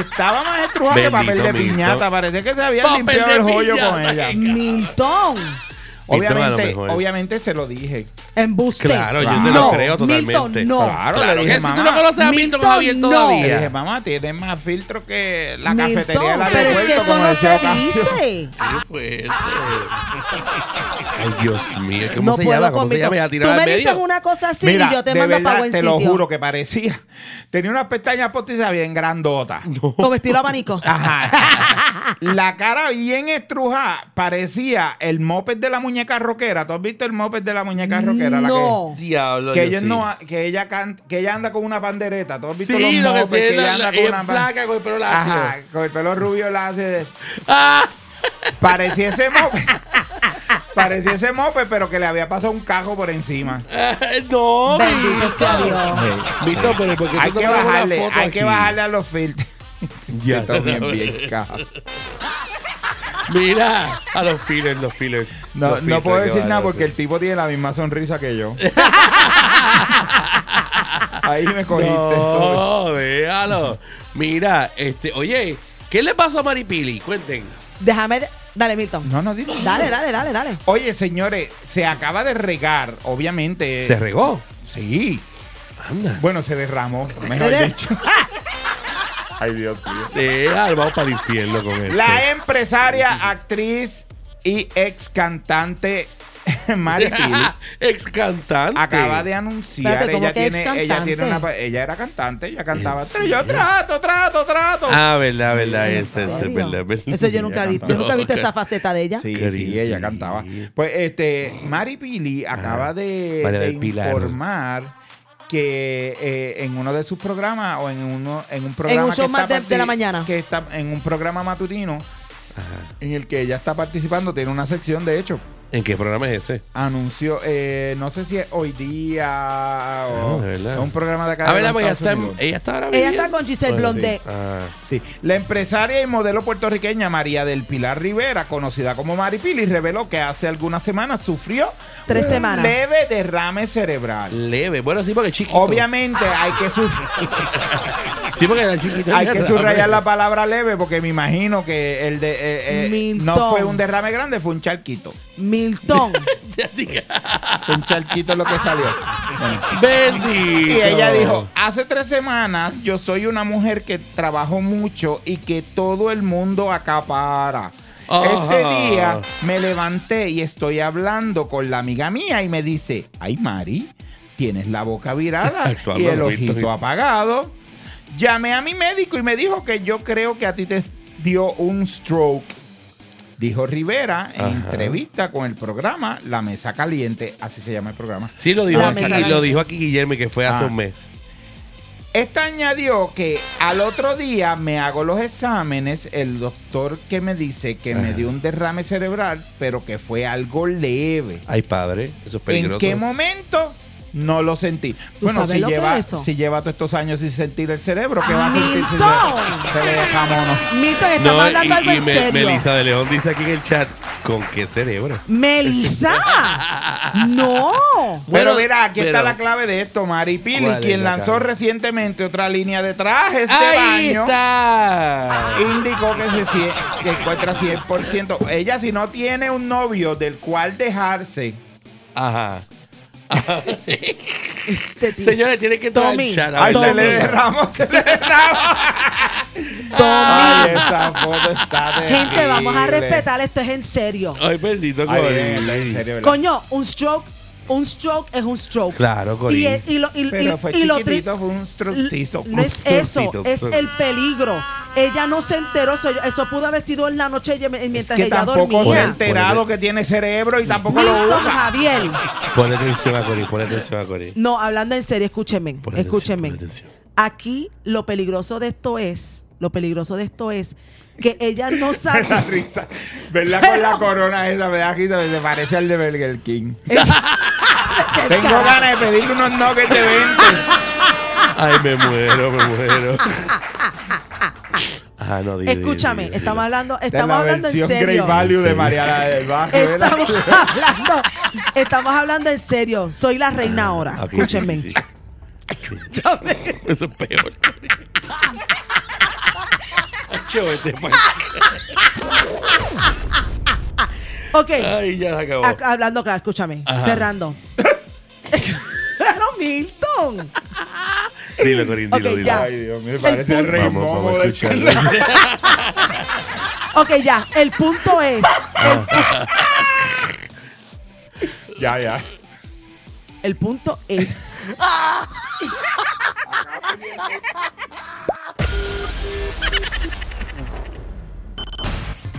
Speaker 4: estaba más estrujada que
Speaker 5: Bendito
Speaker 4: papel de
Speaker 5: Milton.
Speaker 4: piñata. Parecía que se habían
Speaker 5: Papel
Speaker 4: limpiado
Speaker 5: de
Speaker 4: el joyo con
Speaker 5: piñata.
Speaker 4: ella.
Speaker 3: Milton,
Speaker 5: Milton a lo
Speaker 4: Obviamente,
Speaker 5: mejor.
Speaker 4: obviamente se lo dije.
Speaker 3: embuste.
Speaker 5: Claro, yo te lo
Speaker 3: No,
Speaker 5: creo totalmente.
Speaker 3: Milton, no.
Speaker 4: Claro,
Speaker 5: Claro
Speaker 4: le
Speaker 5: que
Speaker 4: dije,
Speaker 5: si tú
Speaker 4: "Mamá".
Speaker 5: no conoces a Milton
Speaker 3: Milton,
Speaker 5: Javier
Speaker 3: no.
Speaker 4: Le dije,
Speaker 5: todavía.
Speaker 4: mamá, tienes más filtro que la
Speaker 3: Milton,
Speaker 4: cafetería del
Speaker 3: pero es
Speaker 4: aeropuerto.
Speaker 3: que eso
Speaker 4: como
Speaker 3: no
Speaker 4: decía
Speaker 3: se
Speaker 4: Ocasio.
Speaker 3: dice.
Speaker 5: Qué fuerte. Ay, Dios mío. ¿Cómo
Speaker 3: no
Speaker 5: se
Speaker 3: puedo
Speaker 5: llama?
Speaker 3: con
Speaker 5: ¿Cómo se
Speaker 3: Milton.
Speaker 5: llama? Ya
Speaker 3: Tú
Speaker 5: tiraba
Speaker 3: me
Speaker 5: al medio.
Speaker 3: dices una cosa así
Speaker 4: Mira,
Speaker 3: y yo te
Speaker 4: de
Speaker 3: mando
Speaker 4: verdad,
Speaker 3: para buen
Speaker 4: te
Speaker 3: sitio.
Speaker 4: lo juro que parecía. Tenía unas pestañas postizas bien grandotas.
Speaker 3: Con estilo abanico.
Speaker 4: Ah, Ajá. la cara bien estrujada parecía el moped de la muñeca rockera. ¿Tú has visto el moped de la muñeca rockera? La que-
Speaker 3: No.
Speaker 5: Diablo.
Speaker 4: que,
Speaker 5: yo
Speaker 4: ellos
Speaker 5: sí.
Speaker 4: no ha- que ella can- que ella anda con una pandereta. ¿Tú has visto
Speaker 5: Sí,
Speaker 4: los
Speaker 5: lo que
Speaker 4: mopeds
Speaker 5: tiene
Speaker 4: que ella
Speaker 5: la-
Speaker 4: anda
Speaker 5: la-
Speaker 4: con
Speaker 5: es
Speaker 4: una
Speaker 5: flaca con el pelo lacio.
Speaker 4: Ajá, con el pelo rubio lacio.
Speaker 5: ¡Ah!
Speaker 4: Parecía ese moped. Pareciese mope, pero que le había pasado un cajo por encima.
Speaker 5: eh, no,
Speaker 3: Bendito sea Dios.
Speaker 5: Mito, pero ¿por qué tú
Speaker 4: Hay
Speaker 5: te
Speaker 4: que
Speaker 5: pones una
Speaker 4: bajarle,
Speaker 5: foto
Speaker 4: hay que
Speaker 5: aquí?
Speaker 4: bajarle a los filtros.
Speaker 5: Ya,
Speaker 4: Está bien,
Speaker 5: no,
Speaker 4: bien, cajo.
Speaker 5: Mira, a los fillers, los fillers.
Speaker 4: No,
Speaker 5: Los
Speaker 4: no
Speaker 5: filtros
Speaker 4: puedo
Speaker 5: que
Speaker 4: decir
Speaker 5: van,
Speaker 4: nada
Speaker 5: los
Speaker 4: porque el tipo tiene la misma sonrisa que yo. Ahí me cogiste.
Speaker 5: No, déjalo. Mira, este, oye, ¿qué le pasó a Maripili? Cuenten.
Speaker 3: Déjame. de- Dale, Milton.
Speaker 4: No, no, dime.
Speaker 3: Dale, dale, dale, dale.
Speaker 4: Oye, señores, se acaba de regar, obviamente.
Speaker 5: Se regó.
Speaker 4: Sí.
Speaker 5: Anda.
Speaker 4: Bueno, se derramó, mejor
Speaker 3: Dale.
Speaker 4: dicho.
Speaker 5: Ay, Dios mío. Déjalo, vamos para el infierno con este. él.
Speaker 4: La empresaria, actriz y ex cantante Mari Pili
Speaker 5: Ex cantante.
Speaker 4: acaba de anunciar.
Speaker 3: Espérate, ¿cómo
Speaker 4: ella,
Speaker 3: que ex
Speaker 4: tiene, ella tiene
Speaker 3: cantante?
Speaker 4: una. pa- Ella era cantante, ella cantaba.
Speaker 5: ¿En
Speaker 4: Pero yo trato, trato, trato.
Speaker 5: Ah, verdad, verdad. Ese,
Speaker 3: ¿En
Speaker 5: ese,
Speaker 3: serio?
Speaker 5: verdad, verdad.
Speaker 3: Eso yo nunca he visto. Yo
Speaker 5: No,
Speaker 3: nunca he visto
Speaker 5: ok.
Speaker 3: esa faceta de ella.
Speaker 4: Sí, sí,
Speaker 5: Querido.
Speaker 4: ella cantaba. Pues este, Mari Pili acaba de,
Speaker 5: Ah, María
Speaker 4: de
Speaker 5: del Pilar.
Speaker 4: informar que eh, en uno de sus programas o en uno en un programa
Speaker 3: En un show
Speaker 4: que está
Speaker 3: más de- de la mañana.
Speaker 4: que está en un programa matutino en el que ella está participando tiene una sección de hecho
Speaker 5: ¿En qué programa es ese?
Speaker 4: anunció eh, no sé si es hoy día o
Speaker 5: Ah, de verdad.
Speaker 4: es un programa de acá
Speaker 5: A
Speaker 4: de
Speaker 5: ver,
Speaker 4: los
Speaker 5: pues ella está,
Speaker 4: Estados
Speaker 5: en-
Speaker 4: Unidos.
Speaker 5: ella está ahora
Speaker 3: Ella
Speaker 5: viviendo.
Speaker 3: está con Giselle Blondet.
Speaker 5: Ah.
Speaker 4: Sí. La empresaria y modelo puertorriqueña María del Pilar Rivera, conocida como Mari Pili, reveló que hace algunas semanas sufrió
Speaker 3: Tres
Speaker 4: un
Speaker 3: semanas.
Speaker 4: leve derrame cerebral.
Speaker 5: Leve. Bueno, sí, porque es chiquito.
Speaker 4: Obviamente hay que, su-
Speaker 5: Sí, porque era chiquito.
Speaker 4: hay que subrayar la palabra leve porque me imagino que el de, eh, eh,
Speaker 3: Milton.
Speaker 4: no fue un derrame grande, fue un charquito.
Speaker 3: Milton.
Speaker 4: Fue un charquito lo que salió. Bueno.
Speaker 5: Bendito.
Speaker 4: Y ella dijo, hace tres semanas yo soy una mujer que trabajo mucho y que todo el mundo acapara. Ese
Speaker 5: Ajá.
Speaker 4: día me levanté y estoy hablando con la amiga mía y me dice, ay Mari, tienes la boca virada
Speaker 5: Actuando,
Speaker 4: y el
Speaker 5: Luis,
Speaker 4: ojito
Speaker 5: Luis.
Speaker 4: apagado. Llamé a mi médico y me dijo que yo creo que a ti te dio un stroke. Dijo Rivera en
Speaker 5: Ajá.
Speaker 4: entrevista con el programa La Mesa Caliente, así se llama el programa.
Speaker 5: Sí, lo dijo,
Speaker 3: La
Speaker 5: aquí,
Speaker 3: mesa
Speaker 5: y lo
Speaker 3: grande.
Speaker 5: dijo aquí Guillermo, que fue hace
Speaker 4: Ah.
Speaker 5: un mes.
Speaker 4: Esta añadió que al otro día me hago los exámenes, el doctor que me dice que me dio un derrame cerebral, pero que fue algo leve.
Speaker 5: Ay, padre, eso es peligroso.
Speaker 4: ¿En qué momento? No lo sentí.
Speaker 3: ¿Tú
Speaker 4: Bueno,
Speaker 3: sabes
Speaker 4: si
Speaker 3: lo que
Speaker 4: lleva,
Speaker 3: es eso? Ah,
Speaker 4: si lleva todos estos años sin sentir el cerebro, ¿qué va a
Speaker 3: ¡Milton!
Speaker 4: sentir? si le- Se le deja mono.
Speaker 3: Milton, estamos
Speaker 5: No, y,
Speaker 3: hablando algo
Speaker 5: y
Speaker 3: en
Speaker 5: Me-
Speaker 3: serio.
Speaker 5: Melissa de León dice aquí en el chat, ¿con qué cerebro?
Speaker 3: Melissa. no.
Speaker 4: Pero
Speaker 5: Bueno,
Speaker 4: mira, aquí está
Speaker 5: pero-
Speaker 4: la clave de esto, Mari Pili,
Speaker 5: ¿Cuál es
Speaker 4: quien
Speaker 5: la
Speaker 4: lanzó
Speaker 5: clave?
Speaker 4: recientemente otra línea de trajes de
Speaker 5: ¡Ahí
Speaker 4: baño.
Speaker 5: está!
Speaker 4: indicó que se sie- que encuentra 100%. Ella si no tiene un novio del cual dejarse.
Speaker 5: Ajá.
Speaker 3: Este tío.
Speaker 5: Señores, tienen que entrar
Speaker 3: Tommy,
Speaker 5: al chat. a
Speaker 4: Ay, se
Speaker 5: ver la
Speaker 4: le
Speaker 5: cosa.
Speaker 4: derramó, se le derramó. Ay, esa foto está de
Speaker 3: Ah. Gente, vamos a respetar, esto es en serio.
Speaker 5: Ay, eh, bendito,
Speaker 4: Ay,
Speaker 5: Corín.
Speaker 4: bien, en serio, ¿verdad?
Speaker 3: Coño, un stroke, un stroke es un stroke.
Speaker 5: Claro, Corín.
Speaker 3: Y, el- y lo, y,
Speaker 4: Pero
Speaker 3: y-
Speaker 4: fue
Speaker 3: y lo tri-
Speaker 4: chiquitito, fue un
Speaker 3: L-
Speaker 4: structizo.
Speaker 3: No es eso,
Speaker 5: Monstruosito.
Speaker 3: es el peligro. Ella no se enteró, eso, eso pudo haber sido en la noche ye- mientras
Speaker 4: que
Speaker 3: ella
Speaker 4: tampoco se ha
Speaker 3: dormía.
Speaker 4: enterado que tiene cerebro y tampoco lo
Speaker 3: Milton
Speaker 4: usa.
Speaker 3: Javier.
Speaker 5: Ponle atención a Corín, ponle atención a Corín.
Speaker 3: No, hablando en serio, escúchenme,
Speaker 5: Ponle atención,
Speaker 3: escúchenme.
Speaker 5: ponle atención.
Speaker 3: Aquí lo peligroso de esto es, lo peligroso de esto es que ella no
Speaker 4: La
Speaker 3: sabe.
Speaker 4: risa. ¿Verdad? Con la corona esa, ¿verdad? Aquí se se parece al de Burger King. Tengo
Speaker 3: Carajo.
Speaker 4: ganas de pedirle unos nuggets de 20.
Speaker 5: Ay, me muero, me muero. Ah, no, dile, dile,
Speaker 3: Escúchame,
Speaker 5: dile, dile.
Speaker 3: estamos hablando,
Speaker 4: Esta es
Speaker 3: estamos
Speaker 4: la
Speaker 3: hablando en
Speaker 4: versión Grey
Speaker 3: serio.
Speaker 4: Value de
Speaker 5: En serio.
Speaker 4: Mariana del Barrio. ¿verdad?
Speaker 3: Estamos hablando, estamos hablando en serio. Soy la
Speaker 4: Ah,
Speaker 3: reina ahora.
Speaker 5: Ah, Ok, sí,
Speaker 3: Escúchenme.
Speaker 5: sí, sí. Sí. Eso es peor. Acho, este pa-
Speaker 3: Ok.
Speaker 5: Ay, ya se acabó.
Speaker 3: Ac- hablando claro, escúchame.
Speaker 5: Ajá.
Speaker 3: Cerrando. claro, Milton.
Speaker 5: Dilo, Corín, dilo,
Speaker 3: Ok,
Speaker 5: dilo.
Speaker 3: ya.
Speaker 4: Ay, Dios mío,
Speaker 3: El
Speaker 4: parece el
Speaker 3: punto-
Speaker 4: rey
Speaker 5: Vamos,
Speaker 4: momo
Speaker 5: vamos a
Speaker 4: del
Speaker 5: escucharlo.
Speaker 3: Ok, ya. El punto es.
Speaker 5: Ah.
Speaker 3: El,
Speaker 4: Ya, ya.
Speaker 3: el punto es.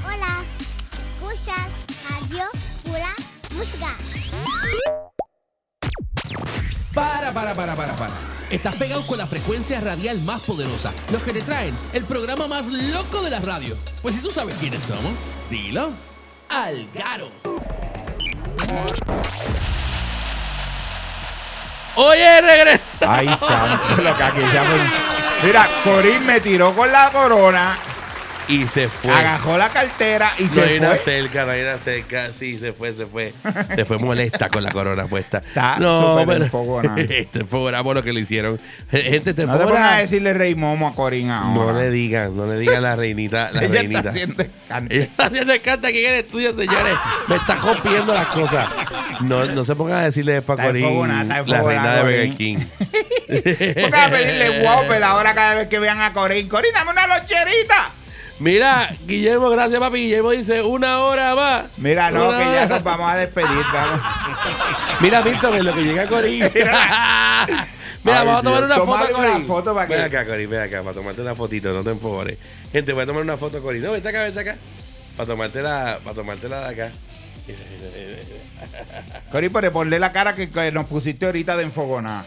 Speaker 7: Hola, escuchas Radio Pura Música.
Speaker 1: Para, para, para, para, para. Estás pegado con la frecuencia radial más poderosa. Los que te traen el programa más loco de la radio. Pues si tú sabes quiénes somos, dilo. Algaro.
Speaker 5: Oye, regresa.
Speaker 4: Ay, santo, lo que aquí se hace. Mira, Corín me tiró con la corona,
Speaker 5: Y se fue.
Speaker 4: agajó la cartera y
Speaker 5: no
Speaker 4: se
Speaker 5: hay
Speaker 4: fue.
Speaker 5: una cerca, no hay una cerca. Sí, se fue, se fue. Se fue molesta con la corona puesta.
Speaker 4: Está
Speaker 5: no, este
Speaker 4: súper enfogona.
Speaker 5: Te enfogona por lo que le hicieron. Gente, te
Speaker 4: No te pongas a
Speaker 5: enfogona.
Speaker 4: decirle Rey Momo a Corín
Speaker 5: No
Speaker 4: ahora.
Speaker 5: le digan, no le digan la reinita, la
Speaker 4: Ella
Speaker 5: reinita.
Speaker 4: está haciendo escándalo.
Speaker 5: Ella está haciendo canta aquí en el estudio, señores. Me está copiando las cosas. No, no se pongan a decirle Paco
Speaker 4: Está
Speaker 5: Corín,
Speaker 4: enfogona, está
Speaker 5: la
Speaker 4: enfogona,
Speaker 5: reina de Burger
Speaker 4: Corín.
Speaker 5: King.
Speaker 4: Porque a pedirle Whopper ahora cada vez que vean a Corín. Corín, dame una loncherita.
Speaker 5: Mira, Guillermo, gracias papi. Guillermo dice una hora más.
Speaker 4: Mira, no,
Speaker 5: Una
Speaker 4: que ya
Speaker 5: hora.
Speaker 4: nos vamos a despedir. vamos.
Speaker 5: Mira, Víctor, en lo que llega Corín. Mira,
Speaker 4: Ay,
Speaker 5: vamos a
Speaker 4: Dios,
Speaker 5: tomar una foto,
Speaker 4: tomale una
Speaker 5: Corín.
Speaker 4: foto para
Speaker 5: Ven
Speaker 4: que-
Speaker 5: acá, Corín, ven acá, para tomarte una fotito, no te empobres. Gente, voy a tomar una foto, Corín. No, vente acá, vente acá. Para tomarte la, para tomarte la de acá.
Speaker 4: Corín, pero ponle la cara que, que nos pusiste ahorita de enfogona.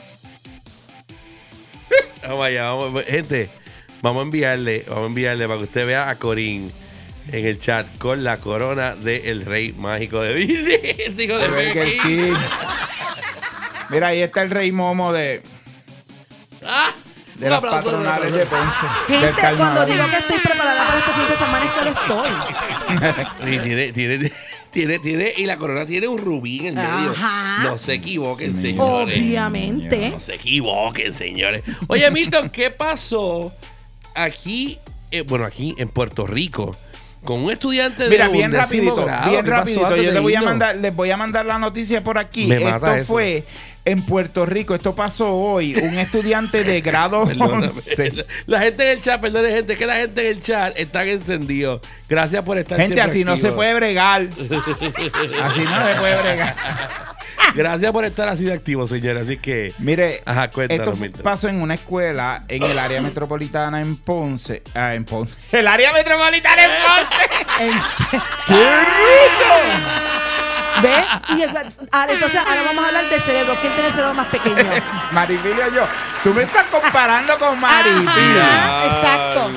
Speaker 5: Vamos allá, vamos, pues, gente, vamos a enviarle, vamos a enviarle para que usted vea a Corín en el chat con la corona del rey mágico de Disney. Este hijo de
Speaker 4: Burger
Speaker 5: Burger King.
Speaker 4: King. Mira, ahí está el Rey Momo de,
Speaker 5: Ah,
Speaker 4: de
Speaker 5: un
Speaker 4: las
Speaker 5: aplauso, un
Speaker 4: patronales
Speaker 5: aplauso.
Speaker 4: de Ponce. del
Speaker 3: Gente, cuando
Speaker 4: Carnaval.
Speaker 3: digo que estoy preparada para este fin de semana es que lo estoy.
Speaker 5: Y tiene, tiene, tiene, tiene, y la corona tiene un rubí en el medio.
Speaker 3: Ajá.
Speaker 5: No se equivoquen, señores.
Speaker 3: Obviamente.
Speaker 5: No se equivoquen, señores. Oye, Milton, ¿qué pasó aquí, eh, bueno, aquí en Puerto Rico, con un estudiante
Speaker 4: Mira,
Speaker 5: de
Speaker 4: bien
Speaker 5: undécimo
Speaker 4: rapidito,
Speaker 5: grado?
Speaker 4: bien
Speaker 5: ¿Qué pasó
Speaker 4: rapidito.
Speaker 5: antes
Speaker 4: Yo te
Speaker 5: de
Speaker 4: voy a
Speaker 5: irnos?
Speaker 4: mandar, les voy a mandar la noticia por aquí.
Speaker 5: Me
Speaker 4: Esto
Speaker 5: mata eso.
Speaker 4: fue en Puerto Rico. Esto pasó hoy. Un estudiante de grado
Speaker 5: Perdóname.
Speaker 4: 11.
Speaker 5: La gente en el chat, perdone gente, que la gente en el chat están encendidos. Gracias por estar
Speaker 4: Gente,
Speaker 5: siempre
Speaker 4: así no se
Speaker 5: activos.
Speaker 4: puede bregar. Así no se puede bregar.
Speaker 5: Gracias por estar así de activo, señores. Así que.
Speaker 4: Mire,
Speaker 5: Ajá, cuéntanos,
Speaker 4: esto fu-
Speaker 5: Milton.
Speaker 4: pasó en una escuela en el área metropolitana en Ponce. Ah, en Ponce. ¡El área metropolitana en Ponce!
Speaker 3: En se-
Speaker 4: ¡Qué rico!
Speaker 3: ¿Ve? Y el- ahora, entonces ahora vamos a hablar del cerebro. ¿Quién tiene el cerebro más pequeño?
Speaker 4: Maripilio yo. Tú me estás comparando con Maripilio.
Speaker 3: Ajá, exacto.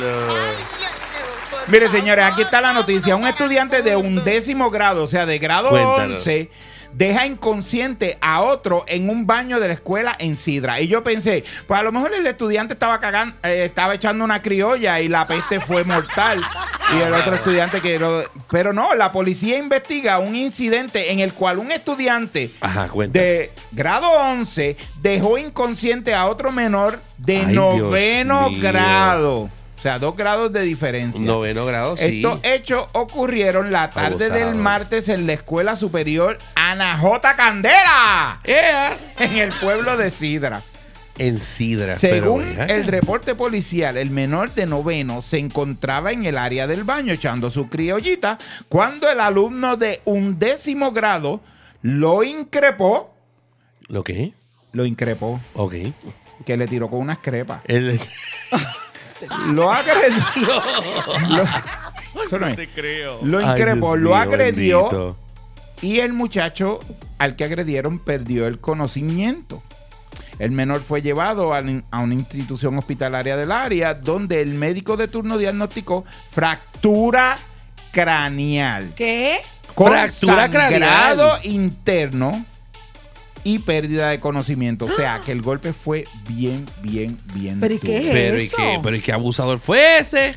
Speaker 4: Mire, señores, aquí está la noticia. Un estudiante de undécimo grado, o sea, de grado
Speaker 5: Cuéntanos.
Speaker 4: 11, deja inconsciente a otro en un baño de la escuela en Sidra. Y yo pensé, pues a lo mejor el estudiante estaba cagando, estaba echando una criolla y la peste fue mortal. Y el otro estudiante que lo- Pero no, la policía investiga un incidente en el cual un estudiante
Speaker 5: Ajá, Ah, cuenta.
Speaker 4: de grado 11 dejó inconsciente a otro menor de
Speaker 5: Ay, Dios
Speaker 4: noveno
Speaker 5: mío.
Speaker 4: grado. O sea, dos grados de diferencia.
Speaker 5: Noveno grado, sí.
Speaker 4: Estos hechos ocurrieron la tarde
Speaker 5: Abusado.
Speaker 4: del martes en la Escuela Superior Ana J. Candela,
Speaker 5: ¡Ea!
Speaker 4: en el pueblo de Sidra.
Speaker 5: En sidra.
Speaker 4: Según
Speaker 5: pero, ¿eh?
Speaker 4: el reporte policial, el menor de noveno se encontraba en el área del baño echando su criollita cuando el alumno de undécimo grado lo increpó.
Speaker 5: ¿Lo qué?
Speaker 4: Lo increpó,
Speaker 5: Ok.
Speaker 4: que le tiró con unas crepas.
Speaker 5: El-
Speaker 4: Lo agredió. lo, Eso no es.
Speaker 13: Te creo.
Speaker 4: Lo
Speaker 5: Ay,
Speaker 4: increpó,
Speaker 5: Dios
Speaker 4: lo
Speaker 5: mío,
Speaker 4: agredió.
Speaker 5: bendito.
Speaker 4: Y el muchacho al que agredieron perdió el conocimiento. El menor fue llevado al- a una institución hospitalaria del área donde el médico de turno diagnosticó fractura craneal.
Speaker 3: ¿Qué?
Speaker 4: Con
Speaker 5: Fractura
Speaker 4: sangrado
Speaker 5: craneal.
Speaker 4: interno y pérdida de conocimiento. O sea, que el golpe fue bien, bien, bien.
Speaker 3: ¡Ah! ¿Pero y
Speaker 4: duro.
Speaker 3: qué?
Speaker 5: Pero ¿y
Speaker 3: Eso.
Speaker 5: qué? Pero ¿y qué abusador fue ese?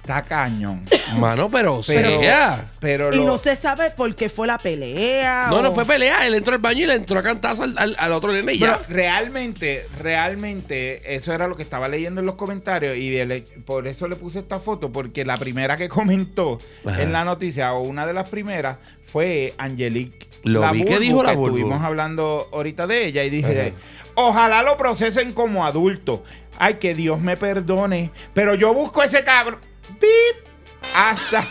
Speaker 4: Está cañón.
Speaker 5: Mano, pero, o
Speaker 4: Pero-
Speaker 5: sea.
Speaker 4: Pero
Speaker 3: Y
Speaker 4: lo-
Speaker 3: no se sabe por qué fue la pelea.
Speaker 5: No, no
Speaker 3: o-
Speaker 5: fue pelea. Él entró al baño y le entró a cantazo al, al- al otro nene y ya.
Speaker 4: Pero realmente, realmente, eso era lo que estaba leyendo en los comentarios y el- por eso le puse esta foto, porque la primera que comentó
Speaker 5: Ajá.
Speaker 4: en la noticia, o una de las primeras, fue Angelique.
Speaker 5: Lo vi que dijo la Burbu.
Speaker 4: Estuvimos hablando ahorita de ella y dije,
Speaker 5: Ajá.
Speaker 4: ojalá lo procesen como adulto. Ay, que Dios me perdone, pero yo busco ese cabrón. ¡Pip! Hasta...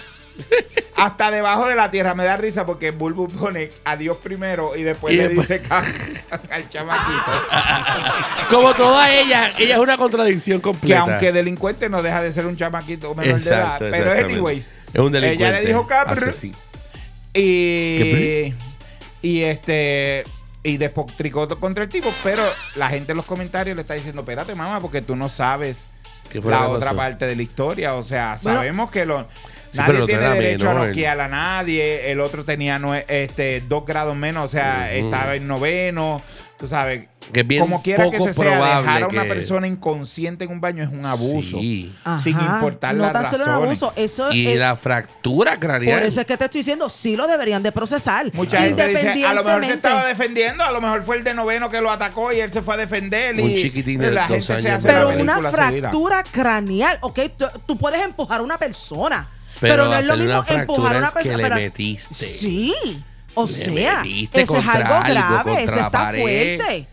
Speaker 4: Hasta debajo de la tierra me da risa porque Bulbu pone a Dios primero y después
Speaker 5: Y
Speaker 4: le
Speaker 5: después- Ah.
Speaker 4: dice ca- al chamaquito.
Speaker 5: Como toda ella, ella es una contradicción
Speaker 4: Que
Speaker 5: completa.
Speaker 4: aunque delincuente no deja de ser un chamaquito menor
Speaker 5: Exacto,
Speaker 4: de edad. Pero
Speaker 5: exactamente.
Speaker 4: anyways,
Speaker 5: Es un delincuente.
Speaker 4: ella le dijo cabr
Speaker 5: Asesino.
Speaker 4: y,
Speaker 5: ¿Qué
Speaker 4: y este y despotricó contra el tipo, pero la gente en los comentarios le está diciendo, espérate mamá, porque tú no sabes
Speaker 5: ¿Qué fue lo
Speaker 4: la
Speaker 5: que
Speaker 4: otra
Speaker 5: pasó?
Speaker 4: parte de la historia. O sea,
Speaker 3: Bueno.
Speaker 4: sabemos que lo,
Speaker 5: pero el
Speaker 4: Nadie
Speaker 5: otro
Speaker 4: tiene
Speaker 5: era
Speaker 4: derecho a
Speaker 5: menor.
Speaker 4: noquear a nadie. El otro tenía nue- este, dos grados menos, o sea,
Speaker 5: Ujú.
Speaker 4: estaba en noveno. Tú sabes,
Speaker 5: Que es bien
Speaker 4: como quiera que
Speaker 5: poco
Speaker 4: se sea, dejar
Speaker 5: probable
Speaker 4: a una
Speaker 5: que-
Speaker 4: persona inconsciente en un baño es un abuso.
Speaker 5: Sí.
Speaker 4: Sin
Speaker 3: Ajá.
Speaker 4: importar
Speaker 3: no
Speaker 4: las
Speaker 3: tan solo un
Speaker 4: razones.
Speaker 3: abuso, eso
Speaker 5: Y
Speaker 3: es-
Speaker 5: la fractura
Speaker 3: por
Speaker 5: craneal.
Speaker 3: eso es que te estoy diciendo, sí lo deberían de procesar.
Speaker 4: Mucha gente dice, a lo mejor se
Speaker 3: Independientemente.
Speaker 4: estaba defendiendo, a lo mejor fue el de noveno que lo atacó y él se fue a defender. Y
Speaker 5: Un chiquitín de
Speaker 4: la
Speaker 5: dos
Speaker 4: gente se
Speaker 5: años
Speaker 4: hace la
Speaker 3: Pero
Speaker 4: película
Speaker 3: una
Speaker 4: seguida.
Speaker 3: fractura craneal, ok, tú, tú puedes empujar a una persona,
Speaker 5: Pero
Speaker 3: pero, no es lo
Speaker 5: hacerle una
Speaker 3: mismo empujar
Speaker 5: fractura
Speaker 3: a una
Speaker 5: es que
Speaker 3: persona.
Speaker 5: le
Speaker 3: pero-
Speaker 5: metiste.
Speaker 3: Sí, o
Speaker 5: Le
Speaker 3: sea, eso
Speaker 5: metiste
Speaker 3: es
Speaker 5: contra
Speaker 3: algo
Speaker 5: algo,
Speaker 3: grave,
Speaker 5: contra
Speaker 3: eso
Speaker 5: la
Speaker 3: está
Speaker 5: pared.
Speaker 3: fuerte.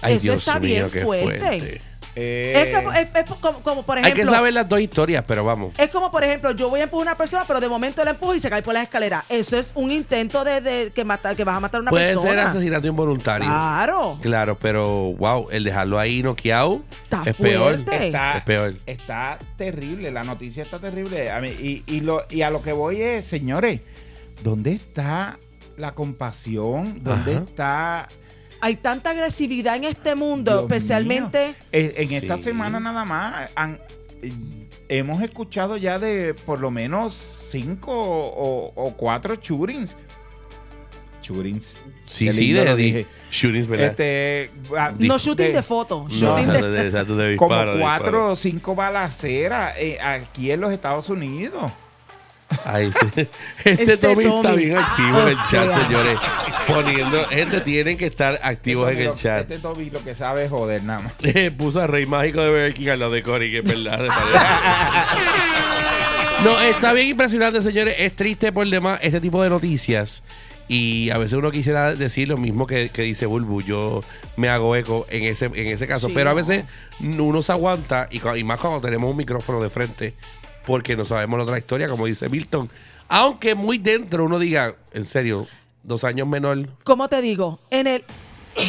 Speaker 5: Ay,
Speaker 3: eso
Speaker 5: Dios
Speaker 3: está
Speaker 5: mío,
Speaker 3: bien
Speaker 5: qué
Speaker 3: fuerte.
Speaker 4: Eh,
Speaker 3: Es, como, es- es como- como, por
Speaker 5: Hay que
Speaker 3: ejemplo,
Speaker 5: saber las dos historias, pero vamos.
Speaker 3: Es como, por ejemplo, yo voy a empujar a una persona, pero de momento la empujo y se cae por las escaleras. Eso es un intento de, de que, mata- que vas a matar a una
Speaker 5: Puede
Speaker 3: persona. Ah.
Speaker 5: ser asesinato involuntario.
Speaker 3: Claro.
Speaker 5: Claro, pero wow, el dejarlo ahí noqueado
Speaker 3: Está
Speaker 5: es peor.
Speaker 3: fuerte.
Speaker 4: Está,
Speaker 5: Es peor.
Speaker 4: está terrible, la noticia está terrible. A mí- y, y lo, y a lo que voy es, señores, ¿dónde está la compasión? ¿Dónde
Speaker 5: Ajá.
Speaker 4: está...
Speaker 3: Hay tanta agresividad en este mundo,
Speaker 4: Dios
Speaker 3: especialmente.
Speaker 4: mío? En, Eh, en esta
Speaker 5: Sí.
Speaker 4: semana nada más han- eh, hemos escuchado ya de por lo menos cinco o, o cuatro shootings. Shootings.
Speaker 5: Sí,
Speaker 4: Qué
Speaker 5: sí,
Speaker 4: lindo
Speaker 5: de,
Speaker 4: lo
Speaker 5: de-
Speaker 4: dije.
Speaker 5: shootings, ¿verdad?
Speaker 4: Este, ah,
Speaker 3: No shooting de fotos, shooting de.
Speaker 4: como cuatro o cinco balaceras eh, aquí en los Estados Unidos.
Speaker 5: Ay, sí. Este,
Speaker 3: Este
Speaker 5: Tommy, está
Speaker 3: Tommy.
Speaker 5: bien activo en el
Speaker 3: O
Speaker 5: chat,
Speaker 3: sea.
Speaker 5: señores. Poniendo, gente tienen que estar activos
Speaker 4: Este
Speaker 5: en
Speaker 4: Tommy
Speaker 5: el
Speaker 4: lo-
Speaker 5: chat.
Speaker 4: Este Toby lo que sabe es joder nada más.
Speaker 5: Puso a Rey Mágico de Burger King al lado de Cory, que es verdad. de verdad. no, está bien impresionante, señores. Es triste por demás este tipo de noticias. Y a veces uno quisiera decir lo mismo que, que dice Bulbu. Yo me hago eco en ese, en ese caso.
Speaker 3: Sí,
Speaker 5: Pero a
Speaker 3: no.
Speaker 5: veces uno se aguanta, y, cua- y más cuando tenemos un micrófono de frente, porque no sabemos la otra historia, como dice Milton. Aunque muy dentro uno diga, en serio, dos años menor.
Speaker 3: ¿Cómo te digo? En el.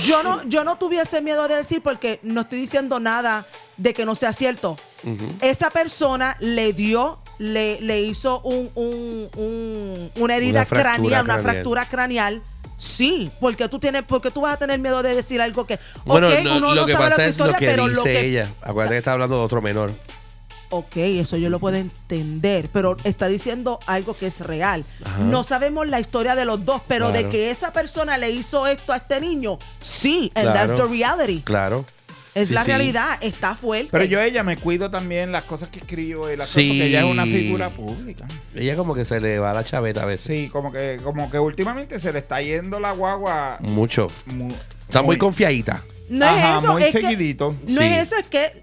Speaker 3: Yo no, yo no tuviese miedo de decir porque no estoy diciendo nada de que no sea cierto.
Speaker 5: Ujú.
Speaker 3: Esa persona le dio, le, le hizo un, un- un- una herida
Speaker 5: Una fractura
Speaker 3: craneal, una
Speaker 5: craneal.
Speaker 3: fractura craneal. Sí, porque tú tienes, porque tú vas a tener miedo de decir algo que.
Speaker 5: Bueno,
Speaker 3: ok,
Speaker 5: no,
Speaker 3: uno
Speaker 5: lo
Speaker 3: no
Speaker 5: que
Speaker 3: sabe la
Speaker 5: pasa
Speaker 3: otra
Speaker 5: es lo
Speaker 3: historia,
Speaker 5: que
Speaker 3: pero
Speaker 5: dice
Speaker 3: lo que
Speaker 5: ella. Acuérdate que está hablando de otro menor.
Speaker 3: Ok, eso yo lo puedo entender, pero está diciendo algo que es real.
Speaker 5: Ajá.
Speaker 3: No sabemos la historia de los dos, pero
Speaker 5: Claro.
Speaker 3: de que esa persona le hizo esto a este niño, sí, and that's
Speaker 5: Claro.
Speaker 3: the reality.
Speaker 5: Claro.
Speaker 3: Es
Speaker 5: Sí,
Speaker 3: la
Speaker 5: sí.
Speaker 3: realidad, está fuerte.
Speaker 4: Pero yo a ella me cuido también las cosas que escribo y las
Speaker 5: Sí.
Speaker 4: cosas porque ella es una figura pública.
Speaker 5: Ella como que se le va la chaveta a veces.
Speaker 4: Sí, como que, como que últimamente se le está yendo la guagua.
Speaker 5: Mucho.
Speaker 4: mu-
Speaker 5: Está muy,
Speaker 4: muy-
Speaker 5: confiadita.
Speaker 3: no
Speaker 4: Ajá,
Speaker 3: es eso,
Speaker 4: muy
Speaker 3: es que-
Speaker 4: seguidito.
Speaker 3: no
Speaker 5: Sí.
Speaker 3: es eso, es que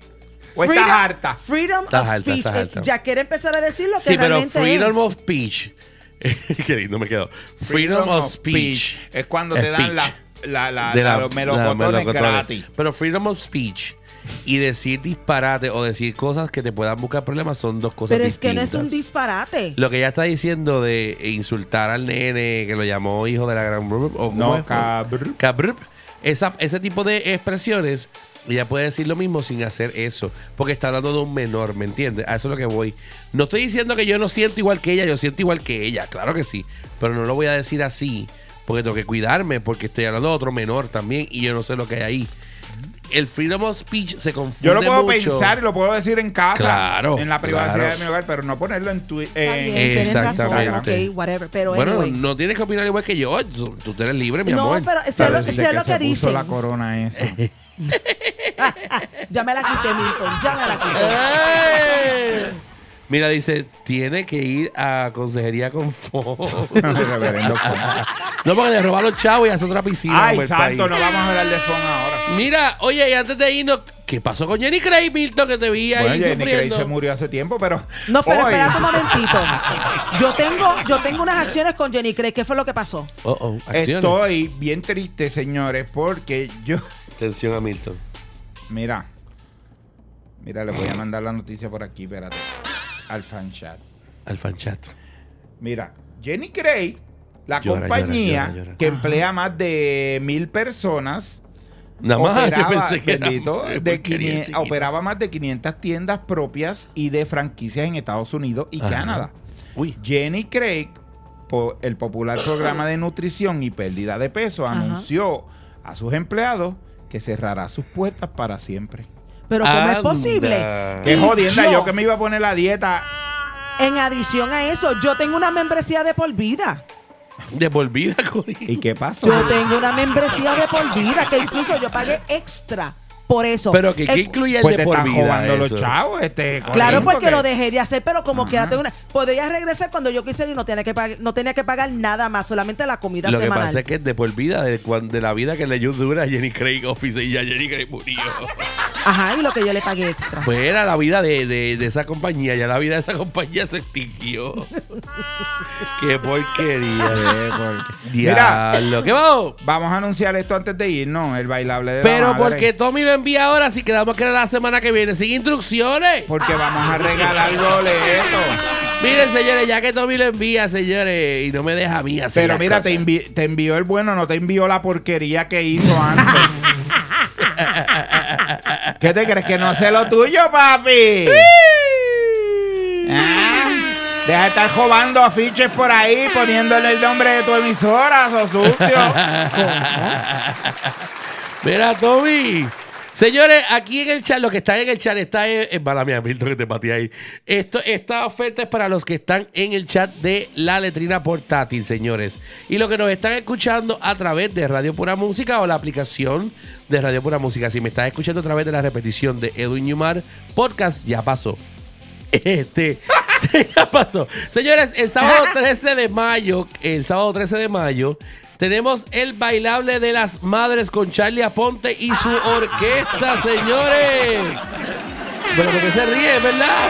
Speaker 4: O estás harta.
Speaker 3: freedom
Speaker 5: Estás
Speaker 3: of
Speaker 5: harta,
Speaker 3: speech.
Speaker 5: estás
Speaker 3: eh,
Speaker 5: harta.
Speaker 3: Ya quiere empezar a decir lo que
Speaker 5: Sí, pero
Speaker 3: realmente
Speaker 5: freedom
Speaker 3: es.
Speaker 5: of speech. Qué lindo me quedó. Freedom, of speech.
Speaker 4: Es cuando te dan
Speaker 5: Speech.
Speaker 4: la, la, la,
Speaker 5: De
Speaker 4: la-
Speaker 5: la-
Speaker 4: los
Speaker 5: la-
Speaker 4: melocotones
Speaker 5: melocotones.
Speaker 4: gratis.
Speaker 5: Pero freedom of speech y decir disparate o decir cosas que te puedan buscar problemas son dos cosas
Speaker 3: Pero es que no
Speaker 5: distintas.
Speaker 3: es un disparate.
Speaker 5: Lo que ella está diciendo de insultar al nene que lo llamó hijo de la gran... bru- o ¿cómo
Speaker 4: No,
Speaker 5: es?
Speaker 4: cabrón.
Speaker 5: Cabrup. Esa- ese tipo de expresiones, ella puede decir lo mismo sin hacer eso, porque está hablando de un menor, ¿me entiendes? A eso es lo que voy. No estoy diciendo que yo no siento igual que ella, yo siento igual que ella, claro que sí, pero no lo voy a decir así, porque tengo que cuidarme, porque estoy hablando de otro menor también y yo no sé lo que hay ahí. El freedom of speech se confunde
Speaker 4: Yo lo puedo
Speaker 5: mucho.
Speaker 4: pensar y lo puedo decir en casa,
Speaker 5: Claro,
Speaker 4: en la privacidad
Speaker 5: claro.
Speaker 4: de mi hogar, pero no ponerlo en Twitter.
Speaker 3: Está bien, tienes razón,
Speaker 5: exactamente.
Speaker 3: ok, whatever, pero
Speaker 5: bueno,
Speaker 3: anyway.
Speaker 5: no tienes que opinar igual que yo, tú, tú eres libre, mi
Speaker 3: No,
Speaker 5: amor.
Speaker 3: pero sé lo, sé lo que
Speaker 4: puso
Speaker 3: dicen.
Speaker 4: la corona esa.
Speaker 3: Ya me la quité, Milton, ya me la quité.
Speaker 5: ¡Ey! Mira, dice, tiene que ir a consejería con Fo.
Speaker 4: Reverendo Fon.
Speaker 5: no, porque le robaron los chavos y hacer otra piscina.
Speaker 4: Ay,
Speaker 5: como el
Speaker 4: santo,
Speaker 5: país.
Speaker 4: no vamos a hablar de Fon ahora.
Speaker 5: Mira, oye, y antes de irnos, ¿qué pasó con Jenny Craig, Milton, que te vi ahí
Speaker 4: Bueno, Jenny Craig
Speaker 5: sufriendo?
Speaker 4: se murió hace tiempo, pero.
Speaker 3: No, pero
Speaker 4: hoy-
Speaker 3: espérate un momentito. Yo tengo, yo tengo unas acciones con Jenny Craig. ¿Qué fue lo que pasó?
Speaker 5: Oh, oh, acciones.
Speaker 4: Estoy bien triste, señores, porque yo.
Speaker 5: Atención a Milton.
Speaker 4: Mira. Mira, le voy a mandar la noticia por aquí, espérate. Al fan chat.
Speaker 5: Al fanchat.
Speaker 4: Mira, Jenny Craig, la
Speaker 5: Llora,
Speaker 4: compañía
Speaker 5: llora, llora, llora.
Speaker 4: que emplea más de mil personas,
Speaker 5: Nada más, yo
Speaker 4: operaba,
Speaker 5: pensé que era-
Speaker 4: bendito,
Speaker 5: eh,
Speaker 4: de
Speaker 5: porquería
Speaker 4: 500
Speaker 5: chiquita.
Speaker 4: operaba más de 500 tiendas propias y de franquicias en Estados Unidos y
Speaker 5: Ajá.
Speaker 4: Canadá.
Speaker 5: Uy.
Speaker 4: Jenny Craig, po- el popular programa de nutrición y pérdida de peso,
Speaker 3: Ajá.
Speaker 4: anunció a sus empleados que cerrará sus puertas para siempre.
Speaker 3: Pero ¿cómo es
Speaker 5: Anda.
Speaker 3: posible?
Speaker 4: Qué
Speaker 3: Y
Speaker 4: jodienda,
Speaker 3: yo-
Speaker 4: yo que me iba a poner la dieta
Speaker 3: En adición a eso, yo tengo una membresía de por vida.
Speaker 5: Devolvida, Cory.
Speaker 4: ¿Y qué pasó?
Speaker 3: Yo tengo una membresía de por vida que incluso yo pagué extra por eso.
Speaker 5: Pero que, ¿qué
Speaker 3: Eh,
Speaker 5: incluye el
Speaker 4: Pues te
Speaker 5: de por
Speaker 4: están
Speaker 5: vida?
Speaker 4: jugando los
Speaker 5: eso?
Speaker 4: chavos, este.
Speaker 3: Claro,
Speaker 4: Corín,
Speaker 3: porque lo dejé de hacer, pero como que ya tengo una. Podría regresar cuando yo quisiera y no tenía que, pag- no tenía que pagar nada más, solamente la comida
Speaker 5: Lo que
Speaker 3: semanal.
Speaker 5: pasa es que es de por vida de, cuan- de la vida que leyó dura a Jenny Craig Office y ya Jenny Craig murió.
Speaker 3: Ajá, y lo que yo le pagué extra.
Speaker 5: Pues era la vida de, de- de esa compañía, ya la vida de esa compañía se extinguió. Qué porquería.
Speaker 4: Mira.
Speaker 5: Diablo, ¿qué vamos?
Speaker 4: Vamos a anunciar esto antes de irnos, el bailable de la
Speaker 5: Pero
Speaker 4: madre.
Speaker 5: porque Tommy lo envía ahora, si quedamos que era la semana que viene, sin instrucciones.
Speaker 4: Porque vamos a regalar boletos.
Speaker 5: Miren, señores, ya que Tommy lo envía, señores, y no me deja a mí hacer
Speaker 4: Pero
Speaker 5: las
Speaker 4: mira, te,
Speaker 5: cosas.
Speaker 4: envi- te envió el bueno, no te envió la porquería que hizo antes. ¿Qué te crees? ¿Que no sé lo tuyo, papi? Ah, Deja de estar jugando afiches por ahí, poniéndole el nombre de tu emisora, so sucio.
Speaker 5: Mira, Tommy. Señores, aquí en el chat, lo que está en el chat está en. en- mala mía, Milton, que te patí ahí. Esto, esta oferta es para los que están en el chat de la letrina portátil, señores. Y los que nos están escuchando a través de Radio Pura Música o la aplicación de Radio Pura Música. Si me estás escuchando a través de la repetición de Edwin Yumar Podcast, ya pasó. Este, se- ya pasó. Señores, el sábado 13 de mayo, el sábado 13 de mayo, tenemos el bailable de las madres con Charlie Aponte y su orquesta, señores. Bueno, porque se ríe, ¿verdad?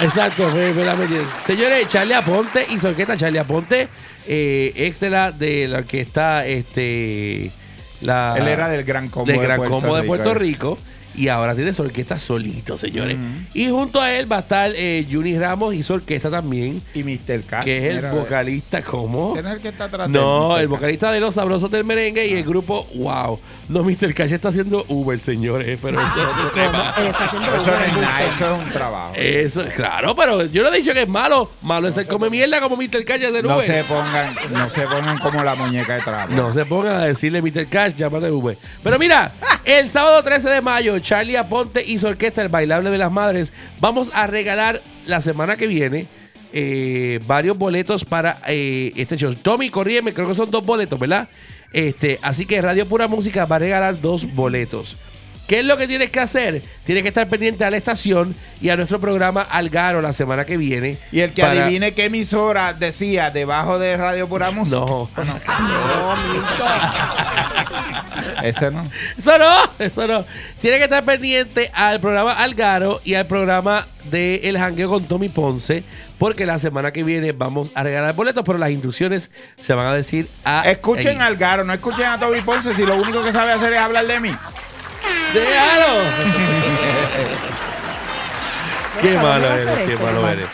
Speaker 5: Exacto, fue- fue la media. Señores, Charlie Aponte y su orquesta, Charlie Aponte, eh, ex de la, de la orquesta, este... La,
Speaker 4: Él era del Gran Combo
Speaker 5: del
Speaker 4: de
Speaker 5: Gran
Speaker 4: Puerto
Speaker 5: Combo de
Speaker 4: Rico,
Speaker 5: Puerto
Speaker 4: eh.
Speaker 5: Rico. Y ahora tiene su orquesta solito, señores. Y junto a él va a estar eh, Juni Ramos y su orquesta también,
Speaker 4: Y Mr. K.
Speaker 5: que es
Speaker 4: Ah, mira,
Speaker 5: el vocalista, ¿cómo?
Speaker 4: ¿Quién es el que está atrás de Ah.
Speaker 5: No,
Speaker 4: Mr.
Speaker 5: el
Speaker 4: K?
Speaker 5: vocalista de Los Sabrosos del Merengue y el grupo Wow. No, Mr. Cash está haciendo Uber, señores, pero eso es otro tema.
Speaker 3: Él eh, está haciendo
Speaker 4: Eso no es
Speaker 3: un-
Speaker 4: nada, eso es un trabajo.
Speaker 5: Eso, claro, pero yo no he dicho que es malo. Malo es el come mierda como Mr. Cash de
Speaker 4: No
Speaker 5: Uber.
Speaker 4: se pongan, no se pongan como la muñeca de trapo.
Speaker 5: No se pongan a decirle Mr. Cash, llámate Uber. Pero mira, el sábado 13 de mayo, Charlie Aponte y su orquesta, el bailable de las madres, vamos a regalar la semana que viene eh, varios boletos para eh, este show. Tommy, corríeme, creo que son dos boletos, ¿verdad? Este, así que Radio Pura Música va a regalar dos boletos. ¿Qué es lo que tienes que hacer? Tienes que estar pendiente a la estación y a nuestro programa Algaro la semana que viene.
Speaker 4: Y el que
Speaker 5: para-
Speaker 4: adivine qué emisora decía debajo de Radio Pura Música.
Speaker 5: No.
Speaker 4: Ese no.
Speaker 5: Eso no, eso no. Tiene que estar pendiente al programa Algaro y al programa de El Jangueo con Tommy Ponce, porque la semana que viene vamos a regalar boletos, pero las instrucciones se van a decir a.
Speaker 4: Escuchen
Speaker 5: ahí.
Speaker 4: al Garo, no escuchen a Toby Ponce si lo único que sabe hacer es hablar de mí.
Speaker 5: ¡Déjalo! qué
Speaker 3: Bueno, ¿para
Speaker 5: malo
Speaker 3: dónde va a
Speaker 5: eres,
Speaker 3: ser
Speaker 5: qué
Speaker 3: esto,
Speaker 5: malo
Speaker 3: Tomás?
Speaker 5: eres.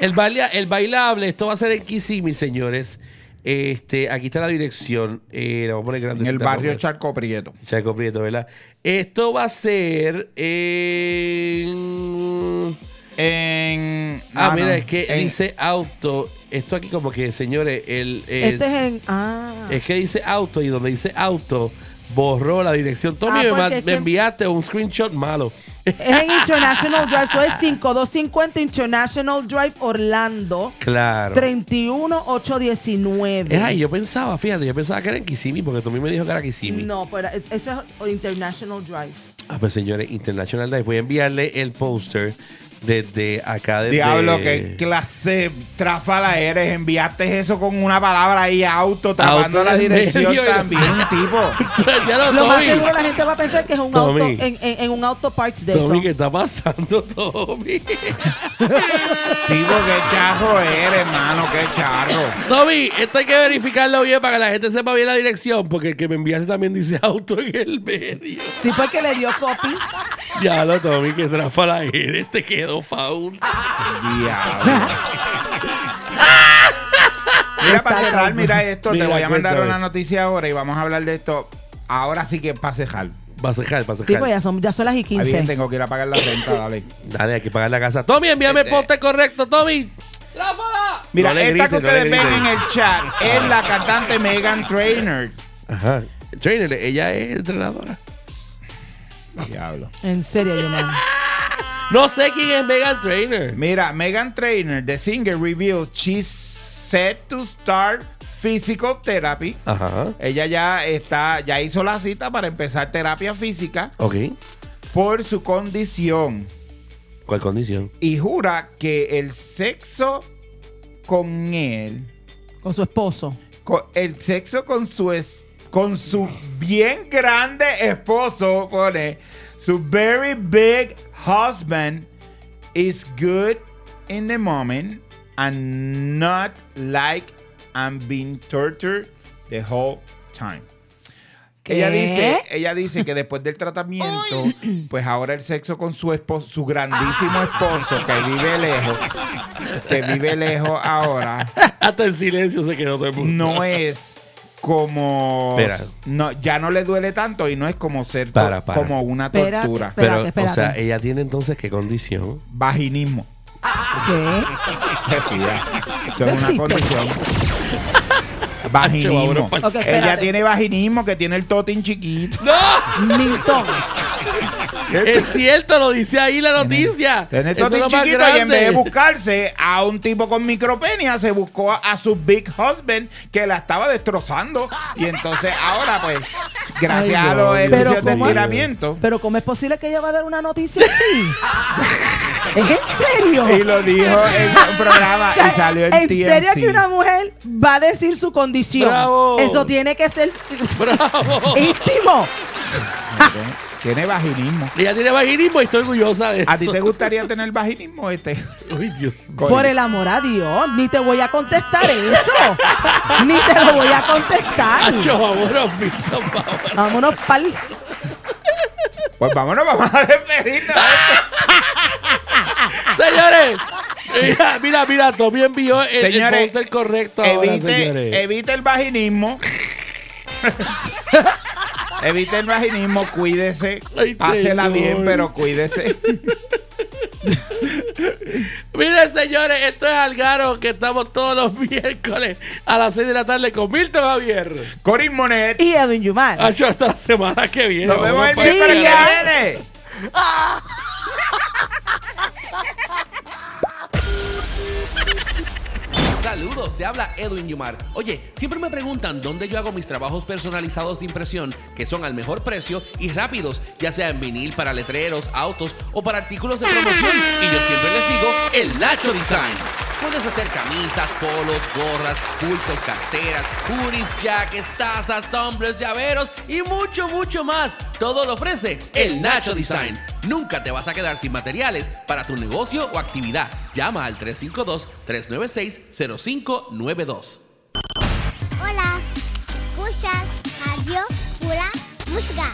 Speaker 5: El, baila- el bailable, esto va a ser en Kissimmee, señores. Este, aquí está la dirección. Eh, la vamos a poner grande.
Speaker 4: En el barrio Charco Prieto.
Speaker 5: Chaco Prieto, ¿verdad? Esto va a ser en...
Speaker 4: En.
Speaker 5: Ah,
Speaker 4: no,
Speaker 5: mira,
Speaker 4: no,
Speaker 5: es que
Speaker 4: en-
Speaker 5: dice auto. Esto aquí como que, señores, el... el-
Speaker 3: Este es en. Ah.
Speaker 5: es que dice auto y donde dice auto borró la dirección. Tommy,
Speaker 3: Ah,
Speaker 5: me,
Speaker 3: porque
Speaker 5: ma-
Speaker 3: es
Speaker 5: me
Speaker 3: que-
Speaker 5: enviaste un screenshot malo.
Speaker 3: Es en International Drive, eso es 5250 International Drive Orlando,
Speaker 5: Claro.
Speaker 3: 31819.
Speaker 5: Es ahí, yo pensaba, fíjate, yo pensaba que era en Kissimmee porque Tommy me dijo que era Kissimmee.
Speaker 3: No, pero eso es International Drive.
Speaker 5: Ah, pues señores, International Live. Voy a enviarle el póster desde acá. Desde...
Speaker 4: Diablo, qué clase tráfala eres. Enviaste eso con una palabra ahí, auto, tapando
Speaker 5: Auto
Speaker 4: la
Speaker 5: en
Speaker 4: dirección
Speaker 5: medio y-
Speaker 4: también, tipo.
Speaker 5: ya lo,
Speaker 3: Lo más
Speaker 5: Tommy.
Speaker 3: seguro la gente va a pensar que es un
Speaker 5: Tommy.
Speaker 3: auto en, en- en un auto parts de
Speaker 5: Tommy, ¿qué
Speaker 3: eso.
Speaker 5: está pasando, Tommy?
Speaker 4: Tipo, qué charro eres, hermano, qué charro.
Speaker 5: Tommy, esto hay que verificarlo bien para que la gente sepa bien la dirección, porque el que me enviaste también dice auto en el medio.
Speaker 3: Sí fue que le dio copy.
Speaker 5: Ya lo, Tommy, que tráfala eres, te quedó faul.
Speaker 4: Diablo. Mira, para cerrar, mira esto.
Speaker 5: Mira,
Speaker 4: te voy a mandar
Speaker 5: cuéntame.
Speaker 4: una noticia ahora y vamos a hablar de esto. Ahora sí que para cerrar.
Speaker 5: Va a cejar, va a
Speaker 3: Sí, pues
Speaker 5: cejar.
Speaker 3: ya son, ya son las y
Speaker 4: Ah, bien,
Speaker 3: 15.
Speaker 4: tengo que ir a pagar la renta, dale.
Speaker 5: Dale, hay que pagar la casa. Tommy, envíame el poste correcto, Tommy. ¡Tráfala!
Speaker 4: Mira,
Speaker 5: No le
Speaker 4: esta que
Speaker 5: griten, no le
Speaker 4: ustedes ven en
Speaker 5: griten.
Speaker 4: el chat es la cantante Megan Trainer.
Speaker 5: Ajá. Trainer, ella es entrenadora.
Speaker 4: Diablo.
Speaker 3: En serio, yo no.
Speaker 5: No sé quién es Megan Trainer.
Speaker 4: Mira, Megan Trainer, The Singer, reveals she's set to start physical therapy.
Speaker 5: Ajá.
Speaker 4: Ella ya está, ya hizo la cita para empezar terapia física
Speaker 5: Ok.
Speaker 4: por su condición
Speaker 5: ¿Cuál condición?
Speaker 4: y jura que el sexo con él,
Speaker 3: Con su esposo.
Speaker 4: co- el sexo con su es- con su bien grande esposo, pone, su very big husband is good in the moment and not like I'm being tortured the whole time. Ella
Speaker 3: ¿Qué?
Speaker 4: dice, ella dice que después del tratamiento, pues ahora el sexo con su esposo, su grandísimo esposo que vive lejos, que vive lejos ahora,
Speaker 5: Hasta en silencio se quedó todo el mundo.
Speaker 4: no es como
Speaker 5: Espera.
Speaker 4: no, ya no le duele tanto y no es como ser to-
Speaker 5: Para, para.
Speaker 4: como una
Speaker 3: Espérate,
Speaker 4: tortura.
Speaker 5: Pero,
Speaker 3: Espérate, espérate.
Speaker 5: o sea, ella tiene entonces qué condición.
Speaker 4: Vaginismo.
Speaker 3: ¿Qué?
Speaker 4: Eso es una
Speaker 3: existe.
Speaker 4: condición. Vaginismo.
Speaker 3: Ok,
Speaker 4: Ella
Speaker 3: espérate.
Speaker 4: tiene vaginismo que tiene el totín chiquito.
Speaker 3: Milton.
Speaker 5: Es cierto, lo dice ahí la noticia.
Speaker 4: Tiene el
Speaker 5: Eso es
Speaker 4: totín
Speaker 5: lo más
Speaker 4: chiquito y en
Speaker 5: grande.
Speaker 4: vez de buscarse a un tipo con micropenia, se buscó a su big husband que la estaba destrozando. Y entonces ahora, pues, gracias
Speaker 5: Ay,
Speaker 4: a los
Speaker 5: Dios,
Speaker 4: ejercicios
Speaker 3: pero
Speaker 4: de
Speaker 3: ¿cómo?
Speaker 4: estiramiento.
Speaker 3: Pero ¿cómo es posible que ella va a dar una noticia así? ¿Es en serio?
Speaker 4: Y lo dijo en un programa y salió en
Speaker 3: ¿En
Speaker 4: TMZ.
Speaker 3: serio que una mujer va a decir su condición?
Speaker 5: Bravo.
Speaker 3: Eso tiene que ser
Speaker 5: Bravo.
Speaker 3: íntimo.
Speaker 4: Tiene vaginismo.
Speaker 5: Ella tiene vaginismo y estoy orgullosa de eso.
Speaker 4: ¿A ti te gustaría tener vaginismo este?
Speaker 5: Ay, Dios.
Speaker 3: Por el amor a Dios, ni te voy a contestar eso. ni te lo voy a contestar.
Speaker 5: Acho, vámonos, Milton, vámonos.
Speaker 3: Vámonos pal.
Speaker 4: Pues vámonos, vamos a despedirnos. ¿eh?
Speaker 5: Señores, mira, mira, mira, Tommy envió el,
Speaker 4: Señores,
Speaker 5: el póster correcto ahora, señores.
Speaker 4: Evite, evite el vaginismo. evite el vaginismo, cuídese.
Speaker 5: Ay,
Speaker 4: Hácela
Speaker 5: señor.
Speaker 4: bien, pero cuídese.
Speaker 5: Miren, señores, esto es Algaro, que estamos todos los miércoles a las 6 de la tarde con Milton Javier.
Speaker 4: Corin Monet.
Speaker 3: Y Edwin Yumar.
Speaker 5: Acho, hasta la semana que viene.
Speaker 4: Nos vemos el
Speaker 5: Vamos
Speaker 3: Sí,
Speaker 4: miércoles
Speaker 3: ya.
Speaker 4: que viene.
Speaker 1: Saludos, te habla Edwin Yumar. Oye, siempre me preguntan dónde yo hago mis trabajos personalizados de impresión, que son al mejor precio y rápidos, ya sea en vinil para letreros, autos o para artículos de promoción. Y yo siempre les digo, el Nacho Design. Puedes hacer camisas, polos, gorras, bultos, carteras, hoodies, jackets, tazas, tumblers, llaveros y mucho, mucho más. Todo lo ofrece el Nacho Design. Nunca te vas a quedar sin materiales para tu negocio o actividad. Llama al 352-396-0592.
Speaker 7: Hola, escuchas Radio Pura Música.